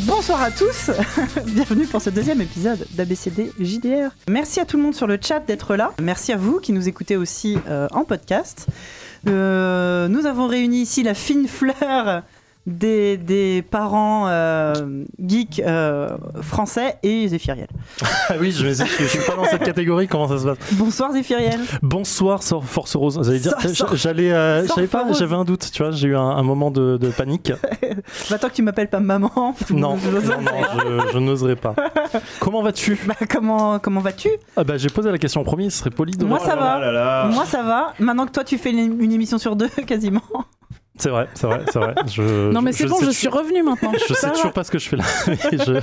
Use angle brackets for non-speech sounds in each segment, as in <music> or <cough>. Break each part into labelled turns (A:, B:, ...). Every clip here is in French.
A: Bonsoir à tous, <laughs> bienvenue pour ce deuxième épisode d'ABCD JDR. Merci à tout le monde sur le chat d'être là. Merci à vous qui nous écoutez aussi euh, en podcast. Euh, nous avons réuni ici la fine fleur des, des parents euh, geeks euh, français et Zéphiriel.
B: Ah oui, je, me suis- je suis pas dans cette catégorie, comment ça se passe
A: Bonsoir Zéphiriel.
B: Bonsoir, sort Force Rose. J'allais dire,
A: Sort- sort-
B: j'allais, euh,
A: sort
B: j'avais pas,
A: Force Rose.
B: j'avais un doute, tu vois, j'ai eu un, un moment de, de
A: <laughs>
B: panique.
A: Bah, tant que tu m'appelles pas maman. <laughs>
B: Non, non, non, je, je n'oserais pas. Comment vas-tu
A: Bah, comment comment vas-tu
B: ah bah, J'ai posé la question en premier, ce serait poli de
A: Moi
B: voir.
A: ça va. Moi ça va. Maintenant que toi tu fais une une émission sur deux <laughs> quasiment.
B: C'est vrai, c'est vrai, c'est vrai. Euh, Je,
C: Non mais c'est bon,
B: sais
C: je
B: tu-
C: suis revenue maintenant.
B: <laughs> Je sais toujours pas ce que je fais là. <laughs> mais je...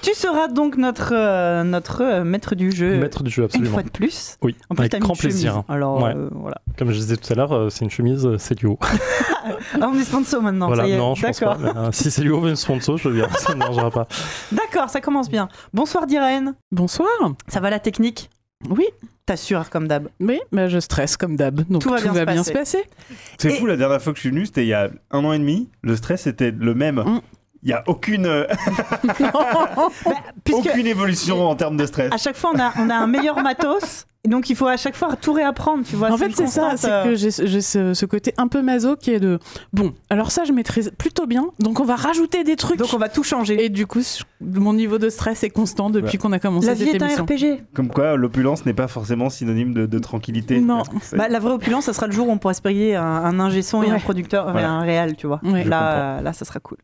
A: Tu seras donc notre euh, notre euh, maître du jeu.
B: Maître du
A: <laughs>
B: jeu,
A: une
B: absolument.
A: fois de plus.
B: Oui,
A: En plus,
B: avec
A: t'as mis
B: grand
A: une chemise.
B: plaisir.
A: Alors
B: Ouais.
A: euh, voilà.
B: Comme je disais tout à l'heure, euh, c'est une chemise, euh, c'est du haut.
A: Ah, on est sponsor maintenant.
B: voilà,
A: ça y est.
B: non, je pense pas.
A: D'accord.
B: mais, euh, si c'est du haut, même sponsor, je veux bien, ça ne marchera pas.
A: D'accord, ça commence bien. Bonsoir Diraen.
C: Bonsoir.
A: Ça va la technique
C: Oui,
A: T'assures comme d'hab.
C: mais bah, je stresse comme d'hab, donc
A: Tout
C: tout
A: va
C: va,
A: bien se
C: bien
A: passer.
C: se passer.
D: C'est
A: Et-
D: fou, la dernière fois que je suis venu, c'était il y a un an et demi. Le stress était le même.
C: Mm.
D: Il y a aucune, euh,
A: <laughs> Bah, puisque Ah.
D: aucune évolution en termes de stress.
A: à chaque fois on a on a un meilleur matos. et Donc il faut à chaque fois tout réapprendre, tu vois.
C: en fait,
A: une
C: c'est ça,
A: constante,
C: c'est
A: euh,
C: que j'ai j'ai ce, ce côté un peu maso qui est de bon. Alors ça, je maîtrise plutôt bien, donc on va rajouter des trucs.
A: donc on va tout changer.
C: Et du coup, je- mon niveau de stress est constant depuis qu'on a commencé
A: La
C: cette
A: vie est un
C: émission.
A: RPG.
D: Comme quoi, l'opulence n'est pas forcément synonyme de, de tranquillité.
C: Non.
D: C'est-
A: Bah, la vraie opulence, ça sera le jour où on pourra se payer un, un ingé son et
C: Ouais.
A: un producteur, euh,
D: Voilà.
A: un réal, tu vois.
C: Ouais.
B: Je
A: Là, là, ça sera cool.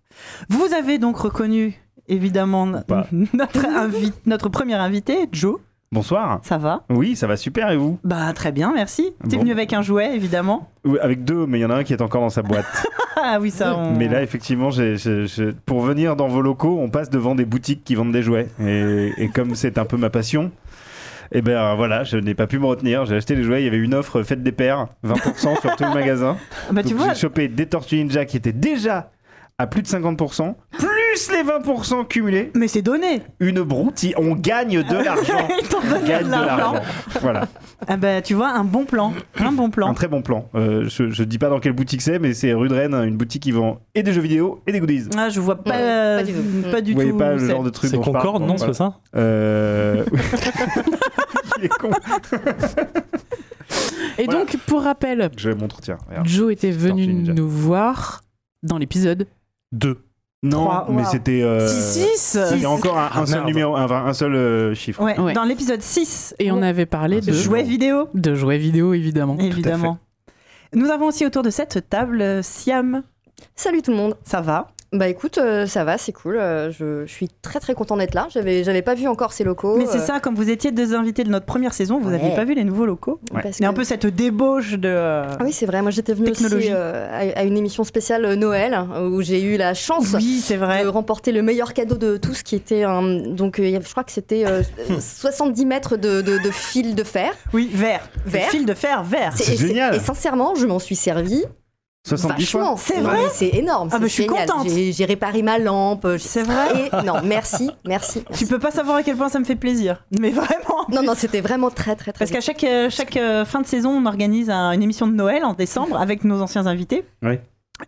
A: Vous avez donc reconnu, évidemment,
D: pas.
A: <laughs> notre, invi- notre premier invité, Joe.
D: Bonsoir.
A: Ça va
D: Oui, ça va super et vous
A: Bah, très bien, merci. T'es
D: Bon.
A: venu avec un jouet, évidemment.
D: Oui, Avec deux, mais il y en a un qui est encore dans sa boîte.
A: Ah oui, ça, on...
D: Mais là, effectivement, j'ai- j'ai- j'ai- pour venir dans vos locaux, on passe devant des boutiques qui vendent des jouets. Et, et comme c'est un peu ma passion, eh ben voilà, je n'ai pas pu me retenir. J'ai acheté les jouets. Il y avait une offre faite des paires, 20% sur tout le magasin.
A: Bah, tu
D: Donc,
A: vois,
D: j'ai chopé des Tortues Ninja qui étaient déjà à plus de 50%, plus les 20% cumulés,
A: mais c'est donné.
D: une broutille. On
A: <laughs>
D: gagne de l'argent.
A: Ils t'ont
D: On
A: donné
D: gagne
A: de
D: de
A: l'argent.
D: l'argent. Voilà,
A: Ah bah, tu vois, un bon plan. Un bon
D: un
A: plan.
D: très bon plan. Euh, je, je dis pas dans quelle boutique c'est, mais c'est rue de Rennes, une boutique qui vend et des jeux vidéo et des goodies.
A: Ah, je vois pas,
E: Ouais,
A: euh,
E: pas du tout.
A: pas du
D: Vous voyez
A: tout
D: pas le
A: c'est-
D: genre de truc
B: C'est
D: dont je parle,
B: Concorde,
D: donc
B: non,
D: voilà.
B: c'est ça
D: Euh... <laughs> Il est con.
C: Et
D: Voilà.
C: donc, pour rappel,
D: Je le montre, tiens. regarde.
C: Joe était venu
D: Tortue Ninja.
C: nous voir dans l'épisode
B: Deux.
D: Non,
A: Trois,
D: mais
A: waouh.
D: c'était. euh,
C: 6
D: Il y a encore un, un
B: Ah,
D: seul
B: merde.
D: numéro, un, un seul euh, chiffre.
A: Ouais,
C: Ouais.
A: dans l'épisode 6.
C: et on avait
B: Ah,
C: parlé de,
D: Deux.
A: Jouet vidéo.
C: de jouets vidéo, évidemment.
A: Évidemment. Nous avons aussi autour de cette table euh, Siam.
E: Salut tout le monde.
A: Ça va
E: Bah écoute, euh, ça va, c'est cool. euh, je, je suis très très content d'être là. J'avais j'avais pas vu encore ces locaux.
A: Mais c'est
E: euh,
A: ça, comme vous étiez deux invités de notre première saison, vous
E: Ouais.
A: n'aviez pas vu les nouveaux locaux.
D: Ouais.
E: parce
A: Et un
E: que-
A: peu cette débauche de. euh,
E: Ah oui, c'est vrai. Moi, j'étais venue
A: Technologie.
E: aussi euh, à, à une émission spéciale euh, Noël euh, où j'ai eu la chance
A: Oui, c'est vrai.
E: de remporter le meilleur cadeau de tous, qui était un- donc euh, je crois que
D: <laughs>
E: c'était euh, 70 mètres de, de- de fil de fer.
A: Oui, vert.
E: Vert.
A: Fil de fer, vert.
D: Ah, C'est
E: et
D: génial.
E: Et sincèrement, je m'en suis servi
D: 70
E: vachement.
D: fois.
A: C'est
E: Non,
A: vrai
E: mais C'est énorme.
A: Ah,
E: c'est
A: bah, je suis
E: génial.
A: contente.
E: J'ai j'ai réparé ma lampe. j'ai-
A: C'est vrai
E: Et non, merci, merci.
A: Tu peux pas savoir à quel point ça me fait plaisir. Mais vraiment.
E: Non, non, c'était vraiment très très très.
A: Parce qu'à chaque, euh, chaque euh, fin de saison, on organise un- une émission de Noël en décembre avec nos anciens invités.
D: Ouais.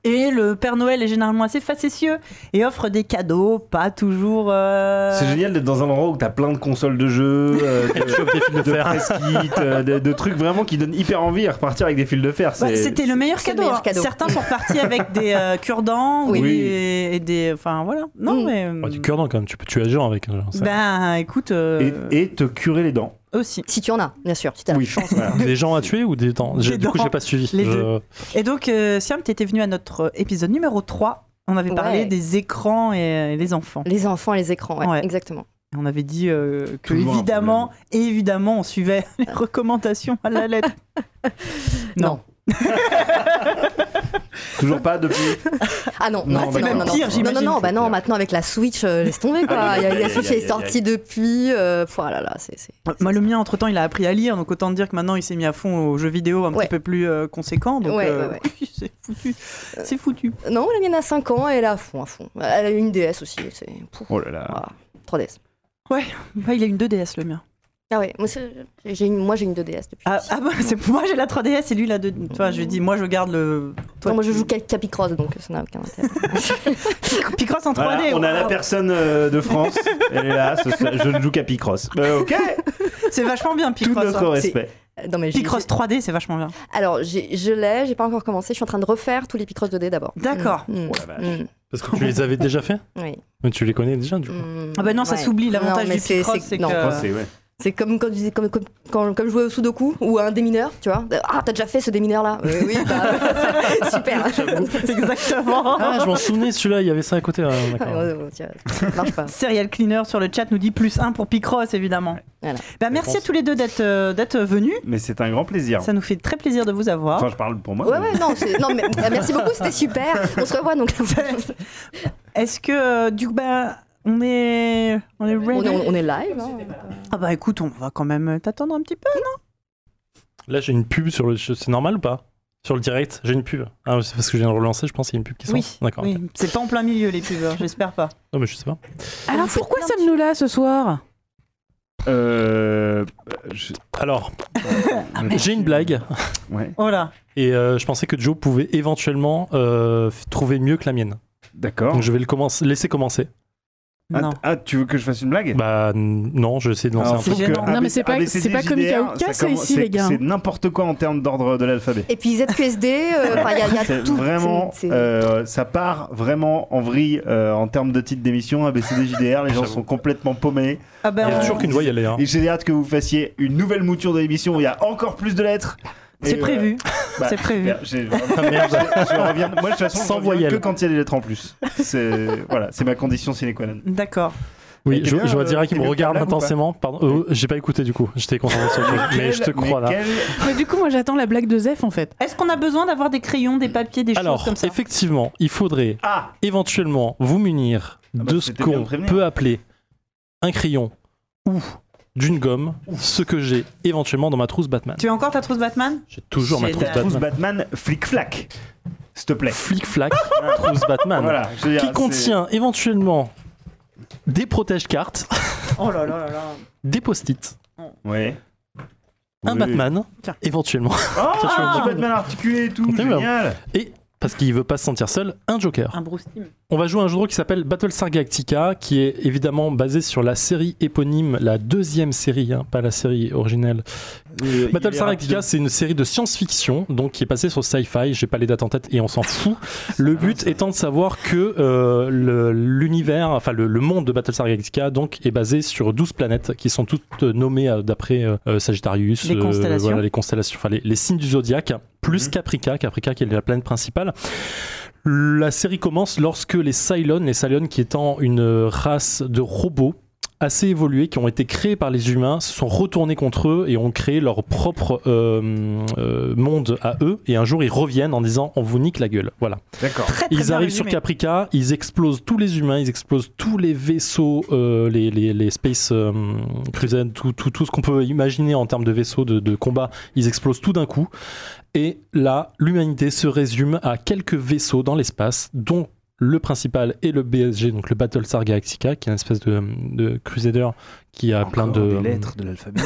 A: Et le Père Noël est généralement assez facétieux et offre des cadeaux, pas toujours. euh,
D: C'est génial d'être dans un endroit où t'as plein de consoles de jeux, euh, de,
B: de
D: de
B: fer.
D: press-kits, euh, de, de trucs vraiment qui donnent hyper envie à repartir avec des fils de fer.
A: Bah,
D: c'est-
A: C'était le meilleur
E: c'est le
A: cadeau.
E: meilleur
A: hein.
E: cadeau.
A: Certains sont repartis avec des
E: <laughs>
A: euh, cure-dents
E: Oui.
A: ou des- et des. Enfin voilà. Non
E: Mm.
A: mais.
D: Oh,
A: euh,
B: Ouais, du cure-dent quand même, tu peux tuer agir avec. euh, genre, ça-
A: Ben écoute.
D: Et,
A: euh,
D: et te curer les dents.
A: Aussi.
E: Si tu en as, bien sûr. Si t'as-
D: Oui, chance. voilà.
B: Des gens à tuer ou des dents J'ai-
A: Des
B: Du coup,
A: dents.
B: j'ai pas suivi.
A: Les
B: Je-
A: deux. Et donc, euh, Siam, tu étais venu à notre épisode numéro 3. On avait parlé
E: Ouais.
A: des écrans et, et les enfants.
E: Les enfants et les écrans, ouais,
A: Ouais.
E: exactement.
A: Et on avait dit euh, que,
D: Toujours un
A: évidemment, évidemment, on suivait <laughs> les recommandations à
E: <laughs>
A: la lettre. non.
D: Toujours pas depuis.
E: Ah non,
D: Non,
E: ah, c'est-
D: bah,
E: non,
D: non.
E: non,
A: Pire, Ah,
E: non, non,
A: j'imagine,
E: non, bah
D: c'est
E: non,
D: clair.
E: maintenant avec la Switch, euh, laisse tomber quoi.
D: Aïe,
E: Il y a- il y a
D: aïe,
E: la Switch
D: aïe,
E: est
D: aïe,
E: sortie depuis. euh, voilà, là, c'est. c'est-
A: Moi, le mien, entre-temps, il a appris à lire, donc autant dire que maintenant, il s'est mis à fond aux jeux vidéo un
E: Ouais.
A: petit peu plus euh, conséquent. Donc,
E: Ouais,
A: euh,
E: ouais,
A: <laughs> oui, c'est foutu. C'est foutu.
E: Non, la mienne a 5 ans et elle a à fond, à fond. Elle a
A: Ah.
E: une DS aussi. C'est... pouf,
D: Oh là là.
E: voilà. 3DS.
A: Ouais, il a une 2DS, le mien.
E: Ah ouais, moi c'est- j'ai une, moi, j'ai une 2DS depuis.
A: Ah, ah bah, c'est moi j'ai la 3DS et lui la 2 Toi, je lui dis, moi je garde le. Toi,
E: Non, moi je
A: tu-
E: joue qu'à Capicross donc ça n'a
A: <laughs>
E: aucun intérêt.
A: Picross en 3D.
D: Voilà, on a la personne euh, de France. Elle est là, ce soir, je ne joue qu'à Picross. Euh, ok,
A: C'est vachement bien
D: tout
A: Picross.
D: notre
A: hein.
D: respect.
E: Euh, non mais
A: C'est-
E: j'ai-
A: Picross 3D, c'est vachement bien.
E: j'ai- Alors j'ai- je l'ai, j'ai pas encore commencé, je suis en train de refaire tous les Picross 2D d'abord.
A: D'accord. Oh,
E: Mm, mm,
D: Oh la vache.
E: mm,
B: Parce que tu les avais déjà fait
E: oui.
B: Mais tu les connais déjà, du coup.
E: mm,
A: Ah bah non, ça
E: ouais.
A: s'oublie.
E: Non,
A: L'avantage
E: mais
A: du
E: c'est-
A: Picross,
E: c'est-
A: c'est que.
E: non.
D: Picross, Oh, c'est- ouais.
E: C'est comme quand tu disais- comme, comme, quand- comme jouer au Sudoku ou à un démineur, tu vois. Euh, Ah, t'as déjà fait ce démineur là Oui, <laughs> oui, bah, <laughs>
B: <laughs>
E: super.
A: Exactement.
E: <laughs>
B: Ah, je m'en souvenais, celui-là, il y avait ça à côté. ouais, <laughs>
E: Ah,
B: d'accord.
E: ouais, ouais, tiens, ça marche pas.
A: Serial Cleaner sur le chat nous dit plus 1 pour Picross, évidemment.
E: Voilà.
A: Bah, merci à
B: pense.
A: tous les deux d'être euh, d'être venus.
D: Mais c'est un grand plaisir.
A: Ça nous fait très plaisir de vous avoir.
D: Enfin, je parle pour moi.
E: Ouais,
D: mais-
E: ouais, non, c'est- non mais, euh, merci beaucoup, c'était super. On se revoit
B: <laughs>
E: donc.
A: Est-ce que, euh, du coup, bah, on est. On est
E: on,
A: ready
E: est, on est live. hein.
A: Ah bah écoute, on va quand même t'attendre un petit peu.
B: Là, j'ai une pub sur le. C'est normal ou pas Sur le direct, j'ai une pub. Ah, c'est parce que je viens de relancer, je pense qu'il y a une pub qui sort.
A: Oui.
B: D'accord.
A: Oui, c'est pas en plein milieu les pubs, hein, j'espère pas.
B: Non, mais je sais pas.
C: Alors
E: Vous faites
C: pourquoi
E: plein de
C: sommes-nous là ce soir
D: Euh, je-
B: Alors, j'ai une blague.
D: Ouais,
A: Oh là,
B: Et euh, je pensais que Joe pouvait éventuellement euh, f- trouver mieux que la mienne.
D: d'accord.
B: Donc je vais le commencer, laisser commencer.
D: Ah,
A: non.
D: ah, tu veux que je fasse une blague
B: Bah n- non, je vais essayer de lancer
D: Alors,
B: un
A: c'est
B: truc.
D: faut que
A: gênant.
C: Non, mais c'est pas-
D: ABCD,
C: c'est pas comme
D: JDR,
C: Kaouka,
D: ça
C: ça,
D: commence-
C: ici, les
D: c'est-
C: gars.
D: C'est n'importe quoi en termes d'ordre de l'alphabet.
E: Et puis ZQSD, euh, enfin, il y a- il y, a
D: C'est
E: tout.
D: vraiment,
E: c'est- c'est-
D: euh, ça part vraiment en vrille euh, en termes de titre d'émission ABCD JDR. Les gens
B: J'avoue.
D: sont complètement paumés.
A: Ah bah,
B: Il y a
A: on-
B: toujours qu'une voix y aller. Hein.
D: Et j'ai hâte que vous fassiez une nouvelle mouture de l'émission où il y a encore plus de lettres. Et,
A: c'est
D: euh,
A: prévu.
D: bah,
A: c'est prévu.
D: super, j'ai vraiment-
B: <laughs> Ah, merde.
D: je reviens- Moi, de toute façon, je
B: Sans
D: reviens
B: voyelle.
D: que quand il y a des lettres en plus. C'est voilà, c'est ma condition sine qua non.
A: D'accord.
B: Oui,
D: Et
B: je,
D: bien,
B: je vois Dira qui
D: euh,
B: me
D: t'es
B: regarde
D: là ou pas
B: intensément. Pardon, euh, j'ai pas écouté du coup. J'étais concentré sur le truc, mais je te crois là.
D: quel-
C: Mais du coup, moi j'attends la blague de Zef en fait.
A: Est-ce qu'on a besoin d'avoir des crayons, des papiers, des choses
B: Alors,
A: comme ça
B: effectivement, il faudrait
D: Ah,
B: éventuellement vous munir
D: Ah bah,
B: de ce
D: c'était bien
B: qu'on
D: de prévenir.
B: peut appeler un crayon ou d'une gomme, ce que j'ai éventuellement dans ma trousse Batman.
A: Tu as encore ta trousse Batman
B: J'ai toujours ma
A: Génial.
B: trousse
D: trousse
B: Batman.
D: Batman, flic flac, s'il te plaît. <laughs>
B: Flic-flac, trousse Batman.
D: Voilà, je veux dire,
B: qui
D: c'est-
B: contient éventuellement des protège-cartes,
A: Oh là là là là.
B: des post-it,
D: Ouais.
B: un
D: Oui.
B: Batman,
A: Tiens.
B: éventuellement, <laughs>
D: Oh, un
A: Ah
D: petit Batman articulé et tout,
B: T'es bien.
D: génial.
B: et parce qu'il veut pas se sentir seul, un Joker.
A: Un Bruce Timm.
B: On va jouer à un jeu de rôle qui s'appelle Battlestar Galactica, qui est évidemment basé sur la série éponyme, la deuxième série, hein, pas la série originelle. Euh, Battlestar Galactica, c'est une série de science-fiction, donc qui est passée sur Sci-Fi. J'ai pas les dates en tête et on s'en fout. <laughs> Le but étant de savoir que euh, le- l'univers, enfin le, le monde de Battlestar Galactica, donc est basé sur 12 planètes qui sont toutes euh, nommées euh, d'après euh, Sagittarius,
A: Les constellations.
B: voilà, les constellations, enfin les, les signes du zodiaque, plus
D: Mhm.
B: Caprica, Caprica qui est la planète principale. La série commence lorsque les Cylons, les Cylons qui étant une euh, race de robots assez évolués qui ont été créés par les humains se sont retournés contre eux et ont créé leur propre euh, euh, monde à eux et un jour ils reviennent en disant on vous nique la gueule voilà
D: D'accord.
A: Très, très
B: ils
A: bien
B: arrivent
A: résumé.
B: sur Caprica ils explosent tous les humains ils explosent tous les vaisseaux euh, les, les, les space euh, crusades tout, tout, tout ce qu'on peut imaginer en termes de vaisseaux de, de combat ils explosent tout d'un coup et là l'humanité se résume à quelques vaisseaux dans l'espace dont le principal est le BSG, donc le Battlestar Galactica, qui est une espèce de, de crusader qui a plein de. euh,
D: des lettres de l'alphabet.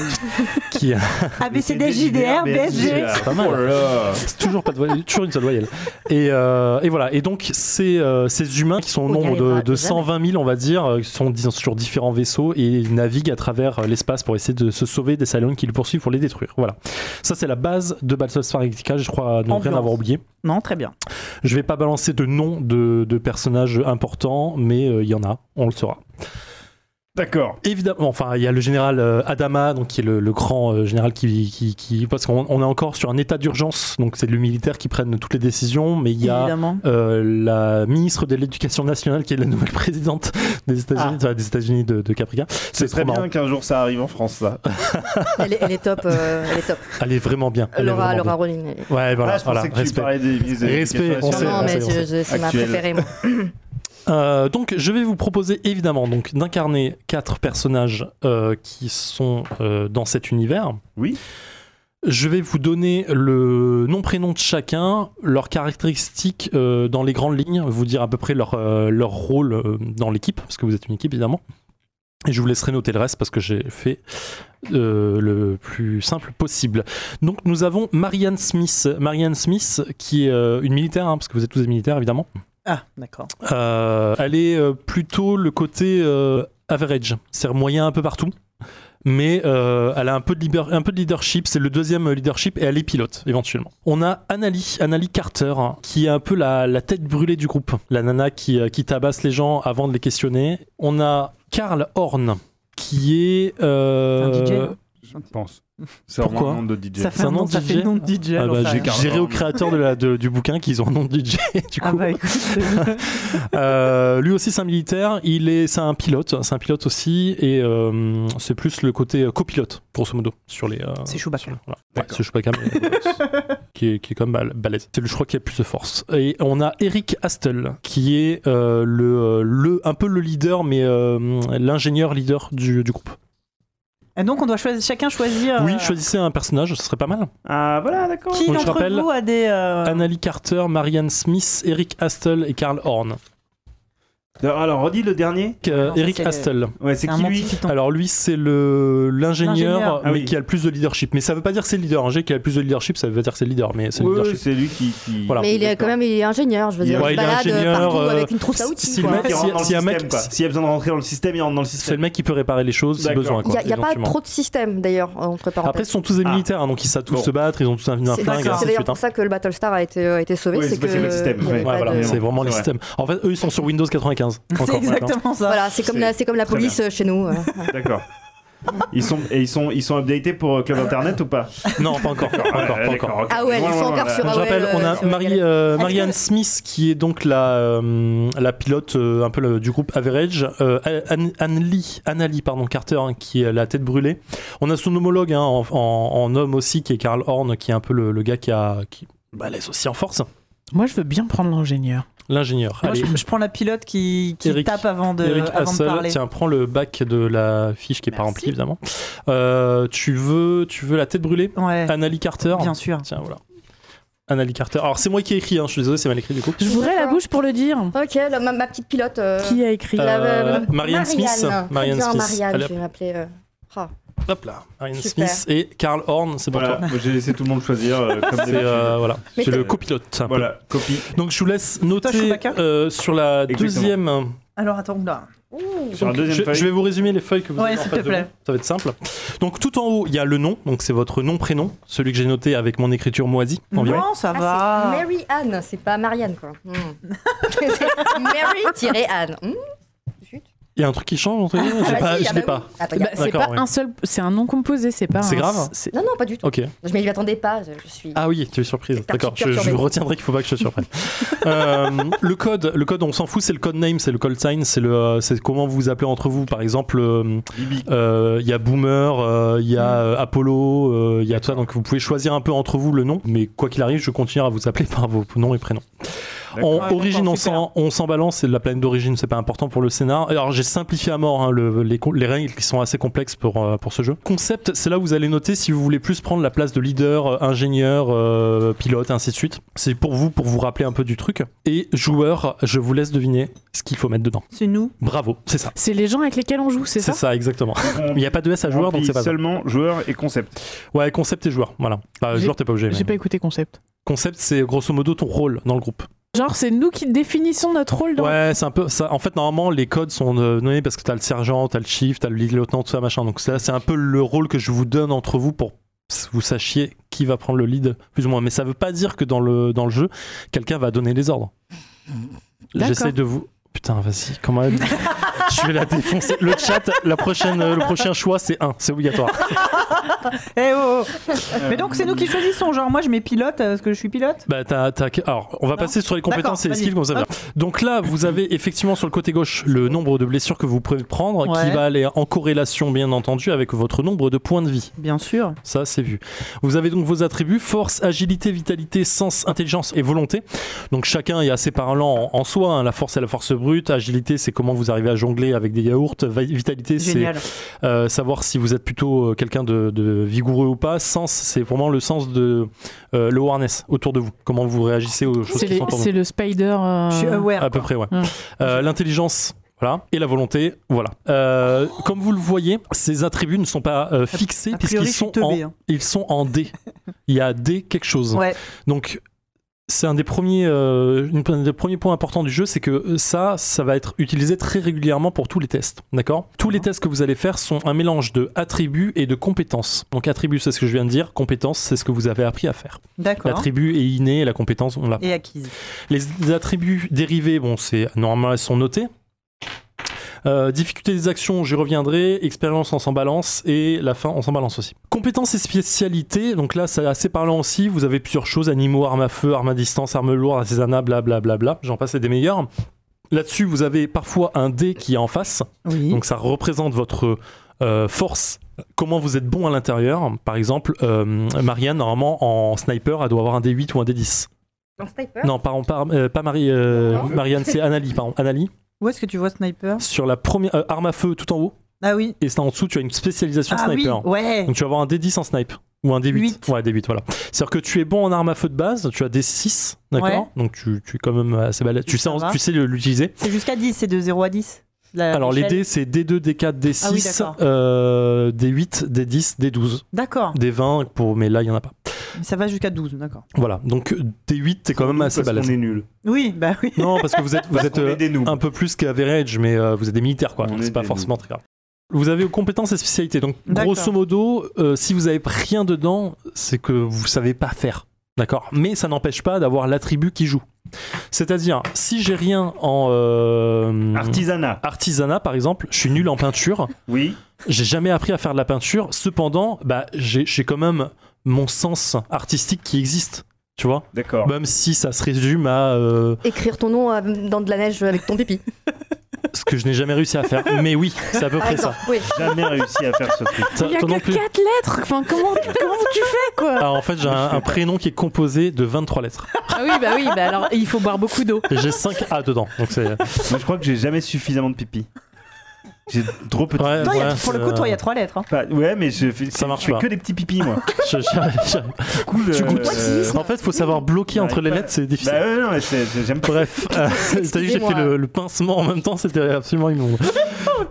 B: Qui a
A: ABCD, JDR, BSG.
B: C'est pas mal.
D: Oh là là.
B: C'est toujours pas de voyelle, toujours une seule voyelle. Et, euh, et voilà. Et donc ces, euh, ces humains qui sont au
E: On y
B: nombre de,
E: arrivera
B: de
E: jamais.
B: 120 000, on va dire, euh, qui sont dis- sur différents vaisseaux et ils naviguent à travers euh, l'espace pour essayer de se sauver des salons qui les poursuivent pour les détruire. Voilà. Ça c'est la base de Battlestar Galactica. Je crois ne rien
A: Ambiance.
B: avoir oublié.
A: Non, très bien.
B: Je vais pas balancer de nom de, de personnages importants, mais euh, il y en a. On le saura.
D: D'accord.
B: Évidemment, enfin, il y a le général euh, Adama, donc qui est le, le grand euh, général qui, qui, qui- parce qu'on on est encore sur un état d'urgence, donc c'est le militaire qui prenne toutes les décisions, mais il y a
A: Évidemment.
B: euh, la ministre de l'Éducation nationale qui est la nouvelle <laughs> présidente des États-Unis,
E: Ah.
B: enfin, des États-Unis de, de Caprica.
D: Ce
B: C'est
D: serait
B: très
D: bien
B: marrant.
D: qu'un jour ça arrive en France, ça.
E: Elle, est, elle est top, euh, elle est top.
B: Elle est vraiment bien. Elle est
E: Laura,
B: vraiment
E: Laura Rollin. elle est-
B: bien. Ouais, voilà,
D: ah, je
B: voilà,
D: pensais que tu
B: respect.
D: parlais des ministres de
B: Respect,
D: l'Éducation
B: on
E: Non,
B: sait,
D: nationale.
E: non, mais
B: sait, on
E: je- je- c'est ma
D: Actuelle.
E: préférée. moi.
B: Euh, donc, je vais vous proposer évidemment donc d'incarner quatre personnages euh, qui sont euh, dans cet univers.
D: Oui.
B: Je vais vous donner le nom prénom de chacun, leurs caractéristiques euh, dans les grandes lignes, vous dire à peu près leur euh, leur rôle euh, dans l'équipe parce que vous êtes une équipe évidemment. Et je vous laisserai noter le reste parce que j'ai fait euh, le plus simple possible. Donc nous avons Marianne Smith. Marianne Smith qui est euh, une militaire, hein, parce que vous êtes tous des militaires évidemment.
A: Ah, d'accord.
B: Euh, elle est euh, plutôt le côté euh, average, c'est-à-dire moyen un peu partout. Mais euh, elle a un peu de, liber- un peu de leadership, c'est le deuxième leadership, et elle est pilote éventuellement. On a Annalie, Annalie Carter, hein, qui est un peu la, la tête brûlée du groupe, la nana qui, euh, qui tabasse les gens avant de les questionner. On a Karl Horn, qui est... euh,
A: Un DJ, non
D: Je pense. C'est
B: Pourquoi
D: vraiment un nom de DJ.
A: Ça fait
B: C'est un
A: un nom,
B: nom de
A: ça
B: DJ?
A: fait nom de DJ.
B: ah
A: alors
B: bah,
A: ça-
B: j'ai
D: Karl
B: géré
D: Horn.
B: au créateur de la- de- du bouquin qu'ils ont un nom de DJ, <laughs> du coup.
A: Ah bah écoute,
B: <laughs> Euh, lui aussi c'est un militaire, il est, c'est un pilote, c'est un pilote aussi, et euh, c'est plus le côté euh, copilote, grosso modo, sur les... euh,
A: c'est Chewbacca.
B: sur- voilà. Ouais, c'est Chewbacca, mais, euh, c'est- qui, est, qui est quand même bal- balèze. C'est le, je crois qu'il y a plus de force. Et on a Eric Astel, qui est euh, le, euh, le, un peu le leader, mais euh, l'ingénieur leader du, du groupe.
A: Et donc on doit choisir, chacun choisir.
B: Oui,
A: euh,
B: choisissez un personnage, ce serait pas mal.
D: Ah voilà, d'accord.
A: Qui
B: Donc, je
A: d'entre
B: rappelle,
A: vous a des. euh,
B: Annalie Carter, Marianne Smith, Eric Astel et Karl Horn.
D: Alors, alors, redis le dernier.
B: Euh,
A: Non, Ah ça,
B: Eric
A: c'est le-
B: Astel.
D: Ouais, c'est
A: un
D: qui lui
A: Monty Python.
B: Alors lui, c'est le l'ingénieur,
A: L'ingénieur.
B: mais
D: Ah oui.
B: qui a le plus de leadership. Mais ça veut pas dire que c'est le leader. Un G qui a le plus de leadership, ça veut pas dire que c'est le leader, mais c'est le
D: Oui, oui,
B: leadership.
D: c'est lui qui. qui-
B: Voilà.
E: Mais il est quand même il est ingénieur, je veux dire.
B: Ouais,
E: il se
B: il est
E: balade
B: ingénieur,
E: partout
B: euh,
E: avec une trousse à
B: si-
E: outils.
B: si le
E: quoi.
B: mec-
D: Qui rentre
B: si-
D: dans le
B: si un mec-
D: système, quoi. S'il y a besoin de rentrer dans le système, il rentre dans le
B: C'est le
D: système.
B: mec qui peut réparer les choses si
D: D'accord.
B: besoin.
E: Il n'y
B: Quoi,
E: a, il y a pas
B: éventuellement.
E: trop de système d'ailleurs, entre
B: Après,
E: parenthèses.
B: ce sont tous des
D: Ah.
B: militaires, hein, donc ils savent tous
D: Bon.
B: se battre, ils ont tous un, un
E: C'est
B: flingue,
A: d'accord.
B: et
E: c'est
B: ainsi de
E: d'ailleurs
B: suite. hein.
E: pour ça que le Battlestar a été, euh, a été sauvé.
D: Oui, c'est
E: que
D: parce qu'il y avait le système,
E: il y avait
D: ouais.
E: pas
B: Ouais, voilà,
E: de-
B: c'est vraiment le
D: C'est vrai.
B: système. En fait, eux, ils sont sur Windows
E: <laughs>
B: 95.
A: C'est
B: encore, maintenant.
A: exactement ça.
E: Voilà, c'est comme,
D: C'est
E: la- c'est comme la
D: très
E: police euh, chez
B: <laughs>
E: nous. voilà.
D: D'accord. Ils sont, et ils sont, ils sont updatés pour euh, Club Internet ou pas
B: Non, pas encore. pas encore, pas encore.
D: ok.
E: Ah ouais, ils
D: Loin,
E: sont
D: loin,
E: encore
D: loin,
E: sur-
D: là.
E: Ah
B: je
E: ouais,
B: rappelle,
E: le-
B: on a
E: sur
B: Marie,
E: lequel-
B: euh,
E: Est-ce
B: Marianne
E: que-
B: Smith qui est donc la, euh, la pilote euh, un peu le- du groupe Average, euh, Anne- Anne Lee, Anna Lee, pardon, Carter hein, qui est la tête brûlée. On a son homologue hein, en, en- en homme aussi qui est Karl Horn qui est un peu le, le gars qui a qui bah, laisse aussi en force
C: Moi, je veux bien prendre l'ingénieur.
B: l'ingénieur.
A: Moi,
B: Allez,
A: je, je prends la pilote qui, qui
B: Eric-
A: tape avant de,
B: Eric
A: avant de
B: Hassel,
A: parler.
B: tiens, prends le bac de la fiche qui est pas remplie évidemment. Euh, tu veux tu veux la tête brûlée,
A: Ouais,
B: Anna Lee Carter.
A: bien sûr.
B: Tiens voilà. Anna Lee Carter. Alors c'est moi qui ai écrit, hein, je suis désolé, c'est mal écrit du coup.
C: Je voudrais la bouche pour le dire.
E: Ok, la- ma, ma petite pilote. euh,
C: Qui a écrit
E: la-
B: Euh,
E: la-
B: Marianne Smith. Marianne
E: Bien,
B: Smith.
E: Marianne,
B: Allez,
E: je vais m'appeler. euh, ah.
B: Hop là, Marianne
E: Super.
B: Smith et Karl Horn, c'est pour
D: Voilà,
B: toi.
D: moi, j'ai laissé tout le monde choisir. euh, comme
B: C'est
D: d'habitude.
B: euh, voilà,
E: Mais
B: c'est le
D: t'as-
B: copilote. un peu.
D: Voilà, copie.
B: Donc je vous laisse noter
A: Chewbacca
B: euh, sur la
D: Exactement.
B: deuxième.
A: Alors attends, là.
D: Sur la
B: Donc,
D: deuxième
B: je,
D: feuille.
B: je vais vous résumer les feuilles que vous
A: Ouais,
B: avez en
A: s'il
B: face
A: te
B: de
A: plaît.
B: vous. Ça va être simple. Donc tout en haut, il y a le nom, donc c'est votre nom prénom, celui que j'ai noté avec mon écriture moisie environ.
A: Non, ça
E: Ah,
A: va.
E: c'est Mary Anne, c'est pas Marianne quoi. Hmm. <laughs> C'est Mary-Anne. Hmm. Chut.
B: Il y a un truc qui change entre guillemets, j'ai
E: bah
B: pas,
E: si,
B: je
E: ah
B: l'ai
E: bah
B: pas.
E: oui. Ah, bah, y a-
C: Bah, c'est
B: D'accord,
C: pas
B: oui.
C: un seul, c'est un nom composé, c'est pas.
B: C'est
C: un-
B: grave
C: c'est-
E: Non, non, pas du tout.
B: Ok.
E: Je m'y attendais pas, je, je suis.
B: Ah oui, tu es surprise.
E: Perturbée,
B: D'accord, je, je
E: perturbée.
B: retiendrai qu'il faut pas que je te surprenne. Euh, le code, le code, on s'en fout, c'est le code name, c'est le call sign, c'est le, euh, c'est comment vous vous appelez entre vous. Par exemple, euh,
D: Bibi.
B: euh, il y a Boomer, euh, il y a euh, Apollo, euh, il y a tout ça. Donc vous pouvez choisir un peu entre vous le nom, mais quoi qu'il arrive, je continuerai à vous appeler <laughs> par vos noms et prénoms. En
D: D'accord.
A: Ouais,
B: origine,
A: d'accord,
B: on s'en, on s'en balance, c'est de la planète d'origine, c'est pas important pour le scénar. Alors j'ai simplifié à mort hein, le- les, co- les règles qui sont assez complexes pour, euh, pour ce jeu. Concept, c'est là où vous allez noter si vous voulez plus prendre la place de leader, euh, ingénieur, euh, pilote, ainsi de suite. C'est pour vous, pour vous rappeler un peu du truc. Et joueur, je vous laisse deviner ce qu'il faut mettre dedans.
A: C'est nous.
B: Bravo, c'est ça.
C: C'est les gens avec lesquels on joue, c'est ça,
B: exactement. Il n'y
D: On
B: a pas de S à joueur, donc
D: remplit
B: c'est pas ça.
D: seulement joueur et concept.
B: Ouais, concept et joueur, voilà. Bah,
C: J'ai-
B: joueur, t'es pas obligé. mais-
C: J'ai pas écouté concept.
B: Concept, c'est grosso modo ton rôle dans le groupe.
C: Genre, c'est nous qui définissons notre rôle dans.
B: Ouais, c'est un peu ça. En fait, normalement, les codes sont euh, donnés parce que t'as le sergent, t'as le chief, t'as le lieutenant, tout ça, machin. Donc, ça, c'est un peu le rôle que je vous donne entre vous pour que vous sachiez qui va prendre le lead, plus ou moins. Mais ça veut pas dire que dans le, dans le jeu, quelqu'un va donner les ordres.
C: D'accord.
B: J'essaie de vous. Putain, vas-y, comment
C: <laughs>
B: elle. je vais la défoncer. Le chat, la prochaine, euh, le prochain choix, c'est 1. C'est obligatoire.
A: Eh oh, oh.
B: Euh,
A: Mais donc c'est nous qui choisissons. Genre moi je mets pilote euh, parce que je suis pilote.
B: Bah, t'as- t'as- Alors, on va passer sur les compétences et les
A: vas-y.
B: skills comme ça. Donc là, vous avez effectivement sur le côté gauche le nombre de blessures que vous pouvez prendre,
A: Ouais.
B: qui va aller en corrélation, bien entendu, avec votre nombre de points de vie.
A: Bien sûr.
B: Ça, c'est vu. Vous avez donc vos attributs force, agilité, vitalité, sens, intelligence et volonté. Donc chacun est assez parlant en, en soi. hein. La force, c'est la force brute. Agilité, c'est comment vous arrivez à jongler avec des yaourts. Vi- Vitalité, c'est
A: Génial.
B: euh, savoir si vous êtes plutôt euh, quelqu'un de, de vigoureux ou pas. Sens, c'est vraiment le sens de euh, l'awareness autour de vous. Comment vous réagissez aux choses
C: C'est
B: qui
C: les-
B: sont autour de
C: c'est le spider. euh,
A: Je suis
B: vous.
A: aware.
B: À peu près, ouais.
C: Ouais.
B: Euh, L'intelligence. Voilà. Et la volonté, voilà. Euh, comme vous le voyez, ces attributs ne sont pas euh, fixés
A: a priori,
B: puisqu'ils
A: je suis
B: sont,
A: teubé,
B: en-
A: hein.
B: ils sont en D. Il y a D quelque chose.
A: Ouais.
B: Donc c'est un des premiers, euh, une- un des premiers points importants du jeu, c'est que ça, ça va être utilisé très régulièrement pour tous les tests, d'accord Tous les tests que vous allez faire sont un mélange de attributs et de compétences. Donc attributs, c'est ce que je viens de dire, compétences, c'est ce que vous avez appris à faire.
A: D'accord.
B: L'attribut est inné, et la compétence, on l'a.
A: Et acquise.
B: Les attributs dérivés, bon, c'est normalement, elles sont notées. Euh, difficulté des actions, j'y reviendrai. Expérience, on s'en balance. Et la fin, on s'en balance aussi. Compétences et spécialités, donc là, c'est assez parlant aussi. Vous avez plusieurs choses animaux, armes à feu, armes à distance, armes lourdes, artisanat, blablabla. Bla, J'en passe et des meilleurs. Là-dessus, vous avez parfois un dé qui est en face.
A: Oui.
B: Donc ça représente votre euh, force, comment vous êtes bon à l'intérieur. Par exemple, euh, Marianne, normalement, en sniper, elle doit avoir un D8 ou un D10.
E: Un sniper
B: Non, pardon, par- euh, pas Marie, euh,
E: Non.
B: Marianne,
A: <laughs>
B: c'est Annalie, pardon. Annalie,
A: Où est-ce que tu vois Sniper
B: sur la première euh, arme à feu tout en haut,
A: Ah oui.
B: et c'est en dessous, tu as une spécialisation
A: Ah oui,
B: sniper.
A: ouais.
B: Donc tu vas avoir un D10 en snipe. Ou un D8.
A: Huit.
B: Ouais, D8, voilà. C'est-à-dire que tu es bon en arme à feu de base, tu as D6, d'accord
A: Ouais.
B: Donc tu, tu es quand même assez balèze. Tu sais,
A: Ça va.
B: tu sais le- l'utiliser.
A: C'est jusqu'à 10, c'est de 0 à 10. la-
B: Alors les
A: l'échelle.
B: dés, c'est D2, D4, D6,
A: Ah oui, d'accord.
B: euh, D8, D10, D12.
A: D'accord.
B: D20, pour... mais là, il n'y en a pas.
A: Ça va jusqu'à 12, d'accord.
B: Voilà. Donc D8, t'es quand même assez
D: Parce qu'on
B: balèze.
D: est nul.
A: Oui, bah oui.
B: Non, parce que vous êtes, vous êtes
D: On
B: euh,
D: est des noobs.
B: un peu plus qu'average, mais euh, vous êtes des militaires, quoi.
D: On
B: Donc
D: est
B: c'est pas
D: des
B: forcément très grave. Vous avez compétences et spécialités. Donc,
A: D'accord.
B: grosso modo, euh, si vous avez rien dedans, c'est que vous savez pas faire. D'accord Mais ça n'empêche pas d'avoir l'attribut qui joue. C'est-à-dire, si j'ai rien en euh,
D: Artisanat.
B: artisanat, par exemple, je suis nul en peinture, <laughs>
D: Oui.
B: j'ai jamais appris à faire de la peinture, cependant, bah, j'ai j'ai quand même mon sens artistique qui existe. Tu vois
D: D'accord.
B: Même si ça se résume à. euh,
E: Écrire ton nom euh, dans de la neige avec ton pipi.
B: ce que je n'ai jamais réussi à
D: <laughs>
B: faire. Mais oui, c'est à peu
E: Par
B: près
E: exemple.
B: ça.
E: Oui.
D: Jamais réussi à faire ce truc.
B: Toi-
C: Il y a
B: toi non
C: que
B: plus.
C: 4 lettres. Enfin, comment, comment tu fais quoi
B: Ah, en fait, j'ai un, un prénom qui est composé de 23 lettres.
C: Ah oui, bah oui, bah alors il faut boire beaucoup d'eau.
B: Et J'ai 5 A dedans. Donc c'est.
D: Moi, je crois que j'ai jamais suffisamment de pipi. J'ai trop petit.
B: Ouais,
A: Toi, il y a-
B: ouais,
A: pour le coup,
B: Euh, c'est-
A: toi, il y a 3 lettres. hein.
D: Pas- Ouais, mais je fais,
B: Ça marche
D: je fais
B: pas.
D: que des petits pipis,
B: <laughs>
D: moi.
B: je- je- je-
D: Cool.
B: Tu
D: euh,
B: goûtes.
D: euh,
B: En fait, faut savoir bloquer entre les
D: Ouais.
B: lettres, c'est difficile.
D: Bah ouais, non, mais c'est- c'est- j'aime pas.
B: Bref, euh, t'as vu, j'ai fait
E: Excusez-moi.
B: le, le pincement en même temps, c'était absolument immonde.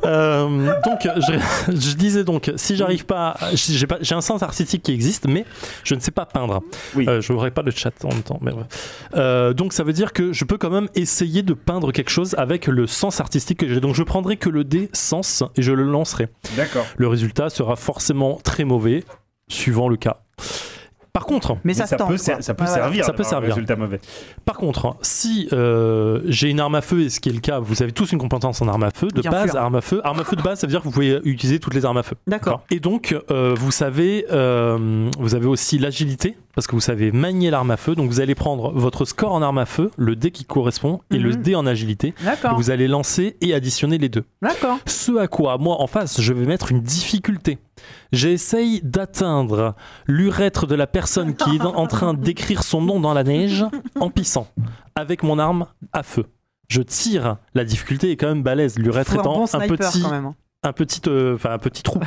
B: Euh, donc, je, je disais donc, si j'arrive pas, à- j'ai pas- j'ai un sens artistique qui existe, mais je ne sais pas peindre.
D: Oui.
B: Euh, je n'aurai pas le chat en même temps. mais bref. Euh, donc, ça veut dire que je peux quand même essayer de peindre quelque chose avec le sens artistique que j'ai. Donc, je prendrai que le dé sens et je le lancerai.
D: D'accord.
B: Le résultat sera forcément très mauvais, suivant le cas. Par contre,
A: Mais,
D: Mais
A: ça, se tente.
D: peut,
A: quoi.
D: ser- ça peut
A: Ouais, ouais.
D: servir.
B: Ça peut
D: d'avoir un
B: servir.
D: Résultat mauvais.
B: Par contre, hein, si euh, j'ai une arme à feu, et ce qui est le cas, vous avez tous une compétence en arme à feu, de
A: Bien
B: base,
A: sûr.
B: arme à feu. Arme à feu de base, ça veut dire que vous pouvez utiliser toutes les armes à feu.
A: D'accord.
B: Et donc, euh, vous savez, euh, vous avez aussi l'agilité, parce que vous savez manier l'arme à feu. Donc, vous allez prendre votre score en arme à feu, le dé qui correspond, et le
A: Mhm.
B: dé en agilité. Et
A: D'accord.
B: vous allez lancer et additionner les deux.
A: D'accord.
B: Ce à quoi, moi, en face, je vais mettre une difficulté. J'essaye d'atteindre l'urètre de la personne qui est dans- en train d'écrire son nom dans la neige en pissant, avec mon arme à feu. Je tire, la difficulté est quand même balèze, l'urètre
A: Faut un
B: étant
A: bon
B: un,
A: sniper
B: petit,
A: quand même. hein.
B: un, petit, euh, enfin, un
A: <laughs>
B: petit trou,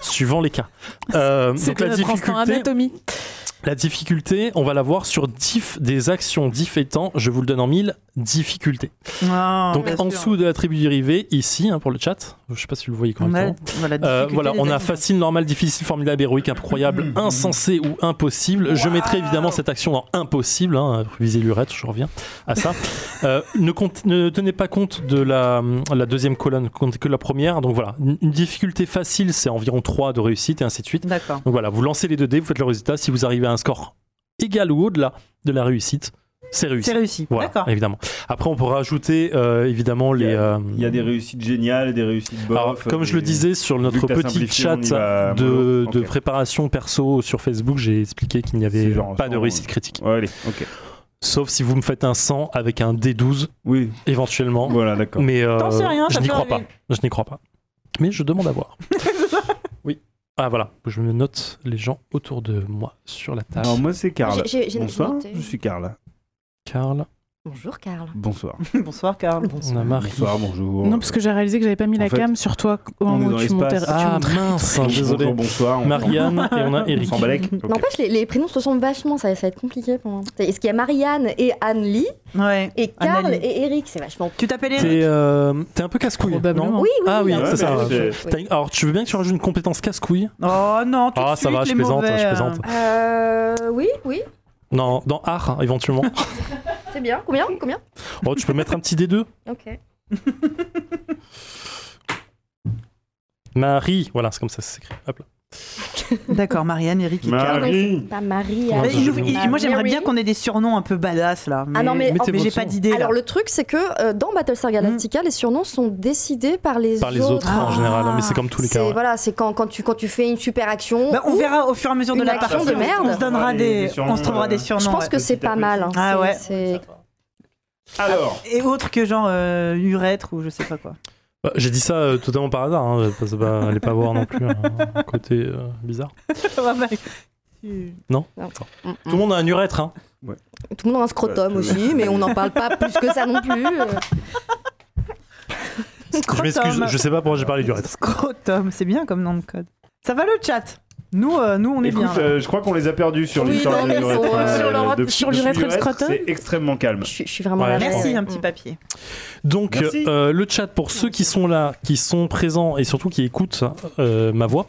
B: suivant les cas. Euh, donc
C: C'était
B: la
C: notre instant
B: difficulté,
C: anatomie.
B: la difficulté, on va la voir sur diff des actions, diff étant, je vous le donne en mille, difficulté.
A: Ah,
B: donc
A: bien
B: en
A: sûr.
B: dessous de l'attribut dérivé, ici, hein, pour le chat, je sais pas si vous le voyez
A: on a,
B: correctement.
A: voilà,
B: Euh,
A: difficulté
B: voilà,
A: des
B: on a
A: actions.
B: facile, normal, difficile, formidable, héroïque, incroyable,
A: Mm.
B: insensé ou impossible. Je mettrai évidemment cette action dans impossible, hein, viser l'urette, je reviens
A: <laughs>
B: à ça. Euh, ne, compte- ne tenez pas compte de la, la deuxième colonne, comptez que la première. Donc voilà, une une difficulté facile, c'est environ 3 de réussite et ainsi de suite.
A: D'accord.
B: Donc voilà, vous lancez les deux dés, vous faites le résultat. Si vous arrivez à un score égal ou au-delà de la réussite, c'est réussi.
A: C'est réussi.
B: Voilà, <laughs>
A: D'accord.
B: évidemment. Après, on pourra ajouter euh, évidemment les.
D: Il y a-
B: euh,
D: Il y a des réussites géniales, des réussites bof. euh,
B: alors, comme je le
D: des-
B: disais sur notre
D: que t'as
B: petit
D: simplifié,
B: chat
D: on y va à
B: de,
D: mollo.
B: de
D: Ok.
B: préparation perso sur Facebook, j'ai expliqué qu'il n'y avait
D: C'est genre
B: pas de
D: cent,
B: réussite
D: ouais.
B: critique.
D: Ouais, allez, ok.
B: Sauf si vous me faites un 100 avec un D12,
D: Oui,
B: éventuellement.
D: voilà, d'accord.
B: Mais euh,
A: T'en sais rien,
B: je
A: ça
B: n'y
A: peut
B: crois pas.
A: arriver.
B: Je n'y crois pas. Mais je demande à voir. oui. Ah voilà, je me note les gens autour de moi sur la table.
D: Alors, moi, c'est Carl.
E: J'ai- j'ai- j'ai
D: Bonsoir,
E: noté.
D: je suis Carl.
B: Carl.
E: Bonjour Karl.
D: Bonsoir.
A: Bonsoir, Karl.
B: On a Marie.
D: Bonsoir, bonjour.
C: Non, parce que j'ai réalisé que j'avais pas mis
D: En
C: la
D: fait,
C: cam sur toi au
D: on est
C: moment
D: dans
C: où tu
D: l'espace.
C: montais. tu
B: Ah
C: montais-
B: mince, désolé.
D: Bonjour, bonsoir. on-
B: Marianne et on a
D: <laughs> on
B: Eric.
D: s'en balèque. Ok.
E: N'empêche, les, les prénoms se ressemblent vachement, ça, ça va être compliqué pour moi. Est-ce qu'il y a Marianne et Anne-Lee
A: Ouais.
E: et Karl
A: Annalie.
E: et Eric C'est vachement.
A: Tu t'appelles Eric
B: T'es euh, t'es un peu casse-couille.
C: Probablement.
B: non
E: Oui, oui,
B: Ah oui,
E: oui, hein.
D: Ouais,
B: c'est ça.
D: mais
E: oui,
D: c'est-
E: oui.
B: T'as une- Alors, tu veux bien que tu rajoutes une compétence casse-couille
A: Oh non, tout
B: Ah,
A: de
B: ça
A: suite,
B: va,
A: les
B: je plaisante,
A: mauvais, hein.
B: je plaisante.
E: Euh, oui, oui,
B: Non, dans art, hein,
A: <laughs>
B: éventuellement.
E: c'est bien. Combien Combien
B: oh, tu peux mettre un petit D2
E: Ok.
B: Marie, voilà, c'est comme ça que ça s'écrit. Hop là.
A: euh. D'accord, Marianne, Eric et Karl.
D: Marie.
E: Pas Maria.
B: Ouais,
A: Mais il
B: je
A: nous-
B: vais
A: il-
E: voir.
A: moi, j'aimerais
E: Mary.
A: bien qu'on ait des surnoms un peu badass là. Mais,
E: Ah non, mais-
B: Mettez
A: j'ai
B: votre
A: pas
B: son.
A: d'idée. là.
E: Alors le truc c'est que euh, dans Battlestar
A: Hmm.
E: Galactica, les surnoms sont décidés par les
B: Par les autres, en
A: Ah.
B: général, hein, mais c'est comme tous les
E: C'est-
B: cas. ouais.
E: Voilà, c'est quand, quand, tu, quand tu fais une super action.
A: Bah, on
E: ou-
A: verra au fur et à mesure de
E: une
A: la
E: action
A: partie.
E: de merde.
A: On se donnera
D: Ouais,
A: des,
D: des surnoms,
A: on se trouvera
D: euh,
A: des
D: je
A: surnoms.
E: je pense
A: ouais.
E: que
D: petit
E: c'est
D: à
E: pas
D: petit.
E: mal. hein.
A: Ah
E: C'est-
A: ouais.
E: c'est-
D: Alors,
A: Et autre que genre euh, urètre ou je sais pas quoi. <laughs>
B: Bah, J'ai dit ça euh, totalement par hasard, hein, parce que, bah, allez pas voir non plus hein, un côté euh, bizarre.
A: Tout
E: Mm, mm.
B: Tout le monde a un urètre, hein.
E: Tout le monde a un scrotum
D: Ouais,
E: aussi, mais on n'en parle pas <laughs> plus que ça non plus. euh.
B: Je m'excuse, je sais pas pourquoi j'ai parlé d'urètre.
A: Scrotum, c'est bien comme nom de code. Ça va le chat Nous, euh, nous on est
D: écoute,
A: bien. là.
D: euh, je crois qu'on les a perdus sur
E: Oui,
D: l'histoire
E: non,
D: de
E: mais
D: l'urètre.
E: sur, euh,
C: sur l'urètre-
D: depuis-
C: sur l'urètre et le
D: depuis
C: scrotum.
D: C'est extrêmement calme.
E: Je, suis- je suis vraiment
B: Ouais,
E: la
B: je
A: Merci,
E: vraie.
A: un petit papier.
B: Donc,
D: Merci.
B: euh, le chat, pour ceux qui sont là, qui sont présents et surtout qui écoutent euh, ma voix,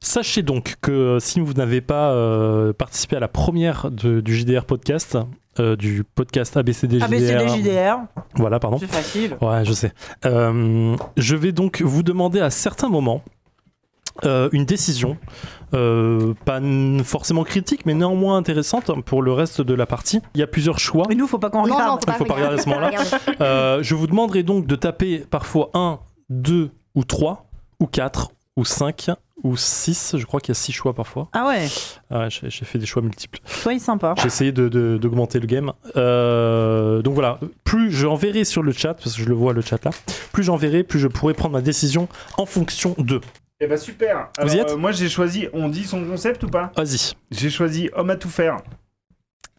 B: sachez donc que euh, si vous n'avez pas euh, participé à la première de- du JDR podcast, euh, du podcast ABCDJDR,
A: ABCD, JDR,
B: voilà, pardon,
A: c'est facile.
B: Ouais, je sais. Euh, je vais donc vous demander à certains moments euh, une décision, euh, pas n- forcément critique, mais néanmoins intéressante pour le reste de la partie. Il y a plusieurs choix.
A: Mais nous, faut pas qu'on
E: Non, non,
A: regarde.
E: faut pas,
B: Faut pas regarder à ce
E: faut pas
B: moment-là.
E: regarder.
B: Euh, je vous demanderai donc de taper parfois 1, 2 ou 3 ou 4 ou 5 ou 6. Je crois qu'il y a 6 choix parfois.
A: Ah ouais,
B: Ah, j'ai j'ai fait des choix multiples.
A: soyez sympa.
B: J'ai essayé de- de- d'augmenter le game. Euh, donc voilà, plus j'enverrai sur le chat, parce que je le vois le chat là, plus j'enverrai, plus je pourrai prendre ma décision en fonction de.
D: Eh bah super.
B: Vous
D: Alors,
B: y êtes
D: euh, Moi j'ai choisi, on dit son concept ou pas
B: Vas-y.
D: J'ai choisi homme à tout faire.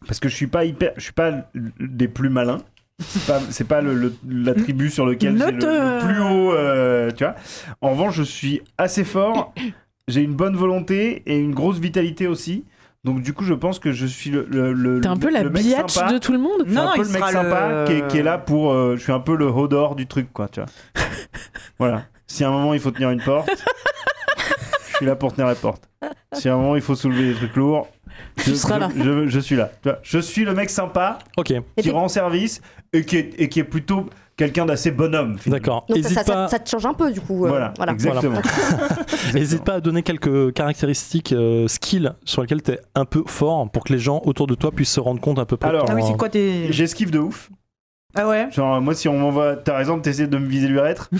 D: Parce que je suis pas hyper, je suis pas l- l- des plus malins. C'est pas, c'est pas le- le- l'attribut sur lequel
A: Ne
D: j'ai le,
A: te-
D: le plus haut, euh, tu vois. En revanche, je suis assez fort. J'ai une bonne volonté et une grosse vitalité aussi. Donc du coup, je pense que je suis le, le, le-
C: T'es un peu la
D: le mec
C: biatch
D: sympa.
C: de tout le monde.
D: Je suis
A: Non,
D: un peu
A: il
D: le mec
A: sera
D: sympa
A: le-
D: qui, est, qui est là pour. euh, je suis un peu le haut d'or du truc, quoi, tu vois. voilà. Si à un moment il faut tenir une porte, je suis là pour tenir la porte. Si à un moment il faut soulever des trucs lourds, je,
C: Tu seras
D: je-
C: là.
D: je- je suis là. Tu vois, je suis le mec sympa
B: Ok,
E: Et
D: qui
E: t'es-
D: rend service et qui est, et qui est plutôt quelqu'un d'assez bonhomme. finalement.
B: d'accord.
E: Donc ça,
B: N'hésite
E: ça- ça-
B: pas,
E: ça te change un peu du coup. euh,
D: Voilà, exactement.
B: n'hésite pas à donner quelques caractéristiques, euh, skills sur lesquelles t'es un peu fort pour que les gens autour de toi puissent se rendre compte un peu près. de
D: Alors-
B: ton-
A: Ah oui, c'est quoi tes.
D: J'esquive de ouf.
A: Ah ouais
D: Genre, moi, si on m'envoie. T'as raison de t'essayer de me viser l'urètre.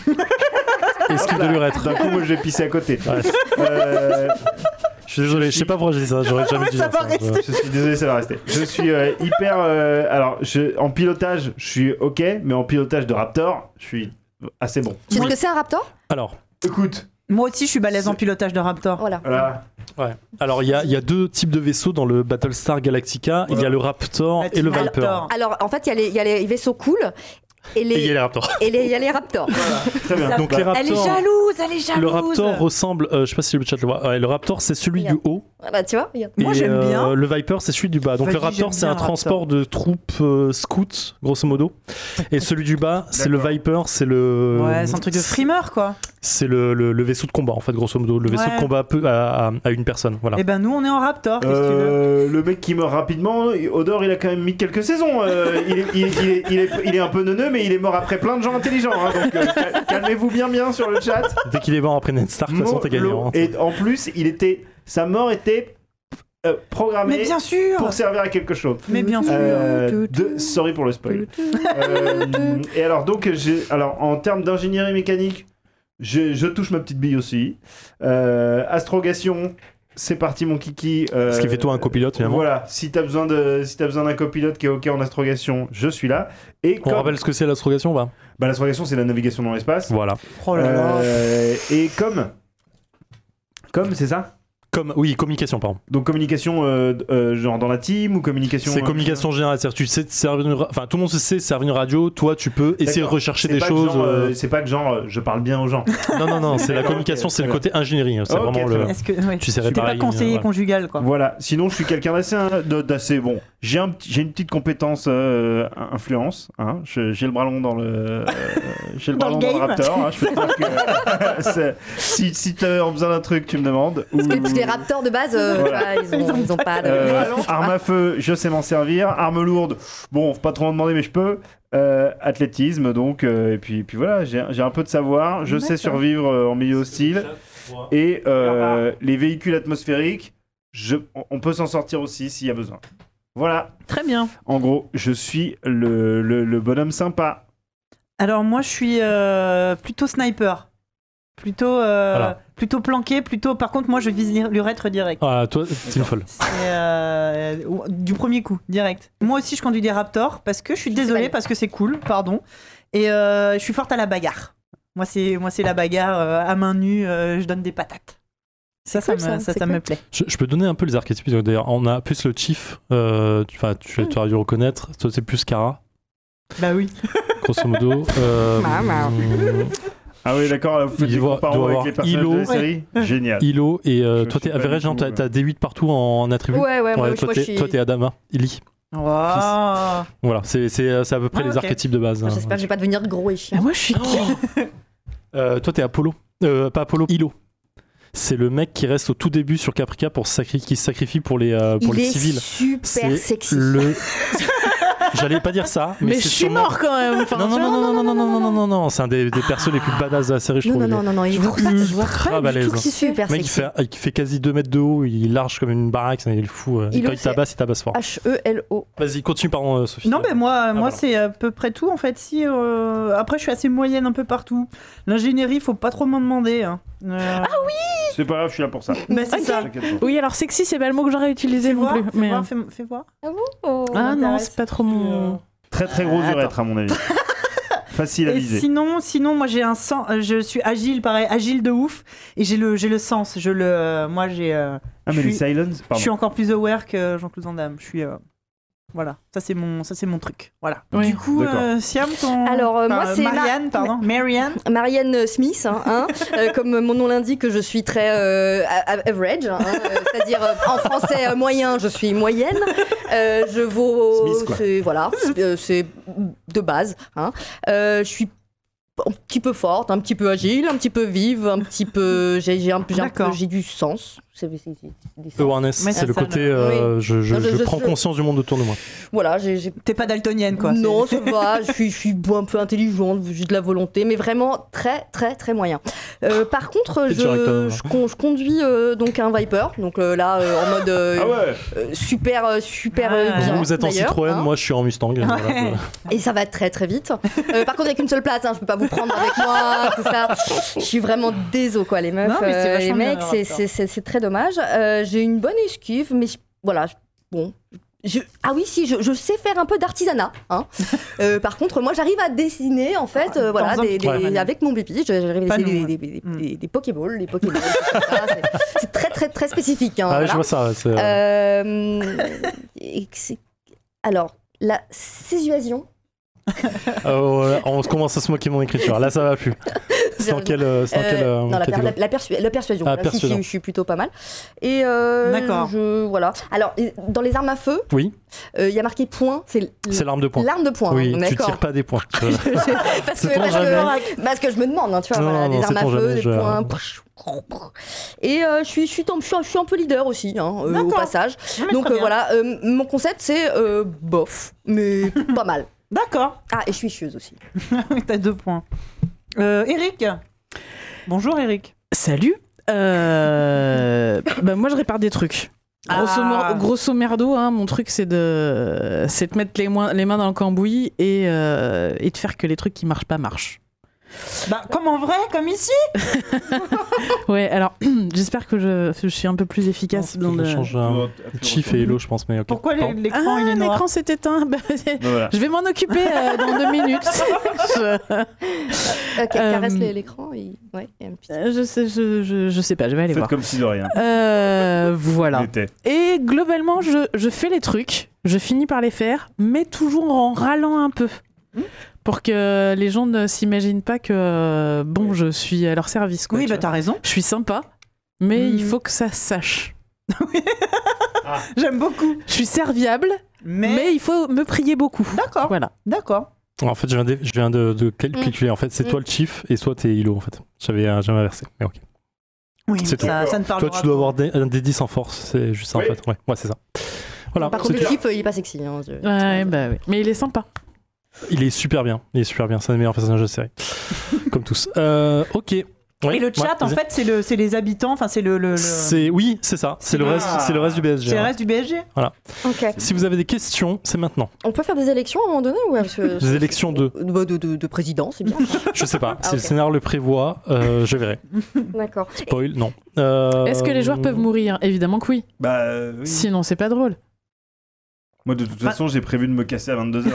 B: Esquive de l'urètre.
D: D'un coup, moi, je vais pisser à côté.
B: Ouais.
D: Euh,
B: Je suis désolé, je sais pas pourquoi j'ai dit ça, j'aurais
A: <laughs>
B: jamais dû
A: Ça
B: dire
A: va
B: ça.
A: rester.
B: Ouais.
D: Euh, Je suis désolé, ça va rester. Je suis euh, hyper. euh, alors, je- en pilotage, je suis ok, mais en pilotage de Raptor, je suis assez bon.
E: Tu sais ce que c'est un raptor
B: Alors,
D: Écoute,
A: Moi aussi, je suis balèze en pilotage de Raptor.
E: Voilà.
D: voilà.
B: ouais. Alors il y, a- il y a deux types de vaisseaux dans le Battlestar Galactica. Il y a le Raptor Oh, et le
A: Raptor.
B: Viper.
E: Alors en fait, il y a les- il y, a les vaisseaux cool et
B: Et il y a
E: les
B: les Raptors.
E: et les- il y a les raptors.
D: Très bien.
B: Donc les
D: Bah,
A: Elle est
B: Raptors.
A: jalouse, elle est jalouse.
B: Le Raptor ressemble, euh, je sais pas si le chat le voit, Ouais, le Raptor c'est celui
E: Regarde.
B: du haut.
E: Voilà, Ah bah, tu vois regarde.
A: Moi,
B: et,
A: j'aime
B: euh,
A: bien.
B: le Viper c'est celui du bas. Donc
A: Vas-y,
B: le
A: j'aime
B: Raptor c'est
A: bien
B: un
A: le Raptor.
B: transport de troupes euh, scouts, grosso modo. Et celui du bas c'est le
D: D'accord.
B: Viper, c'est le.
A: Ouais, c'est un truc de frimeur quoi.
B: C'est le, le- le vaisseau de combat en fait, grosso modo. Le vaisseau
A: Ouais.
B: de combat peu- à, à- à une personne. Voilà.
A: Et ben nous, on est en Raptor. qu'est-ce que tu veux
D: euh, le mec qui meurt rapidement, Odor, il a quand même mis quelques saisons. euh, il, est, il est- il est- il est- il est un peu neuneux, mais il est mort après plein de gens intelligents. hein, donc euh, cal- calmez-vous bien, bien sur le chat.
B: Dès qu'il est mort après Ned Stark, de toute façon t'es gagnant.
D: Molo-
B: hein.
D: Et en plus, il était, sa mort était euh,
A: Mais
D: programmée
A: bien sûr
D: pour servir à quelque chose.
A: Mais bien sûr
D: Euh, de- Sorry pour le spoil. Euh, et alors donc j'ai alors en termes d'ingénierie mécanique, je, je touche ma petite bille aussi. Euh, astrogation, c'est parti mon kiki. Euh,
B: Ce qui fait toi un copilote finalement.
D: Voilà, si t'as besoin de si t'as besoin d'un copilote qui est ok en astrogation, je suis là. Et
B: On
D: comme-
B: rappelle ce que c'est l'astrogation bah
D: bah, l'astrogation c'est la navigation dans
B: Oh
D: l'espace.
B: Voilà.
A: Oh là là
D: Euh, et comme comme c'est ça
B: Comme, oui, communication, pardon.
D: Donc communication euh, euh, genre dans la team ou communication
B: C'est
D: euh,
B: communication générale. C'est-à-dire, tu sais te servir une ra- Enfin, tout le monde sait servir une radio. Toi, tu peux essayer de
D: D'accord.
B: rechercher
D: C'est
B: des
D: pas que
B: choses.
D: genre, euh,
B: euh,
D: C'est pas que genre euh, je parle bien aux gens.
B: Non, non, non. C'est la
D: D'accord,
B: communication,
D: <laughs> ok,
B: c'est le
D: très
B: côté ingénierie. hein, C'est
D: Ok,
B: vraiment
D: très
B: le.
D: bien.
A: Est-ce que ouais.
B: Tu sais
A: T'es
B: réparer. euh,
A: pas
B: une-
A: conseiller
B: voilà.
A: conjugal quoi.
D: Voilà. Sinon je suis quelqu'un d'assez hein, d'assez bon. J'ai un petit- j'ai une petite compétence euh, influence. hein. Je- J'ai le bras long dans le euh, j'ai le bras
A: Dans
D: long
A: le
D: dans le
A: game.
D: raptor. hein. Je peux te dire que <laughs> c'est- si si t'as besoin d'un truc tu me demandes. Ou-
E: Parce que les raptors de base, euh,
D: Voilà.
E: voilà, ils, ont, ils ont pas de.
D: Euh, arme à feu, je sais m'en servir. Arme lourde, bon, faut pas trop en demander, mais je peux. Euh, athlétisme, donc, euh, et puis, puis voilà, j'ai j'ai un peu de savoir. Je sais
A: D'accord.
D: survivre euh, en milieu hostile. Et euh, les véhicules atmosphériques, je, on- on peut s'en sortir aussi s'il y a besoin. Voilà,
A: Très bien.
D: en gros, je suis le, le- le bonhomme sympa.
A: Alors moi je suis euh, plutôt sniper. Plutôt euh,
B: Voilà.
A: plutôt planqué, plutôt par contre moi je vise l'ur- l'urètre direct.
B: Ah, toi, t'es une folle.
A: C'est, euh, ou- du premier coup, direct. Moi aussi je conduis des raptors parce que je suis désolée
E: mal.
A: parce que c'est cool, pardon. Et euh, je suis forte à la bagarre. Moi c'est moi c'est la bagarre euh, à main nue, euh, je donne des patates. Ça ça
E: cool,
A: me
E: ça,
A: ça,
E: c'est
A: ça
E: cool.
A: me plaît.
B: Je, je peux donner un peu les archétypes. donc, D'ailleurs, on a plus le chief. euh, tu, enfin, tu, tu as dû reconnaître. Toi, c'est plus Cara,
A: Bah oui.
B: grosso modo. Euh,
E: Maman.
B: hum,
D: Ah oui, d'accord, là, vous faites
B: Il
D: des
B: doit-
D: comparaisons
B: doit
D: avec
B: avoir
D: les personnages
B: Ilo.
D: de la série
A: <laughs>
D: Génial.
B: Ilo et euh,
D: Je
B: toi,
D: suis
B: t'es
D: pas du
B: average. non,
D: tout,
B: T'as
D: ouais.
B: t'as D8 partout en, en attribut.
E: Ouais, ouais, ouais, moi,
B: toi,
E: je
B: t'es-
E: suis.
B: toi, t'es Adama, Illy.
A: Waouh.
B: Voilà, c'est c'est, euh, c'est à peu près
A: Ah,
B: les
A: ok.
B: archétypes de base. hein.
E: J'espère que je vais pas devenir gros
C: Bah,
E: et
B: Ah,
E: chiant.
C: moi, je suis.
B: Oh. Euh, toi, t'es Apollo. Euh, pas Apollo, Ilo. C'est le mec qui reste au tout début sur Caprica pour sacri- qui se sacrifie pour les, euh, pour
E: Il
B: les
E: est
B: civils.
E: super sexy. <laughs>
B: le. <laughs> J'allais pas dire ça, mais,
C: Mais je
B: c'est
C: suis
B: sûrement-
C: mort quand même. Enfin,
B: Non, non,
C: tu vois,
B: non, non, non, non, non, non, non, non, non, c'est un des, des persos les plus badass de la série, je
E: Ah. Non,
B: trouve.
E: non, non, non, non,
B: il
E: il est
B: est Ah,
E: trop sexy.
B: ultra balèze.
E: Je suis super
B: bah, Le mec, il
E: sexy.
B: fait, il fait quasi 2 mètres de haut, il est large comme une baraque, il est fou. euh,
E: Il
B: quand
E: le
B: il
E: fait.
B: tabasse, il tabasse fort.
E: E H-E-L-O.
B: Vas-y, continue, pardon, euh, Sophie.
A: Non, mais moi,
E: Ah,
A: moi
B: pardon.
A: c'est à peu près tout en fait. Si euh, après, je suis assez moyenne un peu partout. L'ingénierie, faut pas trop m'en demander. Ah oui.
D: C'est pas grave, je suis là pour ça.
A: Bah, c'est
C: Ok.
A: ça.
D: T'inquiète pas.
C: Oui, alors sexy, c'est pas le mot que j'aurais utilisé
A: Fais
C: non
A: voir,
C: plus.
A: fais
C: mais-
A: voir, fais, fais voir.
E: Hein
C: Ah non,
A: m'intéresse.
C: c'est pas trop mon.
D: Très très gros
A: Euh,
D: urètre, à
A: <laughs>
D: mon avis. Facile à
A: Et
D: viser.
A: sinon, sinon, moi j'ai un sens. euh, Je suis agile, pareil, agile de ouf. Et j'ai le, j'ai le sens. Je le, euh, moi j'ai, euh,
D: Ah, mais
A: Je
D: les
A: suis-
D: Silence,
A: je
D: pardon.
A: suis encore plus aware que Jean-Claude Van Damme. Je suis, euh, voilà. Ça c'est mon, ça c'est mon truc. Voilà.
C: Oui.
A: Du coup,
D: D'accord.
A: euh, Siam, ton.
E: Alors, euh,
A: enfin,
E: moi, c'est Mar-
A: Marianne,
E: <laughs>
A: pardon. Marianne.
E: Marianne Smith, hein, hein, euh, comme mon nom l'indique, je suis très euh, a- a- average, hein, euh, c'est-à-dire euh, en français euh, moyen, je suis moyenne. Euh, je vaux,
D: Smith, quoi.
E: c'est- voilà, c'est- euh, c'est de base. hein. Euh, je suis un petit peu forte, un petit peu agile, un petit peu vive, un petit peu, j'ai j'ai un, peu- j'ai un peu-
A: D'accord.
E: j'ai du sens. C'est- c'est- c'est- c'est des sens.
B: Awareness,
A: Mais
B: c'est
A: ça,
B: le
A: ça,
B: côté.
A: non.
B: euh, Je, je-
E: Non, je-
B: je
E: je-
B: prends
E: je-
B: conscience du monde autour de moi.
E: Voilà, j'ai j'ai-
A: T'es pas daltonienne quoi.
E: Non,
A: C'est-
E: ça va, je suis, je suis un peu intelligente, j'ai de la volonté, mais vraiment très, très, très moyen. Euh, par contre,
B: T'es
E: je,
B: directeur.
E: je, con- je conduis euh, donc un Viper, donc euh, là, euh, en mode euh,
D: Ah ouais
E: euh, super, euh, super
A: Ah.
E: euh, bien.
B: Vous êtes en
E: d'ailleurs,
B: Citroën,
E: hein.
B: moi je suis en Mustang.
E: <laughs>
B: voilà.
E: Et ça va très, très vite. Euh, par contre, avec une seule place, hein, je peux pas vous prendre avec moi, tout ça. Je suis vraiment désolée, quoi, les meufs.
A: Non, mais c'est
E: euh, les
A: vachement bien
E: mecs,
A: d'avoir
E: c'est-
A: ça.
E: c'est c'est- c'est très dommage. Euh, j'ai une bonne esquive, mais je- voilà, je- bon. Je- ah oui, si, je, je sais faire un peu d'artisanat. hein. Euh, par contre, moi, j'arrive à dessiner, en fait, euh,
A: Ah, Dans
E: voilà,
A: un
E: des-
A: petit coin.
E: des- avec mon pipi, je- j'arrive
A: Pas
E: à dessiner
A: nous, hein. Mm.
E: des, des, des,
A: ouais.
E: des- des Pokéballs, des Pokémon, tout ça, c'est- C'est très, très, très spécifique. hein,
B: Ah, ouais,
E: voilà.
B: je vois ça. c'est, euh,
E: Euh, et que c'est- alors, la sésuasion.
B: oh, voilà, on se commence à se moquer de mon écriture. Là, ça va plus.
E: <laughs>
B: C'est dans
E: J'ai
B: quel, euh, c'est dans quel,
E: Euh,
B: euh,
E: non, la, per-
B: catégorie
E: la, la persu- la persuasion.
B: Ah,
E: Là, je suis-
B: persuasion.
E: Je, suis plutôt pas mal. Et euh,
A: D'accord.
E: je- voilà. Alors, et- dans les armes à feu,
B: Oui,
E: euh, il y a marqué point. C'est l-
B: c'est l'arme de poing.
E: l'arme de poing.
B: Oui,
E: hein,
B: tu
E: d'accord.
B: tires pas des
E: <laughs>
B: points.
E: parce,
B: C'est
E: que,
A: <laughs>
B: ton
E: parce,
A: Ah,
B: jamais.
E: que, parce que je me demande, hein, tu vois,
B: Non,
E: voilà,
B: non,
E: des
B: c'est
E: armes à
B: ton
E: feu,
B: jamais,
E: des
B: je-
E: points. Et euh, je, suis, je, suis un- je suis un- je suis un peu leader aussi, hein, euh, au
A: D'accord.
E: passage.
A: Non, Ah, mais
E: Donc
A: très
E: euh,
A: bien.
E: voilà, euh, mon concept c'est euh, bof, mais <laughs> pas mal.
A: D'accord. <laughs>
E: Ah, et je suis chieuse aussi.
A: T'as deux points. Euh, Eric. Bonjour Eric.
C: Salut. <laughs> Euh, bah, moi, je répare des trucs. Grosso,
A: Ah.
C: mor- grosso merdo, hein, mon truc c'est de, c'est de mettre les, moin- les mains dans le cambouis et, euh, et de faire que les trucs qui marchent pas marchent.
A: Bah, comme en vrai, comme ici
C: Ouais, alors <clears throat> j'espère que je, je suis un peu plus efficace dans le.
B: change un... Chief et Hello, je pense, mais ok.
A: Pourquoi l'é-
B: Pardon.
A: l'écran
C: Ah,
A: il est noir
C: l'écran s'est éteint. <laughs> Bah,
D: Voilà.
C: je vais m'en occuper euh, dans deux <laughs> minutes. je,
E: Euh, qu'elle
C: Euh,
E: caresse les- l'écran. et- Ouais, et un petit-
C: je sais, je, je- je sais pas, je vais aller
D: Faites
C: voir.
D: comme si de rien.
C: Euh, voilà.
D: n'était.
C: Et globalement, je, je fais les trucs, je finis par les faire, mais toujours en râlant un peu.
A: Hmm.
C: Pour que les gens ne s'imaginent pas que, euh, bon, je suis à leur service. Quoi,
A: Oui,
C: tu
A: bah
C: vois.
A: t'as raison.
C: je suis sympa, mais
A: Mhm.
C: il faut que ça se sache.
A: J'aime beaucoup.
C: Je suis serviable, mais,
A: Mais.
C: il faut me prier beaucoup.
A: D'accord,
C: Voilà.
A: d'accord.
B: En fait, je viens de, je viens de, de cal-
E: Mm.
B: calculer. En fait, c'est
E: Mm.
B: toi le chief et soit t'es Hilo. En fait, j'avais euh, j'avais inversé. Mais ok.
A: Oui,
B: C'est tout.
A: ça, ça ne parle
B: Toi, tu dois avoir des- un des 10 en force. C'est juste ça, en fait. Ouais, ouais c'est ça. Voilà.
E: Par
B: c'est
E: contre, le
B: tout.
E: chiffre, il est pas sexy. hein, je-
C: Ouais, bah oui. Mais il est sympa.
B: Il est super bien. Il est super bien. C'est un des meilleurs personnages de
C: <laughs>
B: série. Comme tous. Euh, ok. Oui,
A: Et le
B: ouais,
A: chat, en
B: vas-y.
A: fait, c'est le, c'est les habitants, enfin, c'est le, le, le- c'est
B: C'est oui, c'est ça. C'est le
D: Ah.
B: reste, c'est le reste du BSG.
A: le
B: hein.
A: reste du BSG.
E: Ok.
B: Si vous avez des questions, c'est maintenant.
E: On peut faire des élections à un moment donné ou parce que-
B: Les élections de,
E: Bah, de, de- de président, c'est bien.
B: je sais pas.
E: Ah,
B: si le
E: ok.
B: scénar le prévoit, euh, je verrai.
E: D'accord.
B: Spoil, non. Euh,
C: Est-ce que les joueurs peuvent mourir Évidemment que oui.
D: Bah euh, oui.
C: Sinon, c'est pas drôle.
D: Moi de toute
A: Bah.
D: façon, j'ai prévu de me casser à 22h.
A: <laughs>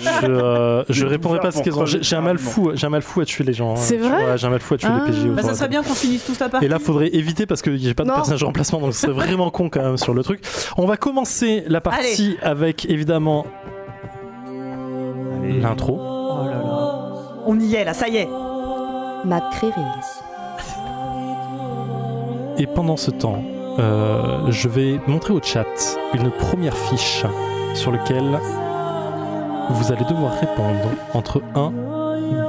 B: Je, euh, je
D: <laughs> Je vais
B: répondrai
D: tout
B: pas à
D: faire
B: cette
D: pour
B: question. J'ai
D: crever
B: j'ai un mal
D: rapidement.
B: fou, j'ai un mal fou à tuer les gens. hein.
C: C'est
B: Tu
C: vrai
B: vois, J'ai un mal fou à tuer
C: Ah.
B: les PJ.
A: Bah,
C: Bah,
A: ça
B: autour de la
A: serait bien qu'on finisse tous la partie.
B: <laughs> Et là, faudrait éviter parce que j'ai pas de
E: Non.
B: personnage de remplacement, donc ce serait vraiment con quand même sur le truc. On va commencer la partie avec évidemment l'intro.
A: Oh là là. On y est, là, ça y est.
E: Matt Creery.
B: Et pendant ce temps, euh, je vais montrer au chat une première fiche sur laquelle vous allez devoir répondre entre 1,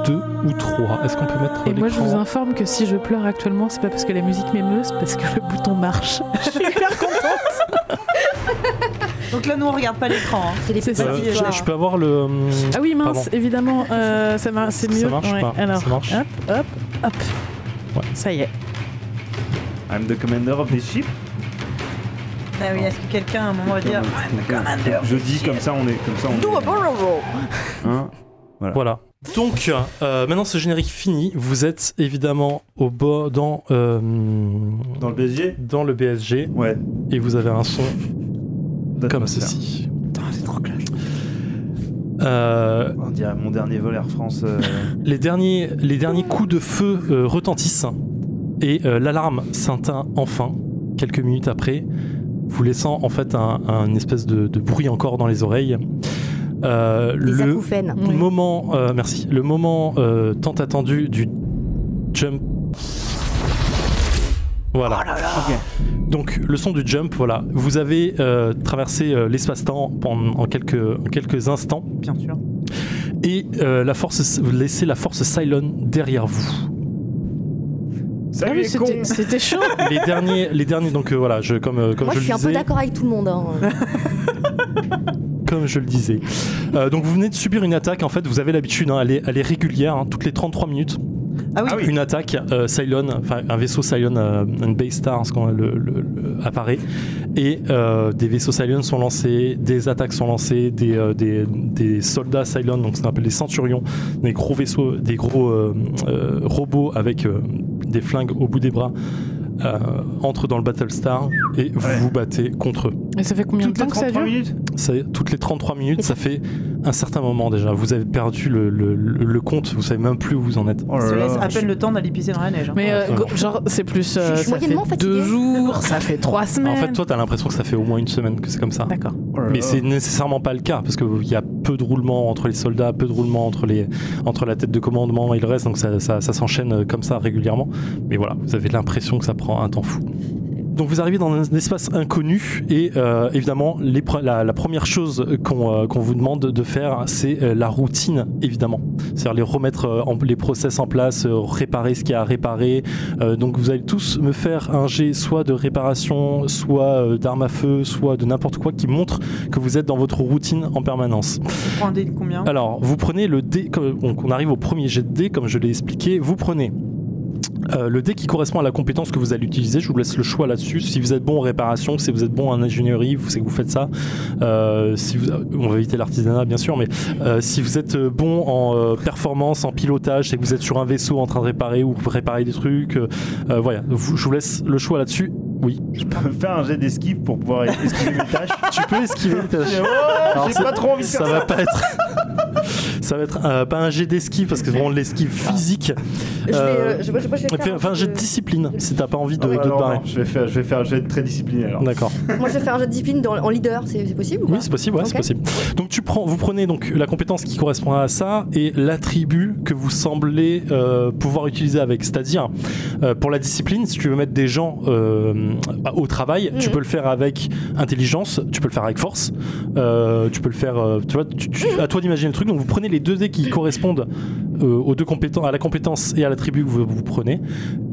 B: 2 ou 3. Est-ce qu'on peut mettre
C: Et moi, je vous
B: l'écran
C: informe que si je pleure actuellement, c'est pas parce que la musique m'émeut, c'est parce que le bouton marche.
A: Donc là, nous, on regarde pas l'écran. hein.
E: C'est les
C: C'est ça.
B: Euh,
E: petits
B: je-
E: joueurs.
B: je, peux avoir le.
C: Ah oui, mince,
B: Pardon.
C: évidemment, euh, ça marche, c'est mieux.
B: Ça marche
C: Ouais,
B: pas.
C: Alors,
B: Ça marche.
C: hop, hop, hop.
B: Ouais.
C: Ça y est.
D: I'm the commander of the ship.
A: Ah oui, est-ce que quelqu'un, à un moment, va dire.
D: Je dis comme ça, on est comme ça, on
E: Do a
D: est.
E: borrow.
D: hein.
B: Voilà. Donc, euh, maintenant ce générique fini, vous êtes évidemment au bas dans, euh,
D: Dans le BSG
B: dans le BSG
D: Ouais.
B: et vous avez un son comme
D: ça.
B: ceci.
A: c'est trop clair.
B: Euh,
D: On dirait mon dernier vol Air France. euh,
B: les, derniers, les derniers coups de feu euh, retentissent et euh, l'alarme s'éteint enfin quelques minutes après, vous laissant en fait un, un espèce de, de bruit encore dans les oreilles. Euh,
E: Les
B: le,
E: acouphènes.
C: Oui.
B: moment, euh, merci, le moment euh, tant attendu du jump. Voilà.
E: Oh
B: Donc le son du jump, voilà. Vous avez euh, traversé euh, l'espace-temps en, en quelques, en quelques instants
A: Bien sûr.
B: Oh et euh, la force, vous laissez la force Cylon derrière
E: <laughs>
B: vous.
C: Ah
D: Salut
C: oui,
D: les cons
C: c'était c'était chaud.
B: Les derniers, les derniers. Donc euh, voilà, je, comme, euh, comme
E: Moi,
B: je
E: je
B: le
E: suis un peu
B: disais,
E: d'accord avec tout le monde. hein.
B: comme je le disais. Euh, donc vous venez de subir une attaque. En fait, vous avez l'habitude, hein, elle, est, elle est régulière, hein, toutes les 33 minutes.
A: Ah oui.
D: Ah oui.
B: Une attaque euh, Cylon, enfin un vaisseau Cylon, euh, une Base Star, ce qu'on le, le- le- apparaît, et euh, des vaisseaux Cylon sont lancés, des attaques sont lancées, des, euh, des, des soldats Cylon, donc ce qu'on appelle des centurions, des gros vaisseaux, des gros euh, euh, robots avec euh, des flingues au bout des bras, euh, entrent dans le Battlestar et vous
D: Ouais.
B: vous battez contre eux.
C: Et ça fait combien
D: Toutes
C: de
D: les
C: temps que ça
D: 33
C: dure
D: minutes
B: Ça- toutes les 33 minutes,
E: Mais
B: ça fait un certain moment déjà. Vous avez perdu le, le- le- le compte, vous savez même plus où vous en êtes.
D: Oh
A: On
D: là
A: se laisse
D: là.
A: à peine le temps d'aller pisser dans la neige. hein.
C: Mais euh,
B: Ouais.
C: go- genre, c'est plus. euh,
E: Je suis
C: ça fait
E: moyennement fatiguée.
C: deux jours, ça fait trois semaines.
B: En fait, toi, Euh. t'as l'impression que ça fait au moins une semaine que c'est comme ça.
C: D'accord.
D: Oh là
B: Mais
D: là.
B: c'est nécessairement pas le cas parce qu'il y a peu de roulement entre les soldats, peu de roulement entre, les, entre la tête de commandement et le reste, donc ça, ça- ça s'enchaîne euh, comme ça régulièrement. Mais voilà, vous avez l'impression que ça prend un temps fou. Donc vous arrivez dans un espace inconnu et euh, évidemment les pre- la, la première chose qu'on euh, qu'on vous demande de faire c'est euh, la routine évidemment. C'est-à-dire les remettre euh, en- les process en place, euh, réparer ce qu'il y a à réparer. Euh, donc vous allez tous me faire un jet soit de réparation, soit euh, d'armes à feu, soit de n'importe quoi qui montre que vous êtes dans votre routine en permanence.
A: On prend un dé de combien
B: Ah. Alors, vous prenez le dé, comme- donc on arrive au premier jet de dé, comme je l'ai expliqué, vous prenez Euh, le dé qui correspond à la compétence que vous allez utiliser, je vous laisse le choix là-dessus. Si vous êtes bon en réparation, si vous êtes bon en ingénierie, vous savez que vous faites ça. Euh, si vous, on va éviter l'artisanat bien sûr, mais euh, si vous êtes bon en euh, performance, en pilotage, c'est que vous êtes sur un vaisseau en train de réparer ou réparer des trucs. euh, euh, voilà, Vous- je vous laisse le choix là-dessus. Oui,
D: Je peux faire un jet d'esquive pour pouvoir esquiver mes tâches.
B: <laughs> tu peux esquiver.
D: Oh,
B: Alors,
D: J'ai
B: ça-
D: pas trop envie de
B: ça
D: faire ça.
B: va pas être <laughs> ça va être euh, pas un jet d'esquive parce que vraiment de l'esquive physique
E: Ah. Je vais,
B: Euh,
E: euh, je, je- je vais faire
B: Fais-
E: un
B: enfin un
E: truc
B: jet
E: de-
B: de discipline si t'as pas envie de,
D: Ah ouais,
B: de te
D: alors,
B: barrer
D: non, je vais faire, je vais faire, je vais être très discipliné alors.
B: d'accord
E: Moi, je vais faire un jeu de discipline dans- en leader, c'est c'est possible ou pas
B: oui c'est possible ouais, c'est
E: Ok.
B: possible donc tu prends vous prenez donc la compétence qui correspond à ça et l'attribut que vous semblez euh, pouvoir utiliser avec c'est-à-dire euh, pour la discipline si tu veux mettre des gens euh, au travail tu
E: Mhm.
B: peux le faire avec intelligence tu peux le faire avec force euh, tu peux le faire euh, tu vois tu- tu- à toi d'imaginer le truc donc vous prenez les deux dés qui correspondent euh, aux deux compétences à la compétence et à l'attribut que vous, vous prenez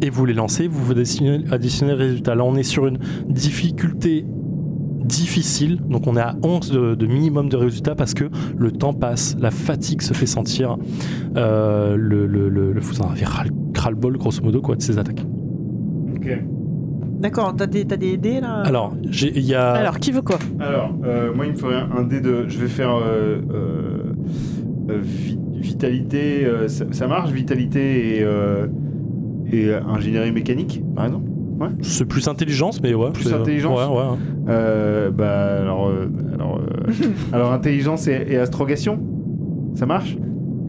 B: et vous les lancez vous vous additionnez, additionnez le résultat là on est sur une difficulté difficile donc on est à 11 de, de minimum de résultats parce que le temps passe la fatigue se fait sentir euh, le, le, le, le vous en avez ras le bol grosso modo quoi de ces attaques
D: Ok.
A: D'accord, t'as des, t'as des dés là
B: alors j'ai- il y a
C: Alors, qui veut quoi
D: Alors, euh, moi, il me faudrait un dé de. Je vais faire. euh, euh, euh, vi- vitalité. euh, ça, ça marche Vitalité et. euh, et euh, ingénierie mécanique, par exemple
B: c'est plus intelligence mais ouais
D: Plus
B: c'est-
D: intelligence.
B: ouais, ouais.
D: Euh, Bah, alors. euh, alors, euh,
B: <laughs>
D: alors, intelligence et, et astrogation Ça marche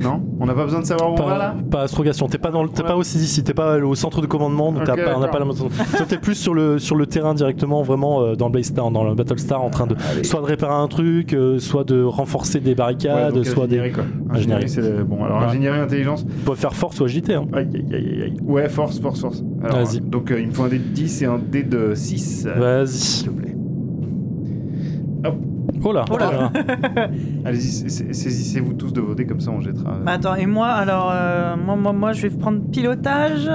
D: Non On n'a pas besoin de savoir où on va
B: Pas,
D: là
B: pas astrogation, t'es pas, dans le- t'es
D: Ouais.
B: pas au CDC, t'es pas au centre de commandement, donc t'as
D: Ok,
B: pas- on n'a
D: d'accord.
B: pas la moto. Toi, t'es plus sur le, sur le terrain directement, vraiment euh, dans le Blaze- dans le Battlestar, en train de
D: Allez.
B: soit de réparer un truc, euh, soit de renforcer des
D: Ouais,
B: barricades,
D: donc euh,
B: soit des.
D: ingénierie, quoi.
B: Ingénierie.
D: Ingénierie, c'est. euh, Bon, alors,
B: Ouais.
D: ingénierie, intelligence.
B: Tu peux faire force ou agiter. hein.
D: Aïe, aïe, aïe, aïe, aïe. Ouais, force, force, force. Alors,
B: Vas-y.
D: euh, Donc, euh, il me faut un dé de 10 et un dé de 6.
B: Vas-y.
D: S'il te plaît.
B: Oh là,
A: Oh là.
D: Allez-y, sais- sais- saisissez-vous tous de vos dés, comme ça on jettera. euh,
A: Bah, Attends, et moi, alors, euh, moi, moi, moi, je vais prendre pilotage.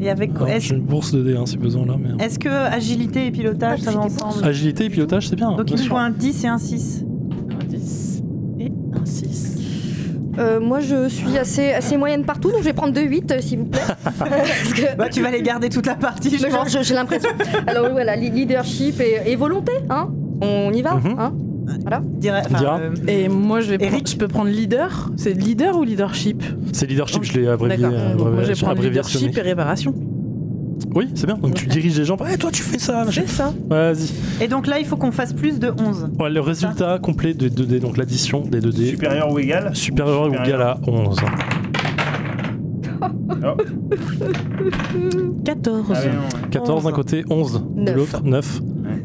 A: Et avec quoi
B: Alors,
A: Est-ce
B: J'ai une bourse de dés hein, si besoin là, mais.
A: est-ce que agilité et pilotage, ça va
E: Ah, je fais des
A: ensemble
B: Agilité et pilotage, c'est bien.
A: Donc
B: bien
A: il me
B: sûr.
A: faut un 10 et un 6.
C: Un 10 et un 6.
E: Euh, Moi, je suis assez, assez moyenne partout, donc je vais prendre 2-8, euh, s'il vous plaît. <laughs> Parce que-
A: Bah, tu vas les garder toute la partie, je
E: Mais genre,
A: pense.
E: je- j'ai l'impression. Alors, voilà, li- leadership et, et volonté, hein On y va,
B: Mhm.
E: hein
A: Dirais- enfin,
B: Dira.
A: euh,
C: Et moi, je vais
A: Eric
C: prendre, je peux prendre leader. C'est leader ou leadership
B: C'est leadership, je l'ai abrévié.
C: D'accord.
B: euh,
C: Donc moi, je vais
B: abrévié-
C: prendre
B: abréviationné.
C: leadership et réparation.
B: Oui, c'est bien. Donc tu diriges les gens. Eh, toi, tu fais ça. machin.
C: C'est ça.
B: Vas-y.
A: Et donc là, il faut qu'on fasse plus de 11.
B: Ouais, le résultat complet des 2D, donc l'addition des 2D.
D: Supérieur ou égal
B: Supérieur ou égal à 11.
C: 14.
D: Ah ouais, non,
B: 14 d'un
A: Onze.
B: côté, 11 de
E: Neuf.
B: l'autre, 9.
A: Mm.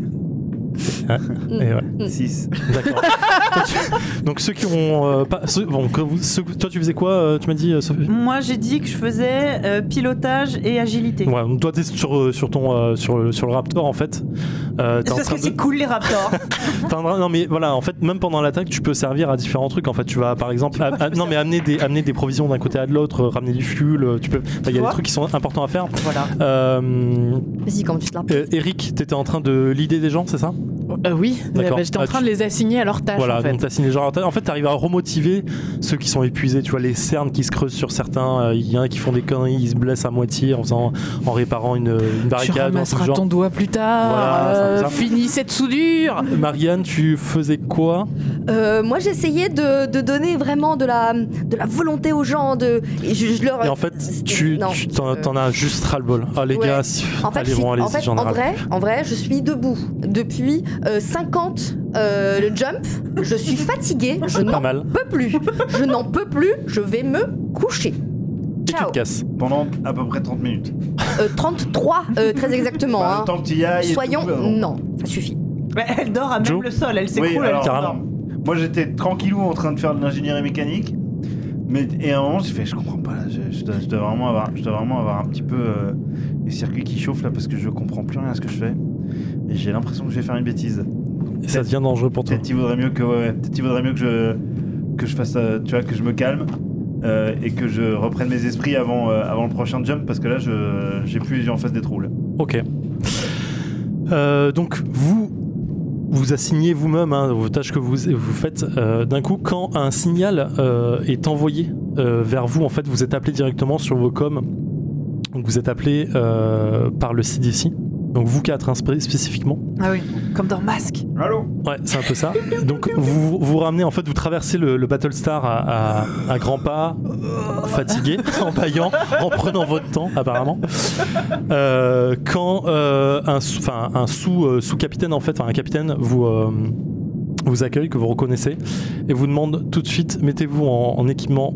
B: Et ouais.
D: ouais. 6.
A: <laughs>
B: D'accord. Toi, tu- Donc ceux qui ont euh, pas, ceux- bon, que vous- ceux- toi tu faisais quoi euh, Tu m'as dit euh, Sophie
A: Moi, j'ai dit que je faisais euh, pilotage et agilité.
B: Ouais, donc toi t'es sur euh, sur ton euh, sur le- sur le Raptor en fait. Euh, t'es
A: C'est
B: en
A: parce
B: train
A: que c'est
B: de-
A: cool les
D: <laughs>
A: raptors.
B: Enfin, non mais voilà en fait même pendant l'attaque tu peux servir à différents trucs en fait tu vas par exemple am- am- non mais amener des amener des provisions d'un côté à de l'autre euh, ramener du fuel euh, tu peux enfin, il y a des
A: vois
B: trucs qui sont importants à faire
A: voilà.
B: Euh,
E: Vas-y, comment tu te la
B: euh, Eric t'étais en train de l'idée des gens c'est ça
C: Euh, oui,
B: Ah. D'accord.
C: Bah, j'étais en
B: Ah,
C: train
B: tu-
C: de les assigner à leur tâche
B: Voilà,
C: en fait.
B: donc t'assignes les gens à leur tâche. En fait, t'arrives à remotiver ceux qui sont épuisés, tu vois, les cernes qui se creusent sur certains. euh, Il y en a qui font des conneries, ils se blessent à moitié en, faisant, en réparant une, une
C: Tu
B: barricade. ou un truc
C: ramasseras
B: du genre.
C: ton doigt plus tard.
B: Voilà, c'est un peu
C: euh,
B: ça.
C: finis cette soudure.
B: Marianne, tu faisais quoi
E: Euh, moi, j'essayais de, de donner vraiment de la, de la volonté aux gens. De, et je, je leur,
B: Et en fait, tu
E: Non,
B: tu- t'en
E: euh,
B: t'en as juste ras-le-bol. Ah, les
E: ouais.
B: gars, si-
E: en fait,
B: allez,
E: je suis-
B: bon, allez,
E: en, fait, en vrai, en vrai, je suis debout depuis euh, 50 euh, le jump. Je suis fatiguée. Je
B: Pas
E: n'en
B: mal.
E: peux plus. Je n'en peux plus. Je vais me coucher.
B: Et tu
E: Ciao.
B: te casses.
D: Pendant à peu près 30 minutes.
E: Euh, 33, euh, très exactement.
D: Bah,
E: hein.
D: le temps que tu y ailles. et
E: Soyons.
D: tout,
B: hein.
D: euh,
E: Non, ça suffit.
A: Mais elle dort à même
B: Joe
A: le sol, elle s'écroule.
D: Oui,
A: elle
D: alors,
A: dort.
B: carrément.
D: Moi j'étais tranquillou en train de faire de l'ingénierie mécanique. Mais, et à un moment, j'ai fait, je comprends pas, là, je, je dois, je dois vraiment avoir, je dois vraiment avoir un petit peu euh, les circuits qui chauffent là parce que je comprends plus rien à ce que je fais. Et j'ai l'impression que je vais faire une bêtise.
B: Et ça devient dangereux pour toi.
D: Peut-être il vaudrait mieux que, ouais, ouais, peut-être il vaudrait mieux que je, que je fasse, euh, tu vois, que je me calme euh, et que je reprenne mes esprits avant, euh, avant le prochain jump parce que là, je, j'ai plus les yeux en face des trous. là.
B: Ok. Euh, donc vous vous assignez vous-même hein, vos tâches que vous, vous faites. Euh, D'un coup, quand un signal euh, est envoyé euh, vers vous, en fait, vous êtes appelé directement sur vos coms Donc vous êtes appelé euh, par le CDC. Donc vous quatre hein, spé- spécifiquement.
A: Ah oui, comme dans Masque.
D: Allô
B: Ouais, c'est un peu ça. Donc vous vous ramenez en fait, vous traversez le, le Battlestar à, à, à grands pas, fatigué, <laughs> en baillant, en prenant votre temps apparemment. Euh, quand euh, un, sous- enfin, un sous euh, sous capitaine en fait, enfin, un capitaine vous euh, vous accueille que vous reconnaissez et vous demande tout de suite, mettez-vous en, en équipement.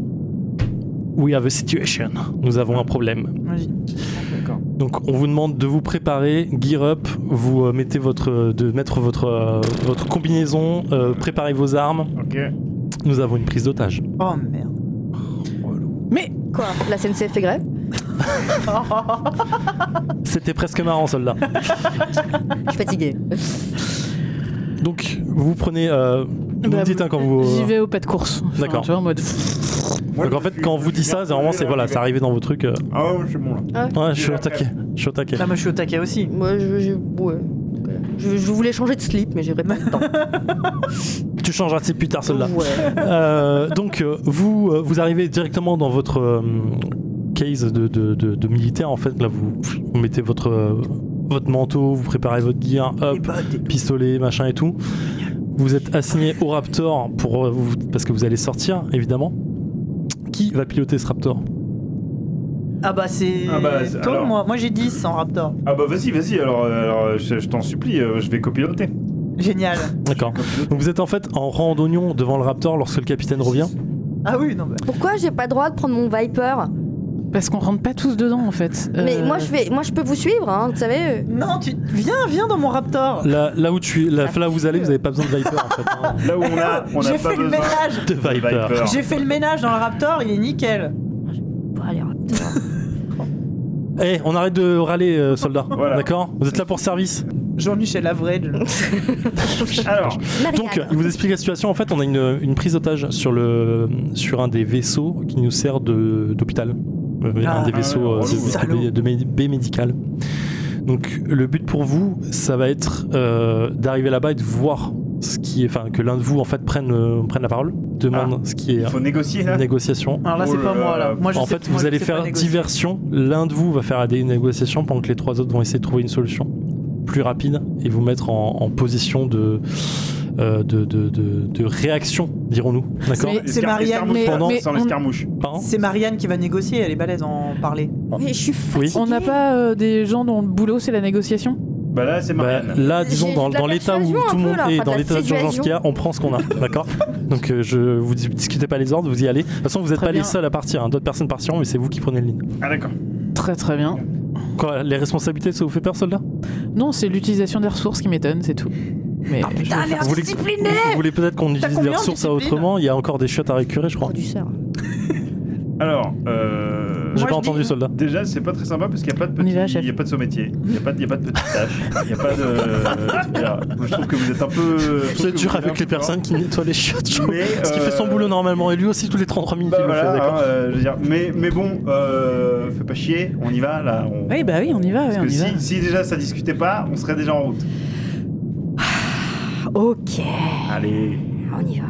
B: We have a situation. Nous avons un problème.
A: Moi, j'ai-
D: D'accord.
B: Donc on vous demande de vous préparer, gear up, vous euh, mettez votre, de mettre votre, euh, votre combinaison, euh, préparez vos armes.
D: Ok.
B: Nous avons une prise d'otage.
A: Oh merde.
C: Mais
E: Quoi La CNCF fait grève
B: C'était presque marrant celle-là.
E: Je suis fatiguée.
B: Donc vous prenez, euh, vous me
C: bah,
B: dites hein, quand vous.
C: J'y vais au pas de course. Enfin,
B: D'accord.
C: Tu vois, en mode.
B: Donc en fait quand on vous dit ça, c'est vraiment c'est voilà, c'est arrivé dans vos trucs. euh,
D: Ah ouais, c'est bon là.
B: Ouais, je suis au taquet. Je suis au taquet.
A: Là, moi, je suis au taquet aussi.
E: Moi, je, je- ouais. Voilà. Je- je voulais changer de slip, mais j'aurais pas le temps.
B: Tu changes un type plus tard celle-là.
E: Ouais.
B: Euh, donc euh, vous euh, vous arrivez directement dans votre euh, case de, de- de- de militaire en fait là vous, vous mettez votre euh, votre manteau vous préparez votre gear hop
A: bah,
B: pistolet machin et tout vous êtes assigné au Raptor pour euh, vous- parce que vous allez sortir évidemment qui va piloter ce Raptor
A: Ah bah, c'est.
D: Ah bah, c'est-
A: toi,
D: alors.
A: moi. Moi, j'ai 10 en Raptor.
D: Ah bah vas-y, vas-y, alors, euh, alors, euh, je, je t'en supplie, euh, je vais copiloter.
A: Génial.
B: d'accord donc vous êtes en fait en rang d'oignon devant le Raptor lorsque le capitaine revient
A: Ah oui, non, bah.
E: Pourquoi j'ai pas le droit de prendre mon Viper
C: Parce qu'on rentre pas tous dedans en fait.
E: Mais
C: Euh,
E: moi je, vais, moi, je peux vous suivre, hein, vous savez.
A: Non, tu. Viens, viens dans mon Raptor.
B: là, là où tu es- là, là où vous allez vous avez pas besoin de Viper en fait hein.
D: Là où
A: <laughs>
D: on a, on a
A: J'ai
D: pas
A: fait le
D: besoin
A: ménage.
B: <laughs> de
D: de
B: Viper
A: J'ai fait le ménage dans le Raptor, il est nickel.
E: Bon, allez, hop.
B: Eh, on arrête de râler, euh, soldats.
D: Voilà.
B: D'accord Vous êtes là pour service.
A: Jean-Michel Avril.
D: Alors,
E: Marianne.
B: Donc, il vous explique la situation. En fait, on a une, une prise d'otage sur, le, sur un des vaisseaux qui nous sert de- d'hôpital. Euh,
A: Ah,
B: un des vaisseaux euh,
D: relou.
B: de, de mé- B médical. Donc, le but pour vous, ça va être euh, d'arriver là-bas et de voir ce qui est. Enfin, que l'un de vous, en fait, prenne, euh, prenne la parole, demande ce qui est
D: Ah. il faut négocier là.
B: négociation.
A: Alors là, c'est
D: Oh
A: pas
D: là
A: moi, là.
D: là.
A: Moi, je
B: en
A: sais-
B: fait,
A: moi,
B: vous
A: je
B: allez
A: sais
B: faire
A: pas négocier.
B: diversion. L'un de vous va faire des négociations pendant que les trois autres vont essayer de trouver une solution plus rapide et vous mettre en, en position de, euh, de, de, de- de réaction, dirons-nous. D'accord
C: Mais-
A: C'est
D: Escar-
A: Marianne,
D: escarmouche,
C: mais-
D: pardon,
C: mais
D: sans
C: on-
D: l'escarmouche.
B: Pas un
A: C'est Marianne qui va négocier, elle est balèze en parler.
E: Mais je suis fatiguée.
C: On n'a pas euh, des gens dont le boulot c'est la négociation
D: Bah là, c'est
B: Bah,
D: Marianne.
B: là,
E: J'ai
B: disons,
E: de
B: dans,
E: la
B: dans l'état où
E: persuasion un
B: tout le
E: peu,
B: monde
E: là,
B: est,
E: enfin, de
B: dans
E: la
B: l'état d'urgence
E: dissuasion.
B: qu'il y a, on prend ce qu'on a, d'accord Donc euh, je vous dis- discutez pas les ordres, vous y allez. De toute façon, vous n'êtes
C: Très
B: pas les
C: bien.
B: seuls à partir, hein. d'autres personnes partiront, mais c'est vous qui prenez le lead.
D: Ah d'accord.
C: Très très bien.
B: Quoi, les responsabilités, ça vous fait peur, soldat
C: Non, c'est l'utilisation des ressources qui m'étonne, c'est tout.
E: Ah,
C: Mais je-
B: Vous voulez, vous voulez peut-être qu'on utilise les
A: combien de
B: ressources à
A: disciplines
B: autrement Il y a encore des chiottes à récurer, je crois.
E: Produceur.
D: Alors, euh...
B: J'ai
A: Moi,
B: pas
A: je
B: entendu
A: dis-
B: soldat.
D: Déjà, c'est pas très sympa parce qu'il n'y a pas de
C: On y va,
D: petit,
C: chef.
D: il y a pas de sommetier, il n'y a pas de, il y a pas de petite tâche, il n'y a pas de.
B: <laughs>
D: euh, je trouve que vous êtes un peu. je trouve
B: C'est
D: que
B: dur
D: vous êtes un
B: avec les
D: peu fort.
B: personnes qui nettoient les chiottes. je trouve.
D: Mais,
B: Parce qu'il fait son
D: euh,
B: boulot normalement et lui aussi tous les 33 minutes
D: Bah
B: il le fait,
D: voilà,
B: d'accord
D: hein, euh, je veux dire, mais, mais bon, euh, fais pas chier, on y va là. on-
C: Oui, bah oui, on y va, oui,
D: Parce
C: on
D: que
C: y va.
D: si, si déjà ça discutait pas, on serait déjà en route.
E: Ok,
D: Allez.
E: on y va.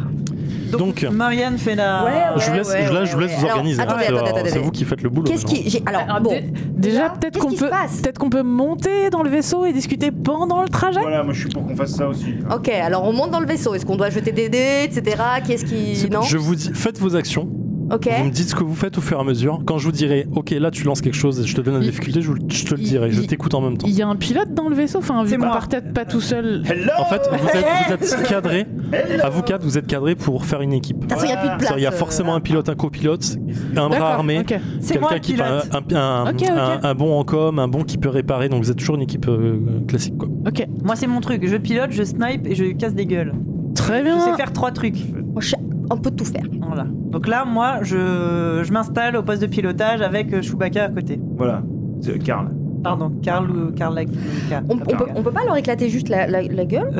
B: Donc,
A: Marianne fait la.
E: Ouais, Ah ouais.
B: je vous laisse, je- là, je vous laisse vous
E: Alors,
B: organiser. hein.
E: attendez,
B: C'est-
E: attendez,
B: alors,
E: attendez.
B: C'est vous qui faites le boulot.
E: Qu'est-ce
B: maintenant.
E: qui. j'ai- Alors,
C: Alors,
E: bon.
C: dé- déjà,
E: Déjà,
C: peut-être
E: qu'est-ce
C: qu'on
E: qui se
C: peut,
E: passe
C: peut-être qu'on peut monter dans le vaisseau et discuter pendant le trajet.
D: Voilà, moi je suis pour qu'on fasse ça aussi.
E: Ok, alors on monte dans le vaisseau. Est-ce qu'on doit jeter des dés, etc. Qu'est-ce qui. Non
B: Je vous dis, faites vos actions.
E: Ok.
B: Vous me dites ce que vous faites au fur et à mesure. Quand je vous dirai, ok, là tu lances quelque chose et je te donne la
C: Il-
B: difficulté, je, vous- je te le
C: il-
B: dirai. Je
C: il-
B: t'écoute en même temps.
C: Il y a un pilote dans le vaisseau, enfin,
A: C'est
C: vu qu'on
A: moi.
C: part peut-être pas tout seul.
D: Hello
B: En fait, vous êtes, vous êtes
E: <laughs>
B: cadrés. À vous quatre, vous êtes cadrés pour faire une équipe.
E: De toute façon, il n'y a plus de place.
B: Il y a
E: euh,
B: forcément un pilote, un copilote, un
C: D'accord,
B: bras armé.
C: ok.
A: C'est moi
B: Quelqu'un
A: le
B: qui
A: pilote.
B: fait un, un- un-
C: Ok, ok.
B: un- un bon en com, un bon qui peut réparer, donc vous êtes toujours une équipe euh, classique. Quoi.
A: Moi, c'est mon truc. Je pilote, je snipe et je casse des gueules.
C: Très
A: Je
E: Ah.
A: sais
C: bien.
A: faire trois trucs.
E: moi, je- euh, On peut tout faire.
A: Voilà. Donc là, moi, je, je m'installe au poste de pilotage avec euh, Chewbacca à côté.
D: Voilà, c'est Karl.
A: Pardon, Carl ou Carl Lagunica.
E: On, on peut, on peut pas leur éclater juste la, la- la gueule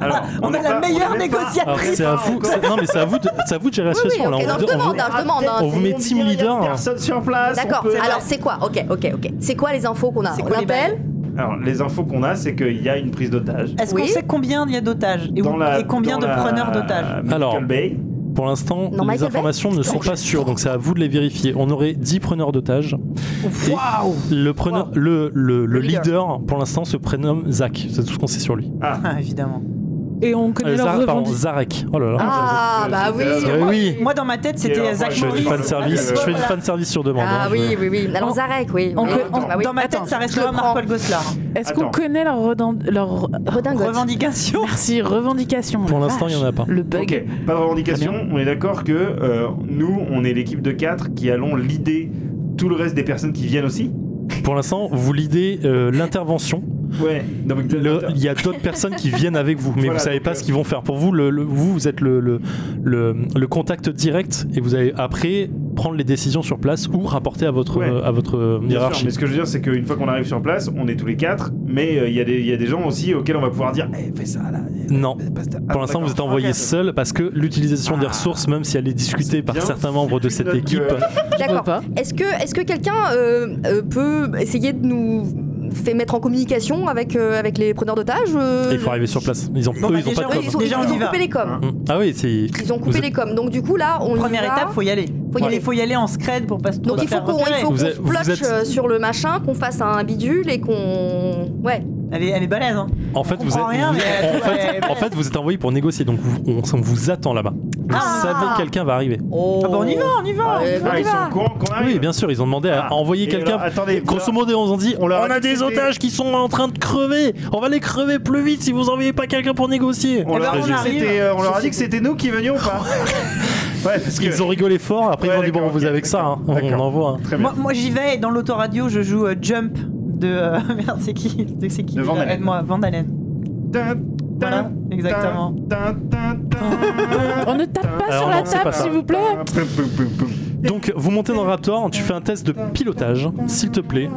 D: Alors,
A: on est
D: n'est
A: la
D: pas-
A: meilleure
D: on n'est pas-
A: négociatrice.
B: Alors,
D: on n'est
B: c'est
D: pas
B: à vous,
D: encore-
B: c'est- non mais c'est à vous, de, c'est à vous de gérer la
E: Oui, oui,
B: situation.
E: ok.
B: Là, on
E: Non, je
B: vous- on
E: demande,
B: vous-
E: hein, je demande. hein.
B: on vous met team
D: Il y a
B: leader. hein.
D: Personne sur place.
E: D'accord,
D: on peut-
E: alors c'est quoi Ok, ok, ok. C'est quoi les infos qu'on a
A: C'est
E: On
A: quoi les
E: appelle
D: Alors, les infos qu'on a, c'est qu'il y a une prise d'otage.
A: Est-ce
E: Oui.
A: qu'on sait combien il y a d'otages et, où-
D: Dans la-
A: et combien de
D: dans la-
A: preneurs d'otages
D: Michael
B: Alors.
D: Bay.
B: Pour l'instant,
E: Non,
B: les
E: Michael Bay
B: informations ne sont pas sûres, donc c'est à vous de les vérifier. On aurait 10 preneurs d'otages. Et Le, preneur, le, le- le
E: Le leader.
B: leader. pour l'instant, se prénomme Zach. C'est tout ce qu'on sait sur lui.
A: Ah, évidemment.
C: Et on
B: Euh,
C: connaît leur
B: Zara- pardon,
C: revendication.
B: Zarek. Oh là là.
E: Ah, bah oui.
B: Eh oui,
A: Moi, dans ma tête,
D: Et
A: c'était
D: alors,
A: Zach
D: moi,
B: je fais du
A: Morris.
B: fan service. Je fais du fan service sur demande.
E: Ah
B: hein, je-
E: oui, oui, oui. Alors
C: On-
E: Zarek, oui.
C: on
E: oui.
C: peut-
A: On-
E: Bah oui.
A: Dans ma tête,
E: Attends,
A: ça reste
E: je le
A: là
E: prends.
A: Marc-Paul Gosselin.
C: Est-ce qu'on
D: Attends.
C: connaît leur, redend- leur...
E: Redingote.
A: Revendication.
C: Merci, revendication.
B: Pour
C: La
B: l'instant, il n'y en
C: vache.
B: a pas.
C: Le bug.
D: Ok, pas de revendication. On est d'accord que euh, nous, on est l'équipe de 4 qui allons l'idée tout le reste des personnes qui viennent aussi.
B: Pour l'instant, vous l'idée l'intervention.
D: Ouais. Donc,
B: Le- Il y a d'autres personnes qui viennent avec vous, mais
D: Voilà,
B: vous savez
D: donc,
B: pas
D: euh,
B: ce qu'ils vont faire. Pour vous, le, le- vous, vous êtes le, le, le- le contact direct et vous allez après prendre les décisions sur place ou rapporter à votre,
D: Ouais.
B: euh, à votre euh,
D: Bien sûr,
B: hiérarchie.
D: mais ce que je veux dire, c'est qu'une fois qu'on arrive sur place, on est tous les quatre, mais euh, il y, a des- il y a des gens aussi auxquels on va pouvoir dire Eh, fais ça là. eh,
B: Non.
D: fais pas ça. Ah,
B: Pour l'instant, vous êtes
D: d'accord.
B: envoyé
D: Ok.
B: seul parce que l'utilisation des
D: Ah.
B: ressources, même si elle est discutée par
D: bien.
B: certains membres de
D: C'est
B: cette
D: notre <laughs>
B: équipe,
D: gueule.
C: Je veux
E: D'accord.
C: pas.
E: Est-ce que, est que quelqu'un euh, euh, peut essayer de nous faire mettre en communication avec, euh, avec les preneurs d'otages euh,
B: il faut arriver sur place. Ils ont,
A: Bon,
B: eux,
A: bah,
B: ils ont
A: déjà,
B: pas
E: Oui,
B: de
A: oui,
E: ils,
B: com.
E: ont,
A: Déjà,
E: ils
A: on
E: ont
A: y va.
E: coupé les coms.
B: Ah oui, c'est.
E: Ils ont
B: Vous
E: coupé
B: êtes-
E: les coms. Donc du coup là, on y
A: Première
E: va.
A: étape, faut y aller.
E: Faut y
A: Il
E: aller.
A: faut y aller en scred pour pas se
E: Donc
A: pas
E: il faut
A: faire
E: qu'on il
A: repérer.
E: faut
B: Vous
E: qu'on
B: êtes-
E: se
B: vous
E: plotche
B: êtes-
E: euh, sur le machin, qu'on fasse un bidule et qu'on ouais.
A: Elle est, elle est balèze. Hein.
B: En fait, vous êtes.
A: comprend rien,
B: vous-
A: mais-
B: en, fait, en fait, vous êtes envoyé pour négocier, donc vous- on, on vous attend là-bas. Vous
E: Ah.
B: savez que quelqu'un va arriver.
A: Ah bah, on y va, on y va.
E: Allez,
D: Ah,
E: on y
D: ils sont
E: va.
D: au courant qu'on arrive.
B: Oui, bien sûr, ils ont demandé à
D: Ah.
B: envoyer
D: Et
B: quelqu'un.
D: alors, attendez,
B: Grosso modo, on ont dit on,
D: On leur a
B: a des
D: discuté.
B: otages qui sont en train de crever. On va les crever plus vite si vous envoyez pas quelqu'un pour négocier.
D: on,
A: Eh
D: leur,
A: ben,
D: a dit
A: on
D: que
A: arrive.
D: c'était, euh, on leur a dit que c'était nous qui venions
B: <laughs>
D: ou pas Ouais, parce que.
B: Ils ont rigolé fort. Après,
D: Ouais,
B: ils ont dit bon,
D: d'accord,
B: on vous
D: ok,
B: avec ça. hein. On
D: d'accord.
B: envoie. hein.
D: Très bien.
A: Moi, moi, j'y vais et dans l'autoradio je joue euh, Jump de euh, <laughs> merde c'est qui de- c'est qui
D: De Van
A: déjà
D: Halen.
A: Aide-moi Van Halen.
D: Tin,
A: Voilà
D: tin,
A: exactement.
D: tin, tin,
B: <laughs>
D: tin.
C: Euh, On ne tape pas
B: Alors
C: sur
B: non,
C: la
B: c'est pas
C: table,
B: ça.
C: s'il vous plaît.
D: Poum, poum, poum, poum.
B: Donc, vous montez dans le Raptor. Tu fais un test de pilotage, s'il te plaît.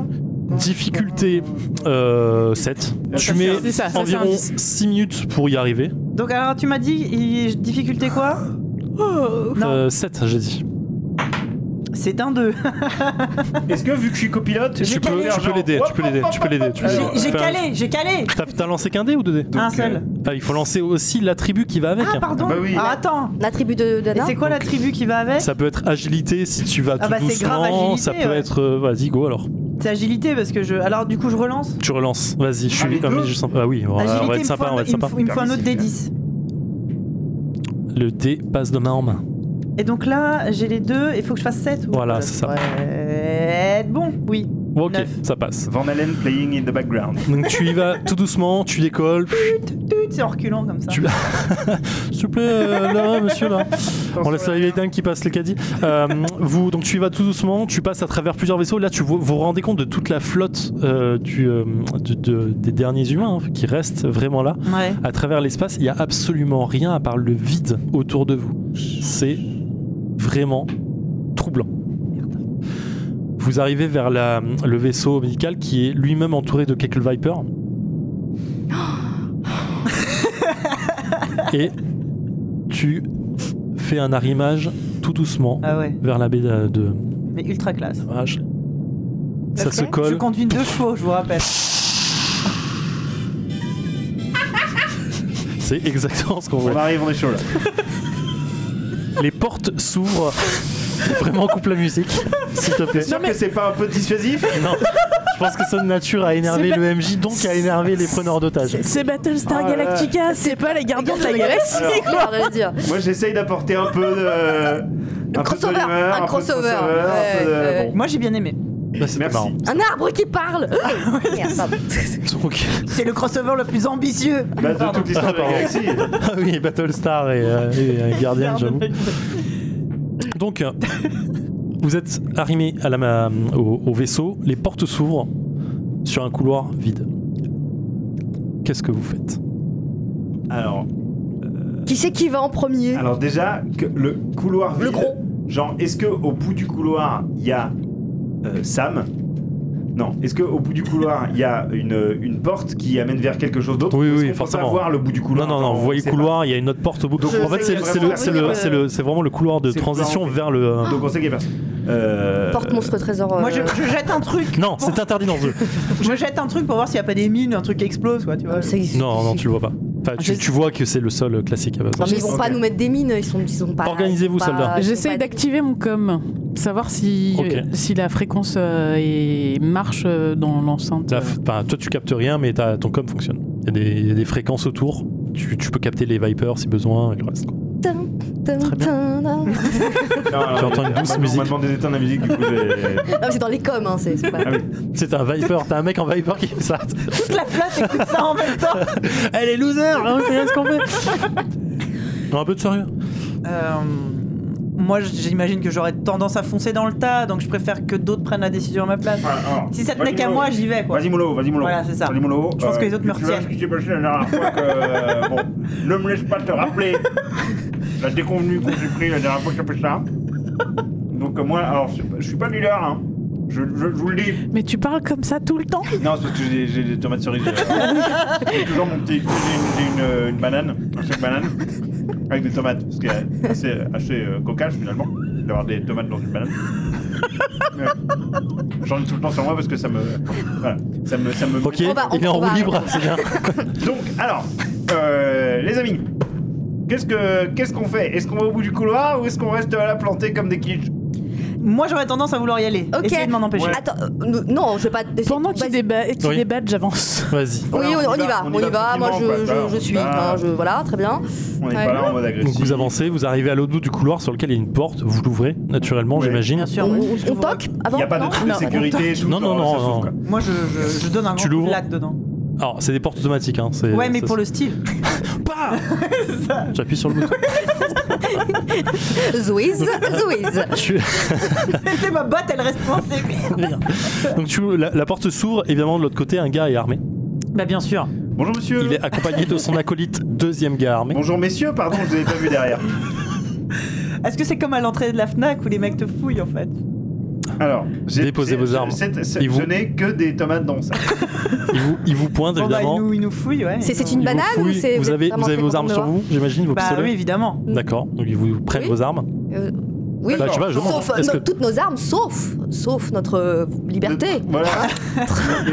B: Difficulté euh, 7. Tu mets
C: C'est ça, ça, c'est un
B: environ
C: dix.
B: 6 minutes pour y arriver.
A: Donc alors tu m'as dit il- difficulté quoi Non.
B: Euh, 7, j'ai dit.
A: C'est un 2.
D: Est-ce que vu que je suis copilote,
B: Tu
D: je
B: peux,
D: faire
B: tu peux
D: genre,
B: l'aider, tu peux l'aider, tu peux l'aider. tu peux l'aider.
A: J'ai
B: Fais un-
A: calé, j'ai calé.
B: T'as- T'as lancé qu'un dé ou deux dés
A: Un seul.
B: Ah, Il faut lancer aussi l'attribut qui va avec.
A: Ah pardon.
D: bah oui.
A: Ah, attends.
E: L'attribut de
A: Et
E: d'Anna.
A: c'est quoi la tribu qui va avec
B: Ça peut être agilité si tu vas tout
A: Ah bah, c'est
B: doucement.
A: grave agilité,
B: ça peut
A: ouais.
B: être euh, vas-y go alors.
A: C'est agilité parce que je alors du coup je relance.
B: Tu relances. Vas-y, je
D: Ah, les
B: suis comme
D: deux
B: juste Ah oui, on va, on va
A: Agilité,
B: être
A: il me faut
B: sympa,
A: un-
B: on va être
A: il me
B: sympa. hein.
A: faut- il me faut un autre des 10.
B: Le dé passe de main en main.
A: Et donc là, j'ai les deux, il faut que je fasse 7
B: Voilà, c'est ça.
A: être bon, oui.
B: Ok,
A: Neuf.
B: ça passe.
D: Van Halen playing in the background.
B: Donc tu y vas tout doucement, tu décolles.
A: Tut, C'est en reculant comme ça.
B: Tu- S'il vous plaît, euh, là, monsieur, là. On laisse les dingues qui passent les caddies. Euh, vous, donc tu y vas tout doucement, tu passes à travers plusieurs vaisseaux. Là, tu vous, vous rendez compte de toute la flotte euh, du, euh, de- de- des derniers humains hein, qui restent vraiment là.
A: Ouais.
B: À travers l'espace, il n'y a absolument rien à part le vide autour de vous. C'est vraiment troublant. Vous arrivez vers la- le vaisseau médical qui est lui-même entouré de quelques Viper. Et tu fais un arrimage tout doucement
A: Ah ouais,
B: vers la baie de. de-
A: mais ultra classe.
B: Ah, je- Ça
E: Ok.
B: se
A: Je
B: colle.
A: conduis une deux chevaux, je vous rappelle.
B: C'est exactement ce qu'on voit.
D: On arrive, on
B: <laughs>
D: est chaud là.
B: Les portes s'ouvrent. Vraiment coupe la musique, s'il te plaît.
D: T'es sûr que c'est pas un peu dissuasif
B: Non, je pense que son nature a énervé
C: C'est pas-
B: le MJ, donc a énervé les preneurs d'otages.
C: C'est Battlestar
D: Ah là là.
C: Galactica, c'est pas les gardiens de la galaxie.
E: Alors,
D: Alors,
E: on va le dire.
D: Moi j'essaye d'apporter un peu de. Un peu de
E: crossover,
D: bonheur,
E: un
D: peu de
E: crossover, ouais,
D: un peu de-
E: ouais.
D: bon.
A: Moi j'ai bien aimé.
B: Bah, c'était
D: Merci.
B: marrant.
E: Un arbre qui parle.
A: Ah,
E: Merde, pardon.
B: Donc, <laughs>
A: C'est le crossover le plus ambitieux.
D: Bah, de
A: Pardon.
D: toute l'histoire de la
B: Pardon.
D: galaxie.
B: ah oui, Battlestar et, euh, et, euh, Guardian, j'avoue. Donc, euh, vous êtes arrimé à la, ma- au, au vaisseau, les portes s'ouvrent sur un couloir vide. Qu'est-ce que vous faites
D: Alors,
E: Qui c'est qui va en premier
D: alors déjà, que le couloir vide.
E: Le gros.
D: Genre, est-ce que au bout du couloir, il y a euh, Sam Non. Est-ce que au bout du couloir, il y a une, une porte qui amène vers quelque chose d'autre
B: Oui,
D: Est-ce
B: oui,
D: qu'on peut
B: forcément.
D: pas voir le bout du
B: Non,
D: couloir
B: non, non,
D: Genre,
B: vous
D: on
B: voyez
D: sait
B: le couloir, il y a une autre porte au bout.
D: Je
B: en fait, c'est
D: sais qu'il y a
B: c'est le-
D: vraiment
B: c'est le-
E: un-
B: c'est le- c'est vraiment le couloir de
D: C'est le
B: transition
D: couloir,
B: vers le.
D: pas. Donc on sait qu'il y a personne. Euh,
E: Porte monstre trésor. euh,
A: Moi je, je jette un truc.
B: Non,
A: pour-
B: c'est <laughs> interdit dans le jeu.
A: Je jette un truc pour voir s'il n'y a pas des mines, un truc qui explose quoi, tu vois.
E: c'est-
B: Non, non, tu le vois pas. Enfin, Enfin, tu,
E: Je-
B: tu vois que Ah, c'est le sol classique à base.
E: Non, mais ils vont pas nous mettre des mines, ils sont, ils sont pas.
B: Organisez-vous,
E: ils sont pas-
B: soldats.
E: ils sont
C: J'essaye
E: pas-
C: d'activer mon com, savoir si,
B: Ok.
C: si la fréquence euh, est- marche euh, dans l'enceinte.
B: La f- enfin, toi, tu captes rien, mais t'as- ton com fonctionne. Il y, a des- il y a des fréquences autour. Tu, tu peux capter les Vipers si besoin et le reste. quoi.
E: Tin, tin,
B: Très bien.
E: tin, <laughs> tin.
B: Tu entends une douce musique.
D: On m'a demandé d'éteindre la musique, du coup, j'ai-
E: Non, mais c'est dans les coms, hein, c'est c'est pas.
D: Ah oui.
B: C'est un Viper, t'as un mec en Viper qui fait ça. <laughs>
A: Toute la flotte écoute ça en même temps. <laughs>
B: Elle est loser, hein, c'est ce qu'on fait. Non, un peu de sérieux.
A: Euh, moi, j'imagine que j'aurais tendance à foncer dans le tas, donc je préfère que d'autres prennent la décision à ma place.
D: Ah, alors,
A: Si ça
D: vas-y,
A: tenait qu'à
D: Molo.
A: moi, j'y vais, quoi.
D: Vas-y, Molo, vas-y, Molo.
A: Voilà, c'est ça.
D: Vas-y, Molo. Euh,
A: Je pense que les autres me
D: tu vois
A: retiennent.
D: ce qui s'est passé la dernière fois que, euh,
A: <laughs>
D: bon, ne me laisse pas te rappeler la déconvenue qu'on s'est pris la dernière fois que j'ai fait ça. Donc, euh, moi, alors, c'est pas- je suis pas leader, hein. Je, je- je vous le dis.
C: Mais tu parles comme ça tout le temps
D: Non, c'est parce que j'ai- j'ai des tomates <laughs> cerises. euh, J'ai toujours mon petit. J'ai une, j'ai une, euh, une banane, un chèque banane, avec des tomates. Ce qui est assez, assez euh, cocasse finalement, d'avoir des tomates dans une
A: <laughs>
D: banane. Mais, J'en ai tout le temps sur moi parce que ça me. Voilà, ça me. Ça me
B: Ok,
E: On va- on-
B: il est en
E: on va
B: roue libre, c'est bien.
D: Donc, alors, euh, les amis, qu'est-ce que qu'est-ce qu'on fait Est-ce qu'on va au bout du couloir ou est-ce qu'on reste là planté comme des quiches
A: Moi, j'aurais tendance à vouloir y aller.
E: Ok.
A: Essayez de m'en empêcher.
D: Ouais.
E: Attends, euh, nous- non, je vais pas.
C: Pendant
E: vas-y.
C: qu'ils déba- qu'ils
B: Oui.
C: débattent, j'avance.
B: Vas-y.
E: Oui, on, on y va, on y va. Moi, je,
D: tranquillement, quoi,
E: je- je
D: on y
E: suis.
D: va.
E: hein, je- voilà, très bien.
D: On n'est
E: Ouais.
D: pas là en mode
B: Donc
D: agressif.
B: vous avancez, vous arrivez à l'autre bout du couloir sur lequel il y a une porte, vous l'ouvrez naturellement,
D: Ouais.
B: j'imagine.
A: sûr,
E: on,
A: ouais.
E: on-
A: Je
E: on
A: vois.
E: toque
D: Il
E: avant
D: n'y a pas de
E: non
D: truc de
C: Non,
D: sécurité et tout.
B: Non, non,
D: genre, ça
B: non,
D: s'ouvre,
B: non.
D: quoi.
A: Moi, je, je- je donne un grand
B: Tu
A: coup de
B: l'ouvres
A: latte dedans.
B: Alors c'est des portes automatiques, hein. c'est-
A: Ouais, mais
B: ça-
A: pour le
B: <laughs>
A: style.
B: Bah J'appuie sur le bouton.
E: <laughs> Zouiz, zouiz.
B: Tu-
A: C'est ma botte, elle reste coincée.
B: Merde. Donc tu- la, la porte s'ouvre, évidemment de l'autre côté un gars est armé.
A: bah, bien sûr.
D: Bonjour monsieur.
B: Il est accompagné de son acolyte deuxième gars armé.
D: Bonjour messieurs, pardon, je vous avais pas vu derrière.
A: <laughs> Est-ce que c'est comme à l'entrée de la Fnac où les mecs te fouillent en fait
D: Alors, j'ai-
B: Déposez
D: j'ai-
B: vos
D: je-
B: armes.
D: c'est- c'est-
B: Et vous
D: Je n'ai que des tomates dans
E: <laughs>
D: ça.
B: Il vous, il vous pointe
A: Bon, bah, ils
B: évidemment.
A: nous, ils nous fouillent, ouais.
E: C'est-
A: Ils
E: c'est
A: nous-
E: une-
B: Il vous
E: banane ou
B: fouille.
E: c'est-
B: vous
E: vous êtes
B: avez,
E: vraiment
B: vous avez
E: très
B: vos
E: content
B: armes
E: de
B: sur
E: voir
B: vous, j'imagine vos
A: Bah oui,
B: pistolets. <laughs>
A: évidemment.
B: D'accord, donc ils vous prennent
E: Oui.
B: vos armes.
E: Euh, oui,
B: Bah, je sais pas, je demande.
E: sauf
B: Est-ce
E: no-
B: que-
E: toutes nos armes, sauf, sauf notre euh, liberté.
D: Voilà.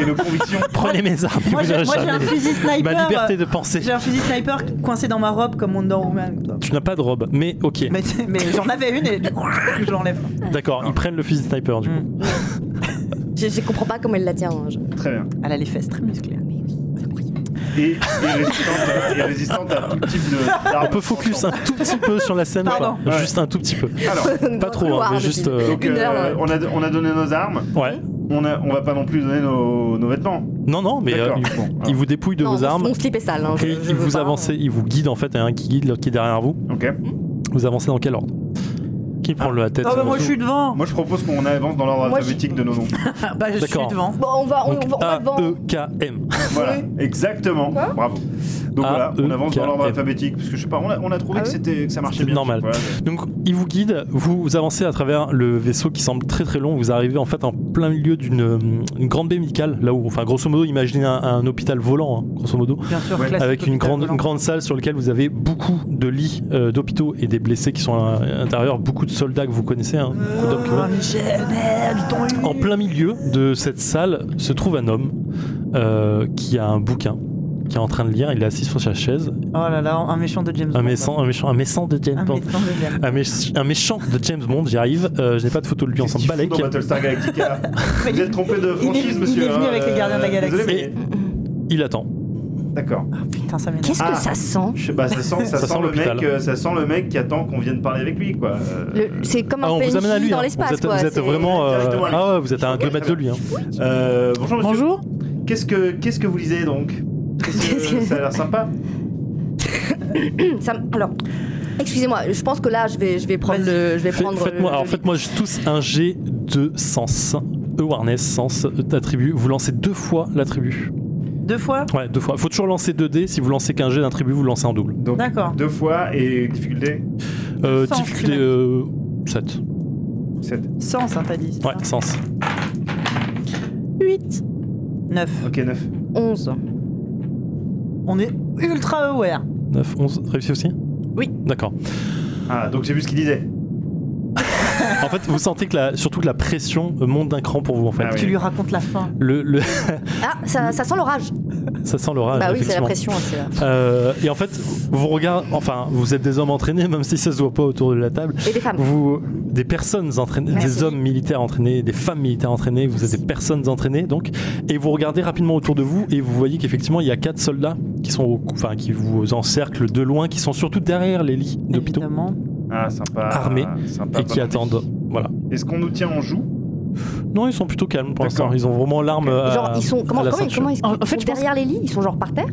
D: Et nos convictions.
B: Prenez mes armes.
A: Moi
B: vous
A: j'ai moi, j'ai
B: <laughs> acharnez.
A: un fusil sniper.
B: Ma liberté
A: euh,
B: de penser.
A: J'ai un fusil sniper coincé dans ma robe comme Wonder Woman. quoi.
B: Tu n'as pas de robe, mais ok.
A: Mais, mais j'en avais une et du coup, je l'enlève.
B: D'accord, ils prennent le fusil sniper du coup.
A: Mm.
E: Je, je comprends pas comment elle la tient. hein, je-
D: Très bien.
A: Elle a les fesses très musclées.
E: Mais oui, c'est incroyable.
D: Et, et résistante, à- et résistante à tout type de.
B: Un
D: d'armes.
B: peu focus un tout petit peu sur la scène.
A: Pardon.
B: quoi.
D: Ouais.
B: Juste un tout petit peu.
E: <laughs>
D: Alors,
B: Pas trop, hein,
E: Couloir,
B: mais
E: depuis
B: juste, euh,
D: donc,
E: une
D: euh,
E: heure, ouais.
D: on, a, on a donné nos armes.
B: Ouais.
D: On, a, on va pas non plus donner nos, nos vêtements.
B: Non, non, mais euh,
D: D'accord. Ah,
B: ils,
D: Bon,
B: ils vous dépouillent de
E: Non,
B: vos
E: mon-
B: armes.
E: Mon slip est sale. hein, je-
B: Et
E: je
B: ils
E: veux
B: vous
E: pas,
B: avancez, ils vous guident en fait, il y a un qui guide, l'autre qui est derrière vous.
D: Ok.
B: Vous avancez dans quel ordre Qui prend le la tête
A: Oh bah
B: euh,
A: moi je suis devant.
D: Moi, je propose qu'on avance dans l'ordre
A: Moi,
D: alphabétique de nos
A: <laughs>
D: noms.
A: Ah, Bah je suis
B: D'accord.
A: devant.
E: euh, Bon, on va, on,
B: Donc, E,
E: on va, on va devant.
B: A-E-K-M.
D: Voilà, exactement. Bravo. Donc
B: A,
D: voilà, on
B: E,
D: avance
B: K,
D: dans l'ordre
B: M.
D: alphabétique parce que je sais pas, on a, on a trouvé
E: Ah
D: que
E: oui
D: c'était que ça marchait
B: C'était
D: bien.
B: normal.
D: Voilà.
B: Donc, il vous guide, vous, vous avancez à travers le vaisseau qui semble très très long. Vous arrivez en fait en plein milieu d'une euh, une grande baie médicale, là où, enfin, grosso modo, imaginez un, un hôpital volant, hein, grosso modo.
A: Bien sûr,
D: Ouais.
A: classique
B: Avec une
A: hôpital
B: grande,
A: volant.
B: une grande salle sur laquelle vous avez beaucoup de lits euh, d'hôpitaux et des blessés qui sont à l'intérieur, beaucoup de soldats que vous connaissez. hein, beaucoup d'hommes qui vont.
A: Ah, Michel, merde, ils t'ont eu.
B: En plein milieu de cette salle se trouve un homme euh, qui a un bouquin, qui est en train de lire. Il est assis sur sa chaise.
A: Oh là là, un méchant de James Bond.
B: Un méchant, un méchant, un méchant de James
A: Un
B: Bond.
A: méchant de James
B: Un, méch- un méchant de James Bond, j'y arrive. Euh, je n'ai pas de photo de lui, on
D: Qu'est-ce
B: s'en
D: qu'ils
B: bat les
D: font dans Battlestar
A: <laughs>
D: Galactica.
A: Bond.
D: Vous êtes trompé de
A: il est-
D: franchise,
A: il est
D: monsieur.
A: venu
D: hein,
A: avec les Gardiens de la
D: euh, désolé,
B: Galaxie.
D: mais-
B: Il attend.
D: D'accord.
A: Putain, ça m'énerve.
E: Qu'est-ce que
D: Ah.
E: ça sent
D: Je sais pas,
B: <laughs>
D: ça sent, ça
B: Ça
D: sent
B: sent
D: le
B: l'hôpital.
D: mec, euh, ça sent le mec qui attend qu'on vienne parler avec lui, quoi. Euh,
E: Le- C'est comme un
B: Ah, on vous amène à
E: PNJ
B: lui.
E: dans
B: hein.
E: l'espace.
B: Vous êtes,
E: quoi,
B: vous êtes
E: c'est-
B: vraiment. euh,
D: Directement à lui.
B: ah ouais, vous êtes à
D: Ok,
B: 2 mètres de
D: très
B: lui. hein.
D: euh, bonjour, monsieur.
C: Bonjour.
D: Qu'est-ce que, qu'est-ce que vous lisez donc Qu'est-ce que- Ça a l'air sympa.
E: Ça me- alors, excusez-moi, je pense que là, je vais, je vais prendre le. Je vais
B: Fait-
E: prendre
B: Faites-moi
E: le-
B: alors,
E: le-
B: faites-moi tous un G de sens. Awareness, sens, attribut. Vous lancez deux fois l'attribut.
A: Deux fois
B: Ouais, deux fois. Faut toujours lancer 2 dés. Si vous lancez qu'un G d'attribut, vous lancez en double.
D: Donc,
A: D'accord.
D: deux fois et difficulté
B: Euh,
A: Sens,
B: difficulté
A: tu m'as dit.
B: 7.
D: 7.
A: Sens, hein, t'as dit.
B: Ouais, sens.
E: 8,
A: Neuf.
D: Ok, 9.
E: 11.
A: On est ultra aware.
B: 9, 11, réussi aussi
C: Oui.
B: D'accord.
D: Ah, donc j'ai vu ce qu'il disait.
B: En fait, vous sentez que la, surtout que la pression monte d'un cran pour vous, en fait.
D: Ah oui.
A: Tu lui racontes la fin.
B: Le, le-
E: Ah, ça, ça sent l'orage.
B: <laughs> ça sent l'orage.
E: Bah oui, c'est la
B: effectivement.
E: pression. hein, c'est la-
B: Euh, et en fait, vous regardez, enfin, vous êtes des hommes entraînés, même si ça se voit pas autour de la table.
E: euh. Et des femmes.
B: Vous, des personnes entraînées, des
E: Merci.
B: hommes militaires entraînés, des femmes militaires entraînées, vous êtes des personnes entraînées, donc, et vous regardez rapidement autour de vous et vous voyez qu'effectivement il y a quatre soldats qui sont, au- enfin, qui vous encerclent de loin, qui sont surtout derrière les lits d'hôpitaux
A: Évidemment.
D: Ah, sympa.
B: Armés
D: Sympa,
B: et qui
D: bonne
B: attendent. Voilà.
D: idée. Est-ce qu'on nous tient en joue
B: Non, ils sont plutôt calmes pour l'instant.
D: D'accord.
B: Ils ont vraiment l'arme. à-
E: Genre, ils sont. Comment,
B: à Euh, la
E: comment,
B: ceinture.
E: comment ils sont
C: En- en fait, je pense-
E: derrière les lits Ils sont genre par terre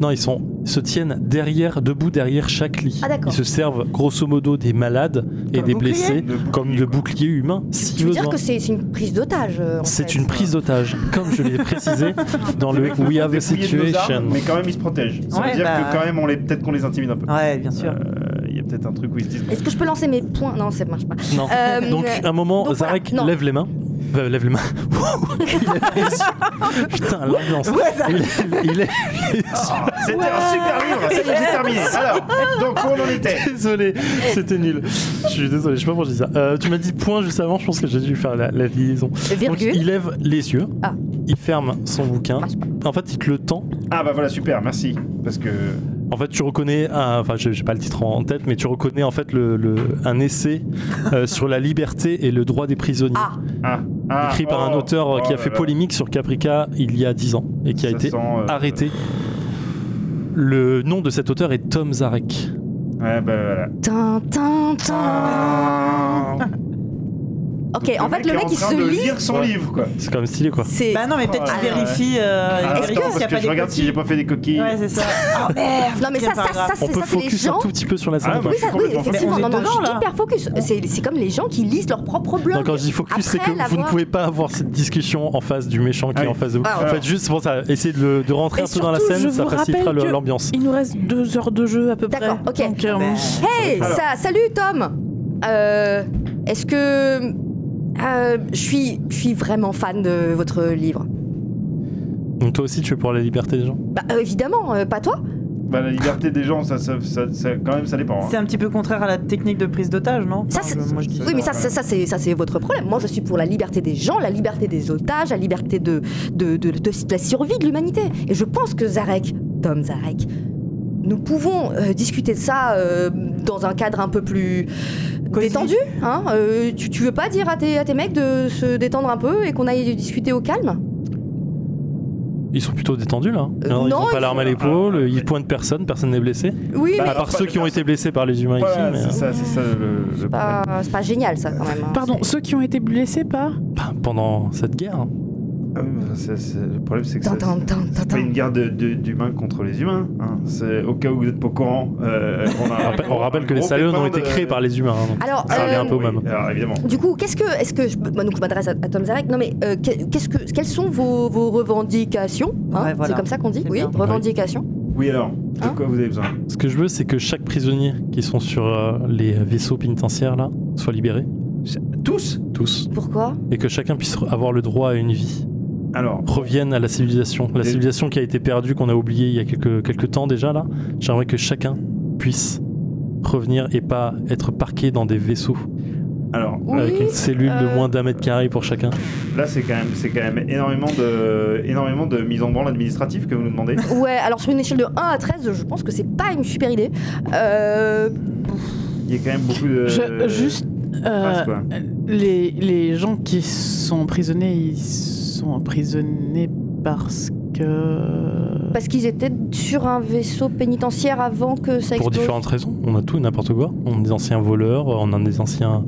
B: Non, ils sont, se tiennent derrière, debout derrière chaque lit.
E: Ah, d'accord.
B: ils se servent grosso modo des malades et
A: Comme
B: des
A: bouclier
B: blessés
D: De bouclier,
B: comme de
D: quoi.
B: boucliers humains, si
E: Tu veux dire
B: besoin.
E: que c'est c'est une prise d'otage euh, en
B: C'est
E: fait.
B: une prise d'otage, comme je l'ai
E: <laughs>
B: précisé dans le
D: Ils
B: We
D: sont
B: Have a
D: dépouillés de nos armes,
B: Situation.
D: mais quand même, ils se protègent. Ça
A: Ouais,
D: veut dire
A: bah-
D: que quand même, on les... peut-être qu'on les intimide un peu.
A: Ouais, bien sûr.
D: Euh, Il y a peut-être un truc où ils se disent.
E: Est-ce que je peux lancer mes points Non, ça marche pas.
B: Non.
E: Euh,
B: Donc, un moment,
E: donc voilà,
B: Zarek
E: non.
B: lève les mains. Euh, lève les mains. <laughs> Wouh Il lève les yeux. <laughs> Putain, l'ambiance. Il lève- Il est
D: Ah, C'était un super livre, c'est j'ai terminé. Alors, donc où on en était
B: désolé, c'était nul. Je suis désolé, je sais pas pourquoi je dis ça. Euh, tu m'as dit point juste avant, je pense que j'ai dû faire la, la liaison. Donc,
E: Virgule.
B: il lève les yeux,
E: Ah.
B: il ferme son bouquin.
E: Marche
B: En fait, il te le tend
D: Ah bah voilà, super, merci. Parce que.
B: En fait, tu reconnais, un- enfin, je j'ai pas le titre en tête, mais tu reconnais en fait le, le- un essai
E: <laughs>
B: euh, sur la liberté et le droit des prisonniers,
E: Ah,
D: Ah, ah,
B: écrit par un
D: oh,
B: auteur euh, qui
D: oh
B: a fait
D: là là.
B: polémique sur Caprica il y a 10 ans et qui a
D: Ça
B: été
D: sent, euh,
B: arrêté. Le nom de cet auteur est Tom Zarek.
D: Ouais, bah voilà.
E: tin, tin, tin. Ok, en fait, le mec, il se
D: lit.
E: lit.
D: lire son
B: Ouais.
D: livre, quoi.
B: C'est quand même stylé quoi.
E: C'est.
A: Bah non, mais peut-être
D: Ah,
A: qu'il vérifie, euh, il vérifie
D: Ah,
E: que-
A: s'il
D: attends,
A: n'y
D: parce
A: a
D: que
A: pas
D: je
A: des
D: regarde si j'ai
A: coquilles.
D: pas fait des coquilles.
A: Ouais,
D: <laughs>
A: c'est ça. oh merde
E: Non, mais ça,
A: quel
E: ça, ça,
A: paragraphe.
B: On
E: c'est
B: peut
E: ça, c'est les
B: focus un
E: gens.
B: tout petit peu sur la série.
D: Ah, bah,
E: Oui, ça, oui,
D: complètement
E: effectivement.
A: focus.
E: Non, non,
A: Mais on est
E: je suis
A: dedans, là.
E: hyper focus. C'est c'est comme les gens qui lisent leur propre blog.
B: Non, quand je dis focus, c'est
E: Après
B: que vous ne
E: l'avoir-
B: pouvez pas avoir cette discussion en face du méchant qui
D: Ah
B: est
D: oui.
B: en face de vous.
E: Ah,
B: En
D: ouais.
B: fait, juste pour ça, essayez de, le- de rentrer
C: Et
B: un peu dans la
C: surtout, je
B: scène, ça
C: vous
B: facilitera
C: rappelle
B: le-
C: que-
B: l'ambiance.
C: Il nous reste deux heures de jeu à peu près.
E: D'accord, ok.
C: Donc,
D: Oh,
C: euh,
A: Ben,
E: Hey,
D: Alors.
E: ça, salut Tom. Euh, Est-ce que euh, je suis, je suis vraiment fan de votre livre
B: Donc toi aussi, tu es pour la liberté des gens.
E: Bah euh, évidemment, euh, pas toi.
D: Bah, la liberté des gens, ça, ça, ça, ça- quand même, ça dépend. hein.
A: C'est un petit peu contraire à la technique de prise d'otage, non
E: Ça,
A: Enfin,
E: c'est-
A: je- moi, je dis
E: Oui, mais ça, ça, ça, c'est ça, c'est votre problème. Moi, je suis pour la liberté des gens, la liberté des otages, la liberté de de, de, de- de la survie de l'humanité. Et je pense que Zarek, Tom Zarek, nous pouvons euh, discuter de ça euh, dans un cadre un peu plus
A: Cosy.
E: détendu. Hein Euh, tu, tu veux pas dire à tes, à tes mecs de se détendre un peu et qu'on aille discuter au calme
B: Ils sont plutôt détendus là.
E: Euh,
B: Alors, ils
E: non,
B: n'ont pas
E: ils
B: l'arme à
D: sont-
B: l'épaule,
D: Ah,
B: ils
D: ouais.
B: pointent personne, personne n'est blessé.
E: Oui,
D: Bah,
E: mais
B: à part
D: pas
B: ceux
D: de
B: qui ont été blessés par les humains ici,
D: Voilà, c'est
B: mais
A: hein.
D: ça, c'est ça le, le
E: pas-
D: problème.
E: c'est pas génial ça quand même. hein.
C: Pardon, ceux qui ont été blessés par
B: euh, bah, pendant cette guerre, hein.
D: Ah oui, bah, c'est- c'est- le problème, c'est que ça-
E: Tin, tin, tin, tin,
D: c'est pas
E: tin.
D: une guerre de- de- d'humains contre les humains. hein. C'est au cas où vous n'êtes pas au courant. euh, qu'on a un
B: on rappelle, on
D: gros-
B: rappelle
D: un
B: que les
D: gros
B: salons
D: pépin
B: ont été
D: de- Ah,
B: créés par les humains. hein, donc
E: Alors,
B: ça revient
E: euh,
B: un peu au
D: Oui,
B: même.
D: Alors évidemment.
E: Du coup, qu'est-ce que, est-ce que je, bah, donc je m'adresse à, à Tom Zarek. Non mais euh, que- qu'est-ce que, quelles sont vos, vos revendications hein
A: Ouais, voilà.
E: C'est comme ça qu'on dit.
A: C'est
E: Oui,
A: bien.
E: revendications.
D: Oui, alors, de
E: Hein
D: quoi vous avez besoin
B: Ce que je veux, c'est que chaque prisonnier qui sont sur euh, les vaisseaux pénitentiaires là soit libéré,
D: Tous
B: tous,
E: Pourquoi
B: et que chacun puisse avoir le droit à une vie,
D: Alors,
B: revienne à la civilisation, la
D: Et-
B: civilisation qui a été perdue, qu'on a oubliée il y a quelques, quelques temps déjà là. J'aimerais que chacun puisse revenir et pas être parqué dans des vaisseaux
D: alors
E: Oui.
B: Bah, avec une cellule de
E: euh,
B: moins d'un mètre carré pour chacun.
D: là, c'est quand même, c'est quand même énormément de, énormément de mise en branle administrative que vous nous demandez.
E: Ouais. Alors sur une échelle de 1 à 13, je pense que c'est pas une super idée. Euh,
D: Il y a quand même beaucoup de.
C: Je- Juste. euh,
D: passe, quoi.
C: les, les gens qui sont emprisonnés, ils sont emprisonnés parce que.
E: parce qu'ils étaient sur un vaisseau pénitentiaire avant que ça
B: Pour
E: explose.
B: différentes raisons. On a tout et n'importe quoi. On a des anciens voleurs, on a des anciens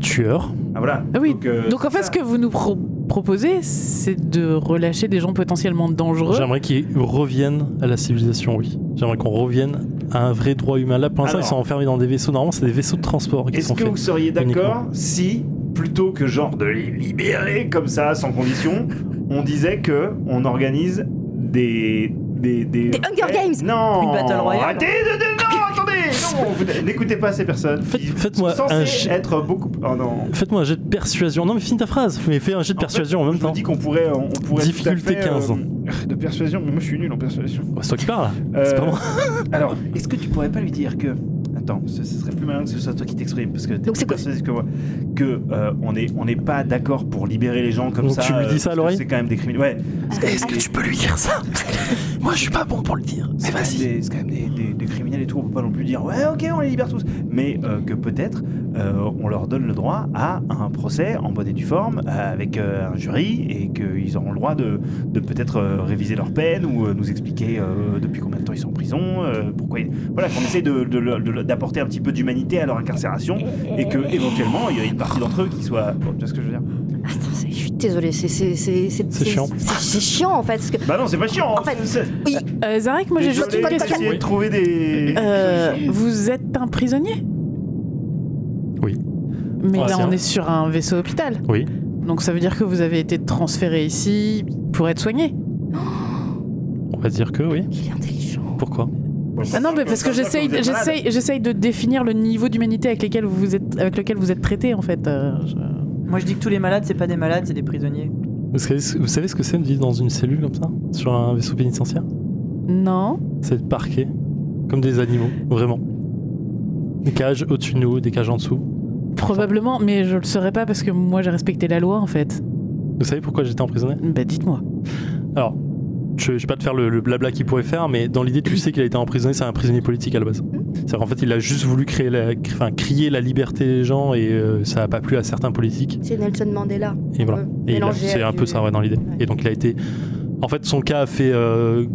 B: tueurs.
D: Ah voilà.
C: Ah oui.
D: Donc, euh,
C: Donc en fait, ce que vous nous pro- proposez, c'est de relâcher des gens potentiellement dangereux.
B: J'aimerais qu'ils reviennent à la civilisation, oui. J'aimerais qu'on revienne à un vrai droit humain. Là, pour l'instant, ils
D: Alors.
B: sont enfermés dans des vaisseaux. Normalement, c'est des vaisseaux de transport qui
D: Est-ce
B: sont
D: que
B: faits.
D: vous seriez d'accord
B: uniquement.
D: si, plutôt que genre de les libérer comme ça, sans condition, on disait que on organise des. Des, des...
E: Des Hunger
D: Eh,
E: Games
D: Non
A: Une battle royale
D: Arrêtez de, de- Non, attendez Non, vous n- N'écoutez pas ces personnes.
B: Faites-
D: Ils
B: faites-moi
D: sont
B: un
D: censés
B: jet-
D: être beaucoup. Oh non
B: Faites-moi un jet de persuasion. Non, mais finis ta phrase. Mais fais un jet de
D: En
B: persuasion en
D: Je
B: même
D: vous
B: temps.
D: dis qu'on pourrait, on pourrait tout à
B: Difficulté
D: fait, euh,
B: 15.
D: de persuasion, mais moi je suis nul en persuasion.
B: Bah, C'est toi qui parles. C'est
D: Euh,
B: pas moi. <laughs>
D: Alors,
A: Est-ce que tu pourrais pas lui dire que
D: temps. Ce, ce serait plus malin que ce soit toi qui t'exprimes parce que t'es
E: Donc
D: plus
E: c'est quoi
D: persuadé que moi que euh, on est on n'est pas d'accord pour libérer les gens comme
B: Donc
D: ça. euh,
B: tu lui dis
D: parce
B: ça à
D: que
B: l'oreille
D: C'est quand même des criminels. Ouais.
F: Est-ce que tu peux lui dire ça <laughs> Moi, je suis pas bon pour le dire. Mais
D: C'est quand,
F: vas-y.
D: même des- c'est quand même des, des- des criminels et tout, on peut pas non plus dire ouais ok on les libère tous, mais euh, que peut-être euh, on leur donne le droit à un procès en bonne et due forme euh, avec euh, un jury et qu'ils auront le droit de, de peut-être euh, réviser leur peine ou euh, nous expliquer euh, depuis combien de temps ils sont en prison, euh, pourquoi ils- voilà qu'on essaie de- de leur- de leur- d'apporter un petit peu d'humanité à leur incarcération et que éventuellement il y a une partie d'entre eux qui soit bon, tu vois ce que je veux dire
E: Attends, c'est- je suis désolée, c'est c'est- c'est-
B: C'est chiant.
E: C'est c'est chiant en fait. parce que-
D: Bah non c'est pas chiant.
E: En fait,
D: c'est-
C: Euh, Zarek, moi j'ai juste
D: Désolé,
C: une
E: pas de
C: question.
D: t'essayais de trouver des
C: Euh,
D: solutions.
C: vous êtes un prisonnier
B: Oui.
C: Mais
B: Ah,
C: là,
B: c'est
C: on
B: vrai.
C: est sur un vaisseau hôpital.
B: Oui.
C: Donc ça veut dire que vous avez été transféré ici pour être soigné.
B: On va dire que oui.
E: Il est intelligent.
B: Pourquoi
C: Ah non, mais parce que
D: Comme ça,
C: j'essaye,
D: quand vous êtes malade,
C: j'essaye, j'essaye de définir le niveau d'humanité avec lequel vous êtes, avec lequel vous êtes traité en fait. Euh, je-
A: Moi, je dis que tous les malades, c'est pas des malades, c'est des prisonniers.
B: vous savez, ce- vous savez ce que c'est de vivre dans une cellule comme ça Sur un vaisseau pénitentiaire
C: Non.
B: C'est de parquer. Comme des animaux, vraiment. Des cages au-dessus de nous, des cages en dessous.
C: Probablement, mais je le saurais pas parce que moi j'ai respecté la loi en fait.
B: Vous savez pourquoi j'étais emprisonné
C: Bah dites-moi.
B: Alors, je ne vais pas te faire le, le blabla qu'il pourrait faire, mais dans l'idée, tu sais qu'il a été emprisonné, c'est un prisonnier politique à la base. C'est-à-dire qu'en fait, il a juste voulu créer la, cr- enfin, crier la liberté des gens et euh, ça n'a pas plu à certains politiques.
E: C'est Nelson Mandela.
B: Et voilà.
E: Ouais,
B: Et il a-
E: mélangé
B: c'est
E: à
B: un
E: du-
B: peu ça ouais, dans l'idée.
E: Ouais.
B: Et donc il a été. En fait, son cas a fait euh,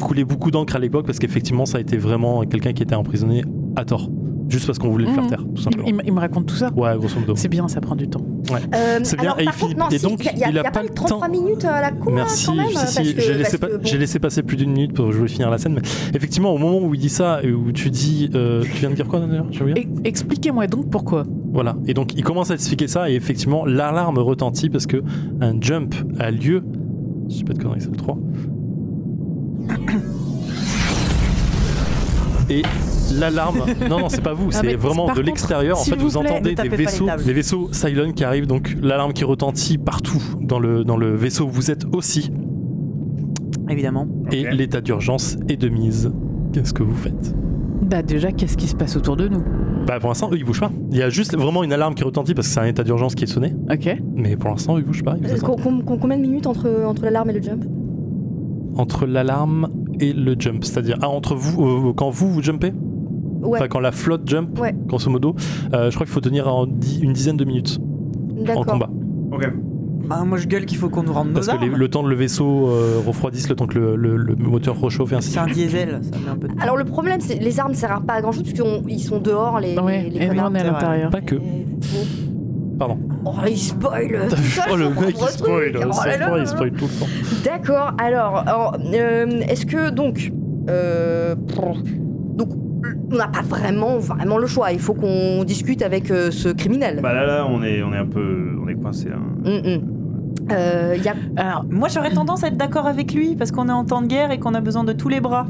B: couler beaucoup d'encre à l'époque parce qu'effectivement, ça a été vraiment quelqu'un qui était emprisonné à tort, juste parce qu'on voulait le
E: Mmh.
B: faire
C: Mhm.
B: taire, tout
C: Il,
B: simplement.
C: il m- il me raconte tout ça.
B: Ouais, grosso modo.
C: C'est bien, ça prend du temps.
E: Euh,
B: C'est bien,
E: alors,
B: et
E: par
B: il
E: contre,
B: finit-
E: non,
B: et
E: si,
B: donc,
E: y a- y a,
B: il a
E: y a
B: pas
E: pas
B: le
E: le 33
B: temps.
E: minutes à la cour, hein,
B: Merci,
E: quand même.
B: si,
E: parce
B: si,
E: que-
B: j'ai laissé,
E: parce
B: pas-
E: que, bon,
B: j'ai laissé passer plus d'une minute pour je voulais finir la scène, mais effectivement au moment où il dit ça et où tu dis, euh, tu viens de dire quoi d'ailleurs J'ai oublié.
C: E- Expliquez-moi donc pourquoi.
B: Voilà. Et donc, il commence à expliquer ça, et effectivement, l'alarme retentit parce que un jump a lieu. Je sais pas de conneries, c'est le 3. Et l'alarme. Non, non, c'est pas vous,
C: Ah, mais
B: c'est vraiment
C: par
B: de
C: contre,
B: l'extérieur. En
C: s'il
B: fait, vous,
C: vous plaît,
B: entendez
A: ne
B: des
A: tapez pas les
B: vaisseaux,
A: tables.
B: les vaisseaux Cylon qui arrivent, donc l'alarme qui retentit partout dans le, dans le vaisseau où vous êtes aussi.
A: Évidemment.
B: Et l'état d'urgence est de mise. Qu'est-ce que vous faites
C: Bah déjà, qu'est-ce qui se passe autour de nous
B: Bah, pour l'instant, eux, ils bougent pas. Il y a juste vraiment une alarme qui retentit parce que c'est un état d'urgence qui est sonné.
C: Ok.
B: Mais pour l'instant, ils bougent pas. ils vous
E: euh,
B: attendent.
E: com- com- com- Combien de minutes entre, entre l'alarme et le jump
B: entre l'alarme et le jump, c'est-à-dire ah, entre vous euh, quand vous vous jumpez,
E: Ouais,
B: enfin quand la flotte jump,
E: Ouais.
B: grosso modo, euh, je crois qu'il faut tenir en di- une dizaine de minutes en
E: d'accord.
B: combat,
D: Ok.
A: Bah, moi, je gueule qu'il faut qu'on nous rende
B: parce
A: nos
B: que les-
D: hein.
A: armes.
B: le temps de le vaisseau euh, refroidisse, le temps que le, le- le moteur réchauffe et ainsi de
A: C'est
B: suite.
A: un diesel, ça met un peu de temps.
E: Alors le problème, c'est les armes ne servent pas à grand chose puisqu'ils sont dehors les,
C: Ouais,
E: les, les
C: et nous
E: connards.
C: on est à
A: c'est vrai.
C: l'intérieur.
E: <laughs>
B: Pas que.
E: Et-
B: Pardon.
E: Oh, il spoil
B: T'as vu
E: Ça,
B: Oh, le
E: faut
B: mec
E: prendre
B: il spoil,
E: truc.
B: ça
E: Oh là là.
B: spoil, il spoil tout le temps.
E: D'accord, alors, alors, euh, est-ce que donc. euh, prrr, donc, on n'a pas vraiment, vraiment le choix. Il faut qu'on discute avec euh, ce criminel.
D: Bah là, là, on est, on est un peu, on est coincé. hein.
E: Mm, mm. Euh, y a-
C: Alors,
A: Moi, j'aurais tendance à être d'accord avec lui parce qu'on est en temps de guerre et qu'on a besoin de tous les bras.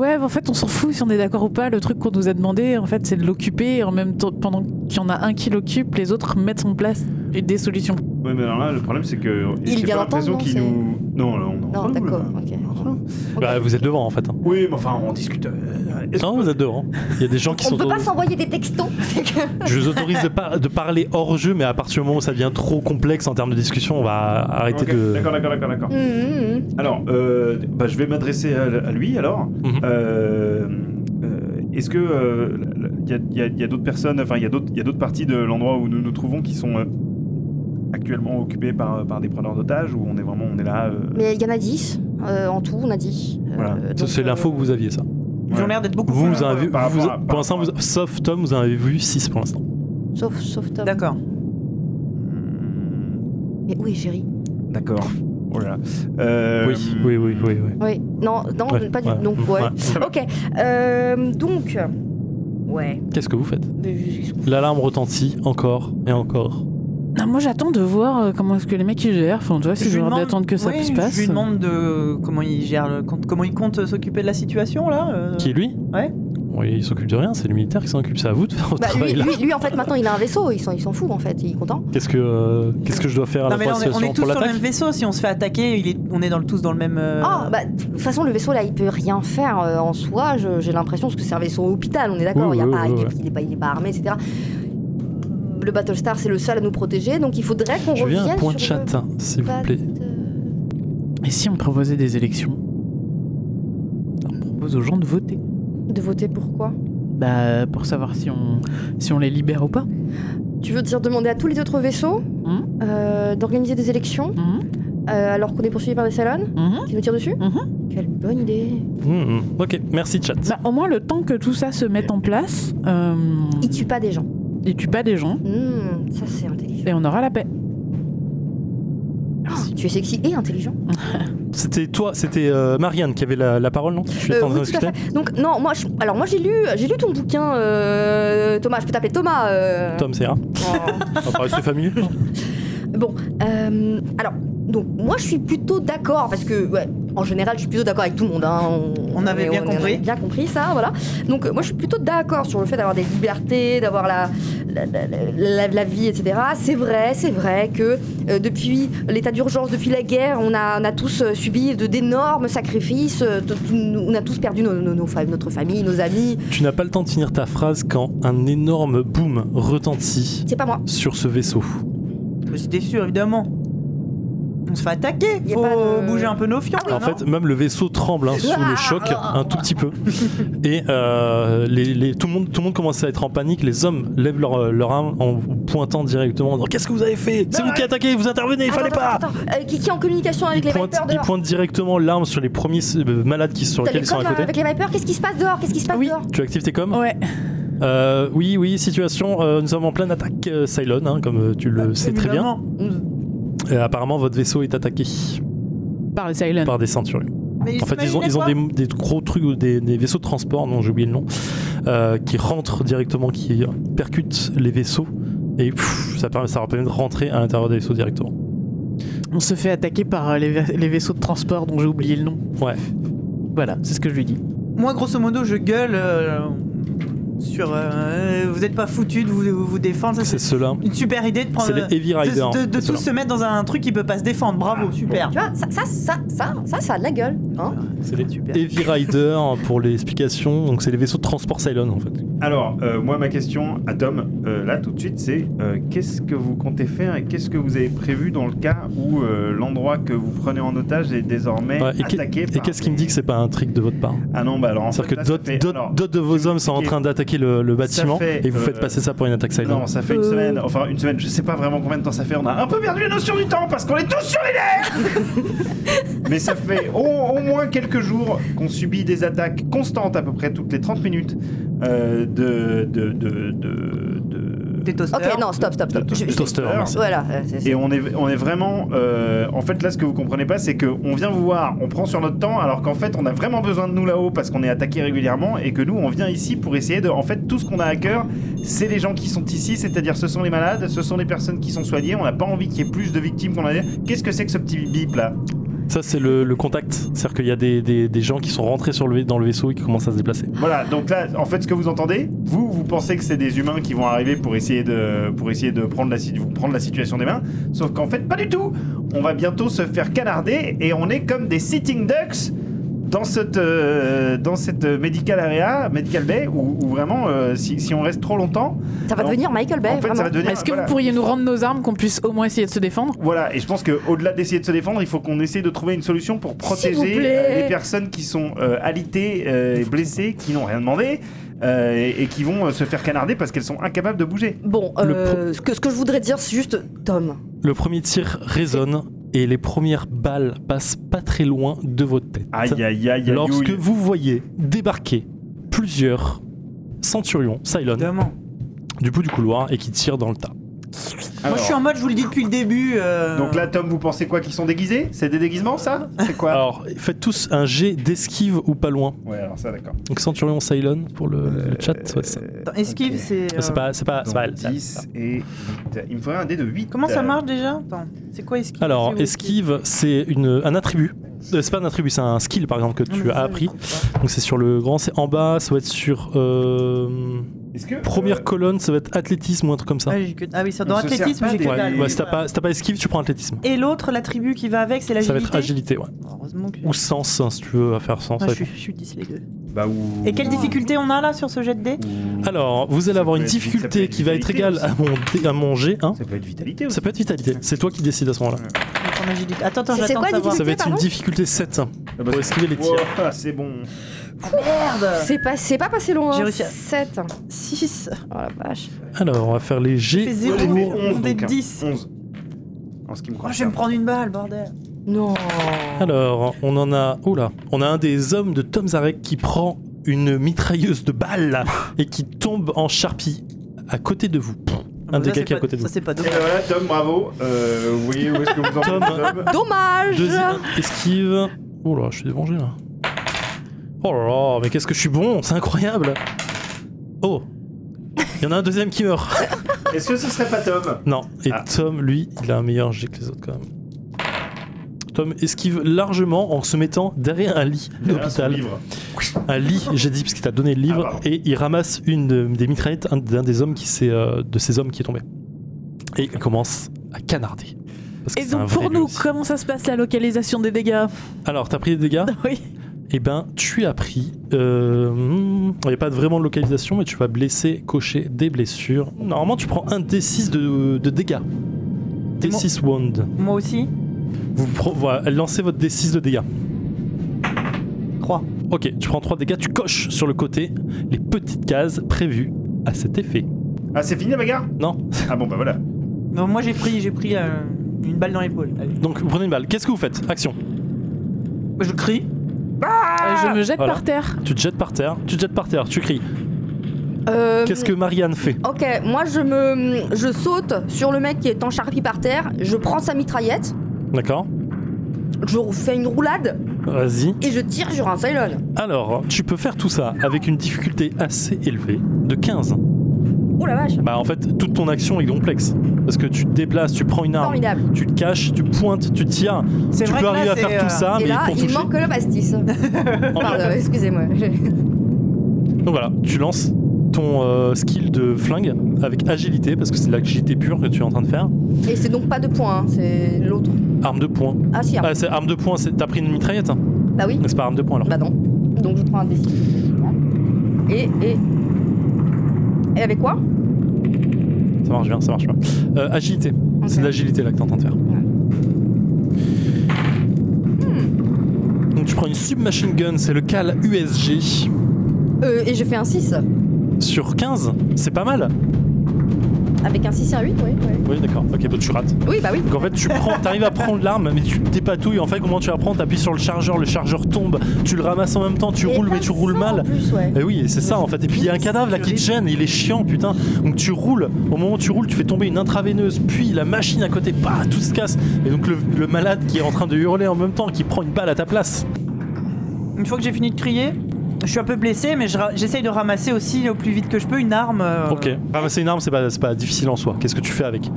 C: ouais, en fait, on s'en fout si on est d'accord ou pas. Le truc qu'on nous a demandé, en fait, c'est de l'occuper. et En même temps, pendant qu'il y en a un qui l'occupe, les autres mettent en place des solutions.
D: Ouais, mais alors là, le problème c'est que
E: Il
D: j'ai
E: vient
D: pas
E: d'entendre,
D: l'impression
E: non,
D: qu'il
E: c'est-
D: nous. Non, là, on est
E: Non,
D: entre nous, là.
E: d'accord, ok.
D: On est entre nous.
B: Bah, vous êtes devant en fait. hein.
D: Oui, mais enfin, on discute. euh, est-ce
B: Non, vous êtes devant. Il y a des gens qui
E: On
B: sont.
E: ne peut
B: au-
E: pas s'envoyer des textos. <laughs> c'est que-
B: Je vous autorise de, par- de parler hors jeu, mais à partir du moment où ça devient trop complexe en termes de discussion, on va
D: que-
B: arrêter
D: Ok,
B: de.
D: D'accord, d'accord, d'accord, d'accord.
C: Hmm.
E: Mm, mm, mm.
D: Alors, euh, bah, je vais m'adresser à, à lui alors.
B: Mhm.
D: Euh, euh, Est-ce que euh, il y a- il y a, il y a d'autres personnes, enfin il y a d'autres, il y a d'autres parties de l'endroit où nous nous trouvons qui sont euh, actuellement occupées par, par des preneurs d'otages ou on est vraiment, on est là. euh,
E: Mais il y en a 10 euh, en tout, on a 10. Euh,
D: Voilà.
E: donc,
B: Ça, C'est
E: euh,
B: l'info que vous aviez ça.
A: Ils ont l'air d'être beaucoup
B: Vous,
A: plus
B: vous en avez,
D: Par
B: vous-
D: rapport à-
B: pour
D: par
B: l'instant, vous-
D: rapport
B: sauf Tom, vous en avez vu 6 pour l'instant.
E: euh, Sauf, sauf Tom.
A: D'accord.
D: hmm,
E: Mais où est Jerry
D: D'accord. Oh là là. Euh,
B: oui, oui, oui, oui.
E: Oui. Non, non,
B: Ouais,
E: pas du
B: ouais,
E: tout. Donc, ouais.
B: ouais.
E: Ok. Euh, donc. Ouais.
B: Qu'est-ce que vous faites
E: Mais je-
B: L'alarme retentit encore et encore.
C: Ah, moi, j'attends de voir euh, comment est-ce que les mecs ils gèrent. Enfin, tu vois, si
A: Je
C: j'ai
A: lui
C: l'air
A: demande-
C: d'attendre que ça
A: Oui,
C: se passe.
A: Je lui demande de comment il gère, le- comment il compte s'occuper de la situation là. euh.
B: Qui lui
A: Ouais.
B: Bon, il s'occupe de rien, c'est le militaire qui s'en occupe, c'est à vous de faire votre
E: Bah, lui,
B: travail là.
E: lui, lui, en fait, maintenant, il a un vaisseau, il s'en, il s'en fout, en fait, il est content.
B: Qu'est-ce que, euh, qu'est-ce que je dois faire
A: Non,
B: à la
A: mais là, on est, on est
B: proposition
A: tous
B: pour
A: sur le même
B: l'attaque
A: vaisseau. Si on se fait attaquer, il est- on est dans le, tous dans le même. euh,
E: Ah, bah, de toute façon, le vaisseau, là, il peut rien faire euh, en soi, je- j'ai l'impression, parce que c'est un vaisseau hôpital, on est d'accord,
B: Oui,
E: il y a
B: oui,
E: pas-
B: oui,
E: il est-
B: oui.
E: il est pas- il est pas armé, etc. Le Battlestar, c'est le seul à nous protéger, donc il faudrait qu'on
B: Je viens
E: revienne
B: un point de
E: sur le
B: chat, hein, s'il vous plaît.
E: Bat-
C: Et si on proposait des élections On propose aux gens de voter.
E: De voter pourquoi
C: Bah, pour savoir si on, si on les libère ou pas.
E: Tu veux dire demander à tous les autres vaisseaux
C: Mhm.
E: euh, d'organiser des élections
C: Mhm,
E: euh, alors qu'on est poursuivi par des salons
C: mhm.
E: qui nous tirent dessus Quelle bonne idée
B: Hum, hum. Ok, merci chat.
C: Bah, au moins, le temps que tout ça se mette en place, euh,
E: Ils tuent pas des gens.
C: ils tuent pas des gens
E: Hmm, ça c'est intelligent.
C: et on aura la paix.
E: Oh, tu es sexy et intelligent.
B: C'était toi, c'était euh, Marianne qui avait la, la parole, non Je suis
E: Euh,
B: en train de
E: oui, tout à
B: discuter.
E: fait. Donc non, moi, je- alors moi j'ai lu, j'ai lu ton bouquin, euh, Thomas. Je peux t'appeler Thomas. euh,
B: Tom, c'est rare.
E: en-
D: Ah, bah,
B: Enfin, c'est familier.
E: Bon, euh, alors, donc moi je suis plutôt d'accord parce que, ouais, en général, je suis plutôt d'accord avec tout le monde. hein.
A: On avait bien compris.
E: avait bien compris ça, voilà. Donc euh, moi je suis plutôt d'accord sur le fait d'avoir des libertés, d'avoir la, la, la- la- la vie, etc. C'est vrai, c'est vrai que euh, depuis l'état d'urgence, depuis la guerre, on a, on a tous euh, subi de- d'énormes sacrifices. euh, tout- tout- on a tous perdu nos- nos- nos fa- notre famille, nos amis.
B: Tu n'as pas le temps de finir ta phrase quand un énorme boom retentit
E: C'est pas moi.
B: sur ce vaisseau.
A: Mais c'était sûr, évidemment. On se fait attaquer.
E: Y a
A: Faut
E: pas de-
A: bouger un peu nos fions.
B: En
E: Ah
A: non
B: fait, même le vaisseau tremble hein, sous le choc, un tout
E: <laughs>
B: petit peu. Et euh, les, les- tout, le monde, tout le monde commence à être en panique. Les hommes lèvent leur, leur arme en vous pointant directement. Oh, Qu'est-ce que vous avez fait C'est vous qui attaquez, vous intervenez, il fallait
E: Attends,
B: pas
E: attends, attends. Euh, qui, qui est en communication avec
B: ils
E: les
B: pointent,
E: Vipers
B: ils
E: dehors
B: pointent directement l'arme sur les premiers euh, malades qui, sur
E: T'as
B: lesquels
E: les
B: ils sont à
E: coms
B: côté.
E: avec les Vipers, qu'est-ce qui se passe dehors Qu'est-ce qui se passe
C: Oui.
E: dehors
B: Tu actives tes coms
C: Ouais.
B: Euh, Oui, oui, situation, euh, nous sommes en pleine attaque euh, Cylon, hein, comme euh, tu le
E: Bah,
B: sais très bien.
A: Évidemment.
B: Et apparemment, votre vaisseau est attaqué
C: Par les Silent.
B: par des ceinturiers.
A: Mais
B: En fait, ils ont, ils ont des, des gros trucs, ou des, des vaisseaux de transport, non, j'ai oublié le nom, euh, qui rentrent directement, qui percutent les vaisseaux. Et pff, ça, permet, ça leur permet de rentrer à l'intérieur des vaisseaux directement.
C: On se fait attaquer par euh, les, va- les vaisseaux de transport dont j'ai oublié le nom.
B: Ouais.
C: Voilà, c'est ce que je lui dis.
A: Moi, grosso modo, je gueule euh, sur. euh, vous êtes pas foutus de vous, vous- vous défendre. Ça,
B: C'est
A: c'est
B: ceux-là.
A: une super idée de prendre. euh,
B: C'est les Heavy
A: de-
B: Riders.
A: de, de
B: c'est
A: tous
B: ceux-là.
A: se mettre dans un truc qui peut pas se défendre. Bravo, super.
E: Tu vois, ça, ça, ça, ça, ça, ça a de la gueule. Hein
B: C'est les
A: Super.
B: Heavy Rider pour les explications. Donc, c'est les vaisseaux de transport Cylon en fait.
D: Alors, euh, moi, ma question à Tom, euh, là, tout de suite, c'est euh, qu'est-ce que vous comptez faire et qu'est-ce que vous avez prévu dans le cas où euh, l'endroit que vous prenez en otage est désormais
B: Ouais, et qu'est-
D: attaqué
B: et
D: par
B: qu'est-ce qui me dit que c'est pas un trick de votre part
D: Ah non, bah alors, en fait,
B: C'est-à-dire
D: là,
B: que
D: ça
B: d'autres-
D: fait-
B: d'autres
D: alors,
B: d'autres de vos hommes sont en
D: expliquer.
B: train d'attaquer le, le bâtiment
D: fait,
B: et vous
D: euh,
B: faites passer ça pour une attaque Cylon.
D: Non, ça fait une
E: Euh.
D: semaine, enfin une semaine, je sais pas vraiment combien de temps ça fait, on a un peu perdu la notion du temps parce qu'on est tous sur les nerfs Mais ça fait au, au moins quelques jours qu'on subit des attaques constantes à peu près toutes les 30 minutes euh, de, de, de, de- de-
A: Des toasters.
E: Ok, non, stop, stop, stop.
D: de-
E: Je-
D: de
E: je-
B: toaster, merci.
E: Voilà. euh, c'est- c'est-
D: Et on est, on est vraiment. euh, en fait, là, ce que vous comprenez pas, c'est qu'on vient vous voir, on prend sur notre temps, alors qu'en fait, on a vraiment besoin de nous là-haut parce qu'on est attaqué régulièrement et que nous, on vient ici pour essayer de. En fait, tout ce qu'on a à cœur, c'est les gens qui sont ici, c'est-à-dire ce sont les malades, ce sont les personnes qui sont soignées, on n'a pas envie qu'il y ait plus de victimes qu'on a. Qu'est-ce que c'est que ce petit bip là
B: Ça, c'est le, le contact. C'est-à-dire qu'il y a des, des- des gens qui sont rentrés sur le, dans le vaisseau et qui commencent à se déplacer.
D: Voilà, donc là, en fait, ce que vous entendez, vous, vous pensez que c'est des humains qui vont arriver pour essayer de, pour essayer de prendre, la, si- vous prendre la situation des mains, sauf qu'en fait, pas du tout. On va bientôt se faire canarder et on est comme des sitting ducks dans cette, euh, dans cette medical area, medical bay, où, où vraiment, euh, si, si on reste trop longtemps,
E: Ça va
D: en-
E: devenir Michael Bay.
D: en fait, ça va
E: Ben, vraiment.
D: devenir.
C: Est-ce que
D: voilà.
C: vous pourriez nous rendre nos armes qu'on puisse au moins essayer de se défendre
D: Voilà, et je pense qu'au-delà d'essayer de se défendre, il faut qu'on essaie de trouver une solution pour
E: S'il vous
D: protéger
E: plaît.
D: euh, les personnes qui sont euh, alitées euh, et blessées, qui n'ont rien demandé. euh, et, et qui vont euh, se faire canarder parce qu'elles sont incapables de bouger.
E: Bon,
B: Le
E: euh, ce, que, ce que je voudrais dire, c'est juste Tom.
B: Le premier tir résonne et les premières balles passent pas très loin de votre tête.
D: Aïe aïe aïe aïe.
B: lorsque
D: aïe.
B: vous voyez débarquer plusieurs centurions Cylon
A: Évidemment.
B: du bout du couloir et qui tirent dans le tas.
A: Moi,
D: Alors,
A: je suis en mode, je vous le dis depuis le début. euh,
D: Donc là, Tom, vous pensez quoi Qu'ils sont déguisés C'est des déguisements, ça C'est quoi
B: Alors, faites tous un jet d'esquive ou pas loin.
D: Ouais, alors ça, d'accord.
B: Donc centurion Cylon pour le, le chat. ouais, c'est ça.
A: Attends, esquive,
D: Ok.
A: c'est. euh,
B: Ah, C'est pas, c'est pas, c'est
D: Euh, Donc,
B: pas elle, c'est elle, c'est
D: 10 et 8. Il me faudrait un dé de Euh, 8.
A: Comment ça marche déjà Attends, c'est quoi esquive
B: Alors,
A: C'est où,
B: esquive, c'est une- un attribut Euh, C'est pas un attribut, c'est un skill par exemple que
A: Ah,
B: tu as appris. Donc c'est sur le grand, c'est en bas, ça va être sur. euh,
D: Est-ce que
B: première colonne, ça va être athlétisme ou un truc comme ça.
A: Ah, j'ai que- ah oui, ça dans
D: On se sert
A: athlétisme,
D: pas
A: j'ai que
D: des-
B: Ouais,
A: dalle.
B: ouais, si t'as pas, si t'as pas esquive, tu prends athlétisme.
A: Et l'autre, l'attribut qui va avec, c'est
B: Ça va
A: l'agilité.
B: être agilité, ouais.
A: Heureusement que.
B: Ou sens, hein, si tu veux faire sens.
A: Ah, je,
B: avec-
A: suis, je suis dyslexique.
D: Bah, ou...
A: Et quelle difficulté on a là sur ce jet de dés
D: ou-
B: Alors, vous allez
D: Ça
B: avoir
D: peut
B: une
D: être- ça peut
B: difficulté
D: être
B: qui va être égale
D: vitalité
B: à mon, dé- à mon G1.
D: Ça peut être vitalité aussi.
B: Ça peut être vitalité, c'est toi qui décides à ce moment-là.
A: Donc, en agilité. Attends, attends,
E: C'est- c'est
A: j'attends de
E: quoi,
A: savoir.
E: difficulté
B: Ça va être une
E: pardon
B: difficulté 7.
D: Ah bah,
B: Pour
D: c'est-
B: esquiver les tirs.
D: Ouah, c'est bon. Euh,
A: Merde
E: C'est pas, c'est pas passé loin.
A: J'ai
E: hein.
A: réussi à-
E: 7.
A: 6
E: Oh la vache.
B: Alors, on va faire les
A: Je fais
B: G.
A: zéro.
D: Moi, j'ai fait
A: on
D: 11,
A: est
D: donc, hein.
A: 10.
D: 11. En ce qui me
A: Oh, je vais me
D: concerne.
A: prendre une balle, bordel.
E: Non.
B: Alors, on en a. Oh là On a un des hommes de Tom Zarek qui prend une mitrailleuse
A: <laughs>
B: de balles et qui tombe en charpie à côté de vous. Pff, Un des
A: Ça,
B: gars
A: Ah, c'est
B: qui est à
A: pas-
B: côté de
A: Ça,
B: vous.
A: c'est pas
D: Et
A: dommage.
D: ben voilà, Tom, bravo. Euh, vous voyez où est-ce que vous en
B: Tom.
D: êtes, Tom
E: Dommage.
B: Deuxième esquive. Oh là, je suis dérangé là. Oh là là, mais qu'est-ce que je suis bon, c'est incroyable. Oh Il y en a un deuxième qui meurt. <laughs>
D: Est-ce que ce serait pas Tom
B: Non, et
D: Ah.
B: Tom, lui, il a un meilleur jet que les autres quand même. Tom esquive largement en se mettant derrière un lit
A: Ah,
D: Là, son
B: d'hôpital.
D: livre.
B: Un lit, j'ai dit, parce qu'il t'a donné le livre,
D: Ah, pardon.
B: et il ramasse une de- des mitraillettes un- d'un des hommes qui s'est, euh, de ces hommes qui est tombé. Et il commence à canarder. Parce que
C: Et
B: c'est un
C: donc,
B: vrai
C: pour
B: lui
C: nous,
B: aussi.
C: comment ça se passe la localisation des dégâts <laughs>
B: Alors, t'as pris des dégâts
C: Oui.
B: Eh ben, tu as pris. euh, hmm, Il n'y a pas vraiment de localisation, mais tu vas blesser, cocher des blessures. Normalement, tu prends un D6 de, de dégâts. D6 Wound.
A: Moi aussi
B: Vous pro- voilà, lancez votre D6 de dégâts.
A: 3.
B: Ok, tu prends 3 dégâts, tu coches sur le côté les petites cases prévues à cet effet.
D: Ah, c'est fini la bagarre
B: Non
D: Ah bon, bah voilà.
A: Non, moi j'ai pris, j'ai pris euh, une balle dans l'épaule. Allez.
B: Donc, vous prenez une balle. Qu'est-ce que vous faites Action. Bah,
A: Je crie.
E: Ah.
C: Euh, je me jette
B: Voilà.
C: par terre.
B: Tu te jettes par terre, tu te jettes par terre, tu cries.
E: Euh,
B: Qu'est-ce que Marianne fait
E: Ok, moi je me, je saute sur le mec qui est en charpie par terre. Je prends sa mitraillette.
B: D'accord
E: Je fais une roulade
B: Vas-y.
E: et je tire sur un Cylon.
B: Alors, tu peux faire tout ça avec une difficulté assez élevée de 15.
E: Oh la vache.
B: Bah en fait, toute ton action est complexe. Parce que tu te déplaces, tu prends une arme,
E: Formidable.
B: tu te caches, tu pointes, tu tires.
A: C'est
B: Tu
A: vrai
B: peux
A: que là,
B: arriver à
A: c'est,
B: faire tout
A: euh,
B: ça,
E: et
B: Ah, mais
E: là,
B: pour
E: il
B: toucher.
E: manque
B: <laughs>
E: le pastis. Pardon, excusez-moi.
B: Donc voilà, tu lances ton euh, skill de flingue avec agilité, parce que c'est de l'agilité pure que tu es en train de faire.
E: Et c'est donc pas de points, hein, c'est l'autre.
B: Arme de poing.
E: Ah si, hein.
B: Ah, c'est arme de poing, c'est- t'as pris une mitraillette, hein
E: bah oui.
B: Mais c'est pas arme de poing alors.
E: Bah non. Donc je prends un défi. Et, et. Et avec quoi
B: Ça marche bien, ça marche bien. Euh, agilité, c'est de l'agilité là que t'es en train de faire. Hmm. Donc tu prends une submachine gun, c'est le cal USG.
E: Euh, Et j'ai fait un 6.
B: Sur 15, c'est pas mal.
E: Avec un 6 et un 8, oui. oui.
B: Oui, d'accord. Ok, bah tu rates.
E: Oui, bah oui.
B: Donc en fait, tu prends, t'arrives à prendre l'arme, mais tu dépatouilles. En fait, comment tu la prends T'appuies sur le chargeur, le chargeur tombe. Tu le ramasses en même temps, tu
E: Et
B: roules, mais
E: pas
B: tu roules
E: ça, en
B: mal.
E: plus, ouais.
B: Et Eh oui, et c'est ça en fait. Et puis il y a un cadavre là qui te gêne, il est chiant, putain. Donc tu roules, au moment où tu roules, tu fais tomber une intraveineuse, puis la machine à côté, bah, tout se casse. Et donc le, le malade qui est en train de hurler en même temps, qui prend une balle à ta place.
A: Une fois que j'ai fini de crier, je suis un peu blessé, mais je ra- j'essaye de ramasser aussi au plus vite que je peux une arme. euh,
B: Ok. Ramasser une arme, Ah, c'est pas, c'est pas difficile en soi. Qu'est-ce que tu fais avec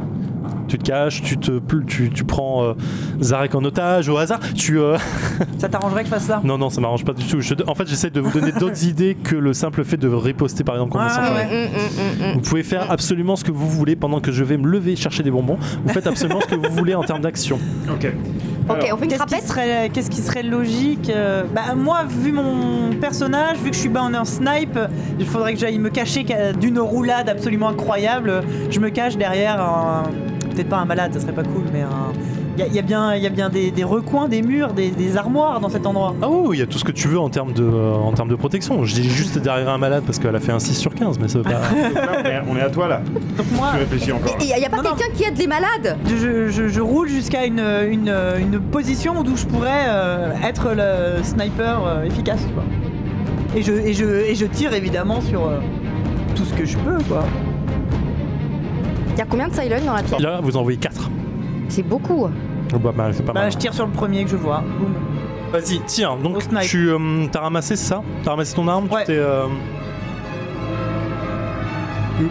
B: tu te caches, tu te pl- tu, tu prends euh, Zarek en otage au hasard, tu euh, <laughs>
A: Ça t'arrangerait que je fasse ça
B: Non, non, ça m'arrange pas du tout. Je- en fait, j'essaie de vous donner d'autres <laughs> idées que le simple fait de riposter, par exemple, quand on
A: Ouais,
B: s'en
A: ouais,
B: va.
E: Mm,
A: ouais.
B: Vous pouvez faire absolument ce que vous voulez pendant que je vais me lever chercher des bonbons. Vous faites absolument ce que vous voulez en termes d'action.
D: Ok.
E: Ok, on fait une
A: Qu'est-ce qui,
E: trapèze
A: serait, qu'est-ce qui serait logique euh, Bah moi, vu mon personnage, vu que je suis en en snipe, il faudrait que j'aille me cacher ca- d'une roulade absolument incroyable. Je me cache derrière un... Peut-être pas un malade, ça serait pas cool, mais un... Il y a, y a bien, y a bien des, des recoins, des murs, des, des armoires dans cet endroit.
B: Ah oui, oui, il y a tout ce que tu veux en termes de, euh, en termes de protection. Je dis juste derrière un malade parce qu'elle a fait un 6 sur 15, mais ça veut pas.
D: Donc là, on est à- on est à toi là.
A: Donc moi,
D: Tu réfléchis encore.
E: Et y a, y a pas
A: Non, non.
E: quelqu'un qui aide les malades
A: je, je- je roule jusqu'à une, une, une position d'où je pourrais euh, être le sniper euh, efficace. tu vois. Et, je, et, je, et je tire évidemment sur euh, tout ce que je peux. quoi.
E: Y a combien de Cylons dans la pièce
B: Là, vous envoyez 4.
E: C'est beaucoup.
B: Bah, mal, c'est pas
A: Bah,
B: mal.
A: je tire sur le premier que je vois. Boum.
B: Vas-y, tiens,
A: Bah, Au
B: donc
A: snipe.
B: tu euh, t'as ramassé, c'est ça T'as ramassé ton arme tu
A: Ouais.
B: t'es, euh,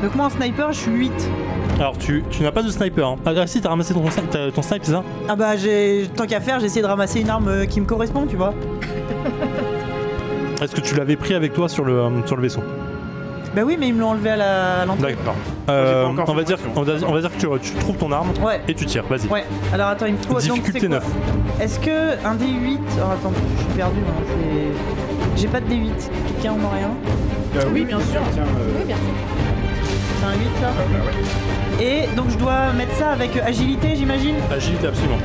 A: Donc moi en sniper je suis 8.
B: Alors, tu, tu n'as pas de sniper. hein. Ah, ah, si, t'as ramassé ton, sni- t'as- ton snipe, c'est ça
A: Ah bah, j'ai tant qu'à faire, j'ai essayé de ramasser une arme euh, qui me correspond, tu vois.
B: Est-ce que tu l'avais pris avec toi sur le, euh, sur le vaisseau
A: Bah oui, mais ils me l'ont enlevé à la- à l'entrée.
B: D'accord.
D: Moi, j'ai pas encore
B: Euh, on, va
D: fait
B: dire,
D: mon action.
B: on, va, on va dire que tu, tu trouves ton arme
A: Ouais.
B: et tu tires, vas-y.
A: Ouais, alors attends, il me faut. donc, c'est
B: Difficulté
A: quoi
B: 9.
A: Est-ce que un D8. Alors attends, je suis perdu, hein, c'est- j'ai pas de D8. Quelqu'un en aurait un
C: oui, bien sûr.
D: euh,
E: Oui, bien sûr.
A: C'est un 8 là
D: bah
A: Et donc je dois mettre ça avec euh, agilité, j'imagine
B: Agilité, absolument.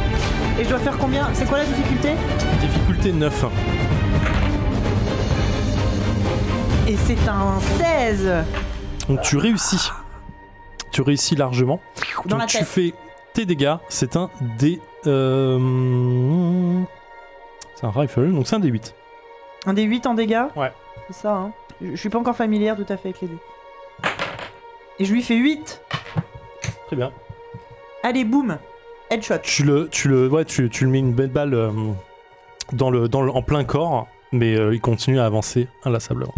A: Et je dois faire combien C'est quoi la difficulté
B: Difficulté 9.
A: Et c'est un 16
B: Donc tu réussis. Tu réussis largement.
A: Dans
B: Donc
A: la
B: tu
A: tête.
B: fais tes dégâts. C'est un D. euh, C'est un rifle, donc c'est un D8.
A: Un D8 en dégâts
B: Ouais.
A: C'est ça, hein. Je je suis pas encore familière tout à fait avec les dés. Et je lui fais 8
B: Très bien.
A: Allez, boum Headshot.
B: Tu le, tu le, ouais, tu, tu le mets une belle balle euh, dans le, dans le, en plein corps, mais euh, il continue à avancer inlassablement.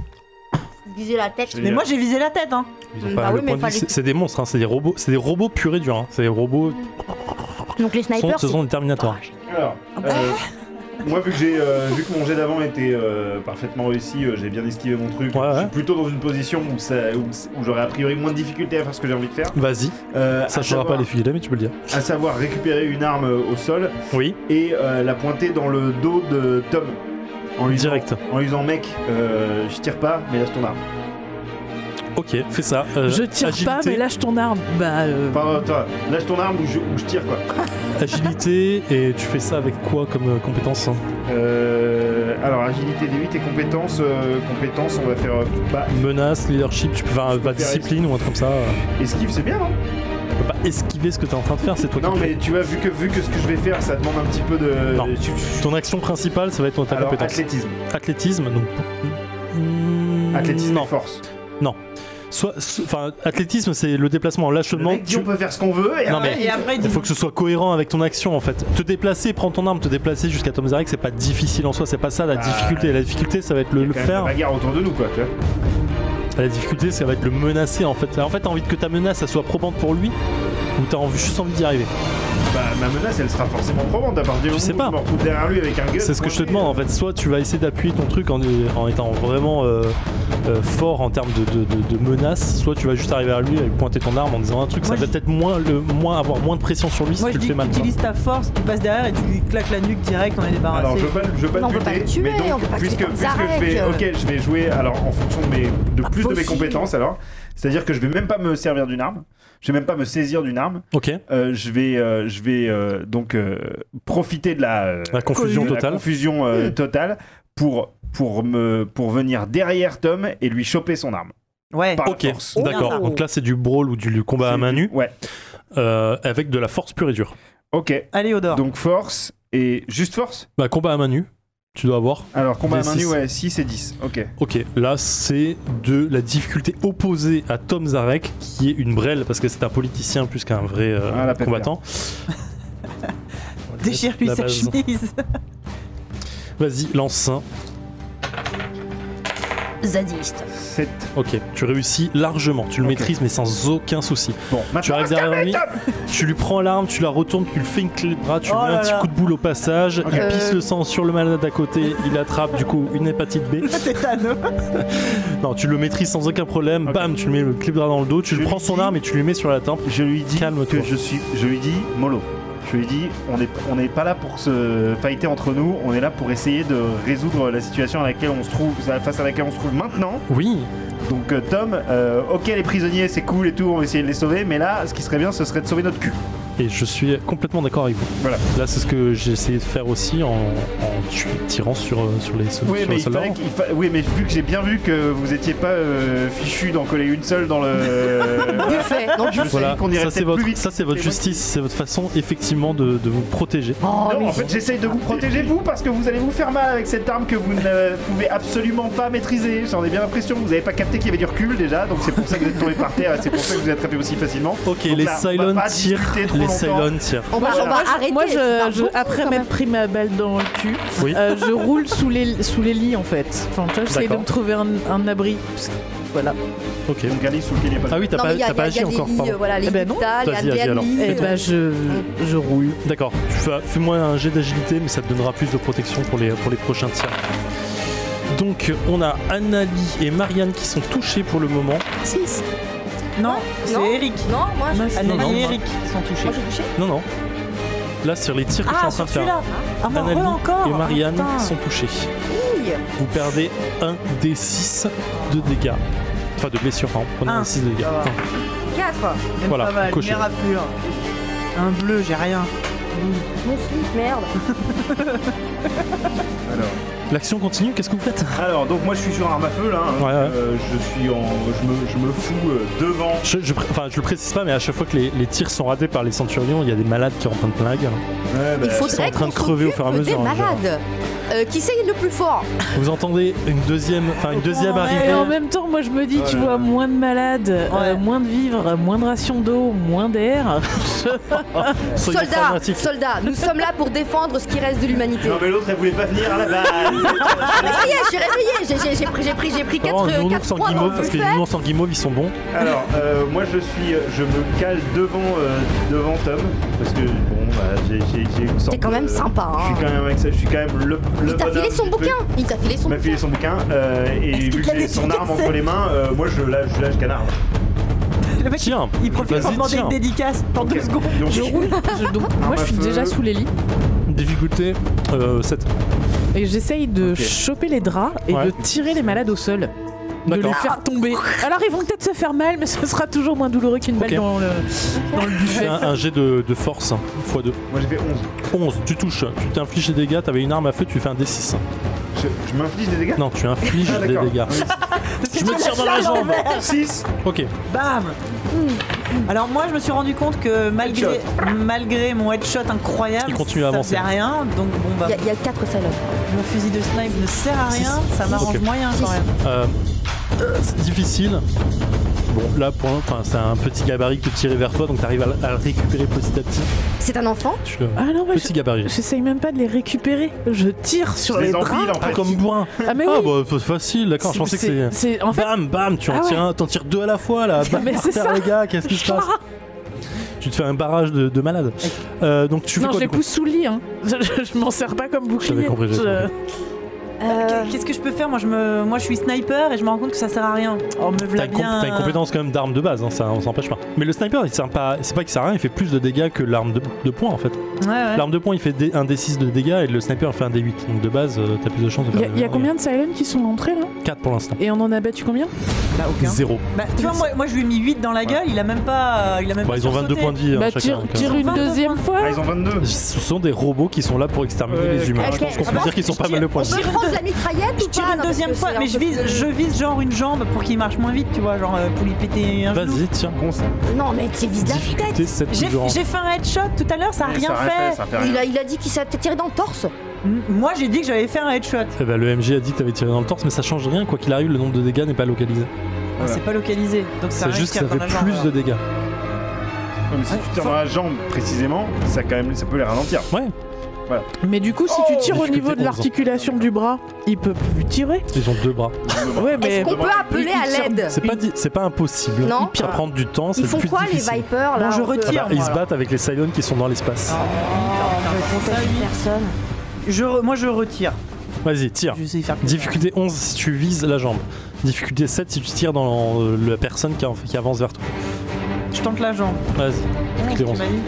E: Viser la tête.
A: Mais moi j'ai visé la tête, hein
B: Ils ont
E: Mm,
B: pas
E: bah
B: le
E: oui,
B: point
E: mais
B: de vue,
E: fallait-
B: c'est- C'est des monstres, hein, c'est des robots, c'est des robots purs et durs. hein. C'est des robots.
E: Donc les
B: sont-
E: snipers.
B: ce
E: c'est-
B: sont des Terminators.
D: Alors,
A: Ah
D: euh, moi, vu que, j'ai, euh, vu que mon jet d'avant était euh, parfaitement réussi, euh, j'ai bien esquivé mon truc.
B: Ouais, ouais.
D: Je suis plutôt dans une position où, ça- où, où j'aurais a priori moins de difficulté à faire ce que j'ai envie de faire.
B: Vas-y,
D: Euh,
B: ça
D: à
B: changera pas
D: savoir-
B: les fusils mais tu peux le dire.
D: À savoir récupérer une arme euh, au sol
B: Oui,
D: et euh, la pointer dans le dos de Tom. En lui, disant,
B: direct.
D: en lui disant, mec, euh, je tire pas, mais lâche ton arme.
B: Ok, fais ça. Euh,
C: Je tire pas,
B: agilité-
C: mais lâche ton arme. Bah, euh,
D: Enfin, toi, lâche ton arme ou je, ou je tire quoi.
B: Agilité, et tu fais ça avec quoi comme euh, compétence hein
D: Euh, alors, agilité des 8 et compétences, euh, compétences, on va faire euh, bah,
B: Menace, leadership, tu peux faire bah, discipline ou un truc comme ça. euh.
D: esquive, c'est bien non
B: Tu peux pas esquiver ce que t'es en train de faire, c'est toi
D: Non
B: qui le fais.
D: mais tu vois vu que vu que ce que je vais faire ça demande un petit peu de
B: Non.
D: Tu- tu-
B: Ton action principale, ça va être ta
D: alors
B: compétence.
D: athlétisme
B: Athlétisme, donc. Mm,
D: athlétisme et
B: Non.
D: force
B: Soit, so- enfin, athlétisme, c'est le déplacement. Là, je te
D: le
B: demande.
D: mec dit
B: tu-
D: on peut faire ce qu'on veut et
B: Non,
D: après,
B: mais-
A: Et après, il
B: Il
A: dit.
B: faut que ce soit cohérent avec ton action en fait. Te déplacer, prends ton arme, te déplacer jusqu'à Tom Zarek, c'est pas difficile en soi, c'est pas ça la
D: Ah.
B: difficulté. La difficulté, ça va être le,
D: il y a
B: le
D: quand même la
B: faire.
D: bagarre autour de nous quoi tu vois
B: La difficulté, ça va être le menacer en fait. En fait, t'as envie que ta menace, ça soit probante pour lui ou t'as envie- juste envie d'y arriver.
D: bah ma menace elle sera forcément probante à partir du
B: Tu
D: moment
B: sais
D: où
B: pas.
D: je me retrouve derrière lui avec un gun
B: C'est ce que je te
D: pointé,
B: demande en fait. Soit tu vas essayer d'appuyer ton truc en, en étant vraiment euh, euh, fort en termes de, de- de- de menace, soit tu vas juste arriver à lui et pointer ton arme en disant un truc.
A: Moi,
B: ça va
A: je-
B: peut-être moins, le, moins avoir moins de pression sur lui
A: Moi
B: si
A: je
B: tu le
A: dis que
B: fais
A: tu
B: mal. quoi.
A: utilises ta force, tu passes derrière et tu lui claques la nuque direct, on est débarrassé.
D: Alors je veux pas, le- je veux pas
E: Non, on
D: le
E: peut
D: buter,
E: pas le tuer,
D: mais
E: on peut
D: donc
E: pas
D: puisque,
E: tuer comme
D: puisque
E: Zarek,
D: je vais,
E: euh.
D: ok, je vais jouer alors en fonction de mes, de
E: Pas
D: plus de mes
E: possible.
D: compétences alors, c'est-à-dire que je vais même pas me servir d'une arme, je vais même pas me saisir d'une arme,
B: Ok,
D: euh, je vais, euh, je vais euh, donc euh, profiter de la, euh,
B: la confusion
D: de la
B: totale.
D: confusion euh,
E: Hmm.
D: totale pour pour me pour venir derrière Tom et lui choper son arme
A: Ouais.
D: par la
B: Ok,
D: force.
B: d'accord.
E: Oh.
B: Donc là, c'est du brawl ou du combat à
D: C'est
B: Bah, main
D: du-
B: nue
D: Ouais.
B: euh, avec de la force pure et dure.
D: Ok.
A: Allez Odor.
D: Donc force et juste force.
B: Bah, combat à main nue, tu dois avoir.
D: Alors combat à
B: Des
D: main nue
B: six.
D: ouais 6 et 10. Ok.
B: Ok, là, c'est de la difficulté opposée à Tom Zarek, qui est une brêle parce que c'est un politicien plus qu'un vrai euh,
D: Ah, la patte
B: combattant.
A: Déchire-lui
B: La
A: sa
B: base.
A: chemise. <laughs>
B: Vas-y, lance un.
E: Zadiste.
D: 7.
B: Ok, tu réussis largement, tu le
D: Ok.
B: maîtrises mais sans aucun souci.
D: Bon.
B: Tu
D: maintenant,
B: arrives derrière lui,
D: Tom
B: tu lui prends l'arme, tu la retournes, tu lui fais une clé de bras, tu lui
A: Oh
B: mets un
A: là
B: petit
A: là.
B: coup de boule au passage, il
E: Euh.
B: pisse le sang sur le malade d'à côté, il attrape du coup une hépatite B.
A: Tétano.
B: Non, tu le maîtrises sans aucun problème,
D: Ok.
B: bam, tu lui mets le clé de bras dans le dos, tu
D: Je
B: lui
D: lui
B: prends son
D: dis-
B: arme et tu lui mets sur la tempe.
D: Je lui dis
B: Calme-toi.
D: que je suis. Je lui dis mollo. Je lui dis on n'est on n'est pas là pour se fighter entre nous. On est là pour essayer de résoudre la situation à laquelle on se trouve, face à laquelle on se trouve maintenant.
B: Oui,
D: Donc euh, Tom, euh, ok les prisonniers c'est cool et tout, on va essayer de les sauver, mais là ce qui serait bien ce serait de sauver notre cul.
B: et je suis complètement d'accord avec vous.
D: Voilà.
B: Là, c'est ce que j'ai essayé de faire aussi en, en tu- tirant sur, euh, sur les, sur
D: Oui
B: sur
D: mais,
B: les
D: il
B: soldats.
D: fallait qu'il fa- oui mais vu que j'ai bien vu que vous étiez pas euh, fichu d'en coller une seule dans
B: <laughs>
D: le...
E: Buffet. Non,
D: Je me suis
B: Voilà,
D: dit qu'on irait
B: ça c'est
D: peut-être
B: votre,
D: plus vite.
B: ça, c'est votre
D: Et
B: justice, c'est votre façon effectivement de- de vous protéger.
E: Oh,
D: Non,
E: mais
D: en fait j'essaye de vous protéger vous parce que vous allez vous faire mal avec cette arme que vous ne pouvez absolument pas maîtriser. J'en ai bien l'impression que vous avez pas capté qu'il y avait du recul déjà, donc c'est pour ça que vous êtes tombé par terre et c'est pour ça que vous êtes attrapé aussi facilement.
B: Ok,
D: Donc
B: les
D: là, on va
B: Cylons
D: pas
B: tirent.
D: discuter trop
B: Les
D: longtemps.
B: Cylons tirent.
E: on va,
D: Voilà.
E: on va arrêter.
C: moi,
E: tu parles
C: je, je-
E: beaucoup,
C: après
E: quand
C: m'être
E: même.
C: pris ma balle dans le cul,
B: Oui.
C: euh, je roule sous les, sous les lits en fait. Enfin, tu vois, j'essaye de
B: D'accord.
C: me trouver un, un abri. Parce que
A: Voilà.
B: Ok.
D: Donc Alice ou Kelly est pas
B: Ah oui, t'as
E: Non,
B: pas,
E: mais il y a-
B: t'as pas
E: il y a
B: agi
E: des
B: encore,
E: lits,
B: pardon.
E: euh, Voilà, les
C: Eh ben non.
E: Utah, les
B: Vas-y, vas-y,
E: Adélie,
B: alors.
E: euh,
C: Eh ben, je, je rouille.
B: D'accord. Tu fais- Fais-moi un jet d'agilité, mais ça te donnera plus de protection pour les, pour les prochains tirs. Donc, on a Annalie et Marianne qui sont touchées pour le moment.
A: Non,
E: Non.
A: c'est Eric. Ah,
E: Non, moi, je-
C: Non,
E: moi,
C: c'est-
B: Ah, Non,
A: Annalie
B: non,
A: et Eric qui sont touchés.
E: j'ai touché.
B: Non, non. Là, sur les tirs que
A: Ah,
B: je suis en
A: sur
B: train de faire,
A: celui-là Ah, bah,
B: Annalie
A: re encore
B: et Marianne
A: Ah, putain.
B: sont touchées.
E: Ouille.
B: Vous perdez 1 des 6 de dégâts. Enfin, de blessures, pardon. Prenez
A: Un.
B: 6 de dégâts.
A: Ah. Ça va.
B: Un.
E: Quatre.
A: Même
B: Voilà,
A: pas mal,
B: coché.
A: mer à fleur. Un bleu, j'ai rien.
E: Mon slip, merde.
D: Alors.
B: L'action continue, qu'est-ce que vous faites
D: Alors, donc moi je suis sur arme à feu là. hein.
B: Ouais, ouais.
D: Euh, je suis en. Je me, je me fous euh, devant.
B: je, je pré- Enfin, je le précise pas, mais à chaque fois que les, les tirs sont ratés par les centurions, il y a des malades qui rentrent plein la gueule.
D: Ouais, bah,
E: Il faudrait
B: en train
E: qu'on
B: de crever au
E: s'occupe
B: fur et à mesure,
E: Des
B: hein,
E: malades. Euh, qui c'est le plus fort
B: Vous entendez une deuxième, enfin une deuxième
A: Ouais,
B: arrivée.
C: Et en même temps, moi je me dis, tu
D: Ouais.
C: vois, moins de malades, euh,
A: Ouais.
C: moins de vivres, moins de rations d'eau,
B: <laughs>
C: moins d'air.
B: Soyez
E: Soldats,
B: pragmatiques.
E: soldats, nous sommes là pour défendre ce qui reste de l'humanité.
D: Non mais l'autre elle voulait pas venir à la base.
E: Ah, mais ça y est, je suis réveillée. J'ai- J'ai j'ai pris, j'ai pris, j'ai pris
B: Vraiment,
E: quatre, euh,
B: les nounours
E: quatre
B: en
E: points dans
B: guimauve,
E: le
B: parce que les
E: buffet.
B: nounours en guimauve, ils sont bons.
D: Alors, euh, moi je suis. Je me cale devant, euh, devant Tom. Parce que bon, bah, j'ai- j'ai j'ai une sorte.
E: T'es quand même
D: de-
E: sympa, hein.
D: Je suis quand même, avec ça, je suis quand même le. le
E: Il t'a
D: bonhomme
E: filé son
D: qui peut-
E: bouquin. Il t'a filé son
D: Il m'a
E: bouquin.
D: filé son bouquin. euh, et
A: qu'il
D: vu que
A: te l'a
D: j'ai
A: dit
D: son arme entre les mains, euh, moi je lâche je lâche canard.
A: Le mec,
B: Tiens,
A: il profite pour
B: vas-y,
A: demander
B: tiens.
A: une dédicace dans deux secondes.
D: Donc,
C: Je roule. Je- donc,
B: Ah,
C: moi je suis
D: à feu.
C: déjà sous les lits
B: Difficulté euh, 7.
C: et j'essaye de
D: Ok.
C: choper les draps et
B: Ouais.
C: de tirer les malades au sol. De
B: D'accord.
C: les faire tomber. Alors ils vont peut-être se faire mal, mais ce sera toujours moins douloureux qu'une balle
B: Ok. Ah.
C: dans le, dans le
B: Fais
C: buffet.
B: un, un jet de, de force, hein, x2.
D: Moi j'ai fait 11.
B: 11, tu touches, tu t'infliges des dégâts, t'avais une arme à feu, tu fais un D6.
D: Je, je m'inflige des dégâts
B: Non, tu infliges
D: Ah,
B: des
D: d'accord.
B: dégâts. Je me tire dans la jambe
D: 6
B: Ok,
A: Bam Alors moi je me suis rendu compte que malgré, malgré mon headshot incroyable,
B: Il continue à
A: ça
B: avancer.
A: faisait rien. Donc bon bah
E: Il y a- il y, a quatre salopes.
A: mon fusil de snipe ne sert à rien, ça m'arrange
B: Ok.
A: moyen quand même.
B: euh, c'est difficile. Bon, là, pour l'instant, c'est un petit gabarit que tu tirais vers toi, donc t'arrives à, le- à le récupérer petit à petit.
E: C'est un enfant
B: Tu le-
C: Ah non, bah,
B: Petit
C: je-
B: gabarit.
C: j'essaye même pas de les récupérer. Je tire sur les,
D: les
C: draps.
D: empile en
B: Ah,
D: fait.
B: comme bourrin
C: Ah mais oui.
B: Ah, bah, c'est facile, d'accord, je pensais que Bah, c'est.
C: En fait,
B: Bam, bam, tu en
C: Ah ouais.
B: tires un, t'en tires deux à la fois
C: <laughs>
B: là. Bam,
C: Mais
B: par
C: c'est
B: terre,
C: ça.
B: les gars, qu'est-ce qui se passe Tu te fais un barrage de, de malades. Euh, donc tu fais
C: non, je
B: quoi
C: les
B: du coup
C: pousse sous le lit. Hein. <laughs> Je, je m'en sers pas comme bouclier.
B: J'avais compris, j'avais
C: Je-
E: Euh,
A: Qu'est-ce que je peux faire moi je, me, moi je suis sniper et je me rends compte que ça sert à rien. Oh me
B: T'as
A: v'là
B: une, comp-
A: bien.
B: t'as une compétence quand même d'arme de base, hein, ça on s'empêche pas. Mais le sniper, il sert pas, c'est pas qu'il sert à rien, il fait plus de dégâts que l'arme de, de poing en fait.
A: euh. Ouais, ouais.
B: L'arme de poing il fait des- un D6 de dégâts et le sniper il fait un D8. Donc de base, euh, t'as plus de chances de
C: Il
B: faire.
C: y a, il y a combien de Silent qui sont rentrés là
B: 4 pour l'instant.
C: Et on en a battu combien
A: Bah, aucun.
B: Zéro.
A: Bah, tu vois moi, moi je lui ai mis 8 dans la gueule, il a même pas. euh, Il a même
B: Bon,
A: pas
B: ils ont 22
A: sursauté.
B: points de vie hein,
C: Bah,
B: chacun.
C: tire,
B: donc,
C: tire
B: euh,
C: une deuxième
D: Ah,
C: fois.
D: ils ont 22
B: Ce sont des robots qui sont là pour exterminer
D: Ouais,
B: les humains.
E: ok.
B: Je pense qu'on
E: Ah
B: peut
E: bah,
B: dire qu'ils sont pas mal de points de
E: on
B: vie.
E: peut prendre la mitraillette
A: Je
E: ou
A: tire
E: pas
A: une
E: Non, parce
A: deuxième
E: que
A: fois,
E: c'est
A: mais
E: un
A: je
E: peu
A: vise,
E: plus-
A: je vise genre une jambe pour qu'il marche moins vite, tu vois, genre euh, pour lui péter un genou.
B: Vas-y, tiens.
E: Non, mais tu vises la
B: Difficulté
E: tête.
B: 7
A: J'ai
B: toujours.
A: j'ai fait un headshot tout à l'heure, ça a
D: Mais
A: rien fait.
D: ça fait
E: Il
D: rien.
E: a, il a dit qu'il s'était tiré dans le torse.
A: M- Moi j'ai dit que j'avais fait un headshot.
B: Eh ben, le MJ a dit que t'avais tiré dans le torse, mais ça change rien, quoi qu'il arrive, le nombre de dégâts n'est pas localisé.
A: Ah, C'est pas localisé, donc ça
B: C'est
A: risque
B: juste que ça
A: qu'il y a
B: fait
A: plein
B: plus
A: d'agents,
B: de dégâts.
D: Ouais, mais si tu tires dans la jambe précisément, ça, quand même, ça peut les ralentir.
B: Ouais,
C: Mais du coup, si tu tires au
B: Difficulté
C: niveau de
B: 11.
C: l'articulation du bras, il peut plus tirer.
B: ils ont deux bras.
C: Ouais, mais.
E: Est-ce qu'on peut appeler à l'aide
B: C'est pas, di- c'est pas impossible.
E: Non. Euh,
B: Ça prend du temps, c'est
E: Ils
B: le
E: font
B: plus
E: quoi les
B: difficile.
E: Vipers
A: Bon,
E: là
A: je
E: on peut-
A: retire. Tiens,
B: Bah, ils se
A: voilà.
B: battent avec les Cylons qui sont dans
E: Ah.
B: l'espace.
E: On peut faire personne.
A: euh,
B: Ah,
A: Je re- moi je retire.
B: Vas-y, tire.
A: Je vais essayer de faire plus.
B: Difficulté 11 si tu vises la jambe. Difficulté 7 si tu tires dans euh, la personne qui, en- qui avance vers toi.
A: Je tente la jambe.
B: Vas-y. Difficulté
A: Tu
B: 11.
A: m'as dit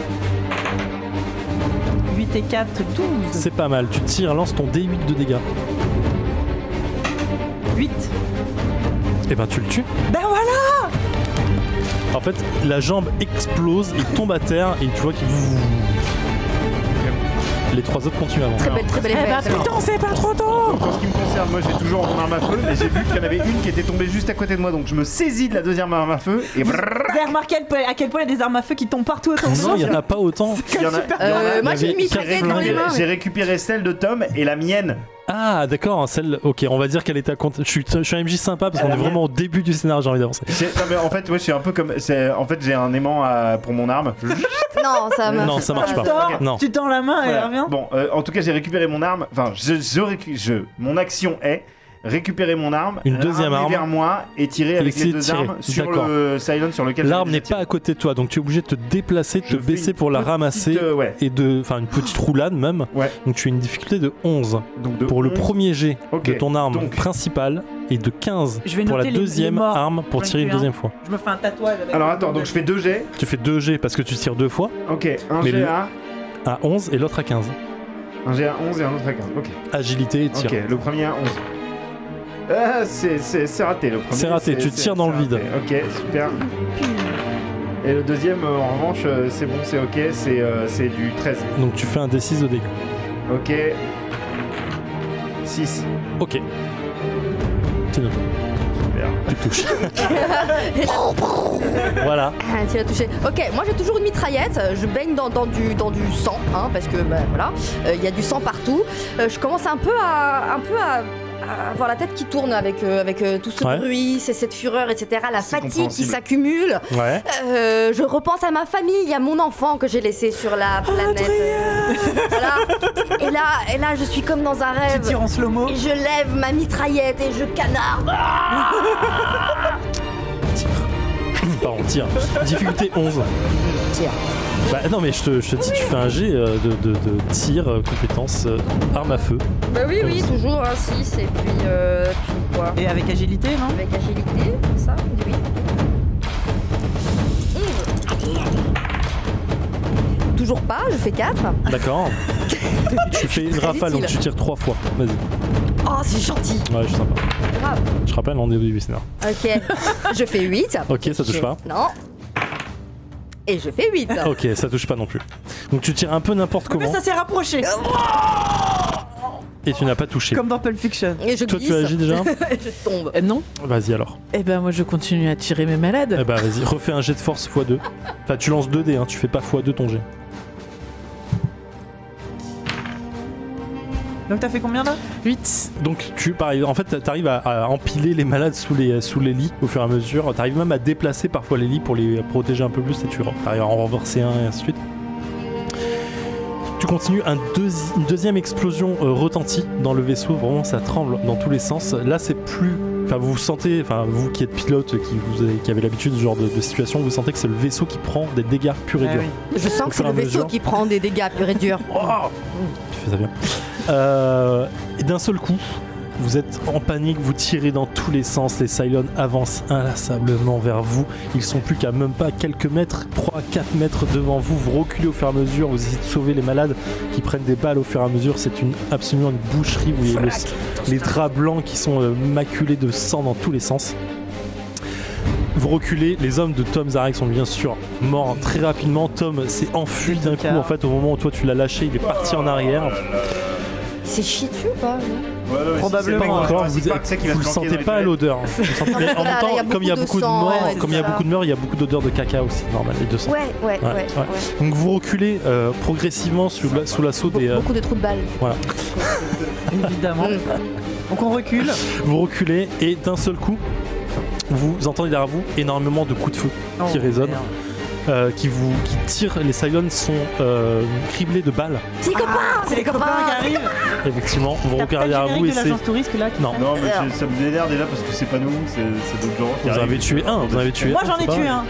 A: 8 et 4, 12.
B: C'est pas mal. Tu tires, lance ton D8 de dégâts.
A: 8.
B: Et ben tu le tues.
A: Ben voilà
B: En fait, la jambe explose, il tombe à terre et tu vois qu'il. Les trois autres continuent à avancer.
E: Très belle, très belle Euh,
C: Eh bah
E: effet.
C: putain, c'est pas trop tôt
D: En ce qui me concerne, moi j'ai toujours mon arme à feu, mais j'ai vu qu'il y en avait une qui était tombée juste à côté de moi, donc je me saisis de la deuxième arme à feu et brrrr,
A: Vous avez remarqué à quel point- à quel point il y a des armes à feu qui tombent partout autour de
B: Non,
A: nous
B: il n'y en a pas autant.
D: il y en a-
E: Euh, Moi
B: Il y
E: j'ai
B: avait quatre
E: une mitraillette dans les
B: flingues.
E: mains.
D: J'ai récupéré celle de Tom et la mienne.
B: Ah, d'accord, celle. Ok, on va dire qu'elle était à compte. Je suis, je suis un MJ sympa parce qu'on est vraiment au début du scénario, j'ai envie d'avancer.
D: J'ai- non, mais en fait, moi je suis un peu comme. c'est- En fait, j'ai un aimant à- pour mon arme.
E: Non, ça marche.
B: Non, ça marche
A: Tu
B: pas.
A: tends,
B: Non.
A: tu tends la main et elle
D: Voilà.
A: revient.
D: Bon, euh, en tout cas, j'ai récupéré mon arme. Enfin, je, je récu- je- mon action est récupérer mon arme,
B: Une deuxième
D: ramener
B: arme.
D: vers moi et tirer avec
B: essayer
D: les
B: de
D: deux
B: tirer.
D: armes sur
B: D'accord.
D: le Silent sur lequel
B: L'arme
D: j'avais
B: n'est
D: déjà
B: pas à côté de toi, donc tu es obligé de te déplacer, de te
D: Je fais
B: baisser
D: une
B: pour la
D: petite,
B: ramasser
D: euh, ouais.
B: et de faire une petite roulade même.
D: Ouais.
B: Donc tu as une difficulté de 11
D: Donc de
B: pour le
D: 11.
B: premier jet
D: Ok.
B: de ton arme
D: donc-
B: principale et de 15
A: Je vais
B: pour la
A: noter les- les
B: deuxième
A: morts.
B: arme pour tirer une
A: 21.
B: deuxième fois.
A: Je me fais un tatouage. Avec
D: Alors attends, donc je fais deux jets.
B: Tu fais deux jets parce que tu tires deux fois,
D: Ok, un
B: Mais
D: jet
B: le-
D: à
B: à 11 et l'autre à 15.
D: un jet à 11 et un autre à 15. Ok.
B: Agilité et tir.
D: Ok, le premier à 11. Ah, c'est- c'est c'est raté le premier.
B: C'est raté, tu
D: c'est-
B: tires dans
D: c'est
B: le
D: raté. Ok, super. Et le deuxième, euh, en revanche, euh, c'est bon, c'est ok, c'est euh, c'est du 13.
B: Donc tu fais un D6 de dégâts.
D: Ok. 6.
B: Ok. C'est noté.
D: Super.
B: Tu touches.
E: <laughs>
B: voilà.
E: Ah, tu l'as touché. Ok, moi j'ai toujours une mitraillette. euh, Je baigne dans, dans du, dans du sang, hein, parce que bah, voilà, euh, il y a du sang partout. Euh, je commence un peu à, un peu à, à avoir la tête qui tourne avec, euh, avec euh, tout ce
B: Ouais.
E: bruit, c'est cette fureur, etc. La
D: C'est
E: fatigue qui
D: compréhensible.
E: s'accumule.
B: Ouais.
E: Euh, je repense à ma famille, à mon enfant que j'ai laissé sur la planète. Voilà. Et là, et là, je suis comme dans un
A: Tu
E: rêve.
A: tires en slow-mo.
E: Et je lève ma mitraillette et je canarde.
B: Tire. <laughs> Pardon, tire. Difficulté 11.
E: Tiens.
B: Bah non mais je te, je te dis, tu fais un jet euh, de, de- de tir, euh, compétence, euh, arme à feu.
E: Bah oui,
B: oui,
E: oui, toujours, 6 et puis, euh, puis quoi
A: Et avec agilité, non
E: Avec agilité, c'est ça Oui. 11. Toujours pas, je fais 4.
B: D'accord Tu fais une
E: Très
B: rafale, donc tu
E: utile.
B: tires trois fois. Vas-y.
E: Oh, c'est gentil.
B: Ouais, je suis sympa.
E: Grave.
B: Je rappelle, on est au début du scénar.
E: Ok. je fais 8.
B: Ok, ça touche pas.
E: Non. Et je fais 8.
B: Ok, ça touche pas non plus. Donc tu tires un peu n'importe
A: Mais
B: comment
A: ça s'est rapproché,
B: et tu n'as pas touché.
A: comme dans Pulp Fiction.
E: Et je
B: Toi,
E: glisse.
B: tu agis déjà
E: <laughs> et je tombe.
C: Euh, non
B: Vas-y alors.
C: Eh ben moi je continue à tirer mes malades.
B: Eh bah vas-y, refais un jet de force x2. Enfin, tu lances 2D, hein, tu fais pas x2 ton jet.
A: Donc t'as fait combien là
C: 8.
B: Donc tu pareil, en fait t'arrives à, à empiler les malades sous les, sous les lits au fur et à mesure, t'arrives même à déplacer parfois les lits pour les protéger un peu plus et tu arrives à en renverser un et ainsi de suite. Tu continues, un deuxi- une deuxième explosion euh, retentit dans le vaisseau, vraiment ça tremble dans tous les sens. Là c'est plus... Enfin vous sentez, enfin vous qui êtes pilote, qui, vous avez, qui avez l'habitude de ce genre de, de situation, vous sentez que c'est le vaisseau qui prend des dégâts purs et
A: Ah
B: durs.
A: oui.
E: Je sens
B: Au
E: que c'est
B: fur et
E: le
B: à
E: vaisseau
B: mesure.
E: qui prend des dégâts pur et dur.
B: Oh tu fais ça bien. Euh, et d'un seul coup, vous êtes en panique, vous tirez dans tous les sens, les Cylons avancent inlassablement vers vous. Ils sont plus qu'à même pas quelques mètres, 3 4 mètres devant vous, vous reculez au fur et à mesure, vous essayez de sauver les malades qui prennent des balles au fur et à mesure, c'est une, absolument une boucherie, vous voyez le- les draps blancs qui sont euh, maculés de sang dans tous les sens. Vous reculez, les hommes de Tom Zarek sont bien sûr morts très rapidement. Tom s'est enfui d'un coup
A: tocard.
B: en fait au moment où toi tu l'as lâché, il est parti en arrière.
E: C'est chié dessus ou pas
A: Probablement.
B: Pas encore, vous,
D: Vous
B: vous le sentez pas à l'odeur.
E: <laughs>
B: Vous le sentez-
E: Non,
B: mais en
E: voilà,
B: même
E: il y
B: temps,
E: a
B: comme il y a
E: beaucoup
B: beaucoup
E: de
B: de
E: sang,
B: morts,
A: ouais, c'est
B: comme il y a
A: ça.
B: beaucoup de morts, il y a beaucoup d'odeur de caca aussi, normal, et de sang.
E: Ouais, ouais, ouais.
B: Ouais,
E: ouais.
B: ouais. Donc vous reculez euh, progressivement sous la- sous l'assaut
E: Be-
B: des. euh,
E: Beaucoup de trous de balles.
A: Évidemment. Donc on recule.
B: vous reculez et d'un seul coup, vous entendez derrière vous énormément de coups de feu qui
A: Oh,
B: résonnent,
A: merde.
B: euh, qui vous, qui tirent. Les Cylons sont euh, criblés de balles.
E: C'est les copains
A: Ah, C'est les copains qui arrivent.
B: Effectivement, vous
A: T'as pas
B: regardez
A: le
B: derrière
A: générique
B: vous et
A: de
B: c'est.
A: l'agence touriste là qui
B: Non.
A: passe
D: Non, mais je- ça me vénère déjà parce que c'est pas nous, c'est c'est d'autres gens. qui
B: Vous en
D: arrivent.
B: avez tué un, vous en avez tué
A: Moi
B: un,
A: j'en
B: c'est
A: ai
B: pas
A: tué
B: mal.
A: un.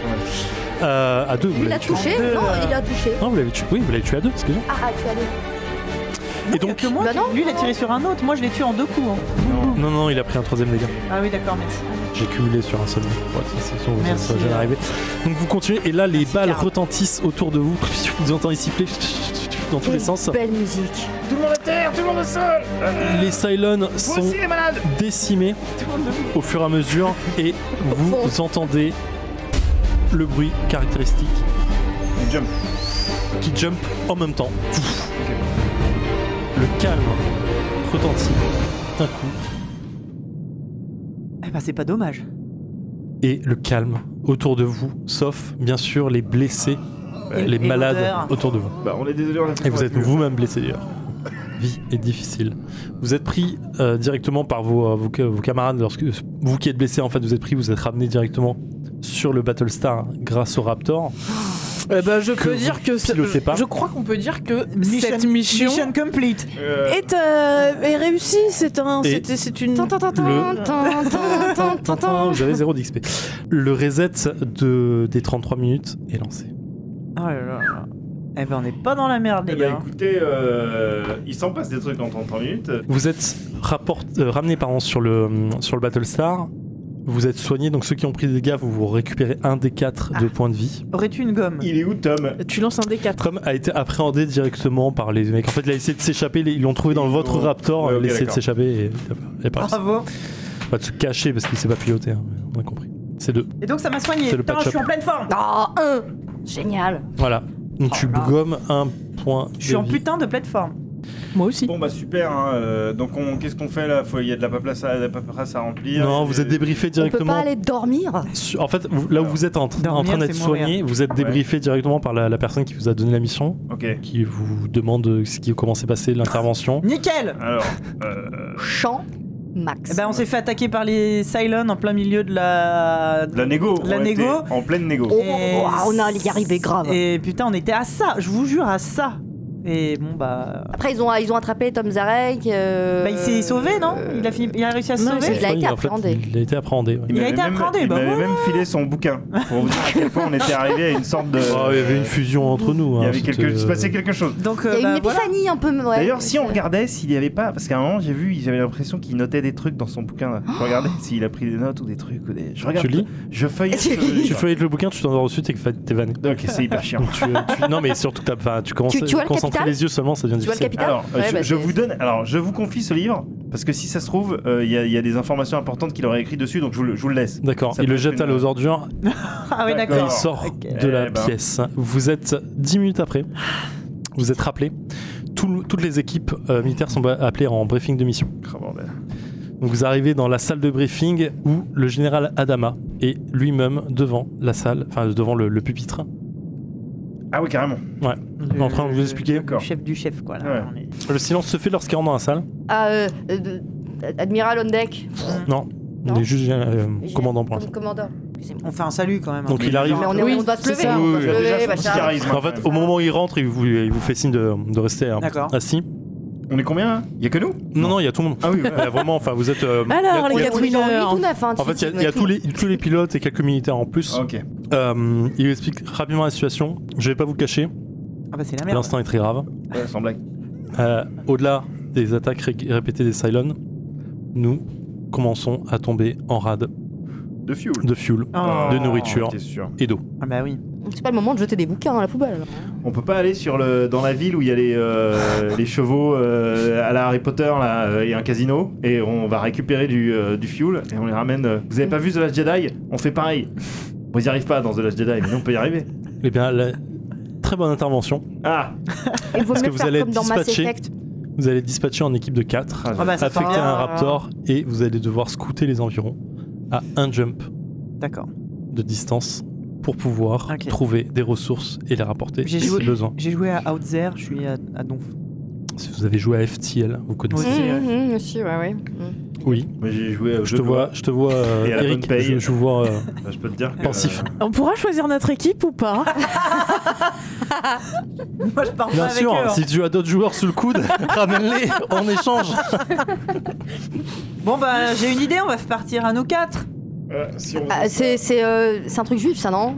B: Euh, à deux, vous
E: Il
B: l'avez
E: a
B: tué.
E: touché
A: deux,
E: Non,
A: là.
E: il a touché.
B: Non, vous l'avez tué. Oui, vous l'avez tué à deux, excusez-moi.
E: Ah, ah, tu as les-
B: Et donc,
A: Que moi,
E: Bah non.
A: lui il a tiré sur un autre, moi je l'ai tué en deux coups. hein.
B: Non, non, il a pris un troisième dégât.
A: Ah oui d'accord, merci.
B: J'ai cumulé sur un seul. Ouais, de toute façon, vous
A: Merci,
B: ça va jamais
A: euh.
B: arriver. Donc vous continuez, et là, les
A: Merci,
B: balles
A: Karl.
B: retentissent autour de vous. <laughs> Vous entendez siffler dans tous les sens.
E: Belle musique.
D: Tout le monde à terre, tout le monde au sol
B: Les Cylons
D: Vous
B: sont
D: aussi les malades
B: décimés au fur et à mesure, et vous entendez le bruit caractéristique
D: Jump.
B: qui jump en même temps. Le calme retentit d'un coup.
A: Eh bah c'est pas dommage.
B: et le calme autour de vous, sauf bien sûr les blessés,
A: Et-
B: les
A: et
B: malades
A: l'odeur.
B: autour de vous.
D: Bah on est désolé, on a fait
B: Et vous
D: ça.
B: êtes vous-même blessé d'ailleurs. Vie est difficile. Vous êtes pris euh, directement par vos, euh, vos, ca- vos camarades, lorsque vous qui êtes blessé en fait, vous êtes pris, vous êtes ramené directement sur le Battlestar grâce au Raptor.
C: Euh, bah, je peux
B: vous
C: dire que c'est-
B: pilotez
C: je,
B: pas.
C: je crois qu'on peut dire que cette mission,
A: mission complete.
C: est, euh, est réussie. C'est un,
B: Et-
C: c'était- c'est une.
E: Tan, tan, tan, tan,
B: Le-
E: tan,
B: <laughs>
E: tan, tan, tan, tan.
B: J'avais 0 d'XP. Le reset de, des 33 minutes est lancé.
A: Oh là là là. Eh ben, on n'est pas dans la merde,
D: Eh
A: les
D: ben,
A: gars.
D: écoutez, euh, il s'en passe des trucs en 30 minutes.
B: Vous êtes rapport- euh, ramené pardon, sur, le, sur le Battlestar. Vous êtes soigné, donc ceux qui ont pris des dégâts, vous, vous récupérez un des 4 de points de vie.
A: Aurais-tu une gomme
D: Il est où Tom
C: Tu lances un D4.
B: Tom a été appréhendé directement par les mecs. En fait, il a essayé de s'échapper. Ils l'ont trouvé dans
D: Ils
B: votre
D: l'ont-
B: Raptor.
D: Ouais, ok,
B: il a essayé de
D: d'accord.
B: s'échapper et, et pas,
A: Bravo.
B: pas de se cacher parce qu'il s'est pas piloté. hein. On a compris. C'est deux.
A: Et donc, ça m'a soigné.
B: C'est le
A: Putain,
B: patch
A: je suis
B: up.
A: en pleine forme.
E: Ah, un Génial
B: Voilà. Donc
E: Oh
B: tu gommes un point.
A: Je suis
B: de
A: en
B: vie.
A: putain de plateforme.
C: Moi aussi.
D: Bon bah super. hein, euh, donc on- qu'est-ce qu'on fait là Faut- Il y a de la paperasse à, de la paperasse à remplir.
B: Non,
D: Et-
B: vous êtes débriefé
E: On peut pas
B: directement.
E: aller dormir
B: sur- En fait, vous- là où vous êtes en, tra-
A: Dormir,
B: en train d'être
A: c'est mourir.
B: soigné, vous êtes débriefé directement par la, la personne qui vous a donné la mission,
D: Euh, Ok.
B: qui vous demande ce qui, comment s'est passé l'intervention.
A: Nickel
D: Alors. euh,
E: Champ
A: Eh
E: max.
A: ben, on s'est fait attaquer par les Cylons en plein milieu de la.
D: de la négo.
A: La
D: on était
A: négo.
D: En pleine négo.
E: Oh, ouah, on a y arrivé grave.
A: Et putain, on était à ça, je vous jure, à ça. Et bon, bah.
E: Après, ils ont, ils ont attrapé Tom Zarek. euh,
A: Bah, il s'est sauvé, non il a, fini- il a réussi à se
C: Non,
A: sauver
E: il a été
B: en fait,
E: appréhendé.
B: il a été appréhendé. ouais.
A: Il a
D: m'avait
A: été
D: même-
A: appréhendé,
D: Il
A: bah
D: m'avait
A: ouais.
D: même filé son bouquin pour vous dire à quel point on était arrivé à une sorte
B: <laughs>
D: de.
B: Oh, il y avait une fusion entre nous.
D: Il y
B: hein,
D: avait quelque- il se
B: c'était-
D: passait quelque chose.
A: Donc,
E: Il y a
A: euh,
E: une
A: bah, voilà.
E: épiphanie un peu. ouais.
D: D'ailleurs, si on regardait s'il n'y avait pas, parce qu'à un moment j'ai vu, j'avais l'impression qu'il notait des trucs dans son bouquin. Là. Je <gasps> regardais s'il a pris des notes ou des trucs. Ou des... Je regarde.
B: Tu lis
D: Je <laughs> feuillette.
E: Tu
D: ce livre.
B: Tu feuillettes le bouquin, tu t'endors dessus, t'es t'es vanné.
D: Ok, c'est hyper
E: <laughs>
D: chiant.
B: Tu- tu- non mais surtout t'as- enfin, tu commences
E: Tu- tu vois
B: à
E: le
B: concentrer
E: capital
B: les yeux seulement ça devient
E: Tu vois le
B: difficile.
E: capital
D: Alors, euh,
E: Ouais,
D: je,
E: bah,
D: je
E: c'est-
D: vous donne. Alors, je vous confie ce livre parce que si ça se trouve, euh, il y, a- il y a des informations importantes qu'il aurait écrit dessus, donc je vous le, je vous le laisse.
B: D'accord,
D: Ça
B: il
D: peut
B: le
D: être
B: jette à
D: une-
B: l'eaux ordures
A: Ah, oui,
B: et
D: D'accord.
A: d'accord.
B: il sort
A: Ok.
B: de la
D: Eh ben.
B: pièce. Vous êtes 10 minutes après, vous êtes rappelé. Tout- toutes les équipes euh, militaires sont ba- appelées en briefing de mission.
D: Oh, bordel.
B: Donc vous arrivez dans la salle de briefing où le général Adama est lui-même devant la salle, enfin devant le, le pupitre,
D: Ah oui, carrément.
A: Le-
B: en train de vous expliquer.
A: Le chef du chef, quoi. Là.
D: Ouais.
A: On est-
B: Le silence se fait lorsqu'il rentre dans la salle.
E: Ah, euh, euh, de- Admiral on deck.
B: Non,
E: Non.
B: il est juste euh, commandant pour l'instant.
E: Comme commandant.
A: On fait un salut quand même. hein.
B: Donc il arrive.
E: Mais on, est-
C: Oui,
E: on doit se
C: c'est
E: lever,
C: ça.
E: on doit
D: Oui,
E: se
D: oui,
E: lever,
D: déjà, son
E: machin.
D: petit charisme.
B: En fait, au moment où il rentre, il vous, il vous fait signe de, de rester euh,
A: D'accord.
B: assis.
D: On est combien là Il y a que nous
B: Non, non, il y a tout le monde.
D: Ah oui. ouais.
B: Il y a vraiment, enfin, vous
A: <laughs>
B: êtes. euh, il y a-
C: Alors,
E: On
C: les
E: est- on est genre 8
C: 4
E: ou 9, hein,
B: En
E: tu-
B: fait, il y a,
E: tu-
B: il y a
E: tu-
B: tous, les, tous les pilotes et quelques militaires en plus.
D: Ah, ok.
B: Euh, il explique rapidement la situation. Je vais pas vous le cacher.
A: Ah bah c'est la merde.
B: L'instant est très grave.
D: Ouais, sans blague.
B: Euh, Au-delà des attaques ré- répétées des Cylons, nous commençons à tomber en rade
D: De fuel.
B: de fuel
A: Oh.
B: de nourriture.
D: T'es Ah, sûr.
B: et d'eau.
A: Ah bah oui.
E: C'est pas le moment de jeter des bouquins dans la poubelle. alors.
D: On peut pas aller sur le dans la ville où il y a les, euh, les chevaux euh, à la Harry Potter là, euh, il y a un casino et on va récupérer du, euh, du fuel et on les ramène. euh. Vous avez pas vu The Last Jedi On fait pareil. Bon, ils y arrivent pas dans The Last Jedi, mais nous, on peut y arriver.
B: Eh bien, la- très bonne intervention.
D: Ah,
E: Il vaut
B: Parce
E: mieux
B: que vous
E: faire
B: allez
E: comme dans Mass
B: dispatcher.
E: Effect.
B: Vous allez être dispatché en équipe de 4.
D: Ah,
A: Ah bah ça
B: affecter
A: part-
B: un raptor et vous allez devoir scouter les environs à un jump
A: D'accord.
B: de distance pour pouvoir
A: Ok.
B: trouver des ressources et les rapporter
A: J'ai
B: si
A: joué-
B: besoin.
A: J'ai joué à Outzer, je suis à, à Donf.
B: Si vous avez joué à FTL, vous connaissez.
A: Oui.
E: Hum, hum, Monsieur, ouais, ouais. Hum.
B: Oui,
D: Moi, j'ai joué. au
B: je
D: jeu
B: te
D: de
B: vois, je te vois, euh,
D: Et à la
B: Eric,
D: bonne paye.
B: je, je vous vois
D: <laughs>
B: euh,
D: loi. Je peux te dire que.
B: pensif.
C: On pourra choisir notre équipe ou pas
E: <laughs>
A: Moi je pars pas
B: Bien
A: avec
B: sûr,
A: eux. hein.
B: si tu as d'autres joueurs sous le coude, <laughs> ramène-les, on échange.
A: Bon bah j'ai une idée, on va partir à nous quatre.
D: euh, si on-
E: Ah, c'est c'est, euh, c'est un truc juif, ça, non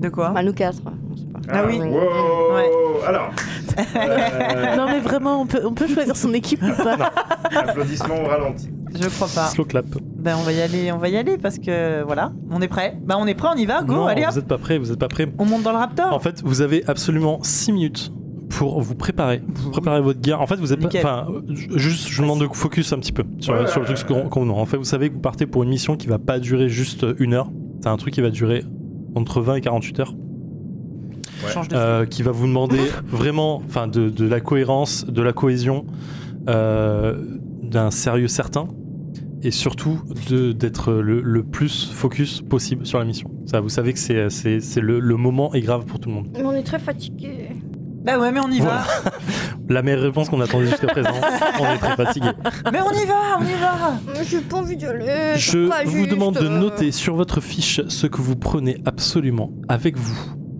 A: De quoi
E: Bah, nous quatre. on sait pas.
A: Ah oui.
D: wow.
A: Ouais.
D: Alors.
E: <laughs>
D: euh,
C: Non, mais vraiment, on peut, on peut choisir son équipe ou pas
D: applaudissements au ralenti.
A: Je crois pas.
B: Slow clap.
A: Ben on va y aller, on va y aller parce que voilà, on est prêt. Ben on est prêt, on y va, go,
B: non,
A: allez hop.
B: vous Oh. n'êtes pas prêt, vous n'êtes pas prêt.
A: On monte dans le
B: En
A: Raptor.
B: fait, vous avez absolument 6 minutes pour vous préparer, vous préparer votre guerre. En fait, vous êtes pas-
A: Nickel.
B: enfin ju- juste je vous demande de focus un petit peu sur,
D: Ouais.
B: sur le truc qu'on qu'on- En fait, vous savez que vous partez pour une mission qui va pas durer juste une heure. C'est un truc qui va durer entre 20 et 48 heures,
D: Ouais.
A: Change de
B: euh, qui va vous
D: <laughs>
B: demander vraiment, enfin, de, de la cohérence, de la cohésion, euh, d'un sérieux certain, et surtout de d'être le, le plus focus possible sur la mission. Ça, vous savez que c'est c'est- c'est le- le moment est grave pour tout le monde.
E: Mais On est très fatigués.
A: Ben ouais, mais on y va.
B: La meilleure réponse qu'on attendait jusqu'à
E: <laughs>
B: présent. On est très fatigué.
E: Euh,
A: mais on y va, on y va.
E: Mais J'ai pas envie de aller.
B: Je
E: c'est pas
B: vous
E: juste,
B: demande de
E: euh.
B: noter sur votre fiche ce que vous prenez absolument avec vous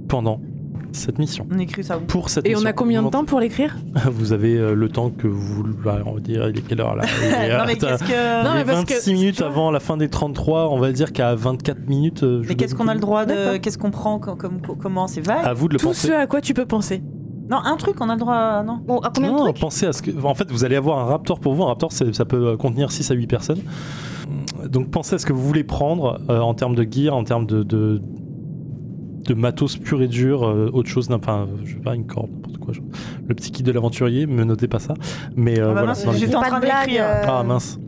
B: pendant cette mission.
A: On écrit ça où
B: Pour cette
C: Et on
B: mission.
C: a combien de temps pour l'écrire
B: Vous avez euh, le temps que vous. bah, on va dire, il est quelle heure là Il est,
A: Non,
B: euh,
A: mais qu'est-ce que.
C: <laughs> Non,
B: il est
C: mais parce que-
B: 26 minutes avant la fin des 33, on va dire qu'à 24 minutes. euh, je
A: Mais
B: dois
A: qu'est-ce
B: vous
A: qu'on a le
B: couper.
A: droit de.
C: D'accord.
A: Qu'est-ce qu'on prend comme, comme- Comment C'est vague
B: À vous de le
C: Tout
B: penser.
C: ce à quoi tu peux penser.
A: Non, un truc, on a le droit. à- Non.
E: Bon, à combien de
B: non,
E: trucs
B: pensez à ce que. En fait, vous allez avoir un Raptor pour vous. Un Raptor, c'est- ça peut euh, contenir 6 à 8 personnes. Donc pensez à ce que vous voulez prendre euh, en termes de gear, en termes de. de de matos pur et dur, euh, autre chose, n'a- enfin, je sais pas, une corde, n'importe quoi. genre. Le petit kit de l'aventurier, me notez pas ça. Mais
A: Ah
B: euh,
A: bah
B: voilà.
A: mince,
B: dans le-
A: J'étais en
E: Pas
A: train
E: de blague,
A: d'écrire.
E: euh,
B: Ah mince.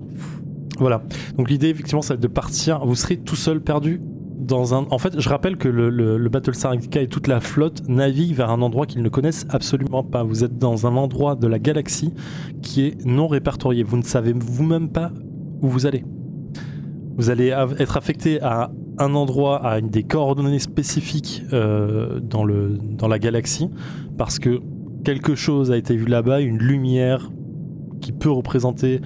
B: Voilà. Donc l'idée, effectivement, c'est de partir. Vous serez tout seul perdu dans un. En fait, je rappelle que le, le, le Battle Star Galactica et toute la flotte naviguent vers un endroit qu'ils ne connaissent absolument pas. Vous êtes dans un endroit de la galaxie qui est non répertorié. Vous ne savez vous-même pas où vous allez. Vous allez av- être affecté à un endroit, à une des coordonnées spécifiques euh, dans, le, dans la galaxie, parce que quelque chose a été vu là-bas, une lumière qui peut représenter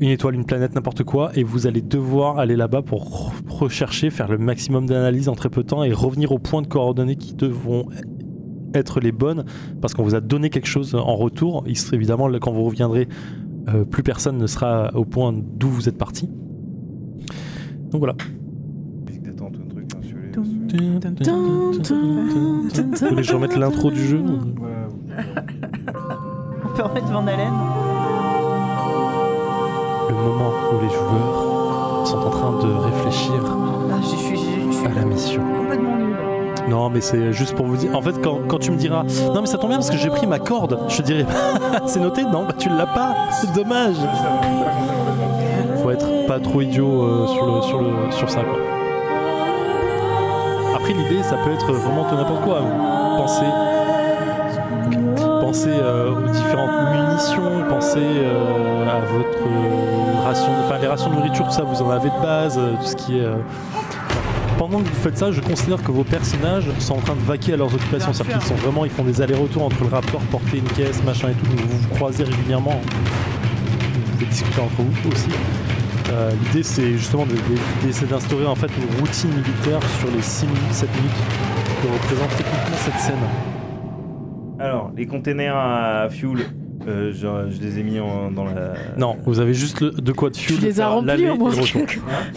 B: une étoile, une planète, n'importe quoi, et vous allez devoir aller là-bas pour re- rechercher, faire le maximum d'analyses en très peu de temps et revenir aux points de coordonnées qui devront être les bonnes, parce qu'on vous a donné quelque chose en retour. Il serait évidemment, là, quand vous reviendrez, euh, plus personne ne sera au point d'où vous êtes parti. Donc voilà.
D: hein,
B: Vous voulez que je remette l'intro du jeu
A: On peut remettre Van Halen.
B: Le moment où les joueurs sont en train de réfléchir
A: Ah, je suis, je suis
B: à la mission.
A: complètement nul.
B: Non, mais c'est juste pour vous dire. En fait, quand, quand tu me diras, non, mais ça tombe bien parce que j'ai pris ma corde, je te dirai, <laughs> c'est noté Non, bah tu l'as pas, c'est dommage. Faut être pas trop idiot euh, sur, le, sur, le, sur ça, quoi. Après, l'idée, ça peut être vraiment tout n'importe quoi. Pensez. Pensez euh, aux différentes munitions, pensez euh, à votre euh, ration, enfin les rations de nourriture, tout ça, vous en avez de base, euh, tout ce qui est euh, pendant que vous faites ça, je considère que vos personnages sont en train de vaquer à leurs occupations.
A: Bien
B: C'est-à-dire qu'ils sont vraiment, ils font des allers-retours entre le rapport, porter une caisse, machin et tout. donc Vous vous croisez régulièrement. Vous pouvez discuter entre vous aussi. Euh, L'idée, c'est justement de- de- d'essayer d'instaurer en fait une routine militaire sur les 6 minutes, 7 minutes que représente techniquement cette scène.
D: Alors, les containers à fuel, euh, je, je les ai mis en- dans la.
B: Non, vous avez juste le- de quoi de fuel.
C: Tu les as
B: faire
C: remplis
B: l'aller
C: au moins.
B: et le retour.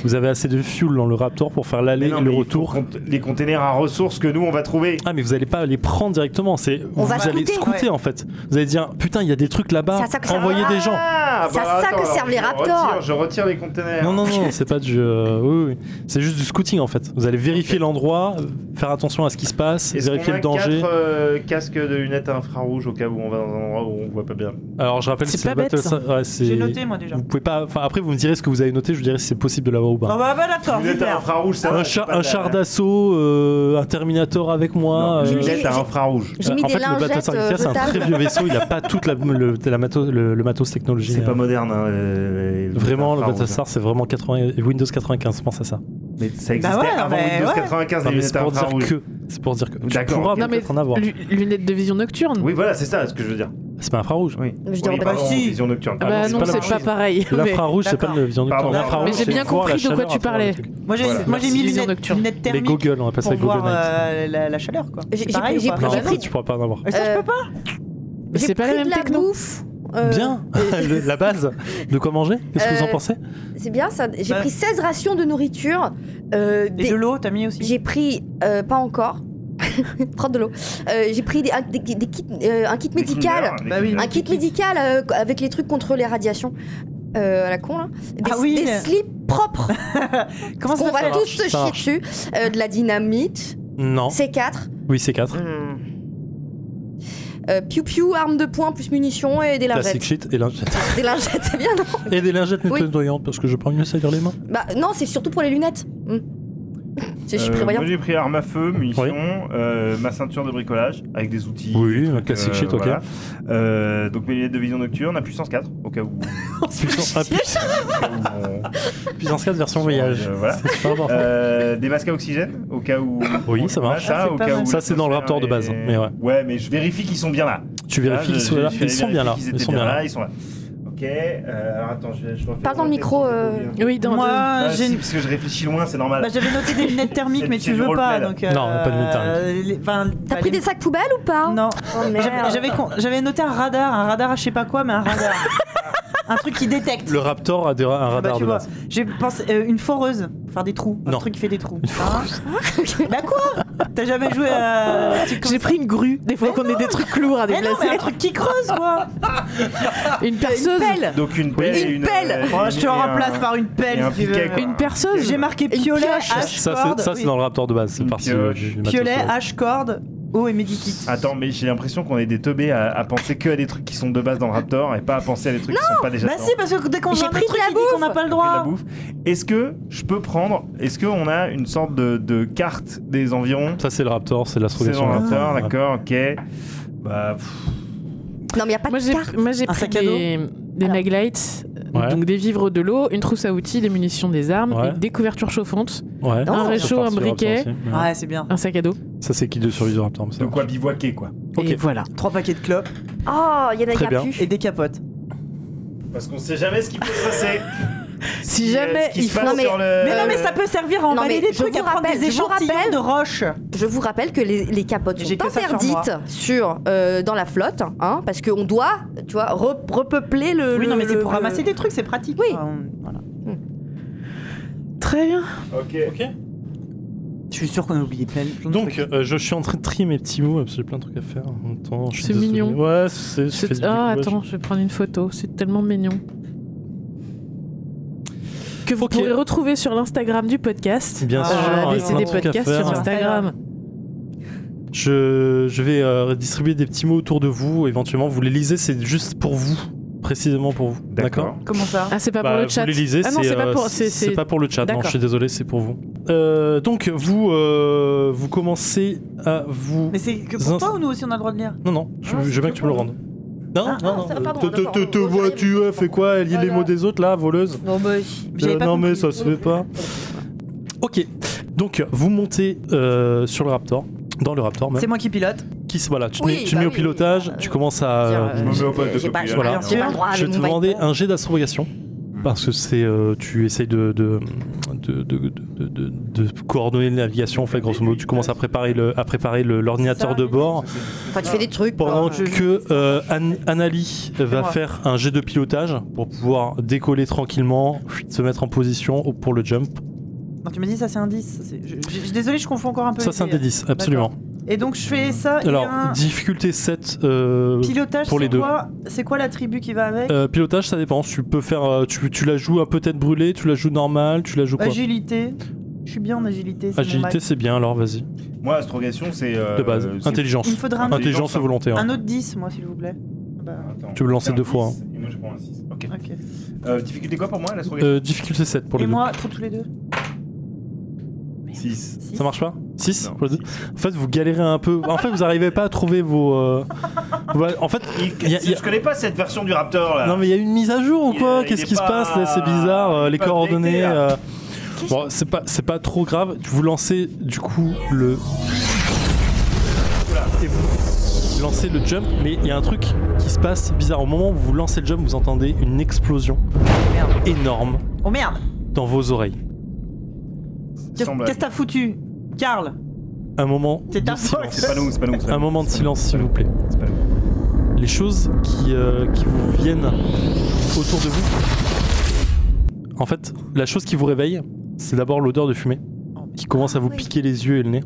B: Vous avez assez de fuel dans le Raptor pour faire l'aller
D: Mais
B: et
D: non,
B: le
D: mais il faut
B: retour.
D: qu'on- Les containers à ressources que nous on va trouver.
B: Ah mais vous allez pas les prendre directement, c'est
E: On
B: vous
E: va
B: allez
E: scouter.
B: scouter en fait. Vous allez dire putain il y a des trucs là-bas,
E: C'est à ça que ça
B: envoyez
E: va.
B: des gens.
D: Ah,
E: C'est à ça que
D: alors,
E: servent les
D: je
E: raptors.
D: retire- je retire les containers.
B: Non non non, c'est pas du, euh, oui, oui. c'est juste du scouting en fait. Vous allez vérifier l'endroit, euh, faire attention à ce qui se passe,
D: Est-ce qu'on
B: vérifier
D: a
B: le danger.
D: quatre, euh, casques de lunettes infrarouges au cas où on va dans un endroit où on voit pas bien.
B: Alors je rappelle que
C: C'est
B: c'est
C: pas bête,
B: Battle-
C: ça.
B: ouais, c'est-
A: J'ai noté moi déjà.
B: Vous pouvez pas. Enfin après vous me direz ce que vous avez noté, je vous dirai si c'est possible de l'avoir ou
A: Ah
B: pas.
A: bah, bah, d'accord,
D: lunettes
A: super.
D: infrarouges, ça. va,
B: Un,
D: c'est
B: char-
D: pas
B: un
D: de la-
B: char d'assaut, euh, un Terminator avec moi.
D: Non,
B: euh, ah,
D: Lunettes à
E: J'ai-
D: infrarouges.
E: J'ai mis
B: en
E: des
B: fait, le Battle
E: lingettes euh,
B: Sargassien, c'est un très
E: jetables.
B: vieux vaisseau. Il a pas toute la, le, la matos, le, le matos technologie.
D: C'est
B: euh,
D: pas moderne. hein, euh, les- les
B: Vraiment, le
D: infrarouges, hein.
B: Battlestar, Bah c'est vraiment 80, Windows 95, pense à ça.
D: Mais ça existait
A: ouais,
D: avant
A: mais
D: Windows
A: ouais.
D: 95,
B: Non,
D: les
B: mais c'est
D: lunettes à
B: pour dire
D: infrarouges.
B: que. C'est pour dire que. Tu
D: D'accord,
B: pourras
D: ok.
C: Non, mais
B: peut-être en avoir.
C: <laughs> lu- lunettes de vision nocturne.
D: Oui, voilà, c'est ça ce que je veux dire.
B: C'est pas infrarouge.
D: Oui,
E: Je dis, on va-
D: pardon,
A: Bah si.
D: vision nocturne.
C: Ah
D: pardon,
C: bah
B: c'est
C: non,
B: pas
C: c'est
B: la
C: pas,
D: l'infrarouge.
C: pareil. Mais-
B: L'infrarouge, c'est pas
A: D'accord.
B: le vision nocturne.
D: Pardon.
B: L'infrarouge,
D: Mais j'ai
B: c'est
C: bien
B: voir la
C: compris de quoi
B: chaleur
C: tu
B: à travers
C: parlais.
B: le truc.
A: Moi j'ai
B: Voilà.
A: moi, j'ai mis
C: Merci, vision
A: lunettes,
C: nocturne.
A: lunettes
B: Les
A: thermiques
B: goggles, on va passer
A: pour
B: à Google
A: voir
B: Night.
A: euh, la, la chaleur quoi.
E: J'ai-
A: C'est
E: j'ai
A: pareil
E: pris-
A: ou
E: j'ai
A: pas
C: euh,
E: pris-
B: Non,
E: j'ai
B: ça, tu pourras pas en avoir. <laughs>
A: Et ça, je
E: Euh,
A: peux pas.
C: Mais
E: j'ai
C: c'est pas la
E: pris
C: même
E: de la
C: techno.
E: bouffe. euh,
B: Bien Le- La base De quoi manger Qu'est-ce que vous en
E: Euh,
B: pensez
E: C'est bien ça. J'ai
A: Bah.
E: pris 16 rations de nourriture. euh,
A: Et
E: des-
A: de l'eau, t'as mis aussi.
E: J'ai pris, euh, pas encore, <laughs> prendre de l'eau. Euh, j'ai pris des- un, des- des kits- euh, un kit médical.
D: Des
A: Bah oui.
E: Un kit médical euh, avec les trucs contre les radiations. Euh, à la con, là. Des,
A: Ah oui.
E: des slips propres.
A: Comment
E: On
A: ça
E: va
A: s'appelle
E: tous se
B: Ça
E: chier dessus. Euh, de la dynamite.
D: Oh.
B: Non.
E: C4.
B: Oui, c'est 4.
E: Euh, piou piou, armes de poing plus munitions et des
B: Classic
E: lingettes.
B: shit et lingettes.
E: Des lingettes, c'est bien, non
B: Et des lingettes
E: Oui.
B: nettoyantes parce que je prends mieux ça dans les mains.
E: Bah non, c'est surtout pour les lunettes. Hmm. Ah, Je suis
D: Euh,
E: prévoyante.
D: moi j'ai pris arme à feu, munitions, euh, ma ceinture de bricolage avec des outils.
B: Oui,
D: des
B: un
D: trucs,
B: classique
D: euh,
B: shit, ok.
D: voilà. Euh, donc mes lunettes de vision nocturne à puissance 4, au
B: <laughs>
D: cas où.
B: Puissance, ah, puissance-
D: au cas où on-
B: puissance 4 version voyage.
D: Euh, voilà.
B: C'est super important.
D: Euh, des masques à oxygène, au cas où.
B: Oui, ça marche.
A: Ah, c'est
D: au
A: pas
D: cas
A: mal.
D: où
B: Ça,
D: je
B: c'est
D: peux
B: dans le
D: faire
B: Raptor de
D: les-
B: base, hein. mais ouais.
D: Ouais, mais je vérifie qu'ils sont bien là.
B: Tu vérifies
D: Ah, je-
B: qu'ils sont là.
D: je- je
B: Ils sont bien là.
D: vérifie qu'ils
B: Ils
D: étaient
B: sont bien là.
D: Ils sont là. Ok. Ok, euh, alors attends, je, je refais.
E: Parle dans le micro, euh,
C: Oui, dans deux-
A: Moi,
D: Ah,
A: j'ai
D: si, parce que je réfléchis loin, c'est normal.
A: Bah, j'avais noté des lunettes thermiques,
D: C'est-
A: mais
D: c'est
A: tu
D: du
A: veux pas.
D: roleplay, là.
A: Donc, euh,
B: Non, pas de lunettes thermiques.
E: T'as pris des sacs poubelles ou pas
A: Bah, Non.
E: Oh, merde.
A: J'avais- J'avais con- j'avais noté un radar, un radar à je sais pas quoi, mais un <laughs> radar. un truc qui détecte.
B: Le Raptor a des ra- un
A: Ah bah,
B: radar
A: tu
B: de
A: vois,
B: base.
A: j'ai pensé euh, une foreuse pour faire des trous, un
B: Non.
A: truc qui fait des trous. Hein <laughs> bah quoi T'as jamais joué à
C: J'ai pris une grue, des fois qu'on ait des trucs lourds à
A: Eh non, mais
C: déplacer.
A: un truc qui creuse quoi. <laughs>
C: Une perceuse
E: Pelle
D: Donc une pelle
E: Une
D: et une.
E: pelle.
D: euh,
A: Oh, je te
D: et un-
A: remplace par une pelle
D: et un
A: si tu veux.
D: piquet, quoi.
C: Une perceuse
A: J'ai marqué piolet,
C: pioche.
A: hache,
B: Ça,
A: corde.
B: c'est- ça, c'est
A: oui.
B: dans le Raptor de base. C'est
D: Une
B: parti.
D: pioche.
B: du- du matos.
A: Piolet, hache, corde, eau et médicite.
D: Attends, mais j'ai l'impression qu'on est des teubés à, à penser que à des trucs qui sont de base dans le Raptor et pas à penser à des trucs qui sont pas déjà
A: Bah
D: dedans.
A: si, parce que dès qu'on
E: J'ai
A: voit un
E: pris de
A: truc,
E: la
A: il dit qu'on n'a pas le
D: J'ai pris de la
A: droit.
D: bouffe. Est-ce que je peux prendre Est-ce qu'on a une sorte de, de carte des environs
B: Ça, c'est le Raptor, c'est
D: C'est dans
B: l'astrogation.
D: le Raptor,
B: Ouais.
D: d'accord, ok. Bah, pff,
E: Non, mais y a pas
C: Moi
E: de
C: j'ai,
E: carte.
C: moi, j'ai
A: Un
C: pris
A: sac à dos
C: des, des
E: Alors.
C: maglites,
B: Ouais.
C: donc des vivres de l'eau, une trousse à outils, des munitions, des armes,
B: Ouais.
C: et des couvertures chauffantes,
B: Ouais.
E: Non,
C: un
E: c'est
C: réchaud, un
B: Parti,
C: briquet,
B: Raptor aussi. Ouais.
A: Ouais, c'est bien.
C: un sac à dos.
B: Ça, c'est qui de survie du Raptor mais hein, ça
D: de
B: va.
D: quoi bivouaquer, quoi.
C: Et voilà.
A: Trois paquets de clopes
E: Oh, il y en a,
B: Très
E: y a
B: bien.
E: plus.
A: et des capotes.
D: Parce qu'on sait jamais ce qui peut se passer.
C: Si
D: Euh,
C: jamais
D: ce qui
C: il
D: se
C: faut.
D: passe
E: Non, mais-
D: sur le-
A: Mais non, mais ça peut servir à
E: Non,
A: emballer
E: mais
A: des
E: je
A: trucs,
E: vous
A: à prendre
E: rappelle,
A: des
E: je vous
A: échantillons
E: rappelle. Euh,
A: de roches.
E: Je vous rappelle que les, les capotes
A: J'ai
E: sont
A: que ça sur
E: interdites sur, euh, dans la flotte, hein, parce qu'on doit, tu vois, re- repeupler le.
A: Oui,
E: le-
A: non, mais c'est
E: le-
A: pour
E: le-
A: ramasser des trucs, c'est pratique.
E: euh, Oui.
A: Enfin, voilà.
C: Très bien.
D: Ok.
A: Je suis sûr qu'on a oublié plein, plein de
B: Donc,
A: trucs.
B: euh, je suis en train de trier mes petits mots, parce que j'ai plein de trucs à faire. en même temps, je suis
C: C'est
B: désolé.
C: mignon.
B: Ouais, c'est. je fais
C: C'est-
B: du
C: Ah,
B: bricolage.
C: attends, je vais prendre une photo. C'est tellement mignon. Que vous
B: Ok.
C: pourrez retrouver sur l'Instagram du podcast.
B: Bien
A: Ah,
B: sûr.
A: ouais,
C: Euh,
B: il y a
C: laisser
B: plein de
C: des
B: trucs à
C: podcasts
B: faire.
C: sur Instagram.
B: Je, je vais euh, distribuer des petits mots autour de vous. Éventuellement, vous les lisez, c'est juste pour vous, précisément pour vous.
D: D'accord.
B: D'accord.
A: Comment ça
C: Ah, c'est pas pour
B: Bah,
C: le chat.
B: Vous les lisez,
C: ah non, c'est pas
B: euh,
C: pour. c'est-
B: c'est- c'est
C: c'est-
B: pas pour le chat. Non,
C: D'accord.
B: je suis désolé, c'est pour vous. Euh, donc, vous, euh, vous commencez à vous.
A: Mais c'est que pour
B: Zin-
A: toi ou nous aussi on a le droit de lire
B: Non, non, je,
D: Ah,
B: je veux bien que tu me le rendes. Non,
A: Ah,
B: non,
E: ah,
B: non.
E: pardon,
B: Te-
E: d'accord,
B: te-
E: on-
B: te
E: on-
B: vois-tu, elle fait quoi Elle lit les mots des autres, là, voleuse
E: Non, bah,
A: J'avais
B: Euh,
A: pas
B: non mais
A: compris.
B: ça se fait pas. Ok, donc vous montez euh, sur le Raptor, dans le Raptor même.
A: C'est moi qui pilote.
B: Qui se- voilà, tu te
E: Oui,
B: mets, tu te
E: bah
B: mets au
E: oui,
B: pilotage,
E: oui, bah,
B: tu
E: oui.
B: commences à. euh,
E: Dire, euh,
D: Je me mets au poste de
E: J'ai pas,
D: copie,
E: j'ai
B: voilà.
E: pas- j'ai pas le
A: Ah,
E: droit
B: je
E: avec
B: vais te
E: mon
B: demander
E: bike.
B: un jet d'astrogation parce que c'est euh, tu essayes de de, de, de, de- de- de coordonner la navigation. En fait, grosso modo, tu commences à préparer le à préparer le- l'ordinateur de bord
E: Enfin,
D: Ah.
E: tu fais des trucs.
B: pendant
E: quoi.
B: que euh, An- Annalie va
A: moi.
B: faire un jet de pilotage pour pouvoir décoller tranquillement, se mettre en position pour le jump.
A: Non, tu m'as dit ça c'est un 10. ça, c'est- Je, je- je- désolée, je confonds encore un peu.
B: Ça,
A: les
B: c'est un
A: dés.
B: des 10, absolument.
A: Et donc je fais ça.
B: Alors,
A: et un
B: difficulté 7. euh,
A: pilotage,
B: pour les
A: c'est
B: deux.
A: quoi C'est quoi l'attribut qui va avec
B: euh, pilotage, ça dépend. Tu peux faire. euh, Tu, tu la joues un peu tête brûlée, tu la joues normale, tu la joues quoi
A: Agilité. Je suis bien en agilité. c'est mon
B: Agilité,
A: max.
B: c'est bien, alors vas-y.
D: Moi, astrogation, c'est. euh,
B: De base.
D: c'est-
B: Intelligence.
A: Il me faudra un,
D: Intelligence.
B: Intelligence ou volonté. hein.
A: un autre 10, moi, s'il vous plaît. Bah,
D: Attends,
B: Tu veux le lancer
D: c'est un
B: deux fois,
D: 10, Et moi, je prends un 6. Ok.
A: ok.
D: Euh, difficulté quoi pour moi, l'astrogation
B: Euh, difficulté 7 pour
A: Et
B: les deux.
A: moi, pour tous les deux
B: Euh,
D: 6.
B: Ça marche pas 6
D: Non,
B: En fait, vous galérez un peu. En fait, vous arrivez pas à trouver vos. euh, Ouais, en fait, il y a- il y a-
D: Je connais pas cette version du Raptor là.
B: Non mais il y a une mise à jour ou
D: Ah. Il-
B: quoi
D: il
B: Qu'est-ce
D: est
B: qui se
D: pas-
B: passe là C'est bizarre, euh,
D: il est
B: les
D: pas
B: coordonnées.
D: updaté, là.
B: euh, Bon, c'est pas c'est pas trop grave. Vous lancez du coup le et vous lancez le jump, mais il y a un truc qui se passe bizarre. Au moment où vous lancez le jump, vous entendez une explosion
A: Merde.
B: énorme
A: Oh merde
B: dans vos oreilles.
A: Qu'est-ce
D: Semble-
A: qu'est-ce que t'as foutu Karl
B: Un moment
A: C'est ta
B: de
A: faute.
B: silence.
D: C'est pas nous, c'est pas nous. c'est pas
B: Un
D: nous.
B: moment de
D: C'est pas nous,
B: silence,
D: c'est
B: s'il
D: pas
B: vous plaît.
D: nous, c'est pas nous.
B: les choses qui, euh, qui vous viennent autour de vous. En fait, la chose qui vous réveille, c'est d'abord l'odeur de fumée
A: Oh,
B: qui commence à vous
E: oui.
B: piquer les yeux et le nez.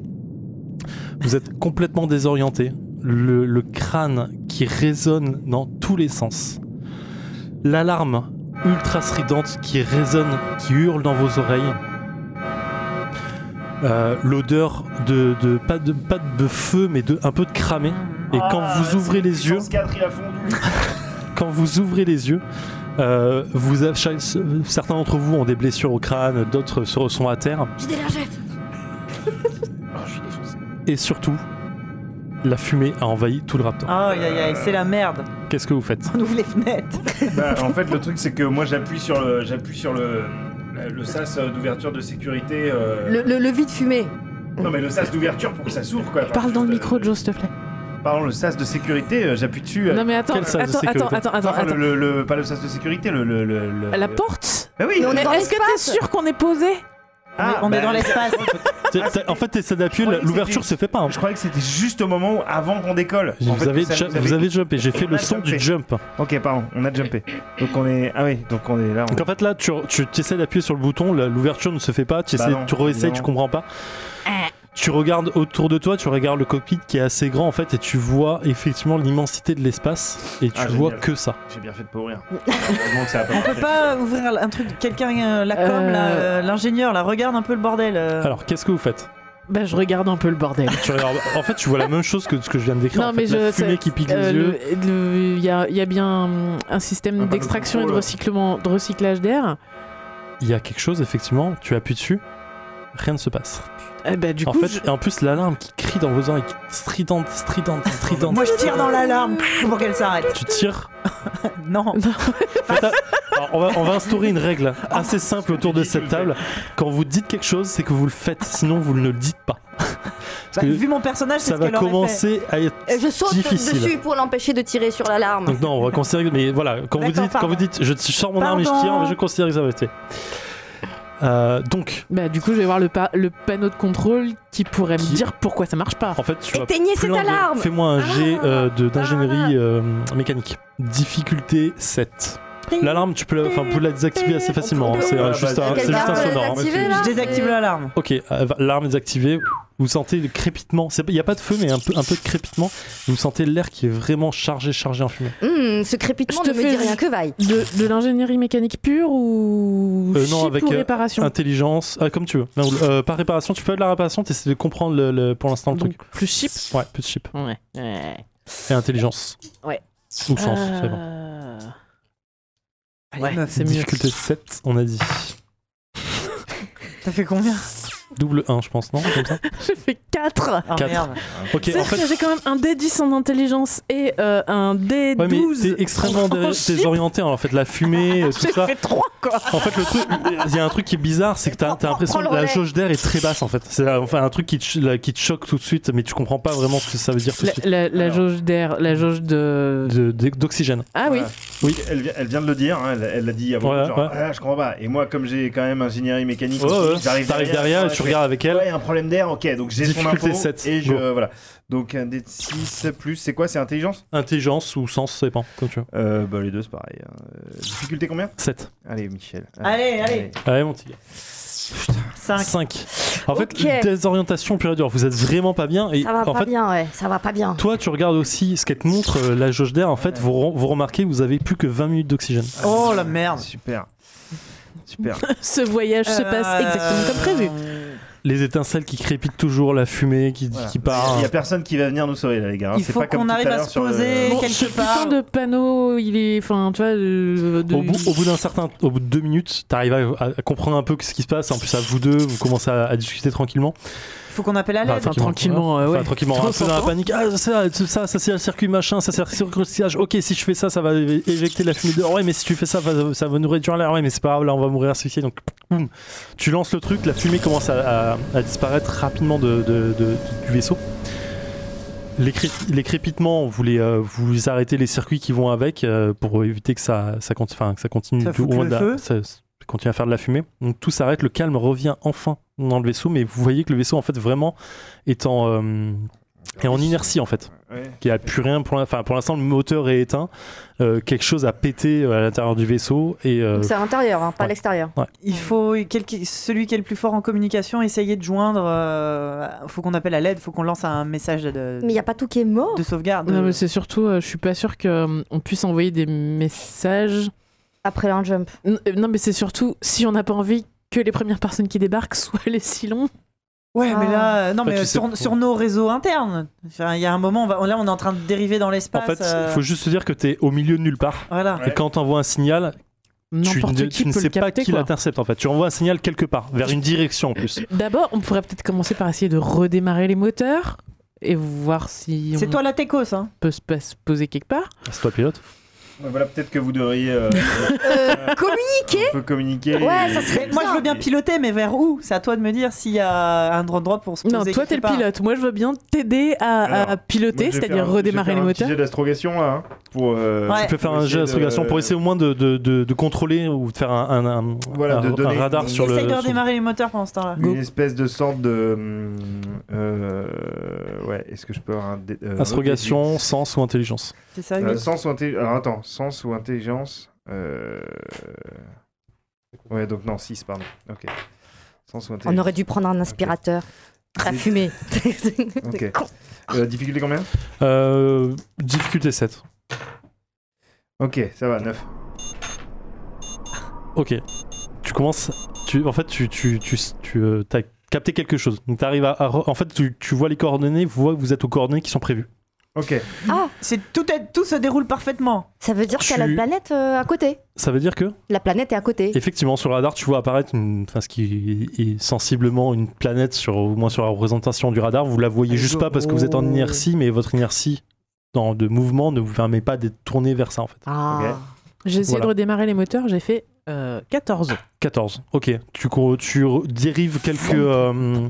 B: Vous êtes complètement désorienté, le, le crâne qui résonne dans tous les sens. L'alarme ultra stridente qui résonne, qui hurle dans vos oreilles. Euh, L'odeur de, de, pas de pas de feu mais de un peu de cramé. Et quand
D: Ah,
B: vous ouvrez
D: c'est
B: les yeux,
D: puissance 4, il a fondu.
B: <laughs> quand vous ouvrez les yeux, euh, vous avez- chaque- certains d'entre vous ont des blessures au crâne, d'autres se- sont à terre.
E: J'ai des lingettes.
B: Et surtout, la fumée a envahi tout le
D: Ah.
B: raptor.
A: Aïe aïe aïe, c'est la merde.
B: Qu'est-ce que vous faites
A: <laughs> On ouvre les fenêtres.
D: Bah, en fait, le truc, c'est que moi, j'appuie sur le, j'appuie sur le, le sas euh, d'ouverture de sécurité. euh,
E: Le, le, le vide fumé.
D: Non, mais le sas d'ouverture pour que ça s'ouvre, quoi. Enfin,
C: Parle dans le
D: juste,
C: micro,
D: euh,
C: Joe, s'il te plaît.
D: Pardon, le sas de sécurité, euh, j'appuie dessus. euh,
C: Non mais attends,
B: Quel sas de
C: attends,
B: sécurité
C: attends, attends,
A: Ah
C: attends,
D: enfin,
C: attends.
D: Le, le- le- pas le sas de sécurité, le. le, le- le-
C: La
D: le-
C: porte
D: Bah oui,
E: Mais on est dans
C: Est-ce que t'es
E: l'espace.
C: sûr qu'on est posé
D: Ah,
A: on est
D: bah,
A: dans <laughs> l'espace.
B: <laughs> T'es- t'es- En fait, t'essaies d'appuyer,
D: Je croyais que
B: l'ouverture se fait pas. hein.
D: <laughs> Je croyais que c'était juste au moment où, avant qu'on décolle. En
B: Vous,
D: fait,
B: avez,
D: ça
B: ju-
D: nous avait-
B: vous avez jumpé, j'ai fait
D: On
B: le
D: a
B: son du
D: jumpé.
B: jump.
D: Ok, pardon, on a jumpé. Donc on est. Ah oui, donc on est là. on-
B: Donc en fait là, tu, tu tu essaies d'appuyer sur le bouton, la- l'ouverture ne se fait pas, tu,
D: Bah
B: essaies,
D: non,
B: tu re-essayes,
D: évidemment.
B: tu comprends pas.
D: Ah.
B: Tu regardes autour de toi, tu regardes le cockpit qui est assez grand en fait, et tu vois effectivement l'immensité de l'espace, et tu
D: Ah,
B: vois
D: génial.
B: que ça.
D: J'ai bien fait de
A: <laughs>
D: pas ouvrir. Heureusement que ça a pas
A: On peut
D: marché.
A: pas ouvrir un truc, quelqu'un, euh, la com,
C: Euh.
A: là, euh, l'ingénieur, là, regarde un peu le bordel. euh.
B: Alors qu'est-ce que vous faites
C: Bah je regarde un peu le bordel.
B: Tu regardes- En fait, tu vois la même chose que ce que je viens de décrire.
C: Non,
B: en fait,
C: mais je-
B: la fumée
C: c'est-
B: qui pique
C: Euh,
B: les yeux.
C: le- le- Il y, a, il y a bien hum, un
D: Un
C: système
D: panneau
C: d'extraction et de,
D: contrôle.
C: recyclement, de recyclage d'air.
B: Il y a quelque chose effectivement. Tu appuies dessus, rien ne se passe.
C: Eh ben, du
B: en
C: coup,
B: fait,
C: je-
B: et en plus l'alarme qui crie dans vos oreilles, qui- stridente,
A: <laughs>
B: stridente, stridente.
A: Moi, je tire dans l'alarme pour qu'elle s'arrête. <laughs>
B: tu tires.
A: Non.
B: Faites un- Alors, on, va, on va instaurer une règle assez simple autour de cette table. Quand vous dites quelque chose, c'est que vous le faites. Sinon, vous ne le dites pas.
A: Bah,
B: que
A: vu mon personnage, c'est
B: Ça
A: ce qu'elle
B: va
A: aurait fait.
B: commencer à être
E: Et Euh, je saute
B: difficile.
E: dessus pour l'empêcher de tirer sur l'alarme.
B: Donc non, on va considérer. Mais voilà, quand vous
A: D'accord,
B: dites, quand vous
A: pardon.
B: dites, je t- je sors mon arme et je
A: Pardon.
B: tire, mais je considère que ça va être. fait. Euh, donc,
C: bah, du coup, je vais voir le, pa- le panneau de contrôle qui pourrait
B: Qui-
C: me dire pourquoi ça marche pas.
B: en fait, tu vas
E: Éteignez
B: plus
E: cette
B: loin de-
E: alarme
B: Fais-moi un jet
E: Ah.
B: euh, de- d'ingénierie euh, mécanique. Difficulté 7. L'alarme, tu peux, la- enfin, vous pouvez la désactiver assez facilement. hein. C'est euh,
D: Ah,
B: juste
D: bah,
B: un,
E: Quelqu'un
B: c'est juste un
E: peut la
B: sonore. hein.
E: désactiver, là
A: Je désactive l'alarme.
B: Ok, euh, l'arme désactivée. Vous sentez le crépitement. C'est- Il n'y a pas de feu, mais un peu, un peu de crépitement. Vous sentez l'air qui est vraiment chargé, chargé en fumée.
E: Hum, ce crépitement
C: Je
E: ne
C: te
E: me
C: fais
E: dit
C: ju-
E: rien que vaille.
C: De, de l'ingénierie mécanique pure ou
B: Euh, non,
C: chip
B: avec,
C: ou
B: euh,
C: réparation
B: Intelligence, ah, comme tu veux. Non, euh, par réparation, tu peux faire de la réparation, tu essaies de comprendre le, le- pour l'instant le
C: Donc
B: truc.
C: plus chip
B: Ouais, plus de chip.
C: Ouais. ouais.
B: Et intelligence.
C: Ouais.
B: Ou sens,
C: Euh,
B: c'est bon.
A: Allez,
C: Ouais,
A: meuf,
C: c'est mieux. <laughs>
B: Difficulté 7, on a dit.
A: t'as fait combien
B: Double 1, je pense, non Comme
C: <laughs>
B: ça
C: J'ai fait 4
A: Ah
B: Quatre.
A: merde.
B: Ok,
C: C'est
B: en
C: que
B: fait,
C: j'ai quand même un D10 en intelligence et euh, un D12.
B: Ouais, mais t'es extrêmement dé-
C: en chip.
B: désorienté. hein, En fait, la
E: <laughs>
B: fumée, euh, tout
C: J'ai
B: ça.
C: fait 3 quoi.
B: En fait, le truc, il y a un truc qui est bizarre, c'est que t'as t'as l'impression
E: prends
B: que la
E: le relais.
B: jauge d'air est très basse. En fait, c'est euh, enfin un truc qui te, ch- là, qui te choque tout de suite, mais tu comprends pas vraiment ce que ça veut dire tout de
C: La,
B: suite.
C: la- la
D: Alors.
C: jauge d'air, la jauge de.
B: De- de- D'oxygène.
C: Ah oui,
D: Voilà. Elle, vi- elle vient de le dire, hein, elle- elle l'a dit avant.
B: Ouais,
D: genre,
B: ouais.
D: Ah, je comprends pas. Et moi, comme j'ai quand même ingénierie mécanique,
B: Ouais, ouais.
D: j'arrive
B: T'arrives derrière et
D: ouais,
B: tu
D: je
B: regardes avec
D: fais,
B: elle.
D: Ouais, un problème d'air, ok, donc j'ai son
B: Difficulté
D: info.
B: sept,
D: Et je,
B: go.
D: voilà. Donc un D6 plus, c'est quoi C'est intelligence
B: Intelligence ou sens, ça dépend, comme tu veux.
D: euh, Bah les deux, c'est pareil. hein. Euh, difficulté combien
B: 7.
D: Allez, Michel.
A: Allez, allez.
B: Allez, mon petit
A: 5.
B: 5. En fait,
E: Ok.
B: désorientation pure et dure. Vous êtes vraiment pas bien. Et
E: Ça va
B: en
E: pas
B: fait,
E: bien, ouais. Ça va pas bien.
B: toi, tu regardes aussi ce qu'elle te montre, euh, la jauge d'air. En fait, vous, re- vous remarquez que vous avez plus que 20 minutes d'oxygène.
A: Oh la merde.
D: Super.
A: <laughs>
D: Super.
C: ce voyage se passe exactement comme prévu.
A: prévu.
B: Les étincelles qui crépitent toujours, la fumée qui,
D: Voilà.
B: qui part.
D: Il y a personne qui va venir nous sauver, là, les gars. hein.
A: Il
D: C'est
A: faut
D: pas comme
A: qu'on
D: tout
A: arrive à
D: l'heure
A: se
D: sur le-
A: poser.
C: Bon,
A: quelque
C: ce
A: part.
C: putain de panneau, il est. Enfin, tu vois, de. de-
B: Au bout, au bout d'un certain, au bout de deux minutes, t'arrives à, à- à comprendre un peu ce qui se passe. En plus, à vous deux, vous commencez à, à discuter tranquillement.
A: Faut qu'on appelle à l'aide.
C: Enfin, tranquillement, euh,
B: Bah, Enfin,
C: ouais.
B: tranquillement. Un peu dans la panique. Ah, ça, ça, ça, ça, c'est le circuit machin. Ça, c'est le circuitage. Ok, si je fais ça, ça va é- éjecter la fumée dehors. Ouais, mais si tu fais ça, va- ça va nous réduire l'air. Ouais, mais c'est pas grave. Là, on va mourir asphyxié. Donc, boum. tu lances le truc. La fumée commence à, à- à disparaître rapidement de, de- de- du vaisseau. Les, cré- les crépitements, vous les, euh, vous arrêtez les circuits qui vont avec euh, pour éviter que ça, ça, cont- enfin, que ça continue
A: Ça
B: du-
A: foute
B: au moins
A: le
B: de la-
A: feu.
B: ça- ça continue à faire de la fumée. Donc tout s'arrête, le calme revient enfin dans le vaisseau, mais vous voyez que le vaisseau en fait vraiment est en, euh, est en inertie en fait.
D: Ouais.
B: Il n'y a plus rien pour l'in- enfin, pour l'instant, le moteur est éteint, Euh, quelque chose a pété euh, à l'intérieur du vaisseau et euh,
E: C'est à l'intérieur, hein, pas
B: ouais.
E: à l'extérieur.
A: Il faut quelqu'un- celui qui est le plus fort en communication essayer de joindre. euh, faut qu'on appelle à l'aide. Faut qu'on lance un message de,
E: Mais il y a pas tout qui est mort.
A: de sauvegarde.
C: Non, mais c'est surtout, euh, je suis pas sûr qu'on puisse envoyer des messages.
E: Après un jump.
C: N- euh, Non, mais c'est surtout, si on n'a pas envie que les premières personnes qui débarquent <laughs> soient les Silons.
A: Ouais, mais
E: Ah.
A: là, euh, non,
B: Toi,
A: mais
B: tu
A: euh,
B: sais
A: sur,
B: pourquoi.
A: sur nos réseaux internes. Enfin, Il y a un moment, on va- là, on est en train de dériver dans
B: en
A: l'espace.
B: fait, il
A: euh,
B: faut juste se dire que tu es au milieu de nulle part.
A: Voilà.
D: Ouais.
B: Et quand t'envoies un signal, tu,
C: N'importe
B: ne,
C: qui
B: tu ne
C: peut
B: sais
C: le capter,
B: pas qui
C: quoi.
B: l'intercepte en fait. Tu envoies un signal quelque part, vers une direction en plus.
C: D'abord, on pourrait peut-être commencer par essayer de redémarrer les moteurs et voir si
A: C'est
C: on
A: toi la techos, hein
C: peut se pas- se poser quelque part.
B: Ah, C'est toi pilote
D: Mais Voilà, peut-être que vous devriez
A: <laughs>
D: euh,
B: <laughs>
E: Euh, communiquer
D: un peu communiquer.
E: Ouais,
D: et-
E: ça serait-
A: Mais moi, je veux bien piloter, mais vers où C'est à toi de me dire s'il y a un endroit pour se poser.
C: Non, toi,
A: quelque
C: t'es le
A: part.
C: pilote. Moi, je veux bien t'aider à, à
D: Alors,
C: piloter,
D: Moi, je vais
C: c'est-à-dire
D: faire un-
C: redémarrer
D: je
C: les
D: vais faire Un
C: moteurs.
D: petit jet d'astrogation là. hein, Pour, euh,
A: Ouais.
B: Tu peux faire
D: pour
B: un
D: essayer
B: jet
D: de-
B: d'astrogation pour essayer au moins de, de- de- de contrôler ou de faire un, un- un-
D: Voilà,
B: un-
D: de
B: un
D: donner-
B: radar sur le.
A: Essaye de
B: sur-
A: redémarrer les moteurs pendant ce temps-là.
D: Une espèce de sorte de. hum, euh, ouais, est-ce que je peux avoir un. dé- euh,
B: Astrogation, sens ou intelligence.
A: C'est ça,
D: Euh,
A: Hugo
D: sens ou intelligence Alors attends, sens ou intelligence euh, Ouais, donc non, 6, pardon. Ok. Sens ou
E: On
D: intelligence.
E: aurait dû prendre un aspirateur. Ça
D: C'est-
E: fumait.
D: Ok. Euh, difficulté combien
B: Euh, difficulté 7.
D: Ok, ça va, 9.
B: Ok. Tu commences. Tu, en fait, tu, tu, tu, tu euh, t'as capté quelque chose. Donc, t'arrives à, à re- En fait, tu, tu vois les coordonnées, vous vois que vous êtes aux coordonnées qui sont prévues.
D: Ok.
E: Ah,
A: C'est- tout, est- tout se déroule parfaitement.
E: ça veut dire qu'il y a
B: Tu-
E: la planète euh, à côté.
B: Ça veut dire que,
E: La planète est à côté.
B: effectivement, sur le radar, tu vois apparaître une. Enfin, ce qui est- est sensiblement une planète, sur, au moins sur la représentation du radar. Vous la voyez juste pas parce que vous êtes en inertie, mais votre inertie dans, de mouvement ne vous permet pas d'être tourné vers ça, en fait.
E: Ah.
C: J'ai essayé
B: Voilà.
C: de redémarrer les moteurs, j'ai fait euh, 14.
B: 14. Ok. Tu, cours- tu re- dérives quelques, euh,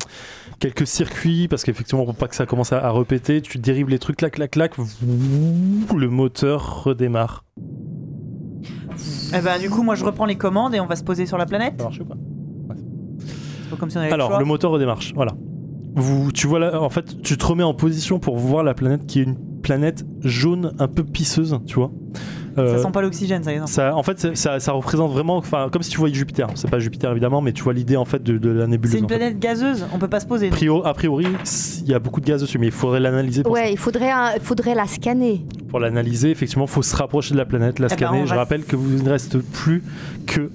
B: quelques circuits, parce qu'effectivement, pour pas que ça commence à, à répéter, tu dérives les trucs, clac, clac, clac, vouh, le moteur redémarre.
A: Eh ben, du coup, moi, je reprends les commandes et on va se poser sur la planète.
B: Ça marche ou pas
A: C'est pas comme si on avait le
B: Alors,
A: choix.
B: le moteur redémarche, voilà. Vous, tu vois là, en fait, tu te remets en position pour voir la planète qui est une planète jaune un peu pisseuse, tu vois. Euh,
A: Ça sent pas l'oxygène, ça, les enfants.
B: ça- en fait, c'est- ça, ça représente vraiment, enfin, comme si tu voyais Jupiter. C'est pas Jupiter évidemment, mais tu vois l'idée en fait de, de la nébuleuse.
A: C'est une
B: en fait.
A: planète gazeuse, on peut pas se poser. donc.
B: Prio- a priori, il y a beaucoup de gaz dessus, mais il faudrait l'analyser. Pour,
E: Ouais, il faudrait, un- il faudrait la scanner.
B: pour l'analyser, effectivement, il faut se rapprocher de la planète, la
A: Eh ben,
B: scanner.
A: on
B: Je
A: va-
B: rappelle que vous ne reste plus que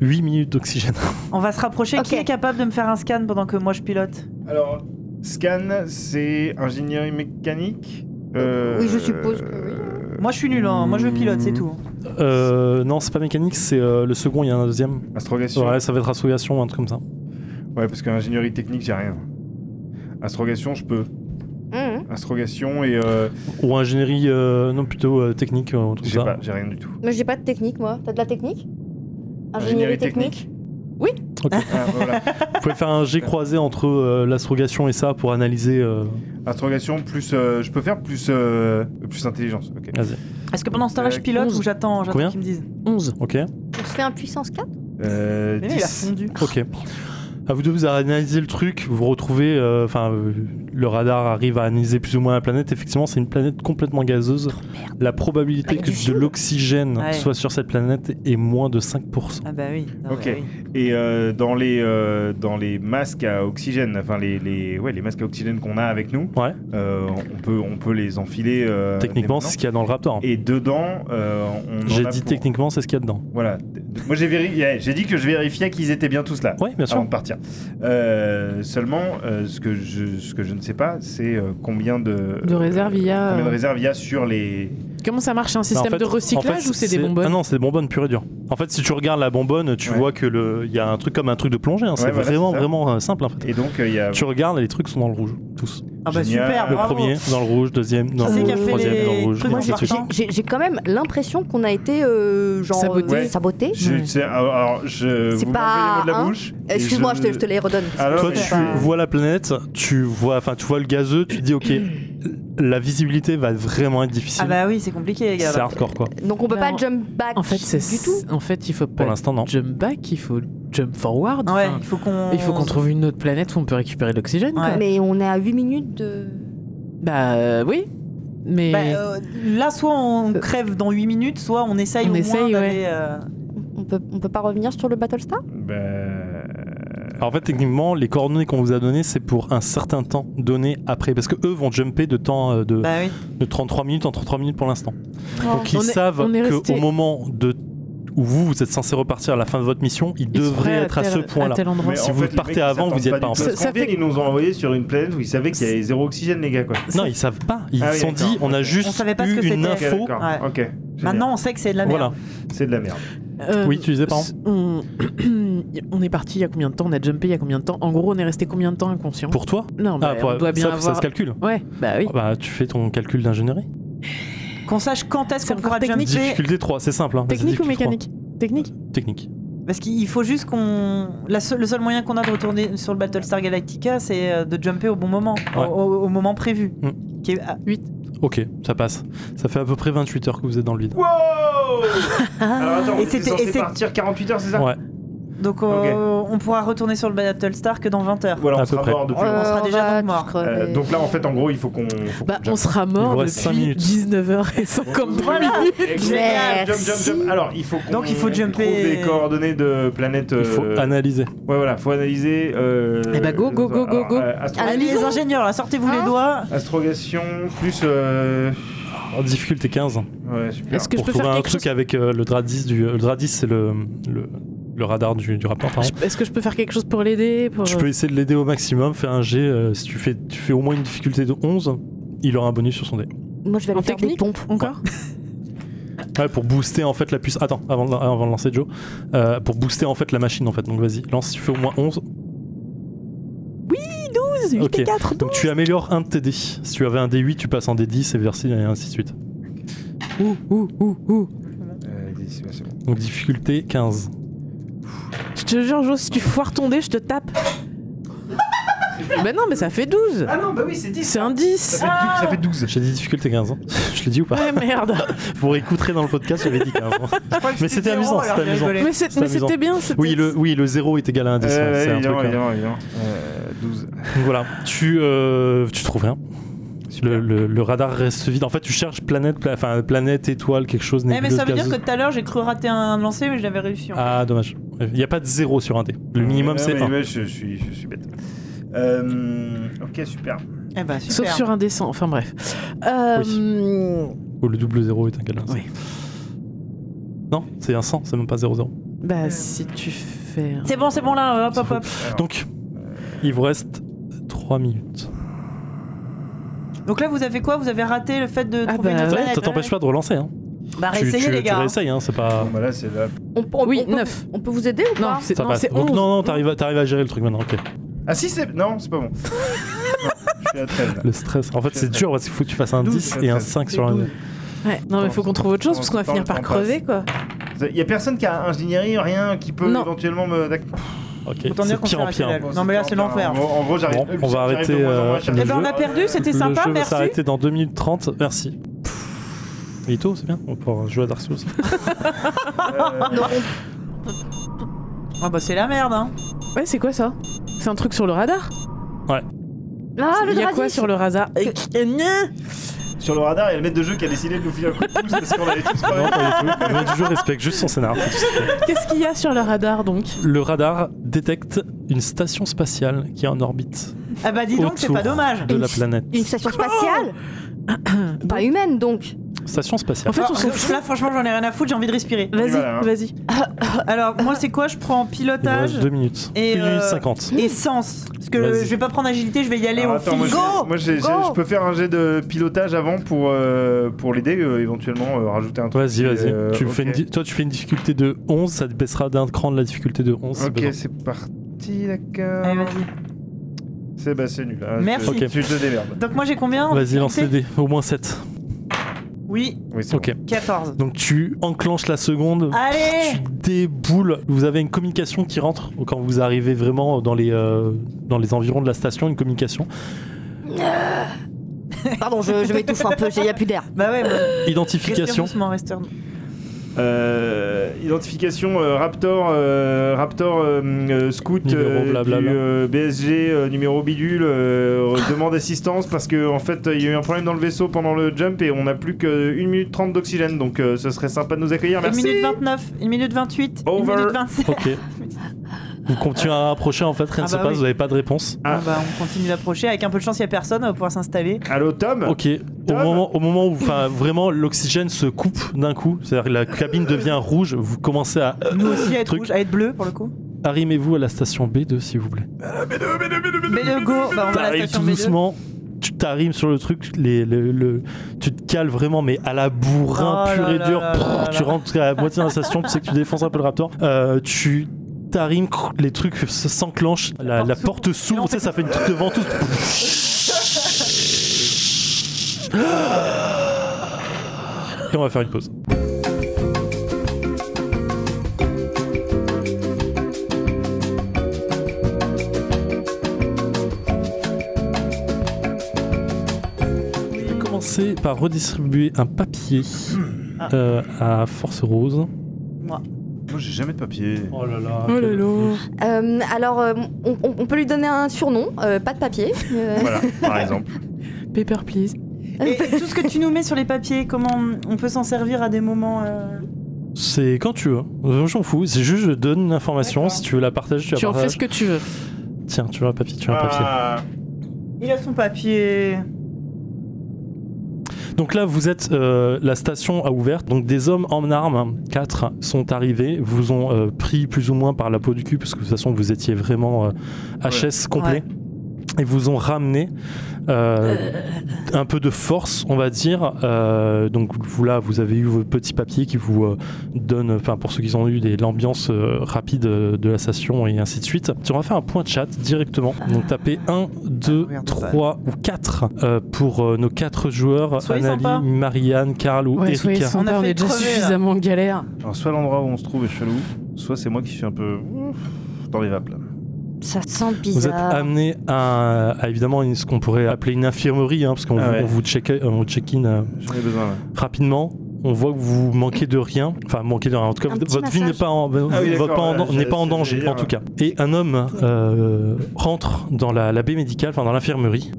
B: 8 minutes d'oxygène.
A: On va se rapprocher.
E: Ok.
A: Qui est capable de me faire un scan pendant que moi je pilote
D: Alors, scan, c'est ingénierie mécanique Euh,
E: Oui, je suppose que oui.
D: euh,
A: Moi je suis nul, hein. moi je pilote, c'est tout.
B: Euh, non, c'est pas mécanique, c'est euh, le second, il y a un deuxième.
D: Astrogation.
B: Ouais, ça va être astrogation ou un truc comme ça.
D: Ouais, parce qu'ingénierie technique, j'ai rien. Astrogation, je peux.
E: Mhm.
D: Astrogation et. euh,
B: Ou ingénierie, euh, non, plutôt euh, technique, euh, un truc
D: j'ai
B: comme ça.
D: pas, j'ai rien du tout.
E: Mais j'ai pas de technique, moi. T'as de la technique
D: Ingénierie technique. Ah, voilà.
B: Vous pouvez faire un jet croisé entre euh, l'astrogation et ça pour analyser. euh,
D: Astrogation plus. euh, je peux faire plus. euh, plus intelligence. Ok.
B: Vas-y.
A: Est-ce que pendant ce temps-là je
D: Euh,
A: pilote
C: 11.
A: ou j'attends j'attends
B: Combien Euh,
A: qu'ils me disent
C: 11.
B: Ok.
E: On se fait un puissance 4
D: Euh,
A: Mais il a
D: 10.
A: fondu.
B: Ok. À vous deux, vous analysez le truc, vous vous retrouvez, euh, enfin, euh, le radar arrive à analyser plus ou moins la planète. Effectivement, c'est une planète complètement gazeuse. La probabilité
E: Avec
B: que
E: du
B: de
E: fioul.
B: l'oxygène
A: Ouais.
B: soit sur cette planète est moins de 5%.
A: Ah bah oui. non,
D: Ok.
A: mais oui.
D: Et euh, dans, les, euh, dans les masques à oxygène, enfin les, les, ouais, les masques à oxygène qu'on a avec nous,
B: Ouais.
D: euh, on, peut, on peut les enfiler. euh,
B: techniquement,
D: dès
B: c'est ce qu'il y a dans le Raptor.
D: maintenant. Et dedans, euh, on. en
B: J'ai
D: a
B: dit
D: pour-
B: techniquement, c'est ce qu'il y a dedans.
D: Voilà. Moi j'ai vérifié, ouais, j'ai dit que je vérifiais qu'ils étaient bien tous là.
B: Oui, bien sûr.
D: Avant de partir. Euh, seulement, euh, ce, que je, ce que je ne sais pas, c'est euh, combien de,
C: De réserve il y a,
D: combien de
C: euh,
D: réserves il y a sur les.
C: Comment ça marche C'est
B: Bah,
C: un
B: en
C: système
B: fait-
C: de recyclage
B: en fait,
C: ou c'est des bonbonnes
B: Ah non, c'est des bonbonnes pure et dure. En fait, si tu regardes la bonbonne, tu
D: Ouais.
B: vois que le, il y a un truc comme un truc de plongée. hein. C'est
D: Ouais, voilà,
B: vraiment,
D: c'est ça.
B: vraiment euh, simple. En fait.
D: Et donc, euh, il y a.
B: Tu regardes, les trucs sont dans le rouge, tous.
A: Ah bah
D: Génial.
A: super,
B: Le
A: bravo.
B: premier dans le rouge, deuxième dans
A: Qui
B: le
A: c'est qui a
B: rouge,
A: fait
B: troisième
A: les
B: dans le rouge.
A: trucs
B: et
E: Moi,
A: en
B: ainsi
E: j'ai-
B: de suite.
A: partant
E: j'ai j'ai quand même l'impression qu'on a été euh, genre
C: Saboté.
E: euh, saboté.
D: Je,
C: Ouais.
D: c'est- alors, alors, je.
E: C'est
D: vous
E: pas
D: m'enlevez les mots de la
E: un.
D: bouche. et
E: Excuse-moi, je... te- je te les redonne.
D: Alors,
B: Toi,
D: mais
B: tu
D: pas-
B: vois la planète, tu vois, enfin, tu vois le gazeux, tu te dis, ok, la visibilité va vraiment être difficile.
A: Ah bah oui, c'est compliqué les gars.
B: c'est
A: là.
B: hardcore, quoi.
E: Donc on peut
C: Non.
E: pas jump back
C: En fait, c'est
E: du tout.
C: En fait, il faut
B: Pour
C: pas
B: l'instant, non.
C: jump back, il faut jump forward.
A: Ouais,
C: Enfin,
A: il faut qu'on.
C: il faut qu'on trouve une autre planète où on peut récupérer de l'oxygène.
A: Ouais.
C: quoi.
E: Mais on est à 8 minutes de.
C: Bah euh, oui, mais
A: Bah, euh, là, soit on
E: Euh.
A: crève dans 8 minutes, soit on essaye
C: On
A: au moins
C: essaye,
A: d'aller.
C: ouais.
A: euh,
E: On peut, on peut pas revenir sur le Battlestar
D: Bah, Ben,
B: Alors, en fait, techniquement, les coordonnées qu'on vous a données, c'est pour un certain temps donné après. Parce que eux vont jumper de temps euh, de,
A: Bah oui.
B: de 33 minutes en 33 minutes pour l'instant. Donc, ils
C: On est-
B: savent
C: on est
B: qu'au
C: resté-
B: moment de, où vous, vous êtes censé repartir à la fin de votre mission, ils,
C: ils sont
B: devraient
C: prêts
B: être à
C: tel-
B: ce point-là.
C: tel endroit.
D: mais
B: si
D: en
B: vous
D: fait, les
B: partez
D: mecs, ils
B: avant, vous
D: s'attendent
B: y êtes
D: pas
B: pas,
D: du
B: en
D: tout à
C: fait.
D: ce
C: Ça
D: qu'on
C: fait-
D: vienne, Ils nous ont envoyés sur une planète où ils savaient qu'il y avait zéro oxygène, les gars, quoi.
B: Non, ils savent pas. Ils
D: Ah
B: se
D: oui,
B: sont
D: d'accord,
B: dit, on a
D: ok.
B: juste
A: On savait pas ce
B: eu
A: que
B: une
A: c'était.
D: Ok,
B: info.
D: d'accord.
A: Ouais.
D: Ok. génial.
A: Maintenant, on sait que c'est de la merde.
B: Voilà.
D: c'est de la merde.
C: Euh,
B: Oui, tu disais, pardon.
C: On... <clears throat> on est parti il y a combien de temps On a jumpé il y a combien de temps En gros, on est resté combien de temps inconscient
B: Pour toi
C: Non, bah,
B: pour-
C: on doit bien
B: ça, ça
C: avoir.
B: se calcule. Ah
C: ouais, bah oui.
B: Bah, tu fais ton calcul d'ingénierie.
A: qu'on sache quand est-ce
C: C'est
A: qu'on
C: encore
A: pourra
C: technique.
A: jumper.
B: Difficulté 3, c'est simple. hein. Vas-y,
C: Technique ou
B: difficulté
C: mécanique Technique
B: 3. Technique.
A: Parce qu'il faut juste qu'on. la seule- le seul moyen qu'on a de retourner sur le Battlestar Galactica, c'est euh, de jumper au bon moment, au-
B: Ouais.
A: au, au moment prévu.
B: Mm.
A: Qui est- ah,
B: Ok, ça passe. Ça fait à peu près 28 heures que vous êtes dans le vide.
D: Wow <laughs> Alors attends,
A: Et
D: on était
A: c'était- et
D: censé
A: c'est-
D: partir 48 heures, c'est ça
B: Ouais.
A: Donc euh, on pourra retourner sur le Battlestar que dans 20 heures.
D: Ou alors
B: À
D: on
B: peu
D: sera
B: près.
D: mort
C: Oh
E: Oh
D: depuis
A: Euh,
D: longtemps.
A: sera déjà
E: va
A: donc mort.
E: crever.
D: Euh, donc là, en fait, en gros, il faut qu'on. faut
C: Bah,
D: qu'on
C: on
D: jump.
C: sera
B: Il vous
C: mort
B: reste cinq
C: depuis
B: minutes.
C: 19h53 minutes.
D: Exact. Jump, jump, jump.
E: Merci.
D: Alors, il faut qu'on
A: Donc, il faut jumper.
D: trouve des coordonnées de planète.
B: Il faut
D: euh,
B: analyser.
D: Ouais, voilà, faut analyser. Euh...
C: Eh ben, go, go, go, go, go.
D: euh, astro-
E: Allez.
A: Allez les ingénieurs, là, sortez-vous les
E: Hein
A: doigts.
D: Astrogation plus. Euh...
B: En difficulté 15.
D: Ouais, super.
C: Est-ce que je
B: pour
C: peux faire
B: trouver un
C: quelque
B: truc
C: chose
B: avec euh, le drap 10 du. euh, Le drap 10, c'est le, le, le radar du, du rapport. pardon.
C: Est-ce que je peux faire quelque chose pour l'aider pour...
B: Tu peux essayer de l'aider au maximum, faire un jet. euh, si tu fais, tu fais au moins une difficulté de 11, il aura un bonus sur son dé.
E: Moi, je vais
C: En
E: aller faire des
C: technique
E: pompes.
C: euh, Encore
B: Ouais, pour booster en fait la puissance. Attends, avant de, avant de lancer Joe. Euh, pour booster en fait la machine en fait. Donc vas-y, lance, tu fais au moins 11. Ok.
C: 8 et 4,
B: Donc tu améliores un de tes dés. Si tu avais un D8, tu passes en D10 et versi- et ainsi de suite.
C: Ouh, ouh, ouh, ouh.
D: Euh, dix, ouais, c'est bon.
B: Donc difficulté 15.
C: Je te jure, Jo, si tu foires ton dé, je te tape. mais non, mais ça fait 12.
D: Ah non, bah oui, c'est 10.
C: C'est un 10.
D: Ça fait, dou- ça fait 12.
B: J'ai dit difficulté 15. hein. <laughs> Je l'ai dit ou pas
C: Ah, merde.
B: Vous écouterez dans le podcast, j'avais dit 15. hein. <laughs> Mais c'était
A: zéro,
B: amusant,
A: alors
B: c'était
A: j'ai
B: amusant.
A: rigolé.
C: <laughs> Mais c'est-
B: C'est
C: mais
B: amusant.
C: c'était bien. c'était-
B: Oui, le, oui, le 0 est égal à un 10. ouais,
D: Euh,
B: c'est un truc,
D: évidemment,
B: hein.
D: évidemment, évidemment. Euh, 12.
B: Donc voilà, tu, euh, tu trouves rien. Le, le- le radar reste vide. En fait, tu cherches planète, pla- enfin planète, étoile, quelque chose.
A: Eh, mais
B: nébuleuse,
A: ça veut dire
B: gazeuse.
A: que tout à l'heure j'ai cru rater un lancer, mais je l'avais réussi. hein. en fait.
B: Ah, dommage. Il n'y a pas de 0 sur un dé. Le minimum,
D: Euh,
B: c'est
D: mais-
B: 1.
D: mais Je, je suis, je suis bête. Euh, ok, super.
A: Eh ben, super.
C: Sauf sur un dessin, enfin bref. Euh,
B: Ou le double 0 est égal à un 100.
C: Oui.
B: Non, c'est un 100, c'est même pas 0-0.
C: Bah, si tu fais. un-
A: C'est bon, c'est bon là, hop,
B: C'est
A: hop,
B: fou.
A: hop.
B: Donc, il vous reste 3 minutes.
A: Donc là, vous avez quoi Vous avez raté le fait de
C: Ah
A: trouver
C: bah,
A: une autre
C: ouais,
A: planète.
B: ça t'empêche pas de relancer. Hein.
A: Bah,
B: tu,
A: réessayez
B: tu-
A: les
B: tu
A: gars.
B: réessayes, hein, c'est
D: Bon,
B: pas.
D: bah là, c'est là.
E: On, on-
C: Oui,
E: on peut-
C: 9.
E: on peut vous aider ou
C: Non,
E: pas
C: c'est
B: Ça
C: non,
B: passe.
C: c'est
B: Donc,
C: 11.
B: non, non, t'arrives à, t'arrives à gérer le truc maintenant. ok.
D: Ah si, c'est. Non, c'est
B: <laughs>
D: pas bon. Non, je suis à 13.
B: Le stress. En fait, c'est
D: Treize.
B: dur parce qu'il faut que tu fasses un
D: Douze.
B: 10 et un 5 sur un dé.
C: Ouais. Non, mais faut qu'on trouve autre chose parce qu'on va finir par crever quoi.
D: Il y a personne qui a ingénierie, rien qui peut
C: Non.
D: éventuellement me. d'ac-
B: Ok,
A: Autant dire
B: c'est
A: qu'on
B: pire
A: fait
B: en
A: rater
B: pire.
A: la-
B: hein.
A: Non, mais là, c'est
D: en-
A: l'enfer.
D: En gros, en gros, j'arrive.
B: Bon, on va
D: j'arrive de
B: arrêter,
D: moins en moins
B: euh,
D: à chercher.
B: le
A: Eh ben, on a perdu, c'était
B: Le
A: sympa,
B: jeu va
A: merci.
B: s'arrêter dans 2 minutes 30. Merci. Et tôt, c'est bien. On peut jouer à Dark <laughs> Souls.
D: Euh,
A: Ah bah, c'est la merde, hein.
C: Ouais, c'est quoi ça C'est un truc sur le radar
E: Ah, le
C: Il y a
E: drap
C: quoi
E: dix.
C: sur le radar
D: Sur le radar, il y a le maître de jeu qui a décidé de nous filer un coup de pouce parce qu'on avait tous
B: Non,
D: parlé.
B: pas du tout. Le maître du jeu respecte juste son scénar.
C: Qu'est-ce qu'il y a sur le radar donc
B: Le radar détecte une station spatiale qui est en orbite
A: Ah bah, dis donc, c'est
B: Autour
A: pas dommage.
B: de la
E: Une-
B: planète.
E: Une station <coughs> spatiale Pas humaine donc.
B: Station spatiale.
C: En fait, on s'en
A: Alors,
C: fout.
A: là, franchement, j'en ai rien à foutre, j'ai envie de respirer.
C: Vas-y,
D: voilà, hein.
C: vas-y.
A: Alors, moi, c'est quoi Je prends
B: Il vous reste
A: pilotage
B: 2 minutes.
A: Et,
B: 1
A: euh,
B: minute 50.
A: et sens. Parce que
B: Vas-y.
A: je vais pas prendre agilité, je vais y aller
D: Alors,
A: au
D: attends,
A: fil.
D: moi,
A: Go
D: je- moi, j'ai- j'ai-
E: Go
D: je peux faire un jet de pilotage avant pour, euh, pour l'aider, euh, éventuellement euh, rajouter un truc.
B: Vas-y, vas-y.
D: Euh,
B: tu
D: ok.
B: fais une di- Toi, tu fais une difficulté de 11, ça te baissera d'un cran de la difficulté de 11. si
D: Ok,
B: besoin.
D: c'est parti, d'accord.
A: Allez, vas-y.
D: C'est bah, c'est nul. hein,
A: Merci.
D: je- Tu te démerdes.
A: Donc, moi, j'ai combien en
B: Vas-y, lance les
A: difficulté
B: dés. Au moins 7.
A: Oui,
D: Oui, c'est
B: Ok.
A: 14.
B: Donc tu enclenches la seconde.
A: Allez
B: Tu déboules. Vous avez une communication qui rentre quand vous arrivez vraiment dans les, euh, dans les environs de la station, une communication.
E: Pardon, je, je m'étouffe un peu, il n'y a plus d'air.
A: Bah ouais, bah, respire
B: Identification.
A: doucement, respire.
D: bon. Euh, identification euh, Raptor, euh, Raptor euh, euh, Scout
B: Numéro
D: euh,
B: blablabla.
D: du euh, BSG euh, numéro bidule euh, demande assistance parce que en fait il y a eu un problème dans le vaisseau pendant le jump et on n'a plus que 1 minute 30 d'oxygène donc euh, ce serait sympa de nous accueillir.
A: Une
D: Merci.
A: minute 29, une minute 28,
D: Over.
A: une minute 27.
B: Ok. Vous continuez à approcher en fait, rien ne
A: Ah
B: se
A: bah
B: passe,
A: oui.
B: vous n'avez pas de réponse.
A: Ah bah, on continue d'approcher. Avec un peu de chance, il n'y a personne, on va pouvoir s'installer.
D: Allô Tom
B: Ok. Au
D: Tom
B: moment, au moment où enfin, vraiment l'oxygène se coupe d'un coup, c'est-à-dire que la cabine devient rouge, vous commencez à
A: Nous aussi, à être
B: Euh, Truc.
A: rouge, à être bleu pour le coup.
B: arrimez-vous à la station B2 s'il vous plaît.
A: Mais le go, bah, on va à la
B: T'arrives
A: station
B: tout
A: B2.
B: doucement, tu t'arrimes sur le truc, les, le- le- tu te cales vraiment, mais à la bourrin,
A: Oh
B: pur
A: là
B: et
A: là
B: dur.
A: là
B: prrr,
A: là
B: tu
A: là.
B: rentres à la moitié dans la station, tu sais que tu défonces un peu le raptor. Euh, tu t'arrimes, crrr, les trucs se- s'enclenchent, la, la porte s'ouvre, tu sais, ça fait une truc
A: <laughs>
B: devant tout. et on va faire une pause. Je vais commencer par redistribuer un papier
A: Ah.
B: euh, à Force Rose.
D: Moi, j'ai jamais de papier.
B: Oh là là.
C: Oh là là.
E: Euh, alors, euh, on, on- on peut lui donner un surnom, euh, pas de papier. Euh,
D: Voilà, <laughs> par exemple.
C: Paper, please.
A: Et tout ce que tu nous mets sur les papiers, comment on- on peut s'en servir à des moments. euh,
B: C'est quand tu veux. Je m'en fous. C'est juste, je donne une information.
A: D'accord.
B: Si tu veux la partager, tu la
C: Tu en fais
B: partages.
C: ce que tu veux.
B: Tiens, tu veux un papier, tu veux un papier.
D: Ah,
A: Il a son papier.
B: Donc là, vous êtes. euh, la station a ouvert. Donc des hommes en armes, 4 sont arrivés, vous ont euh, pris plus ou moins par la peau du cul, parce que de toute façon, vous étiez vraiment euh, HS complet. Et vous ont ramené euh, un peu de force, on va dire. Euh, donc vous là, vous avez eu vos petits papiers qui vous euh, donnent, enfin pour ceux qui ont eu des l'ambiance euh, rapide euh, de la station et ainsi de suite. Tu vas faire un point de chat directement. Donc tapez 1, 2,
A: regarde pas.
B: 3 ou 4 euh, pour euh, nos 4 joueurs,
A: Soyez
B: Annalie,
A: sympas.
B: Marianne, Karl ou
C: Ouais, soyez
B: Erika.
A: On a
C: sympa, on
A: fait
C: est déjà
A: crever, là.
C: suffisamment en galère.
D: Alors, soit l'endroit où on se trouve est chelou, soit c'est moi qui suis un peu ouf, dans les vapes là.
E: Ça
B: Vous
E: sent
B: êtes euh,
E: bizarre.
B: amené à, à, évidemment une- ce qu'on pourrait appeler une infirmerie, hein, parce qu'on
D: Ah
B: vous-
D: ouais.
B: on vous, check, on check in euh,
D: J'en ai besoin là.
B: rapidement. On voit que vous manquez de rien. Enfin, manquez de rien. En tout cas,
E: Un petit
B: votre vie n'est
E: massage.
B: pas en,
D: Ah oui,
B: votre
D: d'accord,
B: pas en-
D: ouais,
B: n'est
D: j'ai-
B: pas en
D: j'ai
B: danger,
D: dit,
B: en
D: ouais.
B: tout cas. Et un homme euh, rentre dans la, la baie médicale, enfin dans l'infirmerie.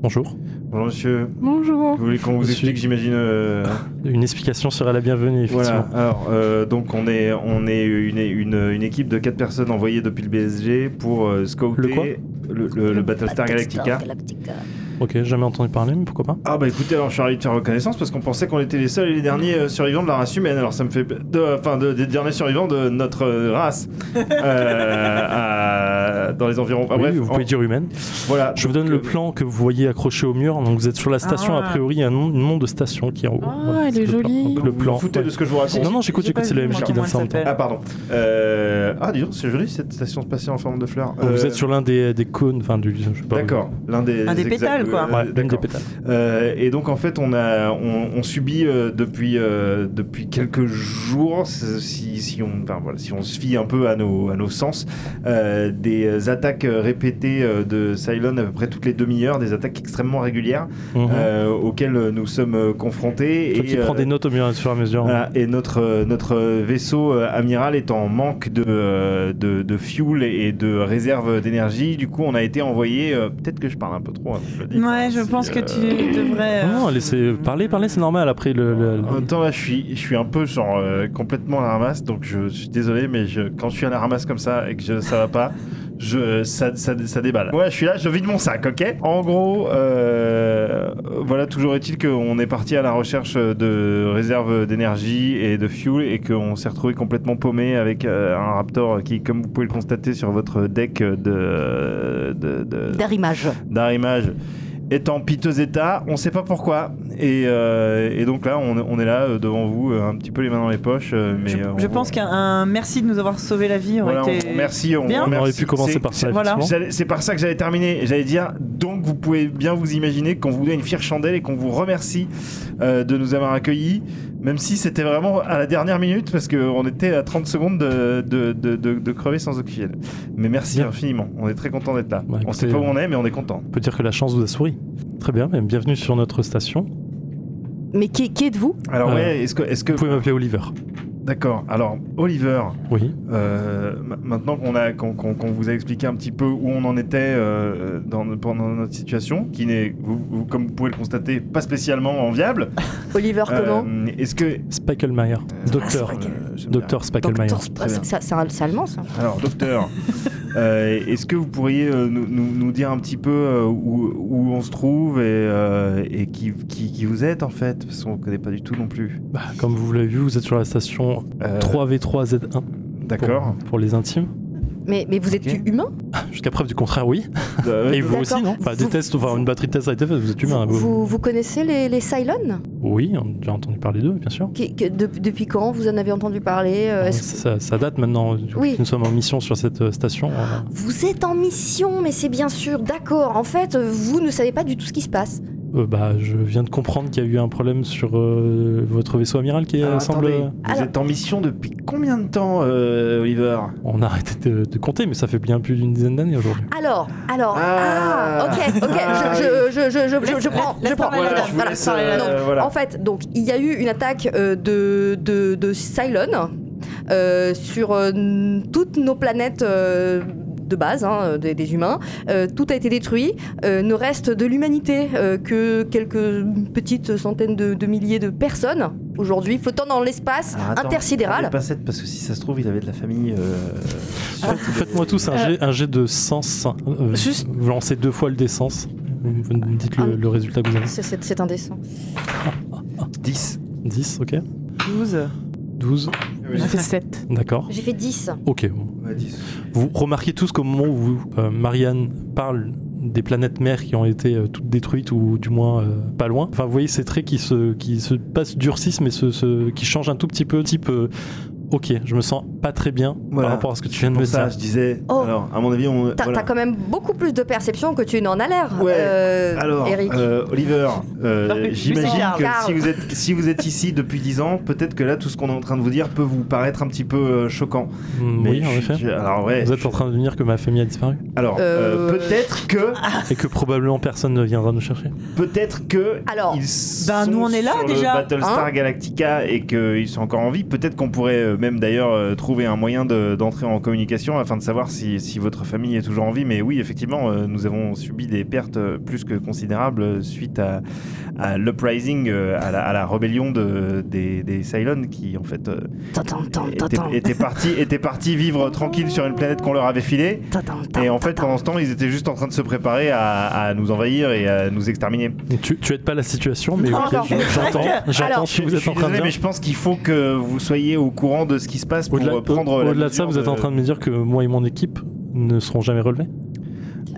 B: Bonjour.
D: Bonjour monsieur,
C: Bonjour.
D: vous voulez qu'on vous
B: Monsieur.
D: explique, j'imagine. euh,
B: Une explication serait la bienvenue, <laughs> effectivement.
D: Voilà. Alors, euh, donc on est, on est une, une, une équipe de 4 personnes envoyées depuis le BSG pour euh, scouter
B: Le quoi
D: le, le- le Battlestar Galactica.
E: Galactica.
B: Ok, jamais entendu parler, mais pourquoi pas.
D: Ah bah écoutez, alors je suis ravi de faire reconnaissance parce qu'on pensait qu'on était les seuls et les derniers euh, survivants de la race humaine. Alors ça me fait... de- Enfin, de- des derniers survivants de notre
A: <laughs>
D: euh, race. Euh, à- dans les environs... Ah,
B: Oui,
D: bref,
B: vous
D: en-
B: pouvez dire humaine.
D: voilà.
B: Je vous donne
D: Donc,
B: le
D: euh,
B: plan que vous voyez accroché au mur. Donc vous êtes sur la station,
A: Ah.
B: a priori, il y a un nom, nom de station qui est en haut.
C: Ah,
B: Voilà,
C: elle
B: c'est
C: est
B: le plan.
C: jolie.
B: Donc, le
D: vous
B: plan.
D: vous foutez
B: ouais.
D: de ce que je vous raconte.
B: Non, non, j'écoute,
A: J'ai
B: j'écoute,
A: pas
B: c'est le
A: vu,
B: MJ
A: moi,
B: qui donne
A: comment
B: ça en
A: elle
B: même temps.
A: s'appelle.
D: Ah pardon. Euh, Ah dis donc, c'est joli cette station spatiale en forme de fleur.
B: Donc, Vous
D: Euh,
B: êtes sur l'un des, des cônes, enfin du. je sais pas.
D: D'accord, l'un des,
A: Un des
D: exacts-
A: pétales, quoi.
B: Ouais,
D: euh,
B: l'une des
D: d'accord.
B: pétales.
D: Euh, et donc en fait on a on, on subit euh, depuis euh, depuis quelques jours c- si, si on enfin, voilà, si on se fie un peu à nos à nos sens euh, des attaques euh, répétées euh, de Cylon à peu près toutes les demi-heures des attaques extrêmement régulières
B: Mhm.
D: euh, auxquelles nous sommes euh, confrontés
B: Toi qui
D: euh,
B: prends des notes au mur au fur et à mesure.
D: voilà, et notre, euh, notre vaisseau euh, amiral est en manque de, euh, de, de fuel et de réserve d'énergie. Du coup, on a été envoyé. euh, Peut-être que je parle un peu trop. hein, je le dis.
A: Ouais, je
D: Si,
A: pense que
D: euh,
A: tu devrais.
B: Non,
A: euh,
B: non, laissez parler, parler, c'est normal. Après le. le- le-
D: En même temps, là, je suis, je suis un peu genre euh, complètement à la ramasse, donc je, suis désolé, mais je, quand je suis à la ramasse comme ça et que je, ça va pas, je, ça, ça, ça déballe. Ouais, je suis là, je vide mon sac, ok En gros, euh, voilà, toujours est-il qu'on est parti à la recherche de réserves d'énergie et de fuel et qu'on s'est retrouvé complètement paumé avec euh, un Raptor qui, comme vous pouvez le constater sur votre deck de- de- de,
E: Darimage.
D: d'arrimage est en piteux état, on sait pas pourquoi. Et, euh, et donc là, on, on est là euh, devant vous, euh, un petit peu les mains dans les poches. euh, mais
A: je
D: euh, on
A: je
D: vous-
A: pense qu'un un merci de nous avoir sauvé la vie aurait
D: voilà, on
A: été.
D: vous remercie, on vous
A: bien. On
B: On aurait
D: remercie.
B: pu commencer
D: C'est-
B: par ça.
A: voilà.
B: effectivement.
D: j'allais- C'est par ça que j'allais terminer. J'allais dire, donc vous pouvez bien vous imaginer qu'on vous donne une fière chandelle et qu'on vous remercie euh, de nous avoir accueillis, même si c'était vraiment à la dernière minute parce qu'on était à 30 secondes de, de, de- de- de crever sans oxygène. Mais merci
B: Bien.
D: infiniment. On est très content d'être là.
B: Bah,
D: on sait
B: écoutez,
D: pas où on est, mais on est content.
B: On peut dire que la chance vous a souri. Très bien, mais bienvenue sur notre station. Vous
E: Mais qui, qui êtes-vous
D: Alors
B: Euh,
D: ouais, est-ce que, est-ce que
B: pouvez m'appeler Oliver.
D: D'accord. Alors, Oliver,
B: Oui.
D: euh, ma- maintenant qu'on a- qu'on- qu'on- qu'on vous a expliqué un petit peu où on en était euh, dans, pendant notre situation, qui n'est, vous- vous- comme vous pouvez le constater, pas spécialement enviable.
E: Oliver comment
D: euh, Est-ce que
B: Speckelmeyer. Docteur.
E: Ah, c'est vrai
D: Euh, j'aime
B: Docteur Speckelmeyer.
E: Docteur
D: très bien.
E: Sp- ça- ça- C'est allemand ça.
D: bien. Alors, docteur,
B: <laughs>
D: euh, est-ce que vous pourriez euh, nous, nous- nous dire un petit peu euh, où, où on se trouve et, euh, et qui, qui- qui vous êtes en fait Parce qu'on ne connaît pas du tout non plus.
B: Bah, comme vous l'avez vu, vous êtes sur la station
D: Euh,
B: 3V3Z1
D: D'accord.
B: pour les intimes.
E: Mais, mais vous êtes
D: Ok.
E: humain
B: Jusqu'à preuve du contraire, oui.
D: Euh,
B: Et vous
E: D'accord.
B: aussi, non Enfin, des
E: Vous-
B: tests, enfin, une batterie de tests a été faite, vous êtes humain.
E: vous,
B: vous-
E: vous, vous connaissez les, les Cylons
B: Oui, on a déjà entendu parler d'eux, bien sûr.
E: Qui- que- de- Depuis quand vous en avez entendu parler
D: Ah,
E: Euh, est-ce que-
B: ça, ça date maintenant, du coup,
E: Oui.
B: que nous sommes en mission sur cette euh, station. euh,
E: Vous êtes en mission, mais c'est bien sûr, d'accord. En fait, vous ne savez pas du tout ce qui se passe.
B: euh, bah, je viens de comprendre qu'il y a eu un problème sur euh, votre vaisseau amiral qui euh,
D: Alors,
B: semble.
D: attendez, vous
E: Alors-
D: êtes en mission depuis combien de temps, euh, Oliver
B: On a arrêté de, de compter, mais ça fait bien plus d'une dizaine d'années aujourd'hui.
E: Alors, alors, ah,
D: Ah.
E: ok, ok,
D: Ah,
E: je, je, je, je, je- je,
A: Laisse-
E: je prends,
A: laisse
E: je prends.
A: parler la dame,
E: Voilà,
D: je vous
E: voilà.
D: laisse, euh,
E: Donc,
D: voilà.
E: En fait, donc il y a eu une attaque euh, de de, de Cylon euh, sur euh, toutes nos planètes. euh, de base, hein, des, des humains. Euh, tout a été détruit. Euh, ne reste de l'humanité euh, que quelques petites centaines de, de milliers de personnes aujourd'hui, flottant dans l'espace
D: Alors, attends,
E: intersidéral.
D: prends des pincettes, parce que si ça se trouve, il avait de la famille. euh, sur
E: Ah.
D: tous les-
B: Faites-moi tous
E: Euh.
B: un, jet, un jet de sens. Euh,
C: Juste-
B: Vous lancez deux fois le dessens. Vous vous me dites le,
E: Ah.
B: le résultat que vous avez.
E: C'est- C'est c'est indécent.
D: 10.
B: 10, ok.
A: 12.
B: 12,
C: J'ai fait 7.
B: d'accord.
E: J'ai fait 10.
B: Ok, bon. Vous remarquez tous qu'au moment où euh, Marianne parle des planètes mères qui ont été euh, toutes détruites ou du moins euh, pas loin. Enfin, vous voyez ces traits qui se, qui se passent durcissent mais se, se- qui changent un tout petit peu. Type, euh, ok, je me sens pas très bien
D: Voilà.
B: par rapport à ce que tu viens de
D: Pour
B: me
D: ça,
B: dire.
D: je disais.
E: Oh.
D: Alors, à mon avis, on.
E: T'as
D: voilà.
E: t'as quand même beaucoup plus de perception que tu n'en as l'air,
D: Ouais.
E: euh,
D: Alors,
E: Eric.
D: euh, Oliver, euh,
A: Non, mais lui,
D: j'imagine
A: c'est
E: Karl.
D: que
E: Karl.
D: si vous, êtes, si vous êtes ici depuis 10 ans, peut-être que là, tout ce qu'on est en train de vous dire peut vous paraître un petit peu euh, choquant.
B: Mm, oui,
D: Mais
B: en
D: je-
B: effet.
D: je- alors, ouais.
B: Vous êtes en train de me dire que ma famille a disparu
D: Alors, euh,
E: Euh,
D: peut-être que.
B: et que probablement personne ne viendra nous chercher.
D: Peut-être que.
E: Alors,
D: ils sont
A: ben, nous, on est là,
D: sur le
A: déjà.
D: Battlestar
E: Hein
D: Galactica et qu'ils sont encore en vie. Peut-être qu'on pourrait euh, même d'ailleurs euh, trouver un moyen de- d'entrer en communication afin de savoir si, si votre famille est toujours en vie. Mais oui, effectivement, euh, nous avons subi des pertes euh, plus que considérables euh, suite à, à l'uprising, euh, à, la, à la rébellion de, des, des Cylons qui en fait euh,
E: T'entends,
D: étaient, étaient
E: <laughs>
D: partis, étaient partis vivre tranquille sur une planète qu'on leur avait filée. Et en fait, pendant ce temps, ils étaient juste en train de se préparer à, à nous envahir et à nous exterminer.
B: Tu, tu aides pas la situation, mais
E: Non,
B: ok,
E: alors,
B: j'entends, j'entends
E: alors,
B: ce que vous
D: Je
B: êtes
D: suis
B: en train de
D: désolé,
B: dire.
D: mais je pense qu'il faut que vous soyez au courant de ce qui se passe pour
B: Au-delà
D: euh, prendre la
B: au- au-delà de ça,
D: mesure
B: vous êtes en train de me dire que moi et mon équipe ne seront jamais relevés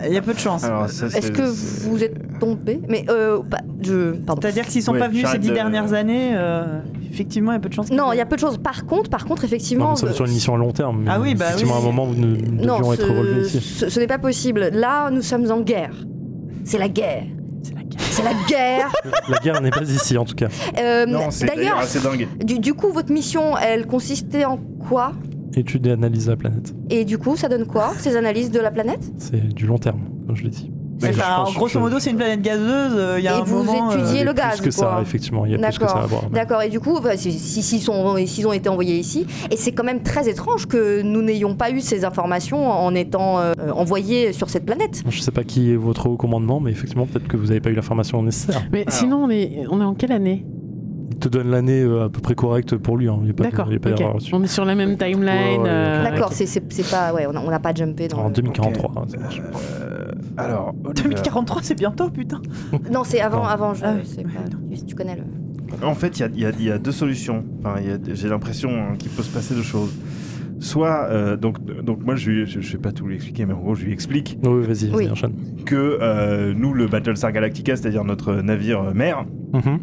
A: Il y a peu de chance.
D: Alors, ça,
E: Est-ce
D: c'est-
E: que
D: c'est-
E: vous êtes tombé Mais euh, bah, je. Pardon.
A: C'est-à-dire que s'ils sont
D: Ouais,
A: pas venus ces
D: j'arrête
A: dix
D: de-
A: dernières années, euh, effectivement, il y a peu de chance.
E: Non, il y a peu de choses. Par contre, par contre,
B: Non,
E: effectivement.
B: nous sommes
E: euh,
B: sur une mission à long terme. mais
A: Ah oui, bah
B: effectivement,
A: oui.
B: à un moment, vous ne, nous
E: Non,
B: devions
E: ce,
B: être relevés ici.
E: ce- ce n'est pas possible. Là, nous sommes en guerre. C'est la guerre.
A: C'est la
B: <laughs>
A: guerre.
E: C'est la guerre.
B: La guerre n'est pas ici, en tout cas.
E: Euh,
D: Non, c'est d'ailleurs
E: D'ailleurs,
D: assez dingue.
E: du, du coup, votre mission, elle consistait en quoi
B: Étude et analyse de la planète.
E: Et du coup, ça donne quoi Ces analyses de la planète
B: C'est du long terme, comme je l'ai dit.
A: Enfin,
B: je pense
A: en grosso
B: que-
A: modo, c'est une planète gazeuse. euh, Il y a
E: Et
A: un
E: vous
A: moment. euh,
E: étudiez
B: Il y a
E: le
B: plus
E: gaz,
B: que ça,
E: quoi.
B: effectivement. Il y a plus que ça à voir.
E: D'accord, et du coup, bah, si- si- s'ils sont- s'ils ont été envoyés ici, et c'est quand même très étrange que nous n'ayons pas eu ces informations en étant euh, envoyés sur cette planète.
B: Je sais pas qui est votre haut commandement, mais effectivement, peut-être que vous n'avez pas eu l'information nécessaire.
C: Mais sinon, on est, on est en quelle année
B: Il te donne l'année euh, à peu près correcte pour lui. hein. Il n'y a pas,
C: D'accord.
B: il y a pas
C: ok.
B: d'erreur là-dessus.
C: On est sur la même timeline.
B: Ouais, ouais,
C: euh,
B: Ah,
E: D'accord,
B: ok.
E: c'est- c'est c'est pas. Ouais, on a- on n'a pas jumpé dans.
B: En
E: le-
B: 2043, hein, ça marche.
D: Euh, alors, Oliver,
A: 2043, c'est bientôt, putain.
E: Non, c'est avant,
B: Non.
E: avant. Je,
A: Ah,
E: c'est pas- tu- tu connais le.
D: en fait, il y a- il y, a- il y a deux solutions. Enfin, il y a- J'ai l'impression hein, qu'il peut se passer deux choses. Soit, euh, donc, donc moi, je ne sais pas tout lui expliquer, mais en gros, je lui explique
B: Oui, vas-y, vas-y,
E: Oui.
B: enchaîne.
D: que euh, nous, le Battlestar Galactica, c'est-à-dire notre navire euh, mère,
B: Mhm.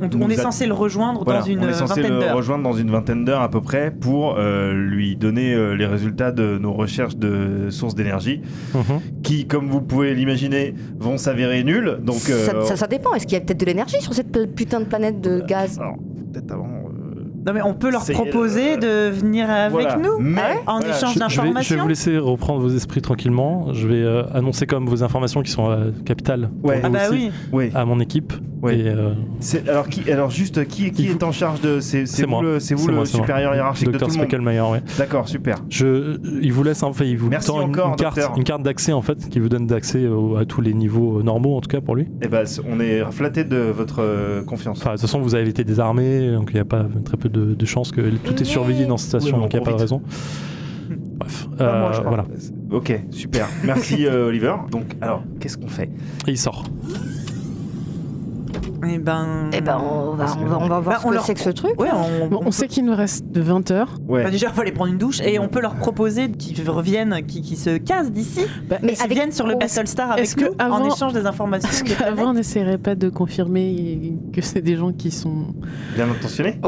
A: On,
D: Nous
A: on est
D: a-
A: censé le rejoindre
D: Voilà,
A: dans une euh,
D: on est censé
A: vingtaine
D: le
A: d'heures.
D: rejoindre dans une vingtaine d'heures à peu près pour euh, lui donner euh, les résultats de nos recherches de sources d'énergie
B: Mhm.
D: qui, comme vous pouvez l'imaginer, vont s'avérer nulles. Donc,
E: ça,
D: euh,
E: ça- ça dépend. Est-ce qu'il y a peut-être de l'énergie sur cette pla- putain de planète de gaz
D: alors, peut-être avant. euh,
A: Non, mais on peut leur
D: C'est- euh,
A: proposer de venir avec
D: voilà.
A: nous
D: Mais-
A: en
D: voilà,
A: échange
B: Je- je, vais, je vais
A: d'informations.
B: vous laisser reprendre vos esprits tranquillement. Je vais euh, annoncer quand même vos informations qui sont euh, capitales pour
D: Ouais.
B: nous
A: Ah bah
B: aussi,
A: oui.
D: Oui.
B: à mon équipe.
D: Ouais.
B: Et, euh,
D: C'est- Alors, qui, alors juste, qui, qui
B: Il faut-
D: est en charge de. C'est
B: C'est
D: c'est vous
B: moi.
D: le, c'est vous
B: C'est
D: le
B: moi, c'est moi.
D: supérieur hiérarchique de
B: Dr.
D: tout le monde.
B: Speckelmeyer, ouais.
D: D'accord, super.
B: Je, il vous laisse, hein, enfin, il vous
D: Merci
B: tend une,
D: encore,
B: une carte,
D: docteur.
B: une carte d'accès en fait, qui vous donne d'accès au- à tous les niveaux euh, normaux en tout cas pour lui.
D: Eh ben, c- on est flatté de votre euh, confiance.
B: Enfin, de toute façon, vous avez été désarmé, donc il n'y a pas très peu de, de chances que tout est surveillé dans cette station,
D: Oui, mais on
B: donc il n'y a pas de
D: profite.
B: raison. Bref,
D: Pas moi,
B: euh,
D: je crois.
B: voilà.
D: Ok, super.
B: <laughs>
D: Merci euh, Oliver. Donc, alors, qu'est-ce qu'on fait
B: Et il sort.
A: Eh ben.
E: Eh ben, on va,
D: Parce
E: on
D: que-
E: va, on va voir
A: Bah,
E: ce
A: on
E: que
A: leur-
E: c'est que ce truc.
A: Ouais, on,
C: Bon,
A: on
C: on sait qu'il nous reste de 20 <laughs> heures.
A: Bah,
D: Ouais.
A: déjà, il faut aller prendre une douche et on peut leur proposer qu'ils reviennent, qu'ils qu'ils se casent d'ici,
E: Mais
A: qu'ils
E: avec-
A: viennent sur le
E: oh,
A: Battlestar avec
C: est-ce que
A: nous en
C: avant-
A: échange des informations.
C: Parce
A: des planètes.
C: qu'avant,
A: <laughs>
C: on n'essaierait pas de confirmer que c'est des gens qui sont.
D: Bien intentionné.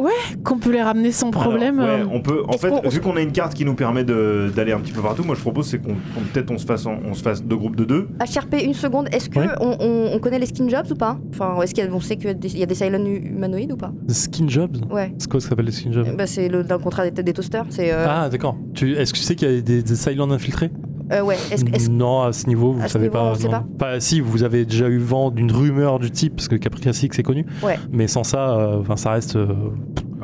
C: qu'on peut les ramener sans problème.
D: Alors, ouais,
C: euh,
D: on peut. En fait,
E: qu'on-
D: vu qu'on a une carte qui nous permet de- d'aller un petit peu partout, moi je propose c'est qu'on qu'on- peut-être on se fasse en- on se fasse deux groupes de deux.
E: HRP, une seconde, est-ce que
B: Ouais.
E: on, on- on connaît les skin jobs ou pas Enfin, est-ce qu'on sait qu'il y a des- il y a des silent humanoïdes ou pas
B: Skin jobs
E: Ouais.
B: C'est quoi ça s'appelle les skin jobs
D: Euh.
E: Bah, c'est le d'un contrat des, des toasters. C'est euh,
B: Ah d'accord. Tu- Est-ce que tu sais qu'il y a des, des Silent infiltrés
E: euh, ouais. Est-ce que- est-ce-
B: Non, à ce niveau, vous
E: à ce
B: savez
E: niveau,
B: pas.
E: on sait
B: non.
E: pas.
B: si, vous avez déjà eu vent d'une rumeur du type, parce que Capri Classique c'est connu.
E: Ouais.
B: Mais sans ça, euh, enfin, ça reste. euh,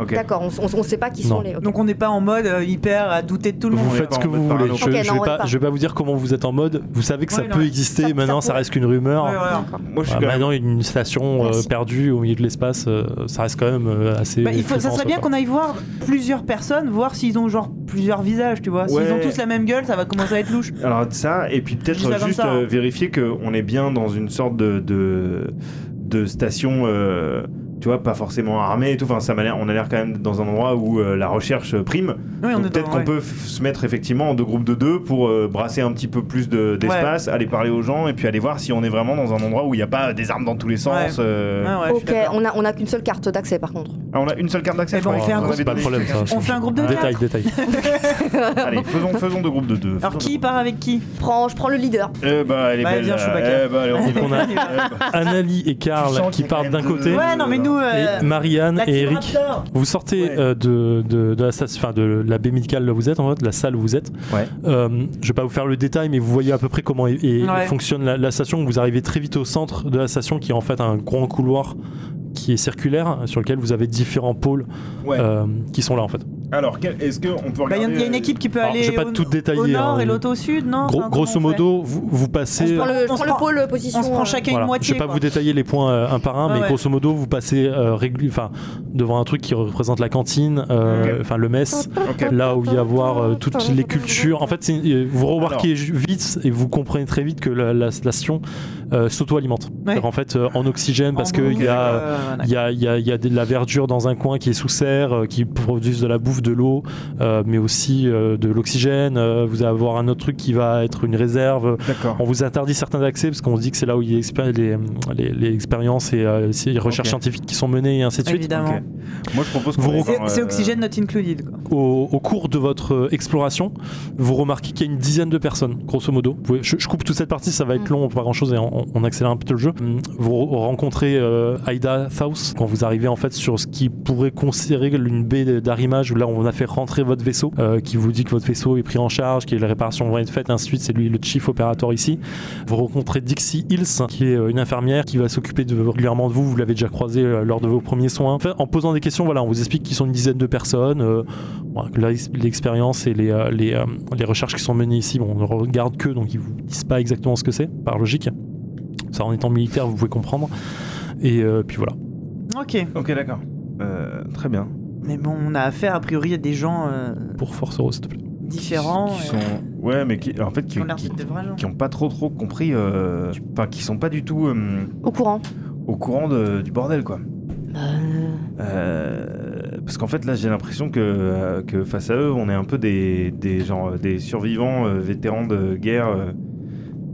D: Ok.
E: D'accord, on, on, on sait pas qui
B: Non.
E: sont les. ok.
A: Donc on n'est pas en mode euh, hyper à douter de tout le
B: vous
A: monde.
D: est
B: faites
D: pas
B: ce que
D: en mode
B: vous voulez.
D: parano.
B: Je,
E: Ok,
B: je
E: non,
B: vais
E: on est
B: pas,
E: pas.
B: je vais pas vous dire comment vous êtes en mode. Vous savez que ça
A: Ouais,
B: peut
A: non,
B: exister.
E: ça- ça
B: maintenant, ça,
E: pourrait-
B: reste qu'une rumeur.
A: Ouais, voilà.
E: D'accord.
D: Moi je suis
B: Voilà,
D: quand même-
B: maintenant, une station euh,
E: Merci.
B: perdue au milieu de l'espace, euh, ça reste quand même euh, assez.
A: Bah, il faut, ça
B: fréquent,
A: serait bien
B: quoi.
A: qu'on aille voir plusieurs personnes, voir s'ils ont genre plusieurs visages, tu vois.
D: Ouais.
A: S'ils ont tous la même gueule, ça va commencer à être louche.
D: Alors ça, et puis
A: Je dis ça
D: peut-être
A: comme
D: juste
A: ça, hein.
D: euh, vérifier qu'on est bien dans une sorte de, de, de station, euh, tu vois, pas forcément armée et tout. Enfin, ça m'a l'air, on a l'air quand même dans un endroit où euh, la recherche prime.
A: Oui, on
D: Donc
A: est
D: peut-être
A: dans-
D: qu'on
A: ouais.
D: peut f- se mettre effectivement en deux groupes de deux pour euh, brasser un petit peu plus de- d'espace, aller parler aux gens et puis aller voir si on est vraiment dans un endroit où il n'y a pas des armes dans tous les sens. euh.
A: Ouais, ouais, je suis
E: ok,
A: d'accord.
E: on a, on a qu'une seule carte d'accès par contre.
D: Ah, on a une seule carte d'accès.
A: Eh
D: je
A: ben, on
D: crois.
A: fait un
D: Vous en
A: groupe-
D: avez
B: Pas de
D: deux.
B: problème, ça.
A: on fait un groupe de deux.
B: Détail, détail.
D: Allez, faisons, faisons deux groupes de deux.
A: Alors qui part avec qui
E: Prends, je prends le leader.
D: Eh bah, elle est
A: Bah,
D: belle.
A: viens,
D: là.
A: Chewbacca.
D: Eh bah, allez, on y va.
A: <laughs>
B: Donc on a
A: Ouais,
D: Eh bah.
B: Annalie et
D: Tu
B: Karl
D: sens
B: qui
D: qu'il y a
B: partent
D: quand
B: d'un
D: même de-
B: côté.
A: Ouais, non mais nous. euh,
B: Et Marianne
A: la
B: et
A: Team
B: Eric.
A: Raptor.
B: Vous sortez
D: Ouais.
B: euh, de, de, de la, station- enfin, de la baie médicale là où vous êtes, en fait, de la salle où vous êtes.
D: Ouais.
B: Euh, je vais pas vous faire le détail, mais vous voyez à peu près comment est- est-
A: Ouais.
B: fonctionne la, la station. Vous arrivez très vite au centre de la station, qui est en fait un grand couloir qui est circulaire, sur lequel vous avez différents pôles
D: Ouais.
B: euh, qui sont là en fait.
D: Alors, quel- est-ce qu'on peut
A: Bah, Il
D: regarder
A: y, a-
D: euh,
A: il y a une équipe qui peut
B: Alors,
A: aller
B: je vais pas
A: au,
B: tout détailler,
A: au nord
B: hein,
A: et
B: mais-
A: l'autre au sud, non
B: Gros-
A: Enfin,
B: grosso
A: comment on fait
B: modo, vous, vous
E: je
B: passez.
E: prends le, je
A: on
E: prends
A: se
E: le
A: prend-
E: pôle position.
A: On se prend
E: euh,
A: chacun
B: Voilà.
A: une
B: je
A: moitié.
B: vais pas
A: quoi.
B: vous détailler les points euh, un par un,
A: Ouais,
B: mais
A: ouais.
B: grosso modo, vous passez euh, réglu- enfin, devant un truc qui représente la cantine, euh,
D: Ok.
B: enfin le mess,
A: <laughs>
B: là où il y a à voir euh, toutes les cultures. En fait, c'est- euh, vous remarquez ju- vite et vous comprenez très vite que la, la station euh, s'auto-alimente. C'est-à-dire, En fait, euh, en oxygène, parce
A: En
B: qu'il y
A: gros,
B: a.
A: euh, voilà.
B: Il y a, il y a- il y a de la verdure dans un coin qui est sous serre, euh, qui produisent de la bouffe, de l'eau, euh, mais aussi euh, de l'oxygène. Euh, vous allez avoir un autre truc qui va être une réserve.
D: D'accord.
B: On vous interdit certains accès parce qu'on se dit que c'est là où il y a expé- les, les- les expériences et euh, les recherches
D: Ok.
B: scientifiques qui sont menées et ainsi de suite.
A: Évidemment.
D: Ok. Moi, je propose qu'on
B: euh, Vous
D: aille
A: C'est
D: voir,
A: c'est
D: euh,
A: oxygène not included. Quoi.
B: Au, au cours de votre euh, exploration, vous remarquez qu'il y a une dizaine de personnes, grosso modo. Vous pouvez- je, je coupe toute cette partie, ça va être long, pas grand chose, et on, on accélère un peu le jeu. Hum, Vous re- rencontrez euh, Aida Faust quand vous arrivez en fait sur ce qui pourrait considérer une baie d'arrimage où là on a fait rentrer votre vaisseau, euh, qui vous dit que votre vaisseau est pris en charge, que les réparations vont être faites, ainsi de suite. C'est lui le chief opérateur ici. Vous rencontrez Dixie Hills, qui est euh, une infirmière qui va s'occuper de, régulièrement de vous. Vous l'avez déjà croisée euh, lors de vos premiers soins. En, fait, en posant des questions, voilà, on vous explique qu'ils sont une dizaine de personnes. euh, voilà, que l'ex- L'expérience et les, euh, les, euh, les recherches qui sont menées ici, bon, on ne regarde que, donc ils vous disent pas exactement ce que c'est, par logique. Ça, en étant militaire, vous pouvez comprendre. Et euh, puis voilà.
A: Ok.
D: Ok, d'accord. Euh, très bien.
A: Mais bon, on a affaire a priori à des gens euh,
B: Pour Force Euro, s'il te plaît.
A: différents.
D: Qui
A: euh,
D: sont... Ouais, mais qui, en fait, qui,
A: qui ont l'air
D: qui-
A: d'être des vrais gens.
D: qui ont pas trop trop compris. euh, Enfin, qui sont pas du tout euh,
E: Au courant.
D: au courant de- du bordel, quoi.
E: Euh,
D: Euh, parce qu'en fait, là, j'ai l'impression que, euh, que face à eux, on est un peu des, des, genre, des survivants euh, vétérans de guerre euh,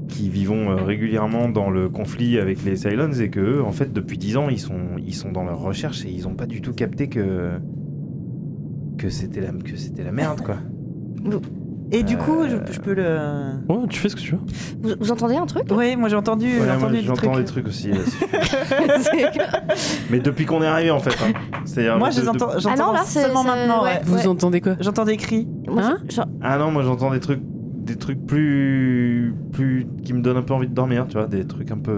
D: qui vivons euh, régulièrement dans le conflit avec les Cylons et que, eux, en fait, depuis 10 ans, ils sont, ils sont dans leur recherche et ils ont pas du tout capté que, que c'était la, que c'était la merde,
A: <laughs>
D: quoi.
A: Et du coup,
D: Euh,
A: je, je peux le.
B: Ouais, tu fais ce que tu veux.
E: vous, vous entendez un truc
A: Oui, moi j'ai entendu, j'ai
D: Ouais, moi,
A: entendu des
D: J'entends
A: trucs.
D: des trucs aussi. <laughs> là, c'est-
E: <laughs> C'est que-
D: Mais depuis qu'on est arrivé, en fait. hein. C'est-à-dire
A: Moi
D: de-
A: je les
D: de-
A: entends,
E: Ah non,
A: j'entends
E: là, c'est-
A: seulement
E: c'est-
A: maintenant.
E: ouais.
A: ouais.
C: Vous entendez quoi
A: J'entends des cris.
E: Moi,
C: Hein
E: je- je-
D: Ah non, moi j'entends des trucs des trucs plus plus qui me donnent un peu envie de dormir, tu vois, des trucs un peu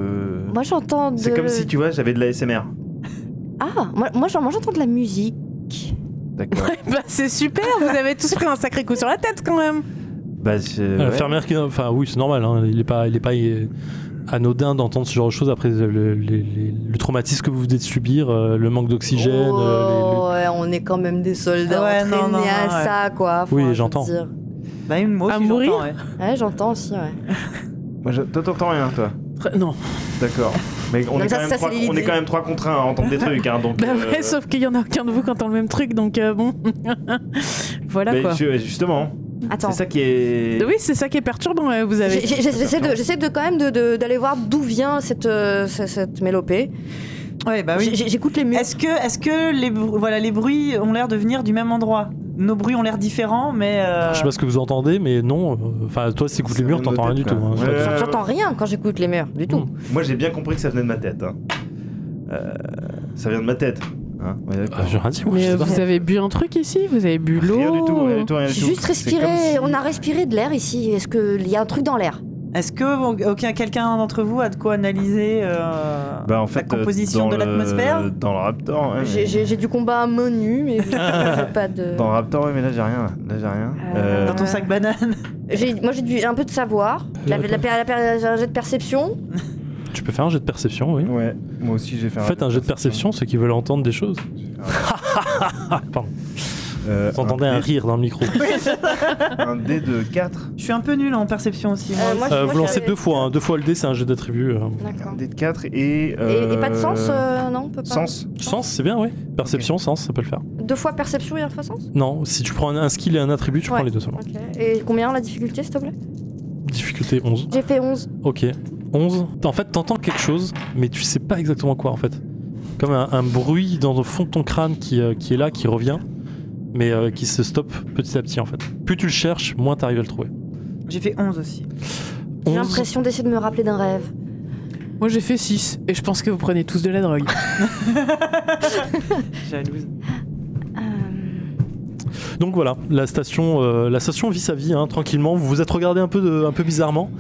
E: moi, j'entends.
D: C'est
E: de-
D: comme si tu vois, j'avais de la SMR.
E: Ah, moi, moi, j'en- moi, j'entends de la musique.
D: D'accord.
C: <laughs> Bah, c'est super, vous avez tous pris un sacré coup sur la tête quand même.
D: bah
B: Ah,
D: c'est ouais.
B: L'infirmière qui. Enfin, oui, c'est normal, hein, il n'est pas, il est pas euh, anodin d'entendre ce genre de choses après le, le- le- le traumatisme que vous venez de subir, euh, le manque d'oxygène.
E: Oh,
B: euh, les- les-
E: ouais, on est quand même des soldats
A: Ouais,
E: entraînés
A: non, non, non,
E: à
A: ouais.
E: ça, quoi. faut
B: Oui,
E: un peu
B: j'entends.
E: dire.
A: Bah, une mot,
C: À
A: si
C: mourir
A: j'entends, ouais.
E: Ouais, j'entends aussi, ouais.
D: Moi, je- Toi t'entends rien toi.
C: Très- Non,
D: D'accord. Mais on,
E: Non,
D: est,
E: ça-
D: quand même
E: ça,
D: trois,
E: c'est
D: on est
E: l'idée.
D: quand même trois contre un à entendre des trucs. Hein, donc,
C: Bah
D: euh,
C: ouais, sauf qu'il y en a aucun de vous qui entend le même truc, donc euh, bon. <laughs> voilà
D: mais
C: quoi.
D: ju- justement,
E: Attends.
D: c'est ça qui est.
C: Oui, c'est ça qui est perturbant, ouais, vous avez.
E: J'ai- j'ai- J'essaie de, j'essaie de quand même de- de- d'aller voir d'où vient cette, euh, ce- cette mélopée.
A: Ouais, bah oui.
E: J'ai- J'écoute les murs.
A: Est-ce que, est-ce que les, br- voilà, les bruits ont l'air de venir du même endroit Nos bruits ont l'air différents, mais. euh,
B: Je sais pas ce que vous entendez, mais non. euh, Enfin, toi, si t'écoutes les murs,
D: vient de
B: t'entends rien du
D: notre
B: tout.
D: tête,
B: hein.
D: quoi. Ouais.
B: Pas
E: J'en-
B: du tout.
E: J'entends rien quand j'écoute les murs, du tout.
D: Moi, j'ai bien compris que ça venait de ma tête. hein. Euh, ça vient de ma tête. Hein, ouais, d'accord.
B: Ah, J'ai rien dit, moi, je
C: Mais
B: sais
C: euh,
B: pas.
C: vous avez bu un truc ici Vous avez bu l'eau
D: Rien du tout, rien du tout, rien du
E: J'ai
D: tout.
E: juste
D: C'est
E: respiré,
D: comme si-
E: on a respiré de l'air ici. Est-ce qu'il y a un truc dans l'air
A: Est-ce que bon, aucun- quelqu'un d'entre vous a de quoi analyser euh,
D: Bah, en
A: la
D: fait,
A: composition de
D: dans le-
A: l'atmosphère
D: Dans le Raptor, ouais,
E: J'ai-
D: mais-
E: J'ai j'ai du combat à menu, mais j'ai pas de.
D: Dans le Raptor, ouais, mais là j'ai rien. là. Là j'ai rien.
E: Euh,
A: Dans ton sac banane
E: J'ai- Moi j'ai du- un peu de savoir, la, la, la- la- la- un jet de perception.
B: Tu peux faire un jet de perception, oui.
D: Ouais, moi aussi j'ai fait
B: Faites un jet de perception, ceux qui veulent entendre des choses. Pardon.
D: Euh,
B: Vous entendez un
D: dé-
B: rire dans le
E: <laughs>
B: micro.
D: Un dé de 4.
A: Je suis un peu nulle en perception aussi. moi
E: Euh,
A: aussi.
E: moi,
B: Euh,
E: moi,
B: vous lancez
E: j'avais-
B: deux fois, hein. deux fois le dé, c'est un jeu d'attribut. euh.
E: D'accord.
D: Un dé de 4 et.
E: Et, et pas de
D: euh,
E: sens euh, Non, on peut pas.
D: Sens
B: Sens, c'est bien, oui. Perception, sens, ça peut le faire.
E: Deux fois perception et une fois sens
B: Non, si tu prends un, un skill et un attribut, tu
E: Ouais.
B: prends les deux seulement.
E: Ok. Et combien la difficulté s'il te plaît
B: Difficulté 11.
E: J'ai fait 11.
B: Ok. 11. En fait, t'entends quelque chose, mais tu sais pas exactement quoi en fait. Comme un, un bruit dans le fond de ton crâne qui, euh, qui est là, qui revient, mais euh, qui se stoppe petit à petit en fait. Plus tu le cherches, moins t'arrives à le trouver.
A: J'ai fait 11 aussi.
E: J'ai
B: 11.
E: l'impression d'essayer de me rappeler d'un rêve.
C: Moi j'ai fait 6 et je pense que vous prenez tous de la
B: <laughs>
C: drogue.
A: Jalouse.
E: Euh,
B: Donc voilà, la station, euh, la station vit sa vie hein, tranquillement. Vous vous êtes regardé un peu, de- un peu bizarrement.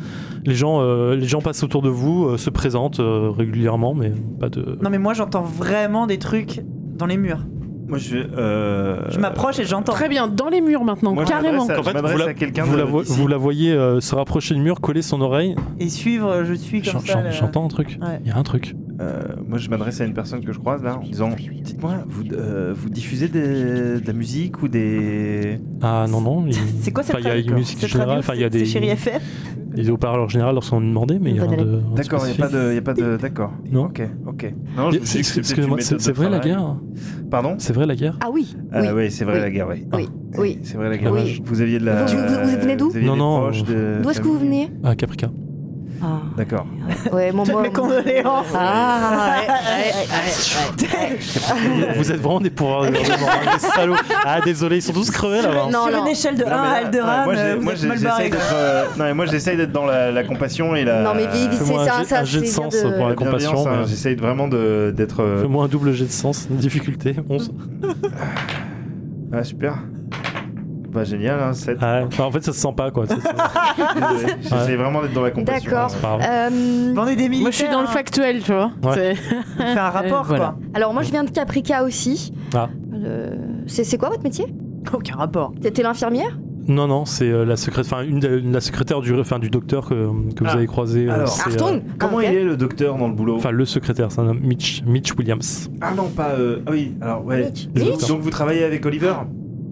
B: Les gens, euh, les gens passent autour de vous, euh, se présentent euh, régulièrement, mais pas de.
A: Non, mais moi j'entends vraiment des trucs dans les murs.
D: Moi je. Euh...
A: Je m'approche et j'entends.
C: Très bien, dans les murs maintenant,
D: Moi, je
C: carrément.
D: m'adresse
B: En fait,
D: Je m'adresse
B: vous la,
D: à quelqu'un
B: vous
D: de-
B: la vo-
D: d'ici.
B: vous la voyez euh, se rapprocher du mur, coller son oreille.
A: Et suivre, je suis comme
B: J'en-
A: ça.
B: j'en-
A: là.
B: J'entends un truc. Il
A: Ouais.
B: y a un truc.
D: euh, moi je m'adresse à une personne que je croise là en disant Dites-moi, vous, euh, vous diffusez des- de la musique ou des.
B: Ah non, non. Il...
A: <laughs> C'est quoi cette
B: Enfin, il y a
A: radio
B: une musique
A: Cette
B: générale,
A: radio,
B: enfin, il y a
A: c'est-
B: des-
A: C'est Chéri FM
B: Les haut-parleurs généraux leur sont demandés, mais il y a
E: Bonne
B: rien de. rien de
D: D'accord, il n'y a, pas
B: spécifique.
D: de- y a pas de. D'accord.
B: Non.
D: Ok, ok. Non, je me
B: C'est-
D: suis dit que c'était
B: Excusez-moi,
D: une
B: c'est
D: méthode
B: c'est
D: de
B: vrai la
D: travail.
B: guerre hein.
D: Pardon
B: C'est vrai la guerre
E: Ah oui,
D: Ah
E: oui.
D: oui, c'est vrai
E: Oui.
D: la guerre, oui.
E: Oui, oui.
D: C'est vrai la guerre.
E: Oui.
D: Vous aviez de la.
E: Vous- vous- vous venez d'où
D: aviez
B: Non,
D: des
B: non,
D: proches de-
E: D'où est-ce que vous venez
B: Ah, Caprica.
D: <laughs>
E: Ah. <laughs>
D: D'accord.
E: Ouais, mon
A: Toutes mes condoléances.
E: Ah, ouais, ouais, ouais, ouais, ouais.
B: Vous êtes vraiment des pourreurs de gouvernement, hein, des salauds. Ah, désolé, ils sont tous crevés là-bas.
E: Non,
A: Sur
E: non.
A: une échelle de 1
D: Non,
E: Ah,
D: mais
A: à
D: là, ouais,
A: Alderan,
D: moi, j'ai-
A: euh, vous
D: moi,
A: êtes
D: j'ai-
A: mal
D: j'essaye
A: barré.
D: d'être, euh, non, mais moi j'essaye d'être dans la, la compassion et la.
E: Non, mais vite, vite,
D: la
E: c'est
B: Fais-moi un
E: ça,
B: jet-
E: ça,
B: un jet de
E: c'est bien
B: sens, ça, pour
E: de...
B: la compassion,
D: bienveillance, hein,
B: ouais.
D: J'essaye vraiment de- d'être. euh,
B: Fais-moi un double jet de sens, difficulté 11.
D: Ah, super. Bah, génial, hein, 7.
B: Ah, enfin, en fait, ça se sent pas quoi. C'est- c'est- c'est <laughs>
D: Désolé. J'essaye
B: Ouais.
D: vraiment d'être dans la compassion.
E: D'accord.
D: hein.
B: pas grave.
E: Euh,
A: Vendez des militaires.
C: Moi je suis dans le
A: hein.
C: factuel, tu vois.
B: Ouais.
C: C'est-
A: On fait un rapport,
C: Euh, voilà.
E: alors moi je viens de Caprica aussi.
B: Ah.
E: Euh, c'est c'est quoi votre métier
A: quoi. Aucun rapport.
E: T'es t'es l'infirmière
B: Non, non, c'est euh, la, secré- enfin, une des- la secrétaire du, enfin, du docteur que, que vous
D: Ah.
B: avez croisé. euh,
D: Alors.
B: c'est, euh,
E: Arton
D: Comment il est le docteur dans le boulot
B: Enfin, le secrétaire, c'est un homme, Mitch, Mitch Williams.
D: Ah non, pas. euh, Ah oui, alors, ouais.
E: Mitch.
B: Le
D: Donc,
B: docteur.
D: Donc, vous travaillez avec Oliver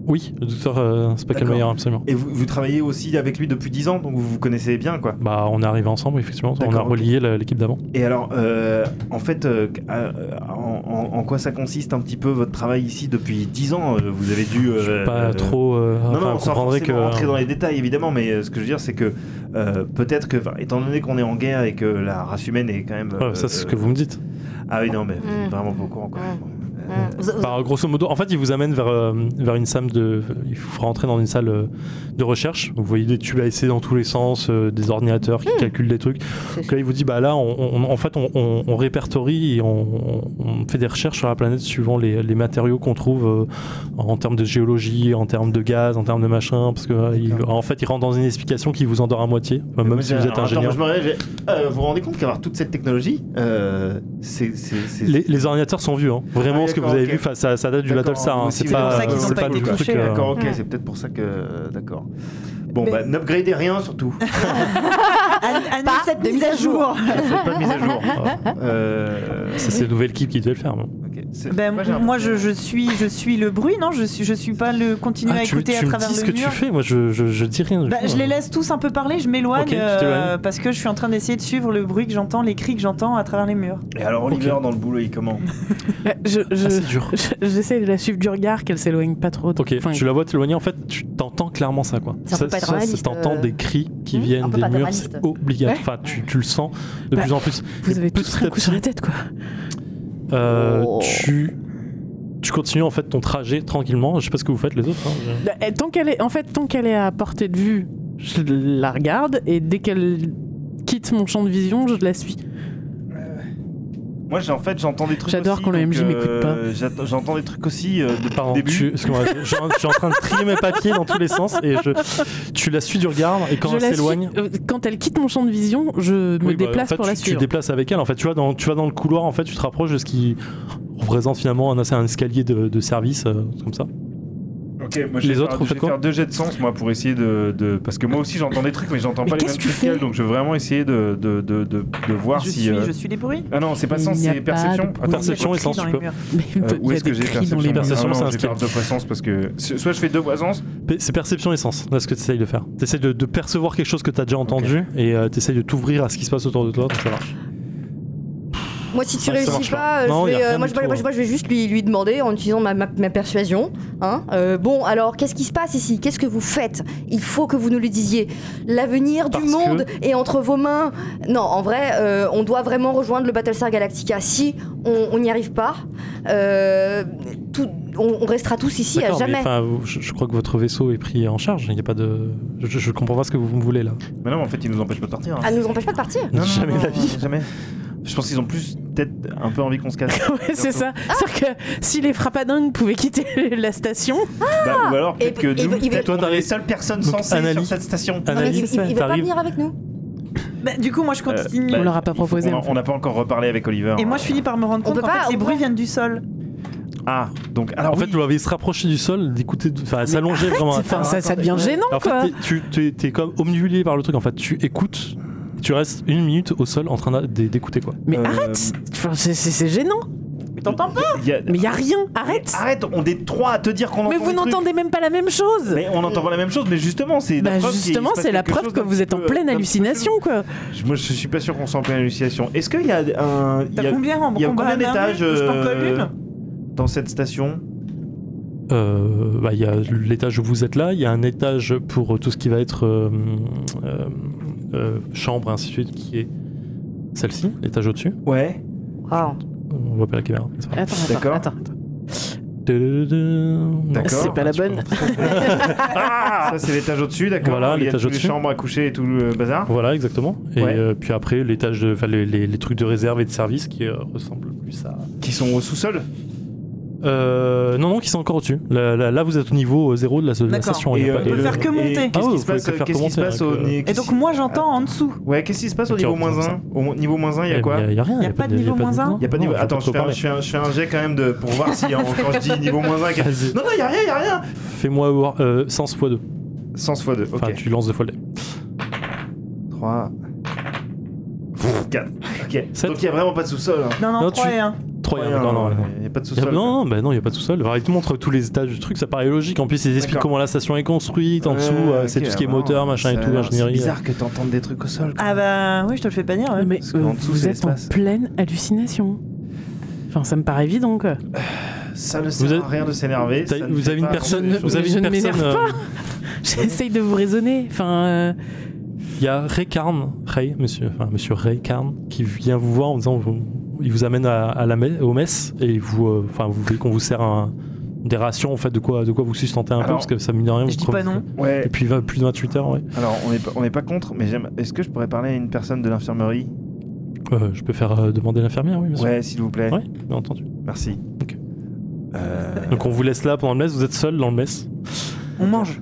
B: Oui, le docteur euh, Spackelmeyer,
D: D'accord.
B: absolument.
D: et vous, vous travaillez aussi avec lui depuis 10 ans, donc vous vous connaissez bien, quoi.
B: Bah, on est arrivé ensemble, effectivement. On a
D: D'accord, ok.
B: relié la- l'équipe d'avant.
D: Et alors, euh, en fait, euh, euh, en, en- en quoi ça consiste un petit peu votre travail ici depuis 10 ans euh, Vous avez dû.
B: Je suis
D: euh,
B: pas
D: euh,
B: trop. euh,
D: Non,
B: enfin,
D: non,
B: vous
D: sans
B: comprendrez
D: forcément
B: que.
D: rentrer dans les détails évidemment, mais euh, ce que je veux dire c'est que euh, peut-être que, enfin, étant donné qu'on est en guerre et que la race humaine est quand même.
B: Ouais,
D: euh,
B: ça, c'est ce que vous me dites.
D: Ah oui, non, mais vous êtes
E: Mm.
D: vraiment pas au courant quoi.
E: Mm. Vous- vous-
B: Bah, grosso modo, en fait, il vous amène vers, euh, vers une salle de. Il faut rentrer dans une salle euh, de recherche. Vous voyez des tubes à essai dans tous les sens, euh, des ordinateurs qui calculent des trucs. Donc là, il vous dit bah là, on, on- en fait, on, on- on répertorie et on, on- on fait des recherches sur la planète suivant les, les matériaux qu'on trouve euh, en termes de géologie, en termes de gaz, en termes de machin. Parce que euh, il- en fait, il rentre dans une explication qui vous endort à moitié, Enfin, même
D: Moi,
B: si
D: j'ai-
B: vous êtes
D: alors, attends,
B: ingénieur.
D: moi, je me réveille, j'ai- euh, vous vous rendez compte qu'avoir toute cette technologie, euh, c'est. c'est- c'est-
B: Les, les ordinateurs sont vieux, hein. vraiment
D: Ah oui,
B: ce que vous
D: d'accord,
B: avez
D: ok.
B: vu, enfin, ça, ça date du
D: D'accord,
B: Battlestar. hein.
D: vous
B: C'est
D: aussi,
B: pas,
A: c'est pour ça qu'ils
B: euh,
A: ont
B: c'est
A: pas
B: pas
A: été
B: le truc.
A: touchés,
B: euh,
D: D'accord, ok,
E: Mm.
D: c'est peut-être pour ça que. D'accord. Bon,
A: Mais-
D: bah, n'upgradez rien
A: <laughs>
D: surtout.
A: Anne,
E: Pas
A: cette
E: de mise à jour.
D: Je fais pas de mise à jour. Euh,
B: Ça, c'est la nouvelle équipe qui devait le faire. bon.
D: ok. c'est-
A: Ben,
D: j'ai
A: moi, je, je suis, je suis le bruit, non Je suis, je suis pas le continuer
B: Ah,
A: à
B: tu,
A: écouter
B: tu
A: à
B: me
A: travers
B: dis ce
A: le
B: que
A: mur.
B: tu fais, moi je, je, je dis rien. du
A: Bah,
B: tout,
A: je
B: hein.
A: les laisse tous un peu parler, je m'éloigne
B: Ok, tu
A: euh,
B: t'éloignes.
A: parce que je suis en train d'essayer de suivre le bruit que j'entends, les cris que j'entends à travers les murs.
D: Et alors Oliver dans le boulot, il comment
C: Euh, je- je-
B: Ah, c'est dur.
C: je- J'essaie de la suivre du regard, qu'elle s'éloigne pas trop. de-
B: Ok,
C: enfin,
B: tu la vois t'éloigner, en fait, tu t'entends clairement ça, quoi.
E: C'est un peu pas
B: ça,
E: dramatique,
B: t'entends
E: euh,
B: des cris qui
E: hmm, un
B: viennent
E: peu
B: des
E: pas
B: murs,
E: dramatique.
B: c'est obligatoire.
C: Ouais.
B: Enfin, tu, tu le sens de
C: Bah,
B: plus en plus.
C: vous avez
B: Et
C: tous
B: petit
C: pris
B: à
C: un coup sur la tête, quoi.
B: Euh,
E: Oh.
B: tu, tu continues en fait ton trajet tranquillement. Je sais pas ce que vous faites les autres. hein, je-
C: Bah, et tant qu'elle est, en fait, tant qu'elle est à portée de vue, je la regarde et dès qu'elle quitte mon champ de vision, je la suis.
D: Moi, j'ai- en fait, j'entends des trucs.
C: J'adore
D: aussi,
C: quand le
D: donc,
C: MJ m'écoute
D: euh, j'att- J'entends des trucs aussi euh, depuis
B: Pardon,
D: le début.
B: tu- excuse-moi, je, je- je suis en train de trier mes papiers dans tous les sens et je, tu la suis du regard et quand
C: Je
B: elle
C: la
B: s'éloigne.
C: suis- euh, Quand elle quitte mon champ de vision, je me
B: Oui, bah,
C: déplace
B: en fait,
C: pour
B: tu,
C: la
B: tu
C: suivre.
B: déplaces avec elle. En fait, tu vas dans, tu vas dans le couloir. En fait, tu te rapproches de ce qui représente finalement un, un escalier de, de service, euh, comme ça.
D: Ok, moi,
B: Les
D: je vais
B: autres,
D: faire-
B: vous
D: je
B: faites
D: vais
B: quoi
D: faire deux jets de sens, moi, pour essayer de, de- Parce que moi aussi, j'entends des trucs, mais j'entends
C: Mais
D: pas les
C: qu'est-ce
D: mêmes
C: que
D: trucs
C: tu fais
D: qu'elle, donc je veux vraiment essayer de, de, de, de, de
B: Ah,
D: voir
A: Je
D: si.
A: suis,
D: euh,
A: je suis les bruits.
D: Ah non, c'est pas
C: Il
D: sens,
C: n'y a
D: c'est
C: pas
D: perception.
C: de
D: Attends,
B: bruit. Perception
A: Il y a
B: et
A: des
B: sens,
A: cris dans
B: tu
A: les
B: peux.
A: murs.
C: Mais
D: euh,
C: il
D: où
C: y a
D: est-ce que
C: des
D: j'ai
C: cris dans
D: perception
C: les murs.
B: Perception,
D: Ah non,
B: c'est un
D: je vais
B: skill.
D: faire deux fois sens parce que. Soit je fais deux fois sens,
B: Pe- C'est perception et sens, là, ce que tu essayes de faire. Tu essayes de, de percevoir quelque chose que tu as déjà entendu et euh, tu essayes de t'ouvrir à ce qui se passe autour de toi, donc ça marche.
E: Moi, si tu
B: Ça, ça marche
E: réussis
B: pas.
E: pas, euh,
B: Non,
E: je
B: y a
E: vais, euh,
B: rien
E: moi,
B: du tout,
E: je, moi, je-
B: hein.
E: moi, je vais juste lui, lui demander en utilisant ma, ma- ma persuasion. hein. Euh, bon, alors, qu'est-ce qui se passe ici Qu'est-ce que vous faites Il faut que vous nous le disiez. L'avenir du
B: Parce que-
E: monde est entre vos mains. Non, en vrai, euh, on doit vraiment rejoindre le Battlestar Galactica. Si on on n'y arrive pas, euh, tout- on, on restera tous ici à
B: D'accord, mais
E: jamais.
B: enfin, vous- je, je crois que votre vaisseau est pris en charge. Il y a pas de. Je, je- je comprends pas ce que vous me voulez là.
D: Mais non, en fait, ils nous empêchent pas de partir. hein.
E: Ah, nous empêche pas de partir.
B: Jamais de la vie.
D: Jamais. Je pense qu'ils ont plus peut-être un peu envie qu'on se casse.
C: <laughs> Ouais, c'est ça. C'est-à-dire que si les frappadingues pouvaient quitter <laughs> la station,
D: Bah, ou alors peut-être
E: Et-
D: que
E: et-
D: nous,
E: il va-
D: peut-être
B: Toi,
D: on
B: t'as
D: est les
B: les-
D: seules personnes
B: Donc,
D: censées
B: Annalise-
D: sur cette station.
C: Ah,
E: Non, mais il,
B: Analyse,
E: il- il veut pas
B: t'arrives.
E: venir avec nous.
A: Bah, du coup, moi je
D: Euh,
A: continue.
D: bah,
C: On leur a pas
D: il faut
C: proposé,
D: qu'on en-
C: en fait.
D: On n'a pas encore reparlé avec Oliver.
A: Et moi je finis par me rendre
E: On
A: compte
E: peut
A: qu'en
E: pas,
A: fait les
E: on
A: bruits
E: peut-
A: viennent du sol.
D: Ah, donc alors
B: en fait,
D: oui.
B: vous l'avez se rapproché du sol, d'écouter, enfin, s'allonger vraiment. à
C: enfin,
B: terre.
D: hein,
C: ça, ça devient gênant,
B: En
C: quoi.
B: fait, t'es- tu t'es- t'es comme omnibulé par le truc. En fait, tu écoutes, tu restes une minute au sol en train d'a- d'é- d'écouter quoi.
C: Mais
D: Euh,
C: arrête Enfin, c'est- C'est c'est gênant.
A: Mais t'entends pas
D: il y a-
C: Mais il y a rien. Arrête
D: Arrête, on est trois à te dire qu'on ah, entend.
C: Mais vous
D: des trucs.
C: n'entendez même pas la même chose
D: Mais on entend pas la même chose, mais justement, c'est. la
C: bah
D: preuve qu'il
C: justement,
D: se passe
C: c'est la
D: quelque
C: preuve
D: chose
C: que
D: d'un
C: vous
D: petit
C: êtes en
D: peu- euh,
C: pleine
D: d'un petit peu-
C: hallucination, quoi.
D: Je- Moi, je suis pas sûr qu'on soit en pleine hallucination. Est-ce qu'il y a un. il y
A: T'as
D: a-
A: combien en
D: il y a
A: combat
D: combien
A: à main
D: d'étages,
A: nue Je t'en colle
D: euh,
A: une.
D: Dans cette station
B: Euh, bah, il y a l'étage où vous êtes là, il y a un étage pour tout ce qui va être euh, euh, euh, chambre, ainsi de suite, qui est celle-ci,
A: Mmh.
B: l'étage au-dessus.
D: Ouais.
E: Ah.
B: On voit pas la caméra. c'est pas grave.
C: Attends,
D: D'accord.
C: attends, attends. attends.
A: Ah.
B: Tadadadam.
D: D'accord.
B: Non,
D: C'est
C: pas la
B: tu peux
C: bonne.
B: pas.
D: Ah Ça, c'est l'étage au-dessus, d'accord
B: Voilà,
D: Il y a
B: l'étage
D: toutes
B: au-dessus.
D: Les chambres à coucher et tout le bazar.
B: Voilà, exactement. Et
D: Ouais.
B: euh, puis après, l'étage de, enfin, les, les- les trucs de réserve et de service qui euh, ressemblent plus à.
D: Qui sont au sous-sol
B: Euh, non, non, qui sont encore au-dessus. Là, là- là, vous êtes au niveau euh, zéro de la, de la
A: D'accord.
B: station. il
D: Et,
B: y a
D: euh,
B: pas
D: on
B: de-
A: peut faire que monter.
D: Et Qu'est-ce
B: Ah ouais,
D: qui
B: vous
D: se
B: pouvez
D: passe,
B: que faire
D: qu'est-ce qui se
B: commenter
D: passe
B: avec,
D: au
B: euh,
D: ni-
A: Et
D: qu'est-ce
A: donc
D: qui-
A: moi
B: Ah.
A: j'entends en dessous.
D: Ouais, qu'est-ce qui se passe au
B: Ok,
D: niveau
B: on prend
D: moins
B: ça.
D: 1 Au niveau moins 1, il y a quoi
B: Il y a rien.
A: Il y a pas de niveau moins un
D: Il y a pas de niveau.
B: Non,
D: Attends,
B: faut
D: je fais,
B: pas
D: un,
B: parler.
D: je, fais un, je fais un jet quand même de pour voir si en- quand
B: <laughs>
D: je dis niveau moins 1,
B: Vas-y.
D: qu'est-ce- non non, il y a rien, il y a rien.
B: Fais-moi voir, euh, 100 fois 2.
D: 100 fois 2. OK.
B: Enfin, tu lances deux fois le dé.
D: 3 4. OK.
B: Sept. Oh,
D: Donc il y a vraiment pas de sous-sol. hein.
A: Non, non,
B: Non,
A: 3
B: tu-
A: et 1.
B: Trois,
D: Ouais,
B: non, non, non.
D: Il y a pas de
B: Il y a-
D: sous-sol.
B: non, non, bah non, il n'y a pas de sous-sol. Alors, ils te montrent tous les étages du truc, ça paraît logique. En plus, ils expliquent
D: D'accord.
B: comment la station est construite. En
D: Ouais,
B: dessous, euh, c'est
D: ok,
B: tout ce qui est
D: alors,
B: moteur, machin et
D: ça-
B: tout,
D: C'est
B: ingénierie.
D: bizarre que t'entendes des trucs au sol. quoi.
A: Ah bah oui, je te le fais pas dire. ouais.
C: Mais
D: Parce
C: euh,
D: qu'en dessous,
C: vous
D: c'est
C: êtes en
D: l'espace.
C: pleine hallucination. Enfin, ça me paraît évident,
D: <laughs>
C: quoi.
D: Ça ne sert
B: êtes-
D: à rien de s'énerver.
B: T'as-
D: ça ne
B: Vous
D: fait
B: avez une
D: pas avancer
B: personne,
D: les
B: vous
D: choses.
B: avez
C: Je
B: une
C: ne m'énerve
B: personne. euh,
C: J'essaye de vous raisonner. Enfin, euh,
B: Il y a Ray Carn, Ray, monsieur, enfin, monsieur Ray Carn, qui vient vous voir en disant, vous- il vous amène à, à la messe, au mess et il vous, euh, enfin, vous voulez qu'on vous sert un- des rations, en fait, de quoi, de quoi vous sustenter un peu,
D: Alors,
B: parce que ça mine de rien.
A: Je
B: vous
A: dis pas
B: crevez.
A: non.
D: Ouais,
B: Et puis va- plus de 28 heures, ouais.
D: alors on est pas, on est pas contre, mais j'aime. Est-ce que je pourrais parler à une personne de l'infirmerie
B: Euh, je peux faire euh, demander l'infirmière, oui, bien sûr.
D: Ouais, s'il vous plaît.
B: Ouais, bien entendu.
D: Merci.
B: Ok.
D: Euh,
B: Donc on vous laisse là pendant le mess, vous êtes seul dans le mess.
A: On mange.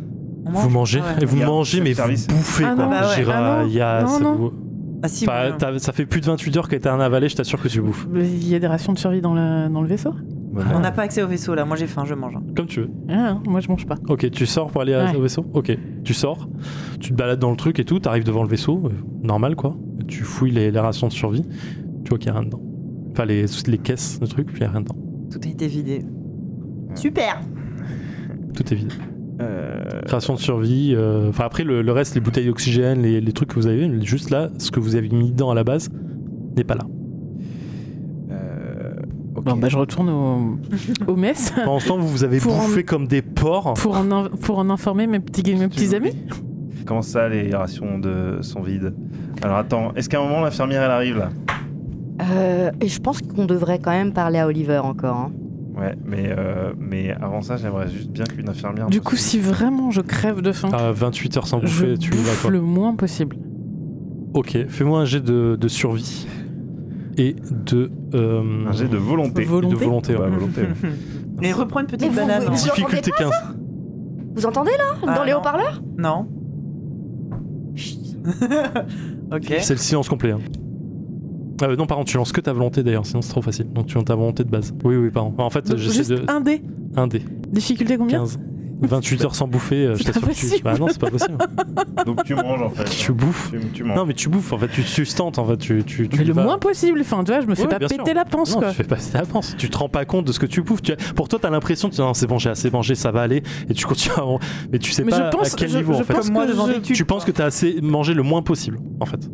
A: On mange.
B: Vous mangez,
A: Ah ouais.
B: et vous
D: Il y a
B: mangez,
D: un
B: mais
D: service.
B: vous bouffez,
C: Ah
B: quoi.
C: non,
A: bah ouais.
B: J'irai-
C: Ah non,
B: il y a-
C: non,
B: ça
C: non.
B: vous-
A: Ah si.
B: Enfin,
A: oui,
B: t'as- ça fait plus de 28 heures que t'es un avalé, je t'assure que tu bouffes.
C: il y a des rations de survie dans le, dans le vaisseau.
D: voilà.
A: On n'a pas accès au vaisseau là. Moi j'ai faim, je mange. hein.
B: Comme tu veux.
C: Ah, moi, je mange pas.
B: Ok, tu sors pour aller à-
C: Ouais.
B: au vaisseau Ok, tu sors, tu te balades dans le truc et tout, t'arrives devant le vaisseau, euh, normal quoi. Tu fouilles les, les rations de survie, tu vois qu'il y a rien dedans. Enfin, les, les caisses, le truc, puis il y a rien dedans.
A: Tout a été vidé. Super
B: Tout est vide.
D: Euh,
B: Création de survie. euh, Enfin, après, le, le reste, les bouteilles d'oxygène, les, les trucs que vous avez, juste là, ce que vous avez mis dedans à la base n'est pas là.
C: Ah.
D: euh, ok.
C: Bon, bah, je retourne au, <laughs> au mess
B: Pendant ce temps, vous vous avez
C: Pour
B: bouffé comme des porcs.
C: pour en, in- pour en informer mes petits, mes petits amis.
D: <laughs> Comment ça, les rations de... sont vides Alors attends, est-ce qu'à un moment l'infirmière elle arrive là
E: Euh, et je pense qu'on devrait quand même parler à Oliver encore. hein.
D: Ouais, mais, euh, mais avant ça, j'aimerais juste bien qu'une infirmière.
C: Du
D: me
C: coup,
D: sauve.
C: si vraiment je crève de faim,
B: T'as 28 heures sans
C: je
B: bouffer, tu y vas
C: bouffe
B: quoi.
C: le moins possible.
B: Ok, fais-moi un jet de, de survie et de. euh,
D: Un jet de volonté.
B: et
C: Volonté.
B: de volonté, ouais.
D: Bah,
A: <laughs>
D: volonté. oui.
A: Et reprends une
E: Mais
A: petite
E: vous-
A: banane.
E: vous-
A: hein.
B: Difficulté 15.
E: Vous entendez là
A: Ah,
E: Dans les
A: non.
E: haut-parleurs
A: Non. <laughs> ok.
B: C'est le silence complet. hein. Ah, euh, non, par contre, tu lances que ta volonté d'ailleurs, sinon c'est trop facile. Donc tu lances ta volonté de base. Oui, oui, pardon. En fait,
C: Donc,
B: j'essaie
C: juste
B: de.
C: un dé.
B: Un dé.
C: Difficulté combien
B: 15. 28 heures sans bouffer, euh, je
C: C'est pas
B: t'assure que tu.
C: possible.
B: Bah non, c'est pas
C: <laughs>
B: possible.
D: Donc tu manges en
B: <laughs>
D: fait.
B: tu bouffes.
D: Tu, tu manges.
B: Non, mais tu bouffes, en fait, tu te sustentes, en fait, tu. tu, tu
C: Mais le
B: vas-
C: moins possible. Enfin, tu vois, je me fais
B: Ouais,
C: pas
B: bien
C: péter
B: sûr.
C: la panse,
B: Non,
C: quoi.
B: tu fais pas ça avance. Tu te rends pas compte de ce que tu bouffes. Tu as- Pour toi, t'as l'impression que tu dis, non, c'est bon, j'ai assez mangé, ça va aller, et tu continues à. Mais tu sais
C: Mais
B: pas
C: je pense,
B: à quel
C: je,
B: niveau
C: je
B: en fait.
C: pense
A: Comme moi
C: que
A: devant
C: je-
A: des tubes.
B: Tu penses que t'as assez mangé le moins possible, en fait.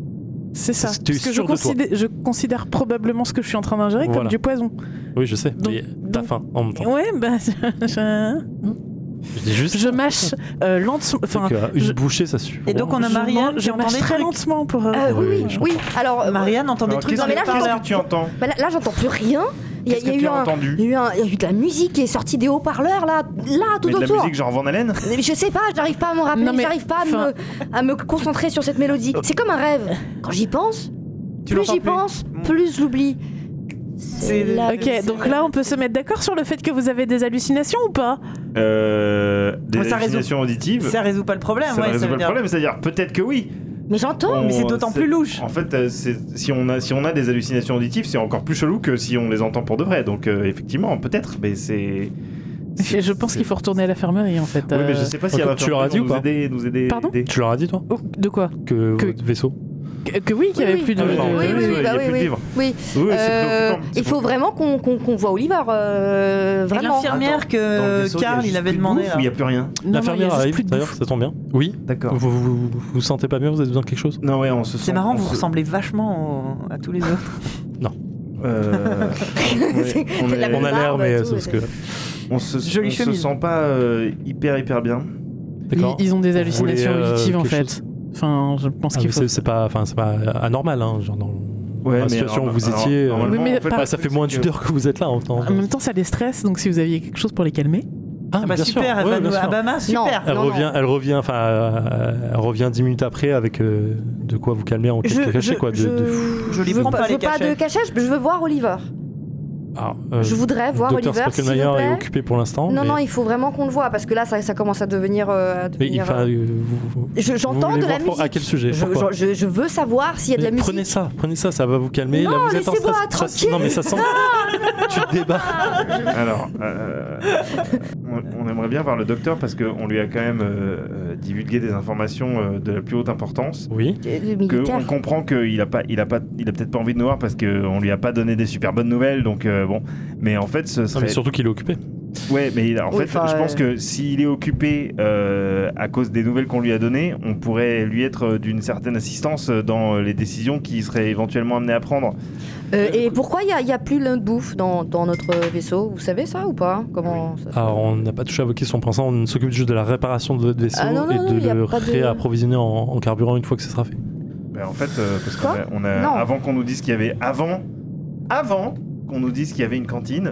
C: c'est ça.
B: C'est- t'es
C: Parce que je
B: sûr de toi.
C: considère, je considère probablement ce que je suis en train d'ingérer comme
B: Voilà.
C: du poison.
B: Oui, je sais.
C: Donc-
B: mais t'as
C: donc-
B: faim en même temps.
C: Ouais, bah, <laughs> je, je-
B: Je dis juste.
C: je mâche euh, lentement. Enfin,
B: Donc, euh, une
C: je-
B: bouchée, ça suffit.
A: Et donc on a
C: je
A: Marianne
C: mange-
A: qui
C: je
A: entend
C: mâche
A: des
C: très
A: trucs.
C: lentement pour. euh,
D: Ah
A: Ah,
E: Euh,
B: Oui,
E: Oui,
B: je
E: oui. Alors, euh,
A: Marianne entend des
D: Alors,
A: trucs
D: qu'est-ce
A: dans
E: Non, mais
A: les
E: là,
D: que- qu'est-ce
A: haut-parleurs.
D: que tu entends
E: bah là, là, j'entends plus rien. Il y a,
D: Qu'est-ce
E: il y a
D: que
E: eu
D: tu as
E: un-
D: entendu
E: il y a eu un- il y a eu de la musique qui est sortie des haut-parleurs là, là, tout
D: Mais de la
E: autour.
D: musique genre Van Halen
E: Mais Je sais pas, j'arrive pas à me rappeler,
C: Non, mais
E: j'arrive pas à
C: enfin-
E: me, à me concentrer sur cette
D: Euh,
E: mélodie. C'est comme un rêve. Quand j'y pense,
A: Tu
E: plus
A: l'entends
E: j'y
A: plus.
E: pense,
A: Mm.
E: plus je l'oublie.
A: C'est-
E: C'est la-
C: Ah, Ok, donc là, on peut se mettre d'accord sur le fait que vous avez des hallucinations ou pas
D: euh, Des
A: Ouais, ça résout.
D: hallucinations auditives.
A: Ça résout pas le problème.
D: ça
A: ouais,
D: ne résout
A: veut
D: pas le
A: dire-
D: problème, Oh, c'est-à-dire peut-être que oui.
E: Mais j'entends.
D: On-
A: Mais c'est d'autant plus louche.
D: En fait, euh, c'est- si on, a, si on a des hallucinations auditives, c'est encore plus chelou que si on les entend pour de vrai. Donc, euh, effectivement, peut-être, mais c'est.
C: Et Je pense qu'il faut retourner à l'infirmerie en fait.
D: Oui, mais
C: euh,
D: je sais pas si
B: Ok,
D: elle va
B: tu
D: faire
B: l'auras dit
D: pour
B: ou
D: nous
B: pas
D: aider, nous aider.
C: Pardon
D: aider.
B: Tu leur as dit, toi
C: oh, de quoi
B: que,
C: Que-
B: votre vaisseau.
C: que, que oui, qu'il y
E: Oui,
C: avait
E: oui.
C: plus de.
D: Ah oui, pardon, il
E: Oui,
D: y a
E: oui,
D: plus
E: oui,
D: de- il y
E: bah
D: a
E: oui,
D: plus de
E: oui.
D: vivre.
E: Oui.
D: Oui, c'est
E: Euh,
D: préoccupant, c'est
E: il
D: préoccupant.
E: faut vraiment qu'on qu'on- qu'on voit Oliver. euh,
A: Et
E: vraiment.
A: L'infirmière
D: Dans le
A: que
D: vaisseau,
A: Carl
D: y a
A: euh, il
D: juste
A: avait
D: plus de
A: demandé. euh,
D: bouffe
A: là.
D: ou Il n'y a plus rien.
C: Non, non, il y a
B: L'infirmière
C: juste
B: arrive,
C: plus de
B: d'ailleurs,
C: bouffe.
B: ça tombe bien. Oui.
D: D'accord.
B: Vous, vous, vous- vous sentez pas bien, vous avez besoin de quelque chose
D: Non, ouais, on se sent.
A: C'est marrant,
D: on
A: vous
D: se-
A: ressemblez vachement au- à tous les autres.
D: Euh, ouais, on
E: C'est de la
C: Euh,
D: est-
B: On a l'air,
E: barbe,
B: mais
E: tout,
B: c'est parce que.
D: On se,
A: Jolie
D: on se
A: chemise.
D: sent pas euh, hyper hyper bien.
B: D'accord.
C: Ils, ils ont des
B: Vous
C: hallucinations
B: voulez, euh,
C: auditives en
B: quelque
C: fait. Enfin, je pense
B: Ah, mais
C: qu'il faut.
B: c'est c'est pas, enfin, c'est pas anormal, hein, genre dans
D: Ouais,
B: la
D: Ah, mais
B: situation
D: alors-
B: où vous
D: alors,
B: étiez. euh,
D: normalement,
C: Oui, mais
D: en fait,
C: par-
B: bah, ça fait moins
D: c'est
B: d'une
D: que-
B: heure que vous êtes là en temps.
E: Ah,
C: En même temps, ça les stresse, donc si vous aviez quelque chose pour les calmer.
A: Ah bah
B: bien sûr,
A: super, elle
B: ouais,
A: va
B: bien
A: nous-
B: sûr.
A: à Bama, super.
B: Elle
E: Non,
B: revient,
E: non.
B: elle revient, enfin, euh, elle revient dix minutes après avec euh, de quoi vous calmer en quelques cachets, quoi. de- de-
A: Je les
E: veux
A: prends pas,
E: je
A: les
E: veux pas
A: cachets.
E: de cachet, je veux voir Oliver.
B: Alors, euh,
E: je voudrais voir
B: Dr.
E: Oliver, s'il vous
B: Spiegelmeier
E: plaît.
B: est occupé pour l'instant.
E: Non,
B: mais,
E: non, il faut vraiment qu'on le voit parce que là, ça, ça commence à devenir. euh, à
B: mais il-
E: devenir,
B: enfin,
E: euh,
B: euh, vous- vous-
E: je- J'entends
B: vous voulez
E: de la
B: voir pour-
E: musique.
B: À quel sujet
E: Je,
B: Pourquoi
E: je- je- je veux savoir s'il y a de la
B: Mais
E: musique.
B: Prenez ça, prenez ça, ça va vous calmer.
E: Non,
B: Là, vous êtes en
E: laissez-moi,
B: stress. Ça-
E: tranquille. Ah
B: non, mais ça sent. tu te débats.
E: <laughs>
D: Alors, euh, on, on aimerait bien voir le docteur parce qu'on lui a quand même euh, euh, divulgué des informations euh, de la plus haute importance.
B: Oui.
E: Euh, le
D: Que
E: militaire.
D: on comprend qu'il a pas, il a pas, il a peut-être pas envie de nous voir parce qu'on lui a pas donné des super bonnes nouvelles. Donc euh, bon, mais en fait, ce
B: Non,
D: serait.
B: mais surtout qu'il est occupé.
D: Ouais, mais il a- en
E: Oui,
D: fait,
E: enfin,
D: je pense
E: euh,
D: que s'il est occupé euh, à cause des nouvelles qu'on lui a données, on pourrait lui être euh, d'une certaine assistance euh, dans les décisions qu'il serait éventuellement amené à prendre.
E: Euh, et pourquoi il n'y a, plus l'un de bouffe dans, dans notre vaisseau Vous savez ça ou pas Comment
D: Ah.
E: ça se-
B: Alors, Ah, on n'a pas touché à vos questions pour l'instant. On s'occupe juste de la réparation de votre vaisseau
E: Ah, non, non,
B: et
E: non, y
B: de
E: a
B: le
E: pas de-
B: réapprovisionner en, en carburant une fois que ce sera fait.
D: Ben, en fait, euh, parce qu'on
E: Quoi
D: a, on a-
E: Non.
D: avant qu'on nous dise qu'il y avait avant, avant qu'on nous dise qu'il y avait une cantine.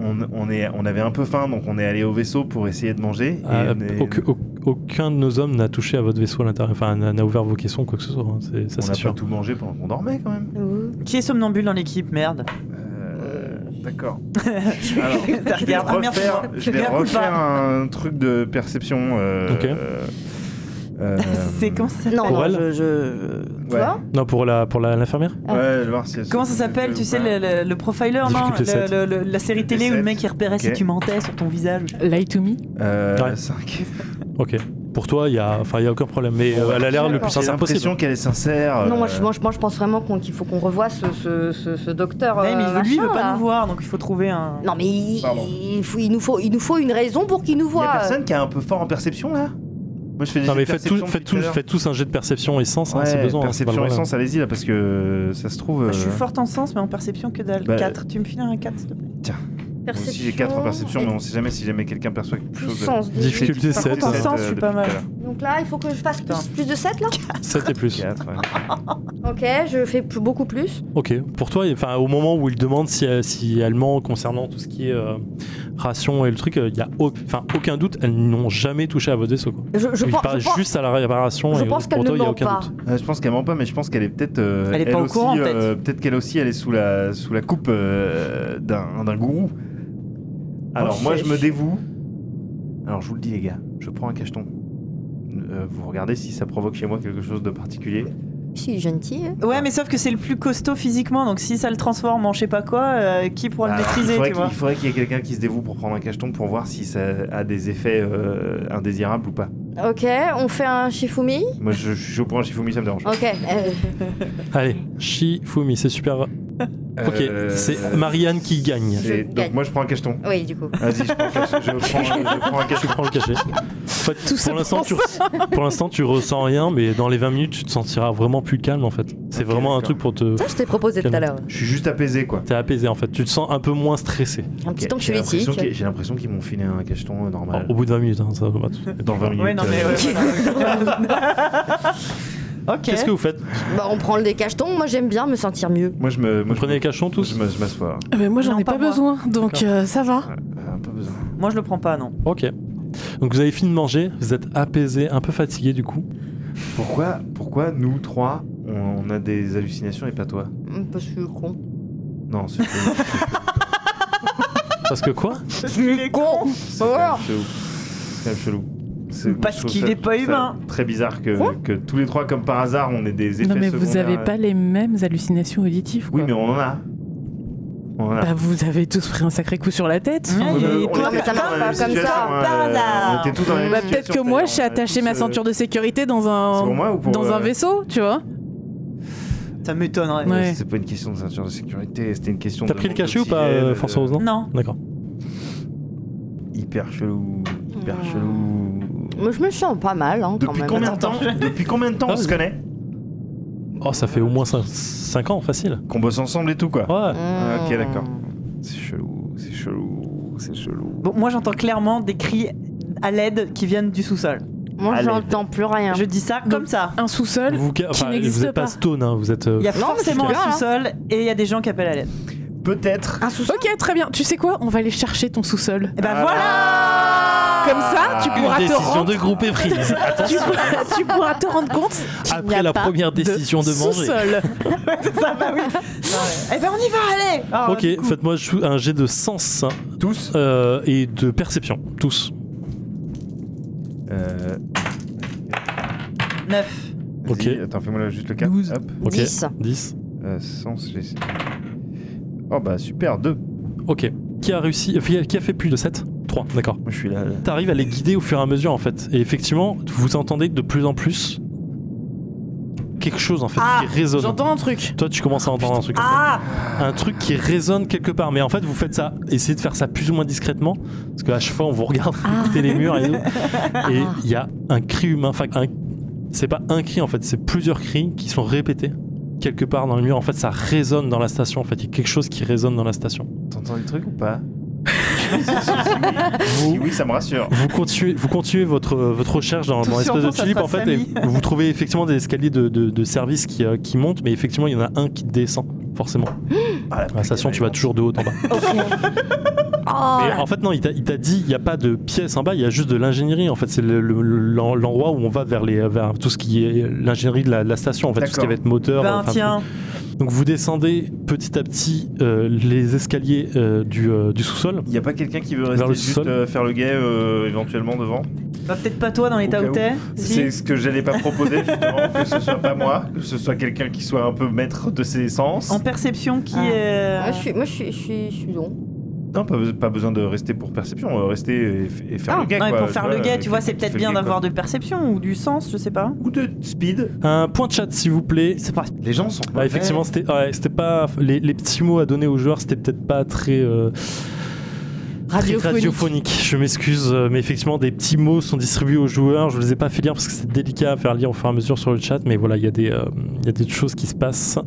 D: On, on est, on avait un peu faim, donc on est allé au vaisseau pour essayer de manger. et
B: Ah,
D: on est-
B: auc- auc- aucun de nos hommes n'a touché à votre vaisseau à l'intérieur. Enfin, n'a n'a ouvert vos caissons, quoi que ce soit. hein. C'est- Ça,
D: on
B: c'est
D: n'a
B: sûr.
D: pas tout mangé pendant qu'on dormait quand même.
A: Qui est somnambule dans l'équipe Merde.
D: Euh,
A: <laughs>
D: D'accord. Alors,
A: T'as
D: je vais
A: regardé. Ah, merde,
D: refaire,
A: c'est moi.
D: je vais
A: Mea culpa.
D: refaire un truc de perception. euh,
B: Ok.
D: euh, euh,
A: <laughs> C'est comment ça
E: Non,
A: s'appelle
E: non,
B: elle
E: je. je- Tu
D: Ouais.
E: vois
B: Non, pour la pour la- l'infirmière
D: Ouais, voir si elle
A: Comment ça
D: se-
A: s'appelle, tu
D: euh,
A: sais, le,
D: voilà.
A: le- le profiler, non
B: Difficulté
A: Le-
B: sept.
A: le- le- La série télé où le mec il repérait si
D: Ok.
A: tu mentais sur ton visage.
C: Lie to me.
D: Euh,
B: Ouais.
D: cinq.
B: Ok. pour toi, il y a, enfin, il y a aucun problème. Mais euh, elle a l'air le plus
D: J'ai
B: sincère
D: l'impression
B: possible.
D: qu'elle est sincère.
E: Non, moi
D: euh,
E: je, moi, je- moi, je pense vraiment qu'on- qu'il faut qu'on revoie ce, ce- ce- ce docteur.
A: Ouais, Eh, mais il
E: euh,
A: veut, lui, il veut
E: machin,
A: pas
E: là.
A: nous voir, donc il faut trouver un.
E: Non, mais il,
D: Pardon.
E: il faut- il nous faut, il nous faut une raison pour qu'il nous
D: Il y
E: voit.
D: a personne qui a un peu fort en perception là Moi je fais des
B: Non,
D: jets
B: mais
D: de
B: faites, tous-
D: perception
B: faites,
D: depuis
B: tous,
D: tout à l'heure.
B: faites tous un jet de perception et sens, hein, si
D: Ouais,
B: besoin. hein, c'est pas
D: perception
B: le
D: et
B: problème.
D: sens, allez-y là parce que ça se trouve.
A: Moi, je suis
D: euh,
A: forte en sens, mais en perception que dalle.
D: Bah,
A: 4. Tu me files un 4, s'il te plaît
D: Moi aussi j'ai 4 en perception, mais on sait jamais si jamais quelqu'un perçoit quelque
E: Plus
D: chose. de-
E: sens. de-
B: Difficile. Difficulté
A: Par contre, en
D: sept,
A: sens,
D: euh,
A: je suis
D: depuis
A: pas
D: tout
A: mal.
D: à l'heure.
E: Donc là, il faut que je fasse
A: Putain.
E: plus, plus de 7 là
B: 7 et plus.
D: Quatre, ouais.
E: Ok, je fais p- beaucoup plus.
B: Ok. Pour toi, enfin, au moment où il demande si, elle- si elle ment concernant tout ce qui est euh, ration et le truc, euh, il n'y a au- enfin, aucun doute, elles n'ont jamais touché à votre vaisseau. Quoi.
E: Je, je
B: il
E: pense,
B: parle
E: je pense-
B: juste à la réparation
E: je
B: et
E: pense
B: pour
E: qu'elle
B: toi,
E: ne
B: il n'y a
E: ment
B: aucun
E: pas.
B: doute.
D: Euh, je pense qu'elle ment pas, mais je pense qu'elle est peut-être. euh,
A: Elle est pas au
D: aussi,
A: courant,
D: euh,
A: peut-être.
D: qu'elle aussi, elle est sous la, sous la coupe euh, d'un d'un gourou. Alors,
A: Oh,
D: moi,
A: je-
D: je me dévoue. Alors, je vous le dis, les gars, je prends un cacheton. Euh, vous regardez si ça provoque chez moi quelque chose de particulier.
E: Si, gentil. hein.
A: Ouais, mais sauf que c'est le plus costaud physiquement, donc si ça le transforme en je sais pas quoi, euh, qui pourra
D: Alors,
A: le
D: Ah, il
A: maîtriser,
D: faudrait
A: tu
D: qu'il-
A: vois
D: il faudrait qu'il y ait quelqu'un qui se dévoue pour prendre un cacheton pour voir si ça a des effets euh, indésirables ou pas.
E: Ok, on fait un Shifumi.
D: Moi, je, je suis au point Shifumi, ça me dérange.
E: Ok. euh,
B: Allez, Shifumi, c'est super. Ok,
D: Euh,
B: c'est Marianne qui gagne.
E: Je
D: et Donc,
E: gagne.
D: moi, je prends un cacheton.
E: oui, du coup.
D: Vas-y, je prends un cacheton. Je prends, je prends un
B: Tu
D: cacheton.
B: prends le cachet. En fait,
C: ça
B: pour l'instant,
C: pour
B: tu, pour l'instant, tu ressens rien, mais dans les 20 minutes, tu te sentiras vraiment plus calme en fait. C'est
D: Ok,
B: vraiment un
D: d'accord.
B: truc pour te.
E: Ça, je t'ai proposé tout à l'heure.
D: Je suis juste apaisé, quoi.
B: T'es apaisé en fait. Tu te sens un peu moins stressé.
E: Un petit
D: Ok, j'ai
E: anxiolytique.
D: l'impression qu'il- J'ai l'impression qu'ils m'ont filé un cacheton euh, normal.
C: Oh,
B: Au bout de 20 minutes, hein, ça va.
D: Dans 20 minutes.
A: Ouais, non, mais
D: euh,
A: ouais, voilà. Ok.
B: Qu'est-ce que vous faites
E: Bah, on prend le décacheton. Moi, j'aime bien me sentir mieux.
D: Moi, je me.
B: Vous
D: Moi, je
B: prenez les
D: me-
B: cachons tous
D: je me- je m'assois.
C: Ah, Mais moi, j'en
A: Non,
C: ai
A: pas
C: pas,
A: moi.
C: besoin, donc
B: D'accord.
C: euh, ça
A: Oh.
C: va.
D: Euh, pas besoin.
A: Moi, je le prends pas, non.
B: Ok. Donc vous avez fini de manger, vous êtes apaisé, un peu fatigué du coup.
D: Pourquoi, pourquoi nous trois, on, on a des hallucinations et pas toi
E: Hum, Parce que je suis con.
D: Non, c'est c'est-
A: <laughs>
B: Parce que quoi
A: C'est con
D: c'est quand même chelou. C'est quand même chelou. C'est-
A: Oh. Parce
D: je trouve
A: qu'il
D: ça-
A: est pas
D: je trouve ça Très bizarre que, que tous les trois, comme par hasard, on ait des effets.
C: Non, mais vous
D: secondaires. euh,
C: avez pas les mêmes hallucinations auditives.
D: Oui,
C: quoi.
D: mais on en a. On en a.
C: Bah, vous avez tous pris un sacré coup sur la tête.
A: Mmh.
C: enfin,
A: Oui,
D: On-
A: mais
D: on
A: toi,
D: était
E: ça
D: tous
E: marche
D: dans la
E: pas
D: même
E: comme
D: situation,
E: ça,
D: hein,
A: par
D: euh,
A: hasard.
D: On était tous dans la même
C: Bah,
D: situation,
C: peut-être que moi,
D: d'ailleurs,
C: j'ai
D: on a
C: attaché
D: tous,
C: ma
D: euh,
C: ceinture de sécurité dans
D: c'est pour
C: un
D: moi ou pour,
C: dans un
D: euh,
C: vaisseau, tu vois.
A: Ça m'étonnerait.
C: Ouais.
D: C'est pas une question de ceinture de sécurité, c'était une question
B: T'as
D: de
B: pris le
D: manque
B: cachet ou pas,
D: d'oxygène,
B: euh,
D: euh,
B: Force Rose Non.
A: Non.
B: D'accord.
D: Hyper chelou, hyper
E: Hmm.
D: chelou.
E: Moi, je me sens pas mal, hein, quand
D: Depuis
E: même.
D: combien, de temps, depuis combien de temps
B: Ah,
D: on se
B: oui.
D: connaît
B: Oh, ça fait au moins 5 ans, facile.
D: Qu'on bosse ensemble et tout quoi.
B: Ouais.
D: Ah, ok,
E: Hum.
D: d'accord. C'est chelou, c'est chelou, c'est chelou.
A: Bon, moi, j'entends clairement des cris à l'aide qui viennent du sous-sol.
E: Moi,
D: Allez.
E: j'entends plus rien.
A: Je dis ça comme ça.
C: Un sous-sol.
B: Vous, ca-
C: qui
B: enfin,
C: n'existe
B: vous êtes pas
C: pas.
B: stone, hein, vous êtes. euh,
A: Il y a
E: Non, mais
A: forcément
E: c'est bien,
A: un
E: hein.
A: sous-sol et il y a des gens qui appellent à l'aide.
D: Peut-être.
E: Un sous-sol
C: Ok, très bien. Tu sais quoi On va aller chercher ton sous-sol.
A: Et ben
D: Ah.
E: Ah.
A: voilà
E: <laughs>
C: Comme ça, tu pourras te
B: Ah, décision
C: rendre.
B: de groupe est <laughs> prise.
C: <laughs> Tu pourras, tu pourras te rendre compte. qu'il n'y
B: Après
C: a
B: la
C: pas
B: première décision de manger.
C: Sous-sol.
A: Ça
E: bah
A: va, oui. <laughs> Non, ouais. Eh ben, on y va, allez Ah,
B: Ok,
A: du coup,
B: faites-moi jou- un jet de sens hein,
D: Tous
B: euh, et de perception, tous.
D: euh,
A: Neuf.
D: vas-y,
B: Ok.
D: Attends, fais-moi là juste le cap.
B: Douze.
D: Hop.
B: Ok.
E: 10.
B: 10.
D: Euh, sens, j'ai. Oh bah super, 2. Moi
B: Ok. Qui a réussi euh, Qui a fait plus de 7 3, d'accord.
D: je suis là. là.
B: T'arrives à les guider au fur et à mesure en fait. Et effectivement, vous entendez de plus en plus quelque chose en fait
C: Ah,
B: qui résonne.
C: J'entends un truc.
B: Toi, tu commences à entendre un truc. en fait.
A: Ah
B: Un truc qui résonne quelque part. Mais en fait, vous faites ça, essayez de faire ça plus ou moins discrètement. Parce qu'à chaque fois, on vous regarde
C: Ah.
B: <laughs> écouter les murs et tout. Et il y a un cri humain. Enfin, un- c'est pas un cri en fait, c'est plusieurs cris qui sont répétés quelque part dans le mur. En fait, ça résonne dans la station. En fait, il y a quelque chose qui résonne dans la station.
D: T'entends des trucs ou pas Si oui, ça me rassure.
B: vous continuez, vous continuez votre, votre recherche dans,
A: Tout
B: dans l'espèce de
A: surtout, ça
B: tulipe
A: sera
B: en fait, et
A: Samy.
B: vous trouvez effectivement des escaliers de, de, de service qui, euh, qui montent, mais effectivement il y en a un qui descend,
A: <gasps>
B: forcément.
D: Ah,
B: À la station, tu vas toujours de haut en bas.
E: Oh,
B: Mais en fait, non, il t'a il t'a dit, il n'y a pas de pièce en bas, il y a juste de l'ingénierie. En fait, c'est le- le- l'en- l'endroit où on va vers, les, vers tout ce qui est l'ingénierie de la, de la station, en fait, tout ce qui
D: D'accord.
B: va être moteur.
A: Ben,
B: enfin,
A: tiens.
B: Donc vous descendez petit à petit euh, les escaliers euh, du, euh, du sous-sol.
D: Il y a pas quelqu'un qui veut
B: Vers
D: rester
B: le
D: juste
B: sous-sol.
D: euh, faire le guet euh, éventuellement devant
A: Bah, peut-être pas toi dans l'état
D: Au cas
A: où t'es.
D: C'est
A: Si.
D: ce que j'allais pas proposer justement, que ce soit pas moi, que ce soit quelqu'un qui soit un peu maître de ses sens.
A: En perception, qui
E: Ah.
A: est.
E: Moi, je suis, moi, je suis, je suis, je suis long.
D: Non, pas, be- pas besoin de rester pour perception, euh, rester et, f- et faire
A: Ah,
D: le gars.
A: ouais,
D: quoi,
A: pour faire le gars, tu vois,
D: qui-
A: c'est
D: qui
A: peut-être
D: fait le
A: bien
D: gay, quoi.
A: d'avoir de perception ou du sens, je sais pas.
D: Ou de speed.
B: Un point de chat, s'il vous plaît.
A: C'est pas.
D: Les gens sont.
B: Ah, effectivement, c'était ouais, c'était pas les, les petits mots à donner aux joueurs, c'était peut-être pas très, euh, très
C: Radiophonique.
B: radiophonique. Je m'excuse, euh, mais effectivement, des petits mots sont distribués aux joueurs. Je les ai pas fait lire parce que c'est délicat à faire lire au fur et à mesure sur le chat, mais voilà, il y a des, euh, il y a des choses qui se passent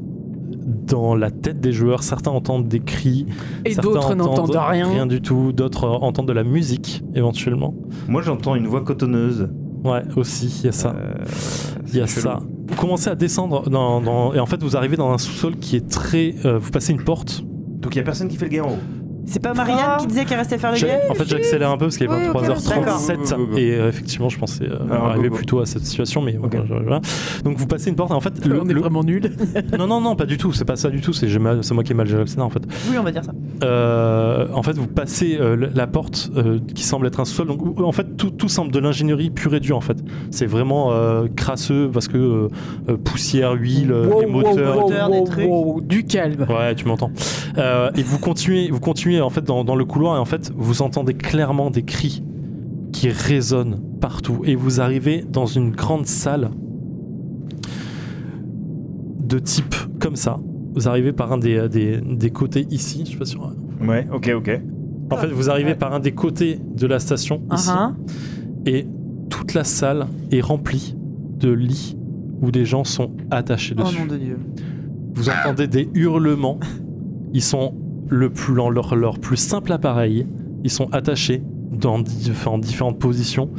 B: dans la tête des joueurs. Certains entendent des cris,
C: Et
B: certains
C: d'autres n'entendent
B: entendent
C: rien.
B: rien du tout, d'autres euh, entendent de la musique éventuellement.
D: Moi, j'entends une voix cotonneuse.
B: Ouais, aussi, il y a ça.
D: Euh,
B: Il y a
D: c'est
B: ça. Vous commencez à descendre dans, dans- et en fait vous arrivez dans un sous-sol qui est très. euh, vous passez une porte.
D: Donc, il y a personne qui fait le gars en haut.
A: C'est pas Marianne
E: Ah.
A: qui disait qu'elle restait faire le
B: J'ai-
A: gay
B: En fait j'accélère un peu parce qu'il est
E: Oui, ok,
D: d'accord.
B: 23h37
D: Go, go, go.
B: et euh, effectivement je pensais euh,
D: Alors,
B: arriver
D: go, go.
B: plutôt à cette situation mais
D: Ok.
B: voilà, je- voilà. Donc vous passez une porte et en fait. le-
C: On est
B: le-
C: vraiment nuls.
B: Non non non pas du tout c'est pas ça du tout c'est j'ai mal- c'est moi qui ai mal géré le scénar en fait.
A: Oui, on va dire ça.
B: Euh, en fait, vous passez euh, le- la porte euh, qui semble être un sous-sol. Donc, ou- en fait, tout, tout semble de l'ingénierie pure et dure. En fait, c'est vraiment euh, crasseux parce que euh, euh, poussière, huile, euh, les moteurs.
A: Moteur des trucs.
C: du calme.
B: Ouais, tu m'entends. Euh, et vous continuez, vous continuez en fait dans, dans le couloir et en fait, vous entendez clairement des cris qui résonnent partout. Et vous arrivez dans une grande salle de type comme ça. Vous arrivez par un des, des, des côtés ici. Je sais pas si on-
D: Ouais, ok, ok.
B: en fait, vous arrivez
A: Ouais.
B: par un des côtés de la station ici,
A: Ah,
B: et toute la salle est remplie de lits où des gens sont attachés
A: ah. Oh
B: dessus.
A: nom de Dieu.
B: Vous entendez des hurlements. Ils sont le plus lent, leur, leur plus simple appareil. Ils sont attachés dans di- enfin, en différentes positions.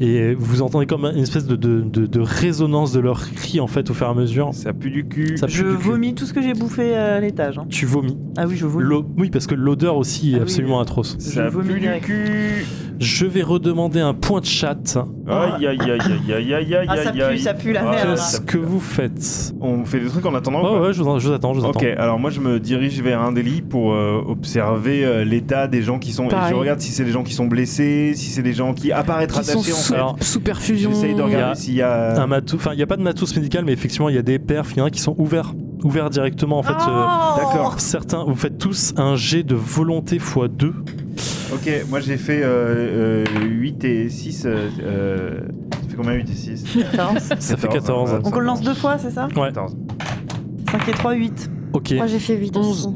B: Et vous entendez comme une espèce de, de- de- de résonance de leurs cris en fait au fur et à mesure.
D: Ça pue du cul.
B: Ça pue
A: Je
B: du cul.
A: vomis tout ce que j'ai bouffé à l'étage. hein.
B: Tu vomis.
A: Ah oui, je vomis.
B: L'eau- Oui, parce que l'odeur aussi est
A: Ah oui.
B: absolument atroce.
A: Je
D: Ça
A: vomis
D: pue du
A: direct.
D: cul.
B: Je vais redemander un point de chat.
D: Aïe, aïe, aïe, aïe, aïe, aïe, aïe.
A: Ah, ça
D: aïe,
A: pue,
D: aïe.
A: ça pue la
D: Ah,
A: merde.
D: ça
B: Ah. Qu'est-ce
D: pue.
B: que vous faites Oh,
D: On fait des trucs en attendant. quoi.
B: Ouais, ouais, je vous, je vous attends, je vous
D: Oh. Ok,
B: attends.
D: alors moi je me dirige vers un délit pour euh, observer euh, l'état des gens qui sont. et
C: Pareil.
D: je regarde si c'est des gens qui sont blessés, si c'est des gens qui apparaissent
C: Qui sont
D: attachés en
C: sous,
D: fait.
B: Alors,
C: sous perfusion.
D: J'essaye de
B: Il y a
D: regarder s'il y a.
B: Un matou- enfin, il n'y a pas de matos médical, mais effectivement, il y a des perfs, il y en a qui sont ouverts, ouverts directement. En fait,
A: Ah
E: Ah.
D: D'accord.
B: euh, certains, vous faites tous un jet de volonté x2.
D: Ok, moi j'ai fait euh, euh, 8 et 6. Euh, euh, ça fait combien 8 et hein, 6 <laughs>
B: Ça fait 14.
A: Donc on le lance deux fois, c'est ça
D: 14.
A: 5 et 3, 8.
B: Ok,
E: Moi j'ai fait 8
C: Onze.
E: aussi.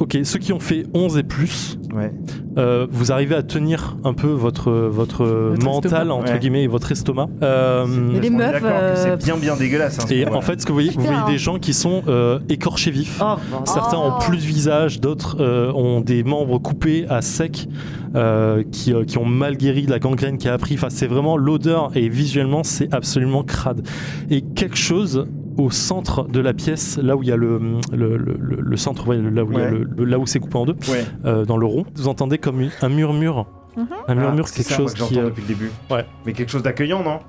B: ok. Ceux qui ont fait 11 et plus,
D: Ouais.
B: euh, vous arrivez à tenir un peu votre, votre euh,
C: Votre
B: mental,
C: estomac.
B: entre
D: Ouais.
B: guillemets, et votre estomac. Euh,
E: Et les
D: On est
E: meufs,
D: d'accord que
E: euh,
D: C'est bien bien dégueulasse. hein, ce
B: et
D: moment-là.
B: en fait, ce que vous voyez, vous
E: Putain.
B: voyez des gens qui sont euh, écorchés vifs.
A: Oh,
B: Certains ont
E: Oh.
B: plus de visage, d'autres euh, ont des membres coupés à sec, euh, qui, euh, qui ont mal guéri de la gangrène qui a appris. Enfin, c'est vraiment l'odeur et visuellement, c'est absolument crade. Et quelque chose au centre de la pièce, là où il y a le, le, le- le- le centre, ouais, là où, il y a
D: Ouais.
B: le- le- là où c'est coupé en deux,
D: Ouais.
B: euh, dans le rond, vous entendez comme une- un murmure.
A: Mhm.
B: Un murmure,
D: Ah, c'est
B: quelque
D: ça,
B: chose
D: moi, que
B: qui.
D: j'entends
B: euh,
D: depuis le début.
B: ouais.
D: Mais quelque chose d'accueillant, non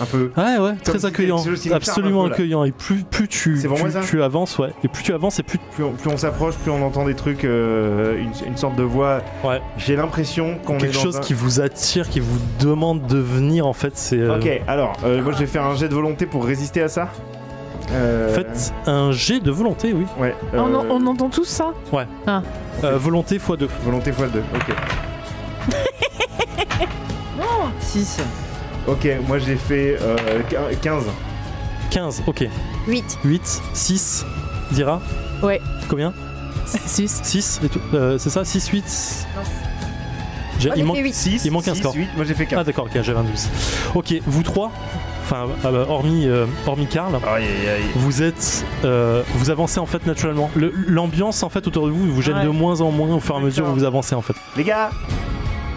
D: Un peu.
B: Ouais, ouais, très
D: si
B: accueillant,
D: quelque chose qui nous charme un
B: absolument
D: peu, là.
B: accueillant. Et plus, plus tu,
D: C'est vraiment
B: tu,
D: ça
B: tu avances, ouais, et plus tu avances, et plus
D: Plus on, plus on s'approche, plus on entend des trucs, euh, une, une sorte de voix.
B: Ouais.
D: J'ai l'impression qu'on est
B: quelque
D: dans
B: chose
D: un-
B: qui vous attire, qui vous demande de venir. En fait, c'est. euh,
D: Ok, alors euh, moi je vais faire un jet de volonté pour résister à ça. Euh,
B: Faites un jet de volonté, oui.
D: Ouais.
C: On, en-
D: euh,
C: on entend tout ça
B: Euh, volonté x2.
D: Volonté x2. Ok.
A: 6.
D: Ok, moi j'ai fait euh, quin- 15.
B: 15, ok.
E: 8.
B: 8, 6, Dira
C: Ouais.
B: Combien
C: 6.
B: 6 et tout Euh, C'est ça 6, 8 J'ai- Il
E: Moi j'ai
B: manque.
E: fait 8.
D: 6.
B: Il manque un score.
D: 8, moi j'ai fait
B: Ah
D: 15.
B: d'accord, ok, j'avais un 12. Ok, vous trois, enfin, ah bah, hormis, euh, hormis Karl,
D: Aïe aïe aïe.
B: vous êtes. euh, vous avancez en fait naturellement. Le- L'ambiance en fait autour de vous vous gêne
A: Ouais.
B: de moins en moins au fur et à mesure où
A: D'accord.
B: vous avancez en fait.
D: Les gars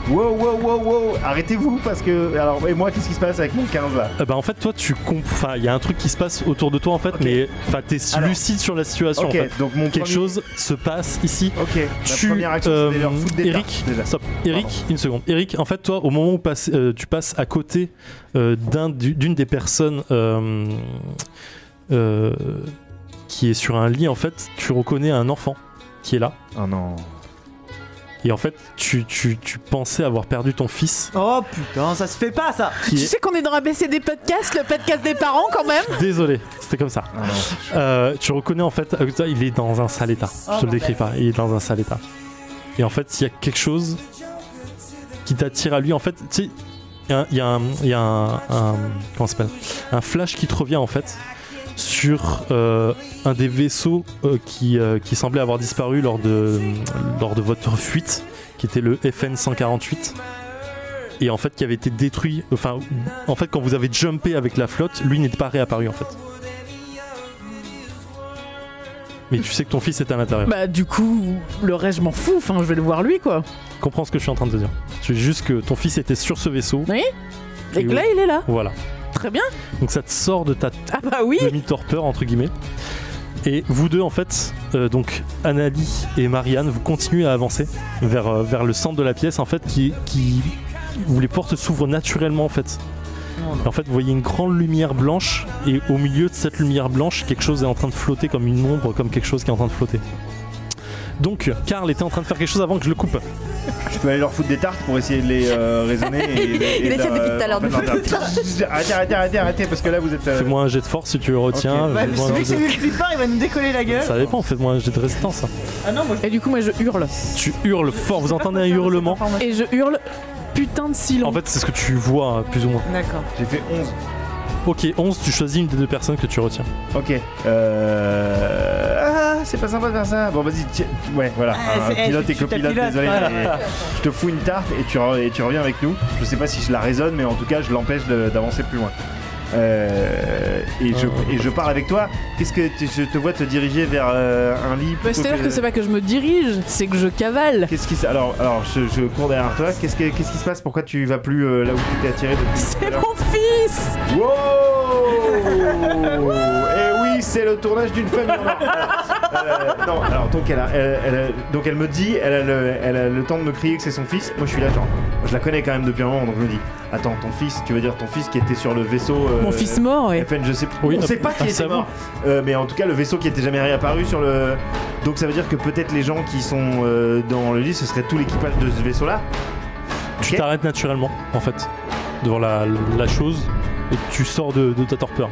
D: Wow, wow, wow, wow Arrêtez-vous parce que. Alors, et moi qu'est-ce qui se passe avec mon 15 là
B: Euh, bah en fait, toi tu comprends. Enfin, il y a un truc qui se passe autour de toi en fait,
D: Ok.
B: mais enfin, t'es
D: Alors.
B: lucide sur la situation
D: Ok,
B: en fait.
D: donc mon
B: Quelque
D: premier-
B: chose se passe ici.
D: Ok, la
B: tu,
D: première action
B: euh,
D: c'est de leur foutre des
B: Eric,
D: tartes, déjà.
B: stop. Eric,
D: Pardon.
B: une seconde. Eric, en fait, toi, au moment où passe- euh, tu passes à côté euh, d'un- du- d'une des personnes euh, euh, qui est sur un lit, en fait, tu reconnais un enfant qui est là.
D: Oh non.
B: Et en fait, tu, tu- tu pensais avoir perdu ton fils,
A: Oh putain, ça se fait pas ça
B: qui
C: Tu
B: est...
C: sais qu'on est dans la BC des podcasts, le podcast des parents quand même
B: Désolé, c'était comme ça.
D: Ah non.
B: Euh, tu reconnais en fait, euh, ça, il est dans un sale état.
A: Oh,
B: Je te le décris
A: bordel.
B: pas, il est dans un sale état. Et en fait, il y a quelque chose qui t'attire à lui. En fait, tu sais, il y a, il y a un, il y a un, un- comment ça s'appelle un flash qui te revient en fait sur euh, un des vaisseaux euh, qui, euh, qui semblait avoir disparu lors de, lors de votre fuite, qui était le FN 148. Et en fait, qui avait été détruit. Enfin, en fait, quand vous avez jumpé avec la flotte, lui n'était pas réapparu en fait. Mais tu sais que ton fils est à l'intérieur.
C: Bah du coup, le reste je m'en fous, enfin je vais le voir lui quoi.
B: Comprends ce que je suis en train de te dire. C'est juste que ton fils était sur ce vaisseau.
C: Oui. Et
B: Et
C: que là il est là,
B: Voilà.
C: très bien.
B: Donc ça te sort de ta
C: Ah bah oui
B: demi-torpeur entre guillemets. Et vous deux en fait, euh, donc Annalie et Marianne, vous continuez à avancer vers, euh, vers le centre de la pièce en fait qui, qui où les portes s'ouvrent naturellement en fait. Et en fait vous voyez une grande lumière blanche et au milieu de cette lumière blanche quelque chose est en train de flotter comme une ombre, comme quelque chose qui est en train de flotter. Donc Karl était en train de faire quelque chose avant que je le coupe.
D: Je peux aller leur foutre des tartes pour essayer de les euh, raisonner.
A: <laughs>
D: et-
E: Il-
D: et
E: il
D: de
E: essaie
D: leur-
E: depuis tout à l'heure
D: en fait,
E: de
D: leur dire, Arrêtez, arrêtez, arrêtez, arrêtez, parce que là vous êtes. euh,
B: Fais-moi un jet de force si tu le retiens.
D: Ok.
A: Ouais, mais
B: Fais-moi un
A: Bah, celui qui
B: jet
A: est
B: de-
A: le plus fort, il va nous décoller la gueule.
B: Ça dépend, faites-moi un jet de résistance.
A: Ah non, moi
C: Et du coup moi je hurle.
B: je- Tu hurles fort, vous entendez un hurlement.
C: Et je hurle putain de silence.
B: En fait, c'est ce que tu vois, plus ou moins.
A: D'accord.
D: J'ai fait 11.
B: Ok, 11, tu choisis une des deux personnes que tu retiens.
D: Ok. Euh... Ah, c'est pas sympa de faire ça. Bon, vas-y, tiens. ouais, voilà.
A: Ah,
D: Un
A: c'est- eh,
D: pilote
A: je
D: et
A: suis ta
D: copilote,
A: pilote,
D: désolé.
A: voilà.
D: mais Je te fous une tarte et tu, re- et tu reviens avec nous. Je sais pas si je la raisonne, mais en tout cas, je l'empêche de- d'avancer plus loin. Euh, et, je, et je pars avec toi. Qu'est-ce que tu- je te vois te diriger vers euh, un lit
C: Bah,
D: plutôt
C: C'est-à-dire que c'est pas que je me dirige, c'est que je
D: <laughs>
C: cavale.
D: Qu'est-ce qui se- alors alors je, je cours derrière toi. Qu'est-ce que- qu'est-ce qui se passe Pourquoi tu vas plus euh, là où tu t'es attiré depuis tout à
C: C'est
D: l'heure
C: mon fils
D: Wow Et Eh oui, c'est le tournage d'une famille. en or. Euh, non, alors donc elle, a- elle- elle a- donc elle me dit, elle a, le, elle a le temps de me crier que c'est son fils. Moi je suis là genre, je la connais quand même depuis un moment, donc je me dis, attends, ton fils, tu veux dire ton fils qui était sur le vaisseau euh,
C: Mon fils mort, ouais.
D: FN, je sais,
B: Oui,
D: on
B: à-
D: sait
A: Ah,
D: pas
B: à
D: qui était
B: savoir.
D: mort, Euh, mais en tout cas le vaisseau qui était jamais réapparu sur le. Donc ça veut dire que peut-être les gens qui sont euh, dans le lit, ce serait tout l'équipage de ce vaisseau-là.
B: Tu
D: Ok.
B: t'arrêtes naturellement, en fait, devant la, la chose, et tu sors de, de ta torpeur.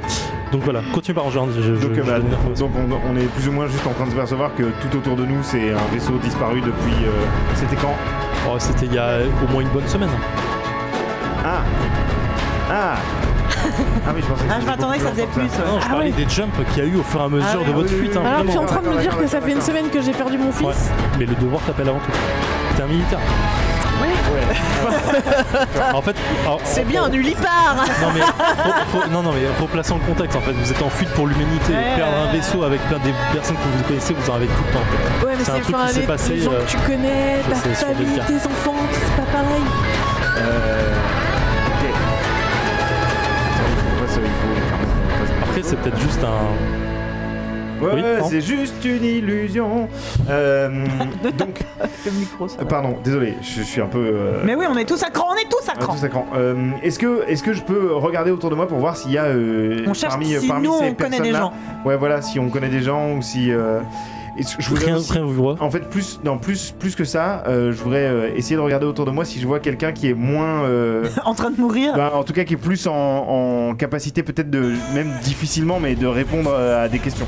B: Donc voilà, continue par rejoindre. Je, je-
D: Donc,
B: je
D: euh, bah,
B: donne l'info.
D: donc on, on est plus ou moins juste en train de s'apercevoir que tout autour de nous c'est un vaisseau disparu depuis. euh, C'était quand
B: Oh, C'était il y a au moins une bonne semaine.
D: Ah
A: <laughs>
D: Ah Ah oui, je pensais
A: Ah,
D: que
A: je
D: c'était
A: m'attendais que ça
D: beaucoup
A: faisait plus.
D: longtemps
A: ouais.
B: Non, je
C: Ah
B: parlais
C: ouais.
B: des jumps qu'il y a eu au fur et à mesure
A: Ah
B: de
A: oui,
B: votre
D: oui,
B: fuite.
D: oui,
B: hein,
D: oui.
C: Alors tu es
B: vraiment.
C: en train de me
D: D'accord,
C: dire
D: d'accord,
C: que ça fait une
D: d'accord.
C: semaine que j'ai perdu mon
B: Ouais.
C: fils
B: Mais le devoir t'appelle avant tout. T'es un militaire. <laughs> En fait, alors,
C: C'est bien, nul y part
B: Non mais, re- re- non, non, mais replaçons le contexte en fait, vous êtes en fuite pour l'humanité,
A: Ouais,
B: perdre
A: ouais,
B: un
A: ouais.
B: vaisseau avec plein des personnes que vous connaissez, vous en avez tout le temps. en fait.
C: Ouais, mais
B: C'est un
C: c'est
B: truc
C: enfin
B: qui s'est
C: les,
B: passé,
C: les gens
B: euh,
C: que tu connais,
B: je
C: ta
B: sais, sur des
C: famille,
B: cartes.
C: tes enfants, c'est pas pareil.
D: Euh, ok. Attends, il faut pas ça, il faut- il faut pas ça.
B: Après c'est peut-être juste un...
D: Ouais,
B: Oui,
D: ouais,
B: non.
D: c'est juste une illusion.
A: <laughs>
D: Euh, donc,
A: Le micro, ça.
D: euh, pardon, désolé, je, je suis un peu. euh,
A: Mais oui, on est tous à cran, on est tous à
D: un peu
A: cran.
D: sacrant. Euh, est-ce que est-ce que je peux regarder autour de moi pour voir s'il y a euh,
A: On cherche
D: parmi,
A: si
D: parmi
A: nous
D: ces
A: on connaît des
D: personnes-là-
A: gens.
D: Ouais, voilà, si on connaît des gens ou si. euh, et je- je voudrais
B: Rien,
D: aussi-
B: rien vous voit.
D: En fait, plus, non, plus, plus que ça, euh, je voudrais euh, essayer de regarder autour de moi si je vois quelqu'un qui est moins.
A: <laughs>
D: euh,
A: En train de mourir.
D: bah, en tout cas, qui est plus en, en capacité, peut-être de. Même difficilement, mais de répondre euh, à des questions.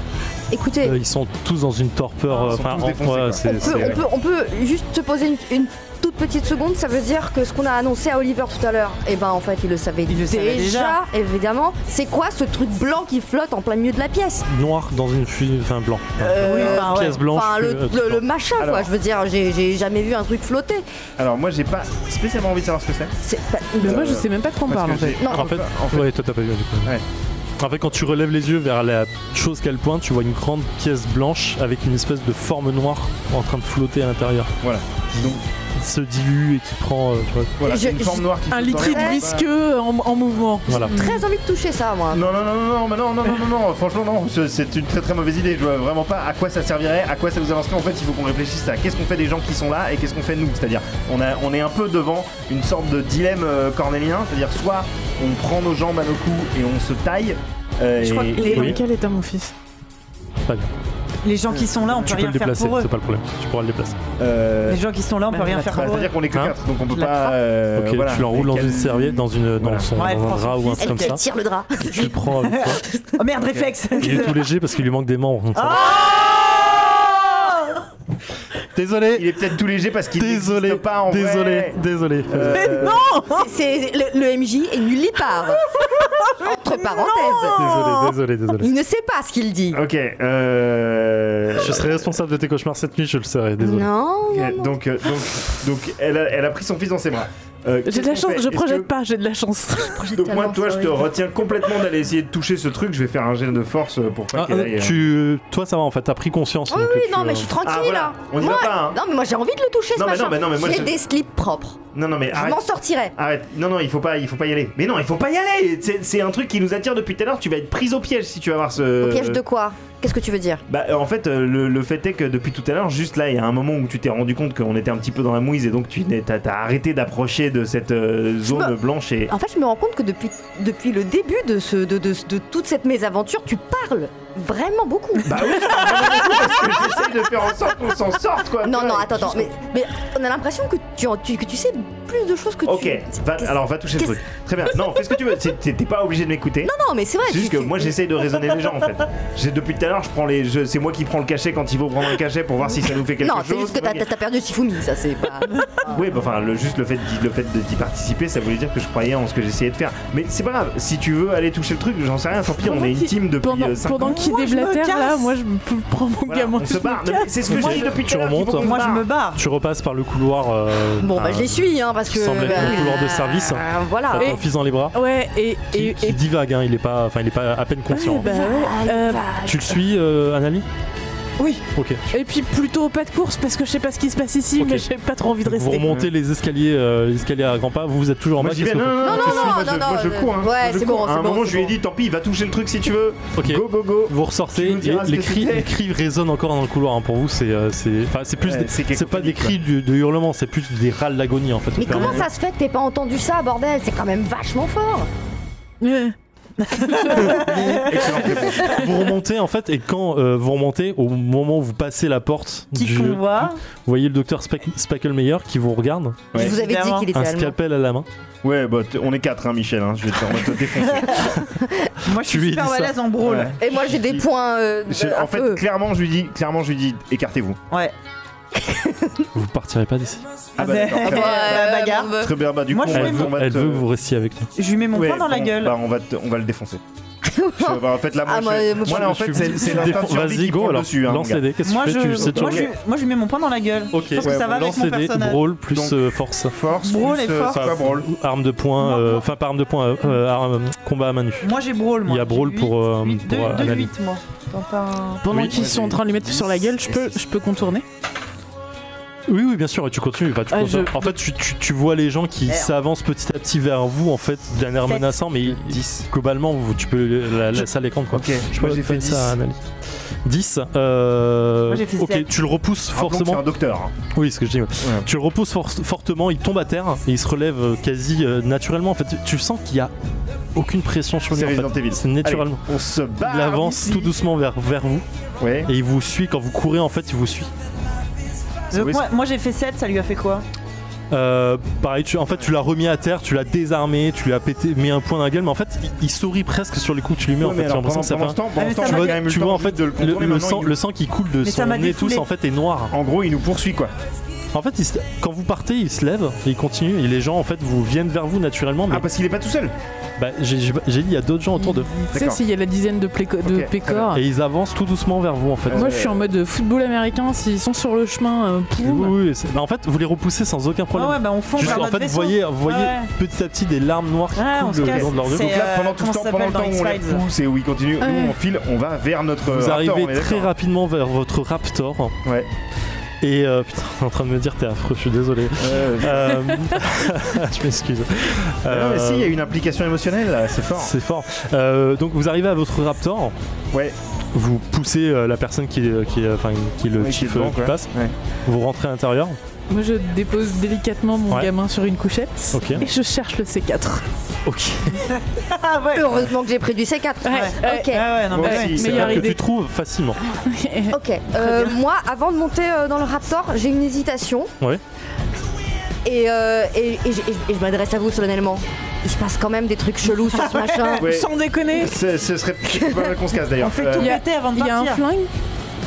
E: Écoutez,
B: Euh, ils sont tous dans une torpeur,
D: Ah, Ils
B: euh,
D: sont
B: enfin
D: tous
B: en-
D: défoncés,
B: ouais,
D: quoi.
B: c'est-
E: on
B: c'est-
E: peut, on, peut, on peut juste se poser une, une toute petite seconde. Ça veut dire que ce qu'on a annoncé à Oliver tout à l'heure, eh ben en fait, il le savait,
A: Il le savait déjà.
E: évidemment. C'est quoi ce truc blanc qui flotte en plein milieu de la pièce
B: noir dans une fuite, enfin blanc.
A: Oui,
E: Euh,
A: enfin, ouais.
B: Pièce blanche.
E: Enfin, le,
B: euh,
E: le- le machin, quoi.
D: Alors.
E: Je veux dire, j'ai j'ai jamais vu un truc flotter.
D: Alors, moi, j'ai pas spécialement envie de savoir ce que c'est.
E: C'est pas-
C: Mais moi
D: Euh,
C: je sais même pas de quoi on
D: parce
C: parle
D: que
C: en fait.
D: j'ai-
E: Non.
B: En fait, ouais, toi t'as pas vu du coup.
D: Ouais.
B: En fait, quand tu relèves les yeux vers la chose qu'elle pointe, tu vois une grande pièce blanche avec une espèce de forme noire en train de flotter à l'intérieur.
D: Voilà. Donc,
B: Qui se dilue et qui prend. euh, tu vois.
D: voilà,
E: Je-
D: une
E: je-
D: forme noire qui
C: Un
D: flotte dans
C: liquide
D: l'air.
C: visqueux en, en mouvement.
B: Voilà.
E: Très envie de toucher ça, moi.
D: Non, non, non, non, non, mais non, non, non, non, non, franchement, non, je- c'est une très très mauvaise idée. Je vois vraiment pas à quoi ça servirait, à quoi ça nous avancerait. En fait, il faut qu'on réfléchisse à qu'est-ce qu'on fait des gens qui sont là et qu'est-ce qu'on fait nous. C'est-à-dire, on, a- on est un peu devant une sorte de dilemme euh, cornélien. C'est-à-dire, soit on prend nos jambes à nos coups et on se taille. euh,
A: Je crois
D: et-
A: que les-
D: et-
A: Oui.
C: Quel état mon fils
A: Les gens qui sont là, on peut
B: Tu peux
A: rien
B: le
A: faire
B: déplacer,
A: pour eux.
B: c'est pas le problème. Tu pourras le déplacer.
D: euh,
A: Les gens qui sont là, on peut
C: Bah,
A: rien
C: la
A: faire
D: bah,
A: pour eux.
D: c'est-à-dire qu'on est que
B: Hein
D: 4, donc on peut
A: Je l'attrape.
D: pas. euh,
B: ok,
D: voilà.
B: tu l'enroules dans
D: Mais
B: une
D: quel-
B: serviette, dans, une, dans,
D: Voilà.
B: son,
A: Ouais,
B: dans
A: prends
B: un
A: son
B: drap ou un
A: fils,
B: truc
E: Elle
B: comme
E: te
B: ça.
E: tire le drap.
B: Et tu le prends avec toi.
A: Oh merde, réflexe <laughs>
B: Il est tout léger parce qu'il lui manque des membres. donc ça va.
A: Ah
B: Désolé.
D: Il est peut-être tout léger parce qu'il
B: Désolé.
D: n'existe pas en vrai.
B: Désolé. Désolé.
D: Euh,
E: <laughs> C'est- c'est- le, le MJ est nulle part. Entre parenthèses.
B: Désolé, désolé, désolé.
E: Il ne sait pas ce qu'il dit.
D: Ok. euh,
B: Je serai responsable de tes cauchemars cette nuit, je le serai, désolé.
E: Non. Oh non,
D: ok,
E: non.
D: Donc, euh, donc, donc elle, a, elle a pris son fils dans ses bras. Euh, qu'est-ce
C: J'ai de la
D: qu'on
C: chance,
D: fait
C: je
D: Est-ce
C: projette
D: que-
C: pas, j'ai de la chance.
D: Donc moi,
E: tellement
D: toi, je te
E: sorry.
D: retiens complètement d'aller essayer de toucher ce truc. Je vais faire un gel de force euh, pour pas
B: Ah,
D: qu'elle
B: euh,
D: aille. euh,
B: tu... Toi, ça va en fait, t'as pris conscience.
E: Oui,
B: donc,
E: oui,
B: tu,
E: non,
B: euh,
E: mais je suis tranquille
D: Ah, voilà.
E: là.
D: On y
E: moi,
D: va pas, hein.
E: Non, mais moi j'ai envie de le toucher ce
D: Non, mais
E: machin.
D: non, mais non, mais moi,
E: J'ai
D: je-
E: des slips propres.
D: Non, non, mais
E: Je
D: arrête.
E: m'en sortirai.
D: Arrête, non, non, il faut pas, il faut pas y aller. Mais non, il faut pas y aller. C'est c'est un truc qui nous attire depuis tout à l'heure. Tu vas être prise au piège si tu vas voir ce.
E: Au piège de quoi Qu'est-ce que tu veux dire
D: Bah, euh, en fait, euh, le, le fait est que depuis tout à l'heure, juste là, il y a un moment où tu t'es rendu compte qu'on était un petit peu dans la mouise et donc tu n'es- t'as t'as arrêté d'approcher de cette euh, zone
E: me-
D: blanche et.
E: En fait, je me rends compte que depuis, depuis le début de, ce, de, de- de toute cette mésaventure, tu parles vraiment beaucoup.
D: Bah oui, je t'en remercie parce que j'essaye de faire en sorte qu'on s'en sorte, quoi.
E: non,
D: Tu
E: non,
D: vois,
E: attends, attends. Mais,
D: jusqu'au-
E: mais on a l'impression que tu, en- tu- que tu sais plus de choses que
D: Ok,
E: tu.
D: va-
E: Qu'est-ce-
D: alors va toucher le
E: qu'est-ce-
D: truc. Très bien. Non, fais ce que tu veux. C'est- T'es t'es pas obligé de m'écouter.
E: Non, mais c'est vrai.
D: C'est juste
E: tu-
D: que
E: tu-
D: moi j'essaye de raisonner les gens en fait. J'ai depuis tout à l'heure, je prends les, je- c'est moi qui prends le cachet quand il faut prendre un cachet pour voir si ça nous fait quelque
E: Non,
D: chose.
E: c'est juste que t'as t'as perdu Shifumi, ça c'est
D: <laughs>
E: pas.
D: Oui, bah, enfin le, juste le fait d'y- le fait de- d'y participer, ça voulait dire que je croyais en ce que j'essayais de faire. Mais c'est pas grave. Si tu veux aller toucher le truc, j'en sais rien. Tant pis, on
C: Pendant
D: est une
C: qu'il-
D: team depuis euh,
C: Pendant,
D: 5
C: pendant
A: ans.
C: qu'il
A: Moi, je me
C: déblatère là,
A: casse.
C: moi je me p- prends mon gamin.
D: on
C: je
D: se
C: me
D: barre.
C: casse.
D: Mais C'est ce que
B: Tu-
D: j'ai dit depuis
B: tu
D: tout à l'heure.
B: remontes.
D: qu'il faut qu'on
A: Moi,
D: se
A: je
D: barre.
A: me barre.
B: tu repasses par le couloir. euh,
E: Bon,
D: Ah.
E: bah
B: un-
E: je les suis, hein, parce
B: qui
E: que.
B: semble être le
E: bah,
B: couloir de service. hein.
E: euh, Voilà.
B: T'as ton
C: Et-
B: fils dans les bras.
C: Ouais, et.
B: Qui,
C: et-
B: qui
C: et-
B: divague, hein, il est pas, enfin, il est pas à peine conscient.
C: Ouais, <laughs> bah ouais. Euh,
B: Tu le suis, euh, un ami
C: Oui.
B: Ok.
C: Et puis plutôt pas de course parce que je sais pas ce qui se passe ici,
B: Ok.
C: mais j'ai pas trop envie de
B: Vous
C: rester.
B: remontez les escaliers, euh, les escaliers à grands pas. Vous vous êtes toujours en
D: Moi
B: bas.
D: j'y vais.
B: qu'est-ce
D: Non,
B: que vous
D: non, non,
E: Non,
D: tu
E: non,
D: suis, moi,
E: non,
D: je- moi, je
E: non,
D: cours. hein.
E: ouais,
D: Je
E: c'est
D: cours.
E: bon,
D: À un
E: c'est bon,
D: moment,
E: c'est
D: je lui ai
E: bon.
D: dit, tant pis, va toucher le truc si tu veux.
B: Ok.
D: Go, go, go.
B: Vous
D: Tu
B: ressortez
D: nous
B: et
D: diras ce
B: les
D: que
B: cris,
D: c'était.
B: les cris résonnent encore dans le couloir. hein. Pour vous, c'est euh, c'est- enfin, c'est plus
D: Ouais,
B: des-
D: c'est
B: c'est pas des
D: cacophonique,
B: cris du- de hurlements, c'est plus des râles d'agonie en fait. au fur
E: Mais
B: et à
E: comment
B: mesure.
E: ça se fait que t'aies pas entendu ça, bordel C'est quand même vachement fort.
C: Ouais.
B: Vous remontez en fait et quand euh, vous remontez, au moment où vous passez la porte,
A: Qui
B: du-
A: qu'on voit
B: vous voyez le docteur Speck- Spacklemeyer qui vous regarde,
D: Ouais.
E: Je vous avais dit
A: Évidemment.
E: qu'il était
B: un
E: allemand.
B: scalpel à la main.
D: Ouais, bah t- on est quatre, hein, Michel. hein. Je vais te remettre te défoncer.
A: Moi, je
B: Tu lui
A: suis super
B: dis ça.
A: malaise en brawl.
D: Ouais.
E: Et moi j'ai des points. euh,
D: Je-
E: à
D: en fait,
E: feu.
D: clairement, je lui dis, clairement, je lui dis, écartez-vous.
A: Ouais.
B: Vous partirez pas d'ici.
D: Ah bah,
A: Mais-
D: d'accord, très
A: Ouais,
D: bien.
A: <laughs>
E: euh,
A: la bagarre.
E: mon vœu.
D: Très bien, bah du
A: Moi,
D: coup,
A: je
D: on va-
A: vais
B: Elle veut,
D: on va
B: elle
D: te-
B: veut que vous restiez avec nous.
A: Je lui mets mon
D: Ouais,
A: poing dans la
D: on-
A: gueule.
D: Bah, on va, te- on va le défoncer. Je- bah, en fait, là, moi,
E: Ah,
D: je-
E: moi,
D: moi,
E: moi,
D: là, en
B: Je
D: fait,
B: suis-
D: c'est c'est l'instinct de survie
B: Vas-y,
D: qui
B: go
D: prend le
B: alors.
D: dessus. hein,
B: lance
D: mon
B: les
D: gars.
B: dés. Qu'est-ce
A: Moi
B: que tu
A: je,
B: fais Tu sais
A: moi,
B: toujours-
A: je, moi, je lui mets mon poing dans la gueule.
B: Ok.
A: Je pense
D: Ouais,
A: que ça
D: ouais,
A: va avec
B: Lance
A: mon
B: les dés,
A: personnage.
B: brawl plus
D: Donc-
B: euh, force.
D: Force,
A: Brawl
D: plus,
A: et
D: euh,
A: force.
D: c'est quoi, brawl
B: Ou Arme de poing, euh, enfin pas arme de poing, euh, euh, arme- combat à main nue.
A: Moi j'ai brawl. Moi.
B: Il y a brawl pour, euh, pour, euh,
A: De
B: Annalie.
A: 8 moi. Quand un-
C: Pendant
D: Oui,
C: qu'ils
D: ouais,
C: sont en
D: c'est-
C: train de lui mettre sur la gueule, je peux, je peux contourner.
B: Oui, oui, bien sûr, et tu continues. bah, tu
C: Ah,
B: continues.
C: je-
B: En fait, tu, tu- tu vois les gens qui
A: Merde.
B: s'avancent petit à petit vers vous, en fait, d'un air
A: Sept.
B: menaçant, mais globalement, vous- tu peux la, la salle écran, quoi.
D: Ok,
B: Je
D: moi
B: peux
D: j'ai fait
B: faire
D: 10.
B: ça, Annalie. 10. euh,
A: Moi, j'ai fait
B: ok,
A: sept.
B: tu le repousses
D: Rappelons que Ah, c'est
B: forcément.
D: un docteur. hein.
B: Oui, ce que je dis. ouais. Tu le repousses for- fortement, il tombe à terre et il se relève euh, quasi euh, naturellement. En fait, tu, tu sens qu'il y a aucune pression sur lui.
D: C'est
B: en fait.
D: Resident Evil.
B: C'est naturellement.
D: Allez, on se bat.
B: il avance tout doucement vers, vers vous
D: Ouais.
B: et il vous suit. Quand vous courez, en fait, il vous suit.
A: Donc,
D: Oui,
A: moi, moi, j'ai fait 7, ça lui a fait quoi
B: Euh, pareil, tu, en fait, tu l'as remis à terre, tu l'as désarmé, tu lui as pété, mis un point dans la gueule, mais en fait, il, il sourit presque sur les coups que tu lui mets.
D: Ouais,
B: en
D: mais
B: fait, j'ai
D: alors,
B: l'impression
D: pendant
B: que ça
D: pendant
B: fait.
D: ce temps, pendant
A: Ah,
D: ce
A: mais
D: temps,
A: ça
D: j'ai
A: m'a
D: quand
A: dé-
D: même eu
B: un- Tu
D: temps
B: vois, en
D: juste
B: fait,
D: de le
B: le,
D: contourner.
B: le
D: Maintenant,
B: sang,
D: il-
B: le sang qui coule de
A: ça
B: son
A: m'a
B: nez, tous,
A: défoulé.
B: en fait, est noir.
D: En gros, il nous poursuit quoi.
B: En fait, il se- quand vous partez, il se lève et il continue, et les gens, en fait, vous viennent vers vous naturellement, mais
D: Ah, parce qu'il est pas tout seul.
B: bah, j'ai j'ai- j'ai dit, il y a d'autres gens autour d'eux.
C: Tu sais,
D: D'accord.
C: s'il y a la dizaine de, pléco- de
D: Ok, très
C: pécores.
B: Et ils avancent tout doucement vers vous, en fait.
D: Ouais.
C: Moi, je suis en mode football américain. S'ils sont sur le chemin, euh,
B: Oui,
C: poum.
B: oui, c'est- bah, en fait, vous les repoussez sans aucun
A: Ouais,
B: problème.
A: ouais, bah on fonce
B: Juste,
A: vers
B: en
A: notre
B: fait, vous
A: vaisseau.
B: voyez, vous voyez
A: Ouais.
B: petit à petit des larmes noires qui
A: Ouais, on se
B: coulent le
A: casse.
B: long de leurs yeux.
A: C'est-
D: Donc là,
A: euh,
D: pendant tout
A: comment
D: ce
A: ça
D: temps, pendant le temps
A: s'appelle
D: où
A: dans
D: on les
A: X-Files
D: pousse et où ils continuent, nous
C: Ouais.
D: on file, on va vers notre.
B: Vous
D: Euh, raptor,
B: arrivez
D: on est
B: très
D: d'accord.
B: rapidement vers votre raptor.
D: Ouais.
B: Et euh, putain, on est en train de me dire t'es affreux, je suis désolé.
D: <laughs> Euh,
B: Euh, <laughs> je m'excuse.
D: Ah Non, mais si, il y a
B: Euh,
D: une implication émotionnelle, là, c'est fort.
B: C'est fort. Euh, donc vous arrivez à votre raptor,
D: Ouais,
B: vous poussez euh, la personne qui est, qui est- enfin, qui est le
D: Ouais, qui est
B: chief
D: devant,
B: euh, qui
D: quoi.
B: passe,
D: Ouais.
B: vous rentrez à l'intérieur.
C: Moi, je dépose délicatement mon
B: Ouais.
C: gamin sur une couchette.
B: Ok.
C: Et je cherche le C4.
B: Ok.
A: Ah ouais.
E: bah. Heureusement que j'ai pris du C4.
C: Ouais.
E: Ok.
A: Ouais, ouais, non,
D: Moi
A: mais
D: aussi.
A: ouais.
B: C'est
C: Meilleure
B: là que
C: idée.
B: tu trouves facilement.
E: Ok, euh, moi avant de monter euh, dans le Raptor, j'ai une hésitation.
B: Ouais.
E: Et, euh, et, et je- et je- et je m'adresse à vous solennellement. Il se passe quand même des trucs chelous sur ce machin.
D: <laughs> ouais.
C: Sans déconner,
D: Ce ce serait pas mal qu'on se casse
A: On
D: d'ailleurs.
A: fait
D: Euh,
A: tout
C: y a-
A: péter avant de
C: il y a un
A: partir.
C: flingue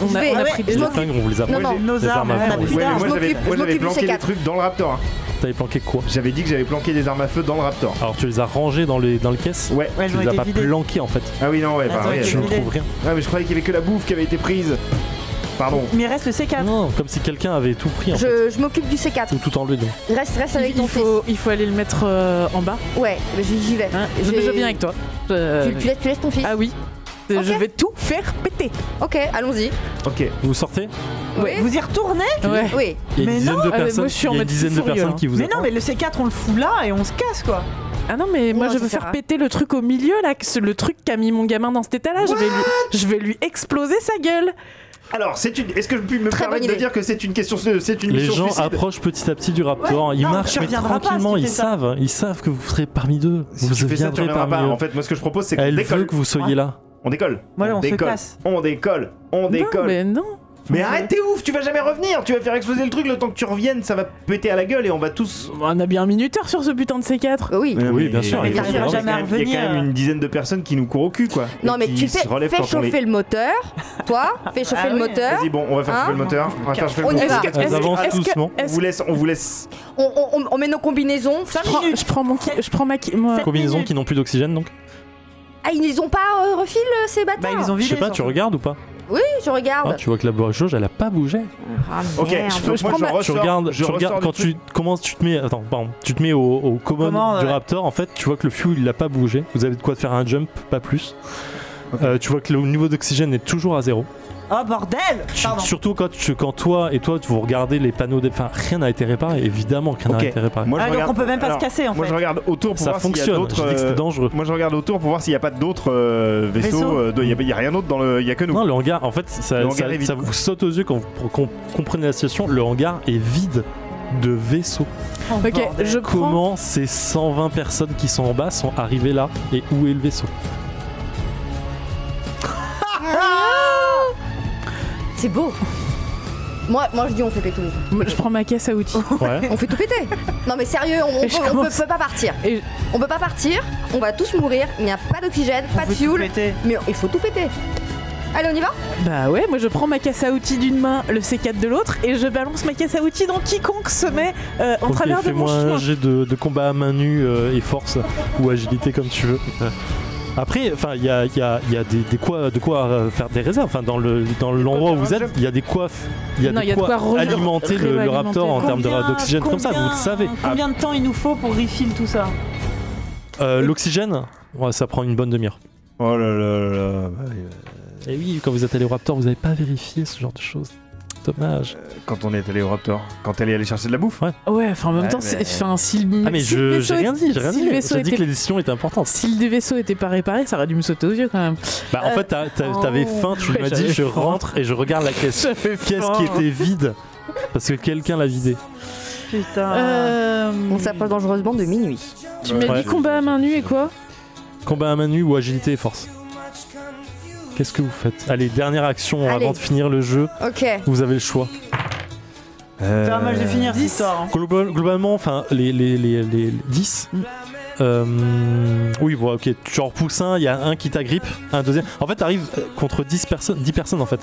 C: On
E: Je
C: a,
E: vais-
C: on a
A: Ouais,
C: pris
A: et
C: deux.
E: je
B: Les
E: m'occupe-
B: fringues, on vous les a
E: Non,
B: pris.
E: non.
A: Nos
B: Les
A: armes,
B: armes à
A: on a
B: feu,
A: plus
D: Ouais, mais
A: d'armes.
D: moi
E: je
D: j'avais
E: m'occupe-
D: moi,
E: je
D: j'avais
E: m'occupe du
D: planqué des
E: C4.
D: trucs dans le Raptor. hein.
B: T'avais planqué quoi
D: J'avais dit que j'avais planqué des armes à feu dans le Raptor.
B: Alors tu les as rangés dans, les, dans le caisse
D: Ouais.
A: Ouais,
B: Tu
A: j'aurais
B: les as
A: été
B: pas
A: vidé.
B: planqués en fait.
D: Ah oui, non, ouais,
A: Ah,
D: bah,
A: ça aurait
D: ouais.
A: été
B: Tu ne
A: vidé.
B: trouves rien.
D: Ouais, mais je croyais qu'il y avait que la bouffe qui avait été prise. Pardon.
A: Mais il reste le C4.
B: Non, comme si quelqu'un avait tout pris en fait.
E: Je, je m'occupe du C4.
B: Ou tout enlevé donc.
E: Reste, reste avec ton
C: il,
E: fils.
C: faut, il faut aller le mettre euh, en bas.
E: Ouais, mais j'y j'y vais.
C: hein. Je,
E: J'ai-
C: je viens avec toi. Je-
E: Tu, tu laisses, tu laisses ton fils.
C: Ah oui.
E: Ok.
C: Je vais tout faire péter.
E: Ok, allons-y.
D: Ok.
B: Vous sortez
E: Oui.
A: Vous y retournez
C: Ah Ouais.
E: Oui.
B: Il y a
A: Mais
B: une dizaine
A: non euh,
B: de
C: Ah, mais moi,
B: personnes,
C: je suis en
B: il y a une
C: mode
B: dizaine de
C: furieux,
B: personnes
C: hein.
B: qui vous
A: Mais non,
B: attendent.
A: mais le C4, on le fout là et on se casse quoi.
C: Ah non, mais moi
E: Non,
C: je
E: ça
C: veux
E: sert
C: faire
E: à-
C: péter le truc au milieu là, que ce- le truc qu'a mis mon gamin dans cet état-là. Je vais lui, je vais lui exploser sa gueule.
D: Alors, c'est une. Est-ce que je puis me
E: Très bonne
D: permettre de
E: idée.
D: dire que c'est une question, c'est une
B: Les
D: mission
B: gens
D: suicide
B: approchent petit à petit du raptor,
A: Ouais,
B: ils
A: non,
B: marchent
A: tu
B: mais
A: reviendras pas si tu
B: tranquillement,
A: fais
B: ils
A: ça.
B: savent, ils savent que vous serez parmi d'eux,
D: Si
B: vous
D: tu fais ça, tu
B: viendrez
D: reviendras
B: parmi
D: pas.
B: eux.
D: En fait, moi, ce que je propose, c'est qu'on
B: Elle
D: décolle.
B: veut que vous soyez là.
D: On décolle.
A: Voilà, on se
D: décolle.
A: casse.
D: On décolle. On décolle.
C: Non,
D: mais
C: mais non.
D: arrête, t'es ouf, tu vas jamais revenir. Tu vas faire exploser le truc le temps que tu reviennes, ça va péter à la gueule et on va tous.
C: On a bien un minuteur sur ce putain de C4.
E: Bah Oui.
B: Oui, bien sûr,
D: Il
A: il
D: y a
A: faut
D: quand
A: jamais
D: même- il y a quand
A: revenir.
D: même une dizaine de personnes qui nous courent au cul, quoi.
E: Non,
D: Et
E: mais
D: qui
E: tu
D: se
E: fais,
D: relèvent
E: fais
D: quand on les-
E: chauffer le moteur.
A: <laughs>
E: Toi, fais chauffer
A: Ah oui.
E: le moteur.
D: Vas-y, bon, on va faire chauffer
E: Hein
D: le moteur. On va faire chauffer le
E: On y
D: moteur.
E: va.
C: Est-ce que-
B: Elles
C: est-ce que-
B: avancent
C: est-ce que-
B: doucement.
D: On
C: est-ce
D: vous laisse, on vous laisse.
E: On, on- on met nos combinaisons.
C: Je prends, je prends mon, qui- je prends ma, qui- moi-
A: Sept
B: Combinaisons
A: minutes.
B: qui n'ont plus d'oxygène donc.
E: Ah, ils les ont pas euh, refilé ces bâtards
A: Bah, ils les ont
B: Je
A: vidés.
B: sais pas, tu
A: surtout.
B: regardes ou pas
E: Oui, je regarde.
D: bah.
B: Ah, Tu vois que la jauge elle a pas bougé.
E: Ah,
D: Ok,
E: merde.
D: je peux-
C: Je
D: moi,
C: prends
D: je
C: ma-
D: ressors.
B: tu regardes, tu
D: je
B: regardes
D: ressors
B: quand
D: le truc.
B: tu commences, tu te mets, attends, pardon, tu te mets au, au command
A: Commande,
B: du
A: ouais.
B: raptor. En fait, tu vois que le fuel il a pas bougé. Vous avez de quoi faire un jump, pas plus. Euh, tu vois que le niveau d'oxygène est toujours à zéro.
A: Oh bordel
B: Tu-
A: Pardon.
B: surtout quand, tu- quand toi et toi vous regardez les panneaux, des- enfin rien n'a été réparé. Évidemment, rien n'a
D: Ok.
B: été réparé.
D: Moi, je
A: Ah, donc
D: regarde-
A: on peut même pas
D: alors,
A: se casser en
D: Moi, je
A: fait.
D: regarde autour pour
B: Ça
D: voir s'il y a
B: fonctionne.
D: d'autres.
B: Je dis que
D: euh,
B: c'était dangereux.
D: Moi je regarde autour pour voir s'il n'y a pas d'autres euh,
A: Vaisseaux.
D: vaisseaux. Il n'y a, rien d'autre dans le. Il n'y a que nous.
B: Non, le hangar, en fait, ça,
D: Le hangar
B: ça-
D: est vide.
B: ça vous saute aux yeux quand vous com- comprenez la situation. Le hangar est vide de vaisseaux.
A: Oh,
C: Ok,
A: bordel.
C: je prends.
B: Comment ces 120 personnes qui sont en bas sont arrivées là et où est le vaisseau
E: C'est beau. Moi, moi, je dis, on fait péter.
C: Je prends ma caisse à outils.
B: Ouais.
E: On fait tout péter. Non, mais sérieux, on, on
C: Et je
E: peut, on peut,
C: commence.
E: peut pas partir.
C: Et-
E: On peut pas partir. On va tous mourir. Il n'y a pas d'oxygène,
A: On
E: pas de
A: peut tout
E: fuel.
A: péter.
E: Mais il faut tout péter. Allez, on y va
C: <laughs> Bah ouais, moi je prends ma caisse à outils d'une main, le C4 de l'autre, et je balance ma caisse à outils dans quiconque se met euh, en
B: Ok,
C: travers de mon
B: fais-moi un
C: chemin.
B: jet de, de combat à main nue euh, et force ou agilité comme tu veux. Après, enfin, il y a, il y a- il y a des, des quoi, de quoi euh, faire des réserves. Enfin, dans le dans l'endroit où vous êtes, il y a des quoi, il y a
C: Non, il y
B: des
C: a de
B: quoi,
C: quoi re-
B: alimenter le- le,
C: réalimenter. Ah,
B: raptor en termes de-
A: Combien-
B: d'oxygène comme ça. Vous le
A: combien-
B: savez.
A: Combien de temps il nous faut pour refill tout ça
B: Euh, L'oxygène, ouais, ça prend une bonne demi-heure.
D: Oh là là là là. bah, euh,
B: Et Eh oui, quand vous êtes allé au Raptor, vous n'avez pas vérifié ce genre de choses. Dommage.
D: Quand on est allé au Raptor, quand elle est allée chercher de la bouffe.
C: Ouais, enfin en même
D: Ouais,
C: temps,
D: mais-
C: c'est- enfin, si le
B: Ah mais
C: si le
B: je
C: vaisseau
B: j'ai rien
C: était-
B: dit, j'ai rien
C: si
B: dit.
C: le vaisseau
B: J'ai dit que
C: était-
B: la décision était importante.
C: Si le vaisseau était pas réparé, ça aurait dû me sauter aux yeux quand même.
B: Bah en fait t'as- t'as- t'avais faim, tu
C: Euh, oh. Ouais,
B: m'as dit
C: j'avais
B: je
C: faim.
B: rentre et je regarde la caisse.
C: J'avais
B: Caisse
C: faim.
B: qui était vide parce que quelqu'un l'a vidée.
A: Putain.
C: Euh,
E: On s'approche dangereusement de minuit.
C: Tu m'as
B: Ouais.
C: dit combat à main nue et quoi
B: Combat à main nue ou agilité et force. Qu'est-ce que vous faites Allez, dernière action
E: Allez.
B: avant de finir le jeu.
E: Ok.
B: Vous avez le choix. Euh,
D: Euh,
A: C'est un mal de finir cette histoire. hein.
B: Global- globalement, enfin, les, les, les, les- les 10. euh, oui, bon, ok, tu en repousses un, il y a un qui t'agrippe, un deuxième. En fait, t'arrives euh, contre 10 personnes, 10 personnes en fait.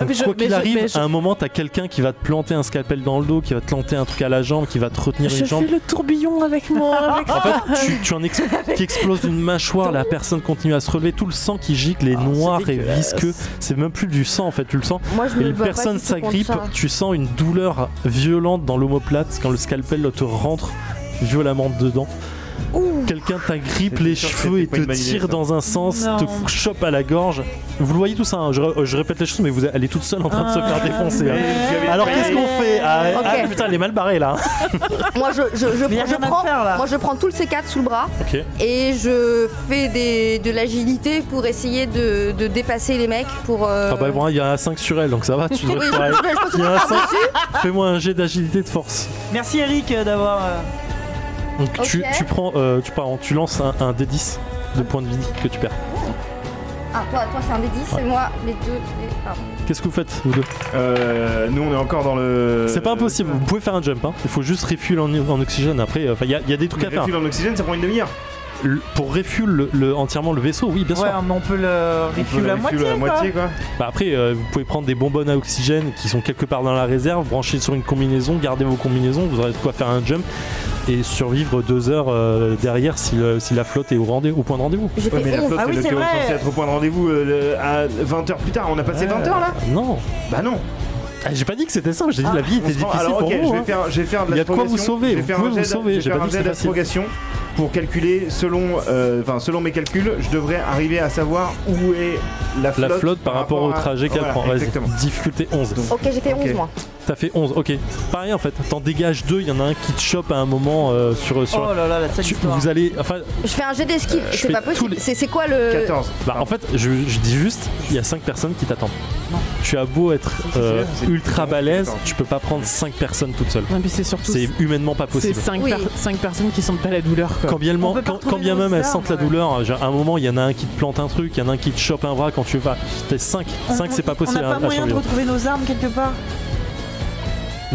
B: Donc,
C: mais je-
B: quoi
C: mais
B: qu'il
C: je-
B: arrive,
C: mais je-
B: à un moment, t'as quelqu'un qui va te planter un scalpel dans le dos, qui va te planter un truc à la jambe, qui va te retenir
C: Je
B: une jambe.
C: fais le tourbillon avec
B: <laughs>
C: mon. avec-
B: En
E: Ah.
B: fait, tu, tu en ex- qui explose d'une mâchoire, la personne continue à se relever, tout le sang qui gicle est noir et visqueux. C'est même plus du sang en fait, tu le sens.
E: Moi, je
B: Et
E: me
B: une
E: bats pas
B: personne
E: du tout contre
B: s'agrippe,
E: ça. hein.
B: tu sens une douleur violente dans l'omoplate quand le scalpel te rentre violemment dedans. Quelqu'un t'agrippe
D: C'était
B: les
D: sûr que
B: cheveux et
D: c'était pas
B: te
D: une bonne idée,
B: tire
D: ça.
B: dans un sens,
A: Non.
B: te chope à la gorge. Vous le voyez tout ça, hein, je, re- je répète les choses, mais vous, elle est toute seule en train de se faire défoncer. hein. Alors qu'est-ce qu'on fait ah,
E: Ah. Ok.
B: ah, putain, elle est mal barrée là. hein.
E: Moi, je, je, je,
A: Mais y a
E: je
A: rien à
E: prends,
A: faire, là.
E: moi, je prends tout le C4 sous le bras
B: Ok.
E: et je fais des, de l'agilité pour essayer de, de dépasser les mecs. Pour, euh,
B: Ah bah bon, il y a un 5 sur elle, donc ça va,
E: <laughs>
B: tu
E: oui, Ah,
B: devrais
E: je,
B: te barrer.
E: je- je pense
B: Il y a un
E: que-
B: 5, fais-moi un jet d'agilité de force.
A: Merci Eric euh, d'avoir. euh,
B: Donc tu,
E: Ok.
B: tu prends, euh, tu, pardon, tu lances un, un D10 de points de vie que tu perds.
E: Ah, toi, toi c'est un des 10 et moi, les deux. les- ah.
B: Qu'est-ce que vous faites, vous deux
D: Euh, Nous, on est encore dans le.
B: C'est pas impossible, vous pouvez faire un jump, hein. il faut juste refuel en, en oxygène après, enfin il y, a- il y a des trucs à
D: Tout
B: faire.
D: en oxygène, ça prend une demi-heure.
B: le- pour refuel le- le- entièrement le vaisseau, oui, bien sûr.
A: Ouais, mais on peut le
D: On peut
A: refuel
D: le
A: à
D: refuel
A: moitié.
D: à
A: quoi.
D: moitié, quoi.
B: Bah après, euh, vous pouvez prendre des bonbonnes à oxygène qui sont quelque part dans la réserve, brancher sur une combinaison, garder vos combinaisons, vous aurez de quoi faire un jump et survivre deux heures euh, derrière si, le- si la flotte est au, rendez- au point de rendez-vous.
E: J'ai
D: Ouais, mais
E: fait
D: la
E: 11.
D: flotte,
A: Ah oui,
D: c'est
A: c'est
D: le
A: vrai.
D: censé être au point de rendez-vous euh, le- à 20h plus tard. On a passé 20h là
B: Euh, Non.
D: Ah. Bah non.
B: Ah, J'ai pas dit que c'était simple, j'ai dit
D: Ah,
B: la vie
D: on
B: était
D: se prend-
B: difficile
D: Alors
B: pour
D: ok,
B: vous.
D: je
B: hein.
D: vais faire, je vais faire de
B: Il y a de quoi
D: l'astrogation.
B: vous sauver,
D: Je vais
B: vous
D: faire
B: pouvez
D: un
B: vous
D: jet de-
B: sauver,
D: Je
B: j'ai
D: vais faire
B: pas
D: un
B: dit que
D: jet
B: c'était facile.
D: d'astrogation pour calculer selon, euh, enfin selon mes calculs, je devrais arriver à savoir où est la
B: La
D: flotte,
B: flotte par rapport au
D: à-
B: trajet qu'elle
D: Voilà,
B: prend. Vas-y,
D: Exactement.
B: difficulté 11.
E: Ok, j'ai fait 11
D: Ok.
E: moi.
B: T'as fait 11, ok. Pareil en fait, t'en dégages deux, il y en a un qui te chope à un moment euh, sur. sur
A: Oh là là, la sale
B: tu-
A: histoire.
B: vous allez. Enfin,
E: Je fais un jet d'esquive.
B: Euh, je
E: c'est
B: fais
E: pas
B: tous
E: possible.
B: les-
E: C'est c'est quoi le.
D: 14.
B: Bah en fait, je, je dis juste, il y a 5 personnes qui t'attendent. Tu as beau être
D: si,
B: euh,
D: si, c'est-
B: ultra
D: c'est-
B: balèze,
D: c'est-
B: tu peux pas prendre 5 personnes toute seule.
C: Non, mais c'est surtout.
B: C'est humainement pas
C: C'est
B: possible.
C: 5
E: Oui.
C: personnes qui sentent pas la douleur. quoi.
B: Quand bien,
A: On
B: même-
A: peut pas
B: quand,
A: retrouver
B: quand bien
A: nos
B: même elles
A: armes,
B: sentent la
A: ouais.
B: douleur, genre, à un moment il y en a un qui te plante un truc, il y en a un qui te chope un bras quand tu vas. T'es 5,
A: On-
B: 5 c'est
A: on-
B: pas possible hein,
A: On
B: à,
A: n'a
B: à
A: pas moyen de
B: survivre.
A: retrouver nos armes quelque part.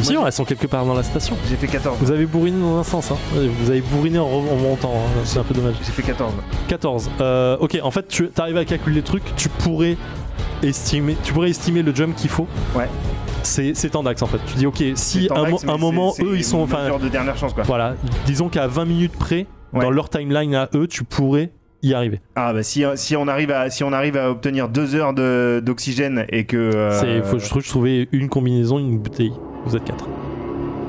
B: Si, non, elles sont quelque part dans la station.
D: J'ai fait 14.
B: Vous avez bourriné dans un sens, hein. vous avez bourriné en, re- en montant, hein. c'est un peu dommage.
D: J'ai fait 14.
B: 14. Euh, ok, en fait, tu arrives à calculer les trucs, tu pourrais estimer, tu pourrais estimer le jump qu'il faut.
D: Ouais.
B: C'est c'est ton axe en fait. Tu dis, ok, si
D: C'est en
B: un,
D: max,
B: mo- un
D: mais
B: moment,
D: c'est-
B: eux, ils
D: c'est
B: sont.
D: une
B: Enfin,
D: mesure de dernière chance quoi.
B: voilà, disons qu'à 20 minutes près,
D: Ouais.
B: dans leur timeline à eux, tu pourrais y arriver.
D: Ah bah si, si on arrive à si on arrive à obtenir deux heures de- d'oxygène et que euh,
B: C'est, faut, je trouve, je trouvais une combinaison, une bouteille. Vous êtes 4.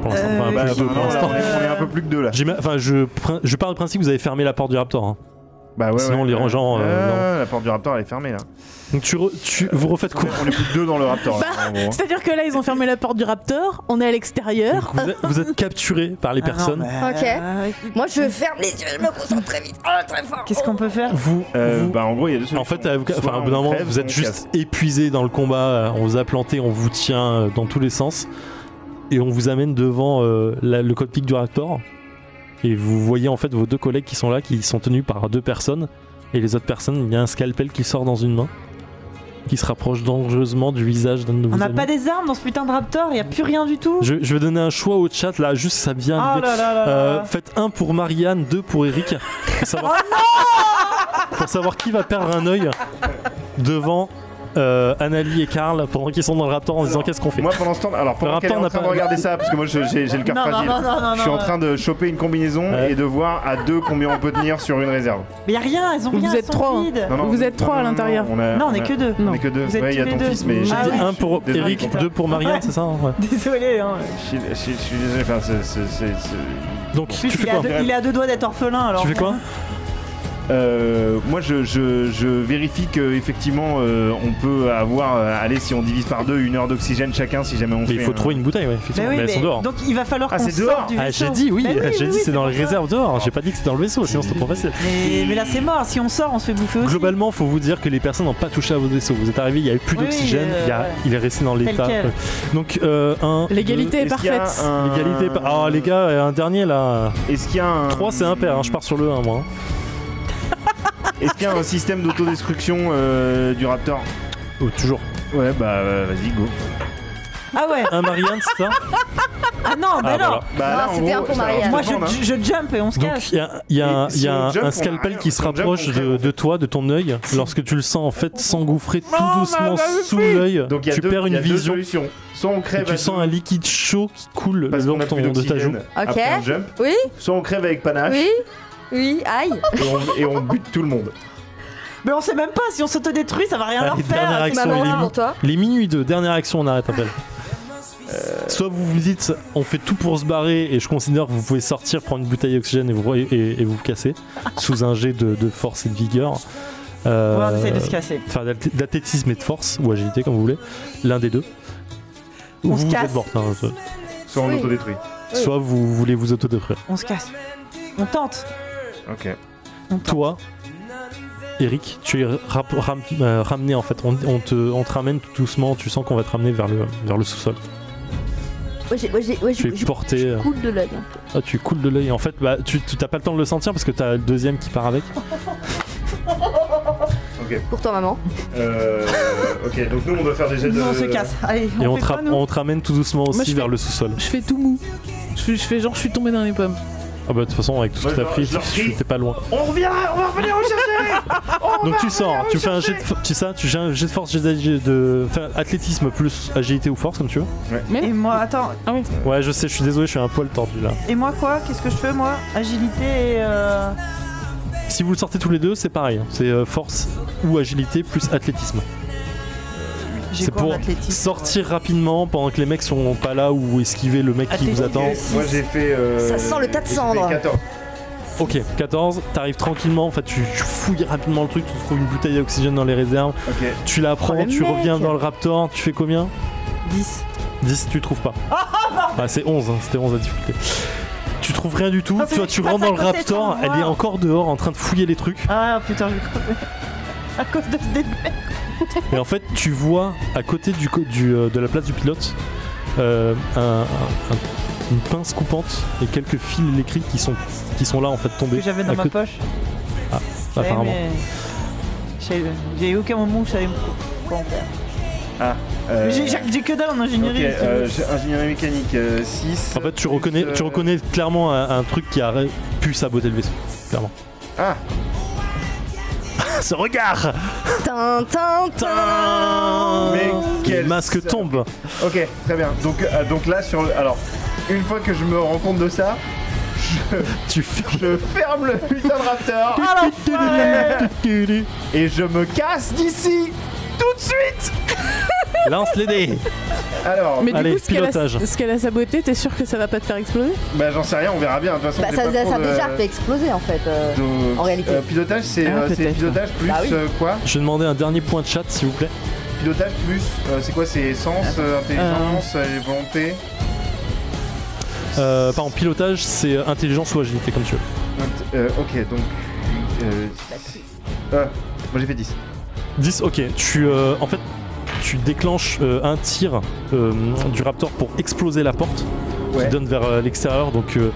B: Pour l'instant.
A: Euh,
B: Enfin,
D: bah,
B: plus de deux
D: bah,
B: pour
D: non,
B: l'instant.
D: là, on est- on est un peu plus que deux là.
B: J'ai ma- Enfin, je, prin- je pars du principe que vous avez fermé la porte du Raptor. hein.
D: Bah ouais,
B: Sinon,
D: ouais.
B: les rangeants, euh,
D: Ah, La porte du Raptor elle est fermée là.
B: Donc tu, re- tu- vous refaites quoi
D: On est plus que deux dans le Raptor. là, en gros.
C: C'est-à-dire que là, ils ont fermé la porte du Raptor, on est à l'extérieur.
B: Donc, vous, êtes, vous êtes capturé par
A: Ah
B: les personnes.
E: Ok. Moi je ferme les yeux, je me concentre très vite. Oh, très fort.
A: Qu'est-ce qu'on peut faire
B: Vous,
D: Euh,
B: vous-
D: bah en gros il y a deux
B: En
D: solutions.
B: fait, à-
D: Soit
B: enfin, au bout d'un
D: on
B: moment,
D: crève,
B: vous
D: soit
B: êtes
D: on
B: juste
D: casse.
B: épuisé dans le combat. euh, On vous a planté, on vous tient euh, dans tous les sens. Et on vous amène devant euh, la- le cockpit du Raptor. Et vous voyez en fait vos deux collègues qui sont là, qui sont tenus par deux personnes. Et les autres personnes, il y a un scalpel qui sort dans une main. Qui se rapproche dangereusement du visage d'un de vos
A: On n'a
B: amis.
A: pas des armes dans ce putain de raptor, y a plus rien du tout.
B: je, je vais donner un choix au chat là, juste ça vient.
A: Oh
B: d'arriver.
A: là là là
B: Euh,
A: là.
B: faites un pour Marianne, deux pour Eric. Pour savoir,
A: Oh
B: Pour savoir qui va perdre un œil devant euh, Annalie et Karl pendant qu'ils sont dans le raptor en se disant
D: Alors,
B: qu'est-ce qu'on fait.
D: Moi pendant ce temps, alors pendant
B: Le
D: qu'elle est
B: Raptor n'a
D: en train de
B: pas-
D: regarder ça, parce que moi je- j'ai j'ai le cœur
A: Non, non,
D: fragile.
A: non, non, non,
D: Je suis en
A: non.
D: train de choper une combinaison
B: Ouais.
D: et de voir à deux combien on peut tenir sur une réserve.
A: Mais y a rien, elles ont
C: Vous
A: rien. elles
C: êtes
A: sont
C: trois, hein.
A: vides.
D: Non, non,
C: Vous êtes
D: non,
C: trois à
D: non, non,
C: l'intérieur.
D: on a-
A: Non, on
D: on
A: est
D: a-
A: que deux. <laughs>
D: On
C: Non.
D: est que deux.
A: Vous êtes
D: Ouais, il y a
A: tous
D: ton
A: les deux.
D: fils, mais j'ai
A: Ah
D: dit
A: ouais.
B: un pour
D: Désolé,
B: Eric,
D: putain.
B: deux pour Marianne,
A: Ouais.
B: c'est ça hein, ouais.
A: Désolé. Hein.
D: Je suis- je suis je suis désolé, enfin, c'est- c'est- c'est- c'est-
B: Donc
A: Plus,
B: tu fais
A: il, est à
B: quoi
A: deux, il est à deux doigts d'être orphelin alors.
B: Tu fais quoi
D: Euh, Moi, je, je, je vérifie que effectivement, euh, on peut avoir, euh, allez, si on divise par deux, une heure d'oxygène chacun, si jamais on
B: Mais
D: fait.
B: il faut
D: un-
B: trouver une bouteille, ouais, effectivement.
A: Mais Bah oui,
B: mais elles sont
A: mais-
B: dehors.
A: Donc il va falloir
D: Ah,
A: qu'on
D: c'est
A: sorte
D: dehors
A: du
B: Ah,
A: vaisseau.
B: j'ai dit oui,
A: Mais
B: j'ai
A: oui,
B: dit
A: oui,
B: c'est dans
A: pour
B: les
A: ça.
B: réserves dehors, j'ai pas dit que c'est dans le vaisseau, sinon c'est trop facile.
A: Mais, mais là c'est mort, si on sort on se fait bouffer aussi.
B: Globalement, faut vous dire que les personnes n'ont pas touché à vos vaisseaux. Vous êtes arrivé, il n'y avait plus
A: Oui,
B: d'oxygène,
A: euh,
B: il y a-
A: ouais.
B: il est resté dans l'état.
A: quel.
B: ouais. Donc, euh, un. deux,
C: L'égalité est
D: Est-ce qu'il y a
C: parfaite.
D: un-
B: L'égalité. pa- Ah les gars, euh, un dernier là.
D: Est-ce qu'il y a un.
B: 3 c'est impair, hein, je pars sur le 1 moi.
D: Est-ce qu'il y a un système d'autodestruction euh, du Raptor
B: Oh, toujours.
D: Ouais, bah euh, vas-y, go.
A: Ah ouais
B: Un Marianne, c'est ça
A: Ah non, bah
B: Ah,
A: non
B: voilà.
D: Bah,
E: Non,
D: en
E: c'était
D: gros,
E: un pour
D: ça-
E: Marianne.
A: Moi
D: je comprends,
A: je, je jump et on se
B: Donc
A: cache.
B: il y a, il y a un-
D: Et
B: il y a
D: si on
B: un,
D: jump,
B: un
D: on
B: scalpel
D: arrive,
B: qui se
D: si on jump,
B: rapproche
D: on crève,
B: de,
D: en fait.
B: de toi, de ton œil, lorsque tu le sens en fait s'engouffrer tout doucement sous l'œil.
D: hein. Donc il y a
B: Tu
D: deux,
B: perds
D: il y
B: une
D: a deux
B: vision.
D: solutions. Soit on
B: Et
D: crève à
B: tu sens
D: deux
B: un liquide chaud qui coule le
D: parce
B: long
D: qu'on
B: de,
D: a
B: ton, de
D: plus
B: ta joue.
D: d'oxygène après un jump.
E: Oh. Oui,
D: Soit on crève avec
B: Ah.
D: panache
E: oui, oui, aïe.
D: et, on, et on bute tout le monde.
A: Mais on sait même pas si on s'autodétruit, ça va rien
B: Allez,
A: leur faire.
B: dernière
A: c'est
B: action,
A: pas
E: Maman,
B: il est
E: c'est
A: grave.
E: pour toi.
B: Les minuit 2, dernière action, on arrête appel. Soit vous vous dites on fait tout pour se barrer et je considère que vous pouvez sortir, prendre une bouteille d'oxygène et vous, et, et vous casser sous un jet de, de force et de vigueur. Euh,
A: Ouais, on essaye de se casser.
B: enfin d'ath- d'athlétisme et de force ou agilité comme vous voulez, l'un des deux.
A: On
B: Ou
A: se
B: vous
A: casse.
B: êtes mort. Non, ça-
D: Soit on
E: Oui.
D: autodétruit.
E: Oui.
B: soit vous voulez vous autodétruire.
A: On se casse. On tente.
D: Ok.
B: Toi, Eric, tu es ra- ram- euh, ramené en fait. On, on te, on te ramène tout doucement. Tu sens qu'on va te ramener vers le, vers le sous-sol.
E: Moi j'ai, moi, j'ai, moi,
B: Tu
E: je-
B: es
E: je-
B: porté.
E: je
B: euh,
E: coule de l'œil.
B: ah, tu coules de l'œil. En fait, bah, tu tu- t'as pas le temps de le sentir parce que t'as le deuxième qui part avec.
E: Pour toi, maman.
D: Euh, ok, donc nous on doit faire des jets de.
A: Nous, on se casse. Allez,
B: et
A: on,
B: on
A: fait
B: te, ra-
A: quoi, nous
B: on te ramène tout doucement
C: Moi,
B: aussi
C: je
B: vers
C: fais-
B: le sous-sol.
C: Je fais tout mou. Je, fais- je fais genre, je suis tombé dans les pommes.
B: Ah bah de toute façon, avec tout ce
D: Moi,
B: que t'as
D: je-
B: pris,
D: je leur
B: tu-
D: crie.
B: t'es pas loin.
D: On revient, on va revenir rechercher
A: Oh,
D: On
B: Donc
D: va
B: tu
D: revenir
B: sors, tu fais un jet
D: rechercher
B: de, fo- tu, sais, ça, tu fais un jet de force, jet d'agi- de, enfin, athlétisme plus agilité ou force comme tu veux.
A: Et moi, attends,
B: Ouais, je sais, je suis désolé, je suis un poil tordu là.
A: et moi quoi Qu'est-ce que je fais moi Agilité et. euh,
B: Si vous le sortez tous les deux, c'est pareil. hein. C'est euh, force ou agilité plus athlétisme.
A: J'ai
B: C'est
A: quoi en
B: pour
A: athlétisme
B: sortir rapidement pendant que les mecs sont pas là ou esquiver le mec qui vous
A: Athlétisme.
B: attend.
D: Moi j'ai fait. euh,
E: Ça sent le tas de
D: j'ai fait
E: cendres.
D: 14.
B: Ok, 14, t'arrives tranquillement, en fait tu, tu fouilles rapidement le truc, tu trouves une bouteille d'oxygène dans les réserves,
D: Ok.
B: tu la prends,
E: Oh, le
B: tu
E: mec.
B: reviens dans le Raptor, tu fais combien
A: 10.
B: 10,
A: <laughs>
B: tu trouves pas. Ah, c'est 11, hein, c'était 11 la difficulté. Tu trouves rien du tout,
A: Ah,
B: tu vois,
A: c'est-
B: tu
A: passe
B: rentres
A: à
B: dans le
A: côté sans
B: Raptor,
A: le
B: elle est
A: voir.
B: encore dehors en train de fouiller les trucs.
A: Ah putain, je vais crever. <laughs> À cause de ce début.
B: Et en fait, tu vois à côté du, co- du, euh, de la place du pilote euh, un- un- un- une pince coupante et quelques fils électriques qui sont, qui sont là en fait tombés.
A: que j'avais dans
B: à
A: ma
B: côté-
A: poche. Ouais,
B: apparemment.
A: mais j'ai- J'ai aucun moment où je savais quoi en faire.
D: Euh,
A: Mais j'ai- J'ai j'ai que dalle en
D: ok,
A: ingénierie. si tu veux.
D: euh, j'ai ingénierie mécanique euh, 6.
B: En fait, tu reconnais,
D: euh,
B: tu reconnais clairement un, un truc qui a pu saboter le vaisseau. Clairement.
D: Ah.
B: <laughs> Ce regard
E: Tin, tin, tin.
D: Mais
B: Le
D: quel
B: masque
D: sale-
B: tombe
D: Ok, très bien. Donc, euh, donc là, sur le- Alors, une fois que je me rends compte de ça,
B: <laughs> Tu fermes.
D: je ferme le putain de raptor
E: Ah,
D: et je me casse d'ici tout de suite
B: Lance les dés
D: Alors,
C: Mais
B: Allez,
C: du coup, ce qu'elle a,
B: pilotage.
C: ce qu'elle a saboté, t'es sûr que ça va pas te faire exploser
D: bah j'en sais rien, on verra bien. De toute façon,
E: Bah,
D: j'ai
E: ça,
D: pas
E: ça,
D: trop
E: ça a
D: de-
E: déjà fait exploser en fait. euh.
D: de-
E: en réalité.
D: euh, pilotage, c'est
C: Ah,
D: euh, c'est
C: peut-être.
D: pilotage plus
E: Bah oui.
D: euh, quoi
B: Je vais demander un dernier point de chat, s'il vous plaît.
D: Pilotage plus, euh, c'est quoi C'est sens,
E: Ah.
D: euh, intelligence, et volonté
B: Euh, pardon, pilotage, c'est euh, intelligence ou agilité, comme tu veux.
D: Int- euh, Ok, donc. euh, euh, moi j'ai fait 10.
B: 10, ok. Tu, euh, en fait, tu déclenches euh, un tir euh, du raptor pour exploser la porte
D: Ouais.
B: qui donne vers euh, l'extérieur. Donc, euh,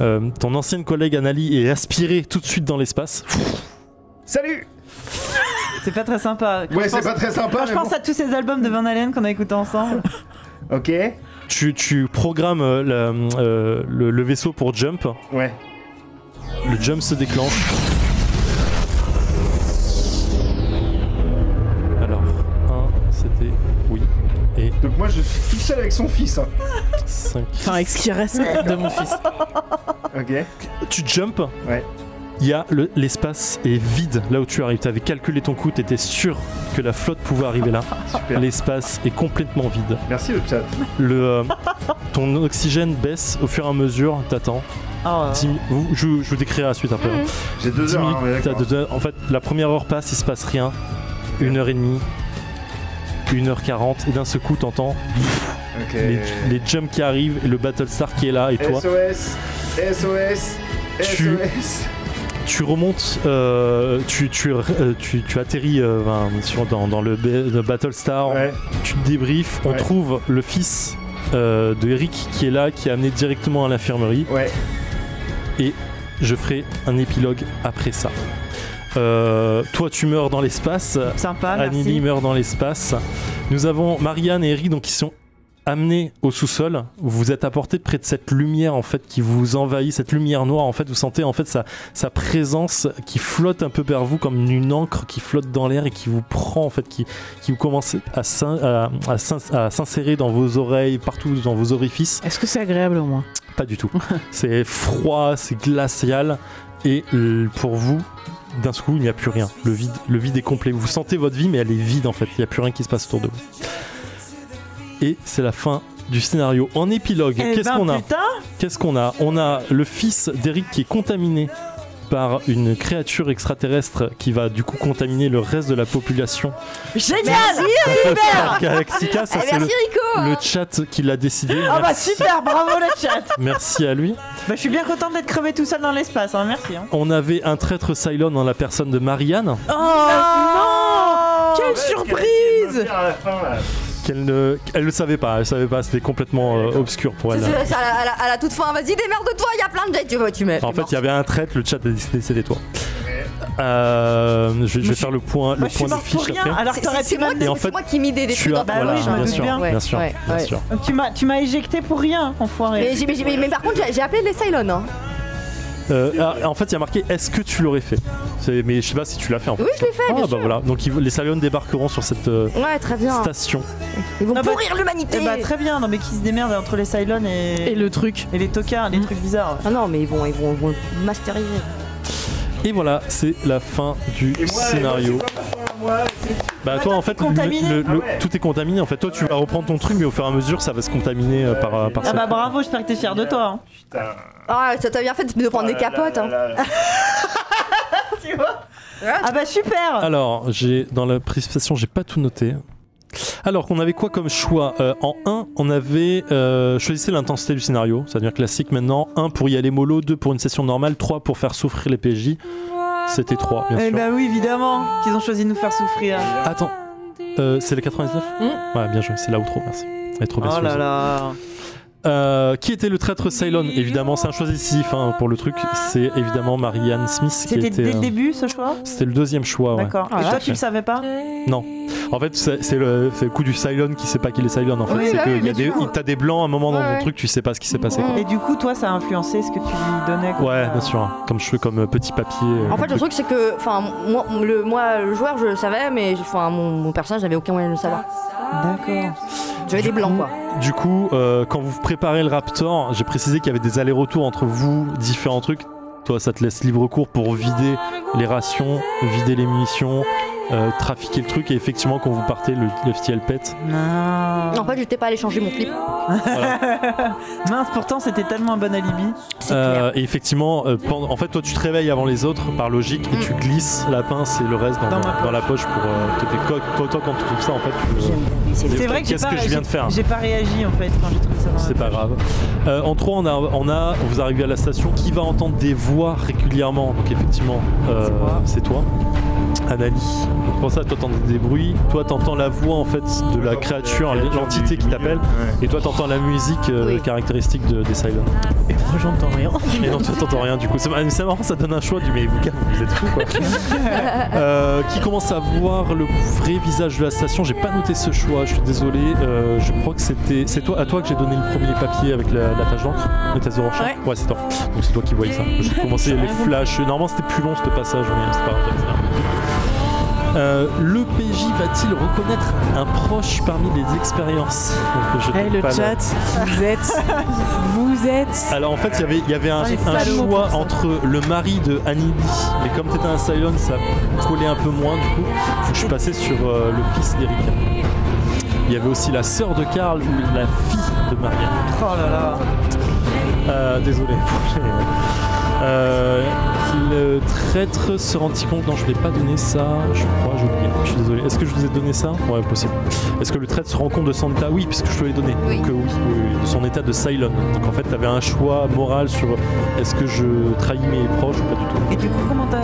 B: euh, ton ancienne collègue Annalie est aspirée tout de suite dans l'espace.
D: Salut
A: C'est pas très sympa. Quand
D: Ouais,
A: je
D: c'est
A: pense-
D: pas très sympa,
A: Quand je
D: mais
A: pense à tous ces albums de Van Halen qu'on a écoutés ensemble.
D: bon. Ok,
B: Tu, tu programmes euh, la- euh, le, le vaisseau pour jump.
D: ouais.
B: Le jump se déclenche. Alors, 1, c'était oui. Et
D: Donc moi je suis tout seul avec son fils. hein.
B: 5.
C: Enfin, avec ce qui reste de mon fils.
D: Ok.
B: Tu jump.
D: Ouais.
B: Il y a le- l'espace est vide là où tu arrives. Tu avais calculé ton coup, tu étais sûr que la flotte pouvait arriver là.
D: Super.
B: L'espace est complètement vide.
D: Merci le chat.
B: Le, euh, ton oxygène baisse au fur et à mesure, t'attends. <laughs>
A: Oh,
B: Dix mi- vous- je, je vous décrirai la suite après.
E: Mhm.
D: J'ai deux
B: Dix
D: heures. hein,
B: minutes,
D: on est
B: t'as
D: d'accord.
B: deux heures. En fait, la première heure passe, il se passe rien. Une heure et demie. 1h40 et d'un seul coup t'entends
D: Ok.
B: les, les jumps qui arrivent et le Battlestar qui est là et toi
D: SOS, SOS,
B: Tu-
D: SOS.
B: tu remontes euh, tu, tu, euh, tu, tu atterris euh, ben, sur- dans, dans le, ba- le Battlestar
D: Ouais.
B: tu te débriefes on
D: Ouais.
B: trouve le fils euh, de Eric qui est là qui est amené directement à l'infirmerie
D: Ouais.
B: je ferai un épilogue après ça Euh, toi tu meurs dans l'espace
A: Sympa,
B: Anneli
A: merci.
B: meurt dans l'espace. Nous avons Marianne et Eric donc qui sont amenés au sous-sol. Vous êtes apportés près de cette lumière en fait qui vous envahit, cette lumière noire en fait. Vous sentez en fait sa, sa présence qui flotte un peu vers vous comme une encre qui flotte dans l'air et qui vous prend en fait, qui, qui vous commence à s'in- à- à s'in- à s'insérer dans vos oreilles, partout dans vos orifices.
C: Est-ce que c'est agréable au moins
B: Pas
A: <laughs>
B: du tout. c'est froid, c'est glacial. Et euh, pour vous, d'un seul coup, il n'y a plus rien. Le vide, le vide est complet. Vous sentez votre vie, mais elle est vide en fait. Il n'y a plus rien qui se passe autour de vous. Et c'est la fin du scénario. En épilogue,
A: Eh
B: qu'est-ce
A: ben,
B: qu'on a
A: putain,
B: Qu'est-ce qu'on a On a le fils d'Eric qui est contaminé par une créature extraterrestre qui va du coup contaminer le reste de la population.
E: Génial
B: Galaxica, ça
E: Eh,
B: c'est le,
E: Merci Rico
B: le chat qui l'a décidé.
A: Ah bah
B: Merci-
A: super, bravo le
B: <laughs>
A: chat
B: merci à lui.
A: Bah je suis bien contente d'être crevé tout seul dans l'espace, hein, merci. Hein.
B: On avait un traître Cylon dans la personne de Marianne,
C: Oh non Quelle surprise
B: qu'elle ne elle le savait pas, elle savait pas, c'était complètement euh, obscur pour
E: C'est-
B: elle.
E: c'est- c'est à, la, à la- à la toute fin, vas-y, démerde-toi, il y a plein de tu vois, tu mets.
B: Enfin, en fait, il y avait un traître, le chat a décidé c'était toi. Euh, je- je, vais
A: je
B: faire le
A: Moi
B: point, le
A: je suis
B: point des
A: mort pour
B: fiches
A: rien, Ah,
B: après.
A: alors
E: C'est-
A: t'aurais
E: c'est-
A: pu
E: c'est moi,
A: même-
E: qui-
B: Et en
E: c'est
B: fait,
E: moi qui m'y des des
B: tu
E: trucs
B: as-
E: dans ta
A: Bah
B: voilà,
A: oui, je me
B: bien
A: doute
B: sûr,
A: bien.
E: Ouais,
B: bien sûr,
E: ouais,
B: bien
E: ouais.
B: sûr.
A: Tu m'as tu m'as éjecté pour rien, enfoiré.
E: Mais, j'ai- mais j'ai- mais- mais par contre, j'ai j'ai appelé les Cylons. Hein.
B: Euh, ah, en fait, il y a marqué Est-ce que tu l'aurais fait C'est- Mais je sais pas si tu l'as fait en fait.
E: Oui, je l'ai fait,
B: Ah,
E: bien
B: bah
E: sûr.
B: voilà. Donc ils- les Salions débarqueront sur cette euh,
E: Ouais, très bien.
B: station.
E: Ils vont
A: Ah bah-
E: pourrir l'humanité.
A: Eh bah très bien, non mais qui se démerde entre les Cylons et,
C: Et le truc.
A: et les tocards, les trucs bizarres.
E: Ah non, mais ils vont, ils vont, ils vont masteriser.
B: Et voilà, c'est la fin du scénario. Bah toi en fait
A: t'es contaminé.
B: le- le- le-
D: Ah ouais.
B: tout est contaminé en fait. Toi tu vas reprendre ton truc mais au fur et à mesure ça va se contaminer euh, par
D: Ouais,
B: par
A: Ah
B: ça.
A: bah bravo, j'espère que t'es fier de toi. hein.
E: Ah, ça t'a bien fait de prendre des capotes. hein.
A: Ah bah super
B: Alors, j'ai dans la précipitation, j'ai pas tout noté. Alors qu'on avait quoi comme choix Euh, En 1, on avait euh, choisissez l'intensité du scénario, ça devient classique maintenant. 1 pour y aller mollo, 2 pour une session normale, 3 pour faire souffrir les PJ. C'était 3, bien
A: Eh
B: sûr.
D: ben.
A: bah oui, évidemment qu'ils ont choisi de nous faire souffrir.
B: Attends, euh, c'est le 99 Ouais, bien joué, c'est l'outro, merci. Elle est trop
A: Hmm. Oh
B: belle,
A: là
B: Suzy.
A: là.
B: Euh, qui était le traître Cylon Évidemment, c'est un choix décisif hein, pour le truc. C'est évidemment Marianne Smith qui
A: C'était
B: était.
A: dès le
B: euh,
A: début ce choix
B: C'était le deuxième choix, ouais.
A: D'accord.
C: Ah,
A: Et toi
B: ouais.
A: tu le savais pas
B: Non. En fait, c'est c'est le, c'est le coup du Cylon qui sait pas qu'il est Cylon. En fait,
E: Oui,
B: c'est
E: bah
B: que
E: oui,
B: il y a des-
E: mais du coup-
B: t'as des blancs à un moment dans
E: Ouais,
B: ton
E: ouais.
B: truc, tu sais pas ce qui s'est passé. quoi.
E: Mm.
A: Et du coup toi ça a influencé ce que tu lui donnais quoi.
B: Ouais, bien sûr. hein. Comme je fais comme euh, petit papier. euh,
E: En fait, le
B: truc.
E: truc, c'est que, enfin, moi le, moi, le joueur, je le savais, mais enfin, mon, mon personnage n'avait aucun moyen de le savoir.
A: D'accord.
E: J'avais des blancs, quoi.
B: Du coup, euh, quand vous préparez le Raptor, j'ai précisé qu'il y avait des allers-retours entre vous, différents trucs. Toi, ça te laisse libre cours pour vider les rations, vider les munitions, euh, trafiquer le truc. Et effectivement, quand vous partez, le, le FTL pète.
A: Non.
E: En fait, j'étais pas allé changer mon clip.
A: Mince pourtant c'était tellement un bon alibi.
E: C'est
B: Euh,
E: clair.
B: et effectivement, euh, pendant- en fait, toi, tu te réveilles avant les autres par logique et
E: Mm.
B: tu glisses la pince et le reste dans,
A: Dans ma
B: dans la poche pour euh, que t'es co- toi, toi, quand tu trouves ça, en fait, tu-
E: J'aime bien lui, c'est
B: Mais
A: C'est vrai que j'ai
B: qu'est-ce
A: pas
B: que je
A: réagi-
B: viens de faire hein
A: J'ai pas réagi en fait quand j'ai trouvé ça. dans la-
B: c'est pas grave. Euh, en trois, on a, on a, vous arrivez à la station, qui va entendre des voix régulièrement Donc effectivement, euh,
A: C'est moi.
B: c'est toi, Anali. Donc pour ça, toi t'entends des bruits, toi t'entends la voix en fait de la créature, l'entité qui t'appelle, et toi t'entends la musique euh,
E: Oui.
B: caractéristique de- des Silent.
C: Et moi, j'entends rien.
B: Et non, toi t'entends rien du coup. C'est mar- c'est marrant, ça donne un choix du mais vous, gars, vous êtes fous
C: <laughs>
B: quoi. Euh, qui commence à voir le vrai visage de la station J'ai pas noté ce choix, je suis désolé. Euh, je crois que c'était. C'est toi, à toi que j'ai donné le premier papier avec la, la tache d'encre La tache d'orange
C: Ouais.
B: c'est toi. Donc c'est toi qui voyais ça. J'ai commencé
C: Ah,
B: les flashs. Normalement c'était plus long ce passage, mais c'est pas grave. c'est grave. Euh, le PJ va-t-il reconnaître un proche parmi les expériences Donc, je
C: Eh,
B: donne <laughs>
C: le
B: pas la-
C: chat, vous êtes. Vous êtes.
B: alors en fait, il y avait- il y avait un,
C: Ah, les
B: un
C: salauds pour
B: choix
C: ça.
B: entre le mari de Annie, mais comme t'étais un Cylon, ça collait un peu moins du coup. Faut que je suis passé sur euh, le fils d'Eric. Il y avait aussi la sœur de Karl ou la fille de Marianne.
A: Oh là là.
B: Euh, désolé. pour les- Euh, le traître se rendit compte. Non, je ne l'ai pas donné ça. Je crois, j'ai oublié. Je suis désolé. Est-ce que je vous ai donné ça Ouais, possible. Est-ce que le traître se rend compte de son état Oui, puisque je te l'ai donné.
E: Oui.
B: Donc, euh, oui, oui, oui, de son état de Cylon. Donc en fait, tu avais un choix moral sur est-ce que je trahis mes proches ou pas du tout.
A: Et du coup comment t'as. À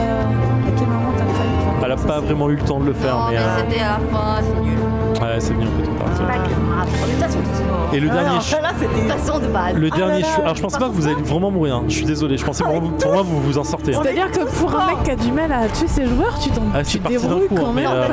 A: quel moment t'as fait
B: Elle a pas vraiment eu le temps de le faire,
E: Non,
B: mais,
E: mais
B: euh,
E: c'était à la fin, c'est nul.
B: ouais, c'est venu un peu trop tard.
E: C'est pas grave. De toute façon, de toute
B: Et le dernier,
A: Alors
B: ch-
A: là c'était.
E: façon, de base.
B: le
E: Ah
B: dernier,
E: là là,
B: ch- alors je pense pas que vous allez vraiment mourir. hein. Je suis désolé. Je
E: Ah,
B: pensais vraiment, pour moi, vous vous en sortez. hein.
C: C'est-à-dire que pour un mec qui a du mal à tuer ses joueurs, tu t'en
B: Ah,
C: tu
B: c'est
C: te
B: parti d'un
C: débrouilles
B: coup,
C: quand
B: mais,
C: même
B: euh,
C: pas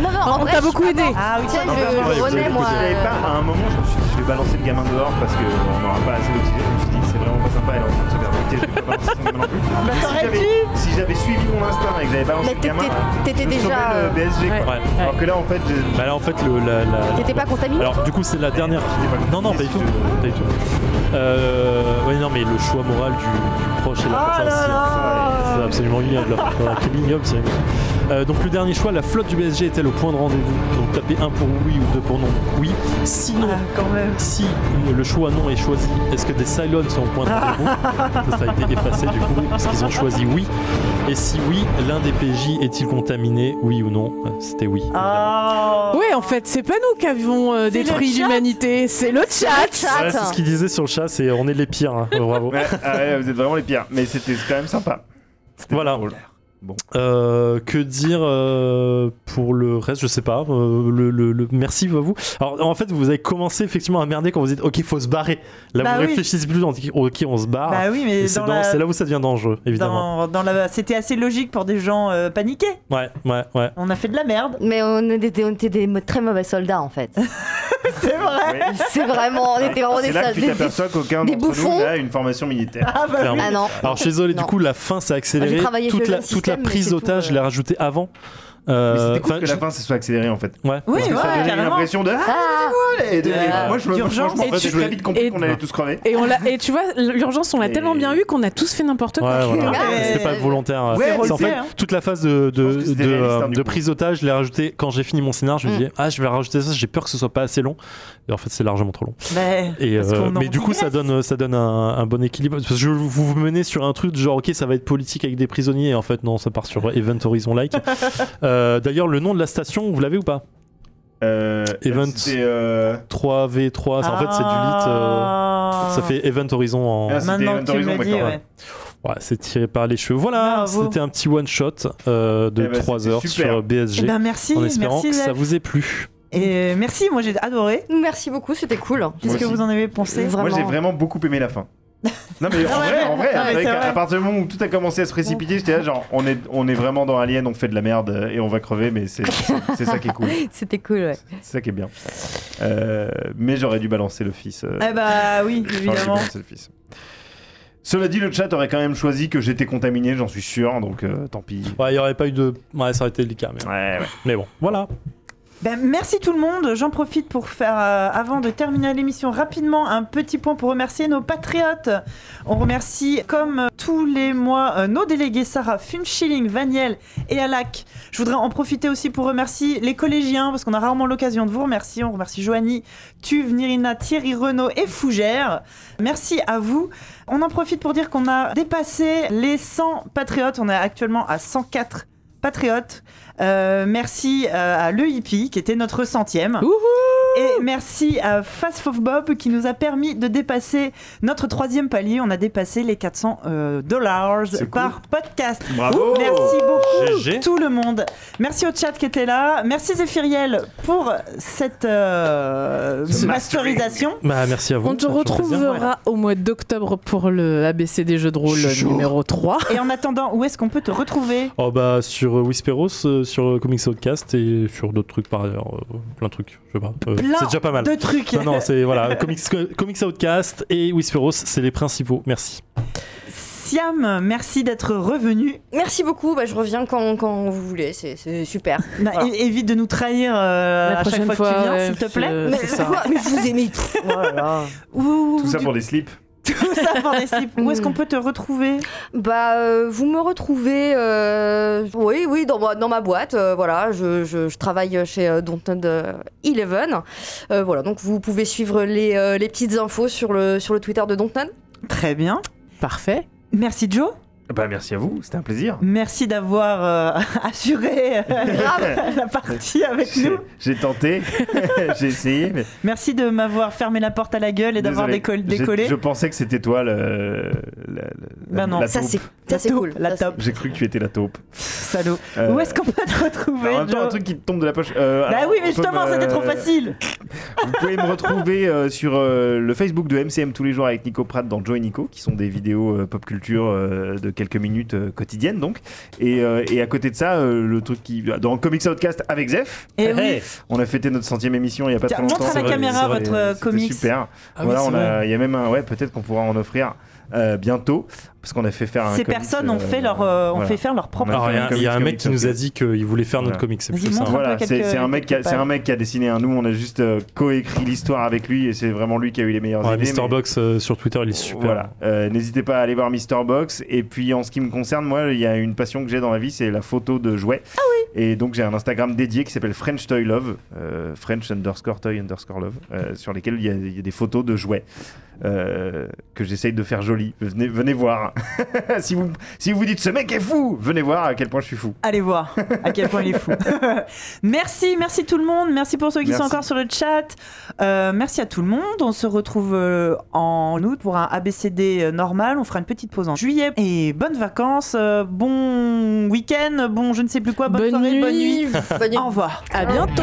C: mal.
E: Non, non, en
C: On
E: vrai,
C: t'a
E: je suis
C: beaucoup
E: pas
C: aidé.
E: contre.
A: Oh, Ah oui,
E: Tu sais,
A: toi,
E: je-
D: bah, vous
E: je
D: avez
E: renais, Euh, moi.
D: pas,
E: euh,
D: à un moment, je me suis dit, je vais balancer le gamin dehors parce qu'on n'aura pas assez d'oxygène. Je me suis dit, c'est vraiment pas sympa, elle est en train de se faire buter, je vais pas balancer son gamin non plus. Mais si
A: t'aurais
D: j'avais- Si j'avais suivi mon instinct et que j'avais balancé
E: Bah, Mais
D: le gamin,
E: t'étais- t'étais
D: je me
E: déjà,
D: sauvais
E: euh,
D: le BSG. quoi.
B: Ouais.
D: Alors que là, en fait, j'ai- <laughs>
B: Bah là en fait le la, la-
E: T'étais pas contaminé
B: Alors du coup c'est la dernière. Non non pas du tout. Pas du tout. Euh, ouais non mais le choix moral du, du proche et la
A: Ah
B: personne
A: là
B: aussi, hein,
A: là.
B: c'est absolument
A: <laughs>
B: ignoble. là. Voilà, quel ignoble c'est. Euh, donc le dernier choix, la flotte du BSG était le point de rendez-vous. Donc tapez un pour oui ou deux pour non. Oui. Sinon,
A: Ah, quand même.
B: si le choix non est choisi, est-ce que des Cylons sont au point de rendez-vous
A: <laughs>
B: Ça, Ça a été effacé du coup, parce qu'ils ont choisi oui. Et si oui, l'un des PJ est-il contaminé Oui ou non C'était oui. évidemment.
A: Ah.
C: Ouais, en fait, c'est pas nous qui avons euh,
A: C'est le
C: détruit
A: chat.
C: l'humanité, c'est le
E: Chat,
C: chat.
B: Ouais, c'est
E: chat.
B: ce qu'il disait sur le chat, c'est on est les pires, hein. Euh, bravo.
D: Ouais, ah ouais, vous êtes vraiment les pires. Mais c'était quand même sympa. C'était
B: Voilà.
D: drôle.
B: Euh, que dire euh, pour le reste Je sais pas. Euh, le, le- le- Merci à vous. Alors en fait, vous avez commencé effectivement à merder quand vous dites OK, faut se barrer. Là,
A: Bah
B: vous
A: oui.
B: réfléchissez plus, on dit OK, on se barre.
A: Bah oui
B: Et
A: mais
B: c'est
A: dans
B: dans-
A: la-
B: c'est là où ça devient dangereux, évidemment.
A: dans- dans la- C'était assez logique pour des gens euh, paniqués.
B: Ouais, ouais, ouais.
A: On a fait de la merde.
E: Mais on était, on était des mo- très mauvais soldats en fait.
A: <laughs> C'est vrai
D: Oui.
E: C'est vraiment, Ah, on était vraiment
D: C'est
E: des
D: là
E: salles.
D: que tu
E: des-
D: t'aperçois qu'aucun
E: des
D: d'entre nous
E: bouffons.
D: n'a une formation militaire.
A: Ah bah oui.
B: Clairement.
E: Ah non.
B: Alors je suis désolé, du
E: Non.
B: coup la fin s'est accélérée.
E: J'ai travaillé
B: Toute
E: le
B: la,
E: même
B: toute la
E: système, mais
B: prise
E: c'est tout,
B: d'otage, je
E: euh.
B: l'ai rajoutée avant. Euh,
D: Mais c'était cool
B: enfin,
D: que la fin se soit accélérée en fait.
B: je- ouais.
A: Oui,
D: Parce que ça
A: ouais,
D: donnait
A: carrément.
D: l'impression de. Ah,
E: Ah
D: et de-
A: Euh,
D: Moi je me
A: d'urgence.
D: franchement, en
C: Et
D: fait,
C: tu
D: j'ai très
C: jouais-
D: vite compris
C: et-
D: qu'on allait tous crever.
C: Et, on l'a- et tu vois, l'urgence, on l'a
D: Et-
C: tellement bien eu qu'on a tous fait n'importe quoi.
B: Ouais, voilà.
A: Ah,
E: regardes.
B: Mais C'était pas volontaire.
D: Ah, euh, Ouais,
B: C'est en
A: c'est
B: fait,
A: vrai, hein.
B: toute la phase de, de,
D: Je pense que c'était
B: de,
D: réaliste, hein,
B: euh,
D: du
B: de
D: coup.
B: prise d'otage, je l'ai rajouté quand j'ai fini mon scénar. Je me
E: Mm.
B: disais, ah, je vais rajouter ça, j'ai peur que ce soit pas assez long. Et en fait, c'est largement trop long.
A: Mais,
B: Et,
A: parce
B: euh,
A: qu'on en
B: mais du coup, ça
A: digresse.
B: donne, ça donne un, un bon équilibre. Parce que je- vous vous menez sur un truc de genre, ok, ça va être politique avec des prisonniers. Et en fait, non, ça part
D: <laughs>
B: sur Event Horizon Like. Euh, D'ailleurs, le nom de la station, vous l'avez ou pas
D: Euh,
B: Event.
D: C'était. euh,
B: 3v3, ça, en fait, c'est du lit. euh,
A: Ah.
B: ça fait Event Horizon en.
D: Ah, c'était
A: Maintenant
D: Event
A: que tu me
D: Horizon,
A: l'as dit,
D: d'accord,
A: ouais.
B: Ouais, c'est tiré par les cheveux. Voilà,
A: Bravo.
B: c'était un petit one shot euh, de
D: Eh ben,
B: 3
D: c'était
B: heures
D: super.
B: sur
A: Eh
B: BSG.
A: ben, merci,
B: en espérant
A: merci.
B: que ça
A: Zeph.
B: vous ait plu.
A: Et euh, merci, moi j'ai adoré.
E: Merci beaucoup, c'était cool.
A: Qu'est-ce
D: Moi
A: que
D: aussi.
A: vous en avez
B: Euh,
A: pensé
E: Vraiment.
D: Moi j'ai vraiment beaucoup aimé la
A: <laughs>
D: fin. Non mais en
A: Ouais,
D: vrai, en vrai,
A: ouais,
D: avec-
A: c'est vrai.
D: à partir du moment où tout a commencé à se précipiter, j'étais là genre on est on est vraiment dans Alien, on fait de la merde euh, et on va crever, mais c'est c'est ça qui est cool,
E: C'était cool, ouais.
D: c'est ça qui est bien. Euh, mais j'aurais dû balancer le fils. euh,
A: Eh bah oui,
D: j'aurais dû
A: évidemment.
D: balancer le fils. Cela dit, le chat aurait quand même choisi que j'étais contaminé, j'en suis sûr, donc euh, tant pis.
B: Ouais, il n'y aurait pas eu de. Ouais, ça aurait été délicat. Mais,
D: Ouais, ouais.
B: mais bon, voilà.
A: Ben, merci tout le monde. J'en profite pour faire, euh, avant de terminer l'émission, rapidement un petit point pour remercier nos patriotes. On remercie, comme euh, tous les mois, euh, nos délégués Sarah, Funchilling, Vaniel et Alak. Je voudrais en profiter aussi pour remercier les collégiens, parce qu'on a rarement l'occasion de vous remercier. On remercie Joanie, Tuve, Nirina, Thierry, Renaud et Fougère. Merci à vous. On en profite pour dire qu'on a dépassé les 100 patriotes. On est actuellement à 104 patriotes. Euh, merci euh, à Le Hippie qui était notre centième.
C: Wouhou
A: Et merci à Fast Fof Bob qui nous a permis de dépasser notre troisième palier. On a dépassé les 400 euh, dollars
D: C'est cool.
A: par podcast.
D: Bravo.
A: Merci beaucoup
B: GG.
A: tout le monde. Merci au chat qui était là. Merci Zéphiriel pour cette euh,
D: Ce
A: masterisation.
B: Bah, merci à vous.
C: On te
B: Ça fait toujours plaisir.
C: retrouvera au mois d'octobre pour le ABC des jeux de rôle
B: Chaud.
C: numéro 3.
A: Et en attendant, où est-ce qu'on peut te retrouver
B: Oh bah sur euh, Whisperos, euh, sur euh, Comics Outcast et sur d'autres trucs par ailleurs, euh, plein de trucs, je sais pas. Euh,
A: Plein
B: c'est déjà pas mal.
A: de trucs.
B: Non, non, c'est
A: <laughs>
B: voilà, Comics, euh, Comics Outcast et Whisperos, c'est les principaux. Merci.
A: Siam, merci d'être revenu.
E: Merci beaucoup, bah, je reviens quand, quand vous voulez, c'est- c'est super.
A: Bah,
D: Ah.
E: Voilà.
A: é- Évite de nous trahir euh,
C: La
A: à chaque
C: prochaine
A: fois, que tu viens,
C: fois,
A: s'il
C: ouais,
A: te plaît.
C: Euh,
E: Mais,
C: c'est
A: <laughs>
C: ça.
E: quoi <laughs> Mais je vous aimais.
C: euh,
A: Ou-
D: Tout ça
A: du-
D: pour des slips.
A: tout ça pour des slips. Où est-ce qu'on peut te retrouver
E: Bah, euh, vous me retrouvez, euh, oui, oui, dans ma, dans ma boîte. euh, voilà, je, je- je travaille chez euh, Dontnod euh, Eleven. Euh, voilà, donc vous pouvez suivre les, euh, les petites infos sur le, sur le Twitter de Dontnod.
A: Très bien.
C: Parfait.
A: Merci Joe.
D: Bah merci à vous, c'était un plaisir.
A: Merci d'avoir euh, <laughs> assuré euh,
E: Grave.
A: la partie avec
D: J'ai
A: nous.
D: j'ai tenté, <laughs> j'ai essayé, mais
A: Merci de m'avoir fermé la porte à la gueule et d'avoir
D: Désolé.
A: décoll-
D: J'ai-
A: décollé.
D: Je pensais que c'était toi le. la- la-
A: Ben non.
D: la
E: Ça,
D: taupe.
E: c'est ça, c'est
A: La taupe,
E: cool.
A: la
E: Ça, c'est-
A: taupe.
D: J'ai cru que tu étais la taupe.
A: Salaud.
D: Euh,
A: Où est-ce qu'on peut te retrouver
D: alors, Bah, en même temps,
A: Joe
D: un truc qui te tombe de la poche. Euh,
A: Bah
D: alors,
A: oui, mais
D: on peut
A: justement,
D: me- euh,
A: c'était trop facile.
D: Vous pouvez me retrouver euh, sur euh, le Facebook de MCM tous les jours avec Nico Pratt dans Joe et Nico, qui sont des vidéos euh, pop culture euh, de quelques minutes euh, quotidiennes donc. Et, euh, et à côté de ça, euh, le truc qui dans Comics Outcast avec Zef,
A: Et Eh oui.
D: on a fêté notre centième émission il y a pas
A: Tiens,
D: très longtemps.
A: montre à la
B: vrai,
A: caméra
B: c'est vrai,
A: votre euh,
D: C'était
A: comics.
D: Super.
B: Ah oui,
D: voilà,
B: c'est
D: on
B: vrai.
D: a, il y a même un, ouais, peut-être qu'on pourra en offrir euh, bientôt, parce qu'on a fait faire un.
A: Ces
D: comics,
A: personnes ont
D: euh,
A: fait leur, euh, ont
D: voilà.
A: fait faire leur propre.
D: On
B: Alors, il y a- il y, a un
D: Comics,
B: mec qui nous a dit qu'il voulait faire notre
D: Voilà.
B: comics, c'est
A: Vas-y,
B: plutôt ça.
A: montre.
D: Voilà,
A: quelques-
D: c'est c'est un mec, qui a-
A: quelques
D: c'est un
A: pages.
D: mec qui a dessiné. un Nous, on a juste euh, coécrit l'histoire avec lui, et c'est vraiment lui qui a eu les meilleures
B: Ouais,
D: idées.
B: Mr.
D: mais-
B: Box euh, sur Twitter, il est super.
D: Voilà. Euh, N'hésitez pas à aller voir Mister Box. Et puis en ce qui me concerne, moi, il y a une passion que j'ai dans la vie, c'est la photo de jouets. Ah oui. Et donc j'ai un Instagram dédié qui s'appelle French Toy Love, euh, French underscore toy underscore love, euh, sur lesquels il y, a- il y a des photos de jouets euh, que j'essaye de faire jolies. Venez, venez voir. <laughs> si vous si vous dites ce mec est fou, venez voir à quel point je suis fou.
A: Allez voir à quel point il est fou. <laughs> merci, merci tout le monde. Merci pour ceux qui sont
D: Merci.
A: encore sur le chat. Euh, merci à tout le monde. On se retrouve euh, en août pour un ABCD euh, normal. On fera une petite pause en juillet. Et bonnes vacances, euh, bon week-end, bon je ne sais plus quoi, bonne, soirée, bonne nuit.
E: Bonne nuit.
A: Au revoir.
C: À bientôt.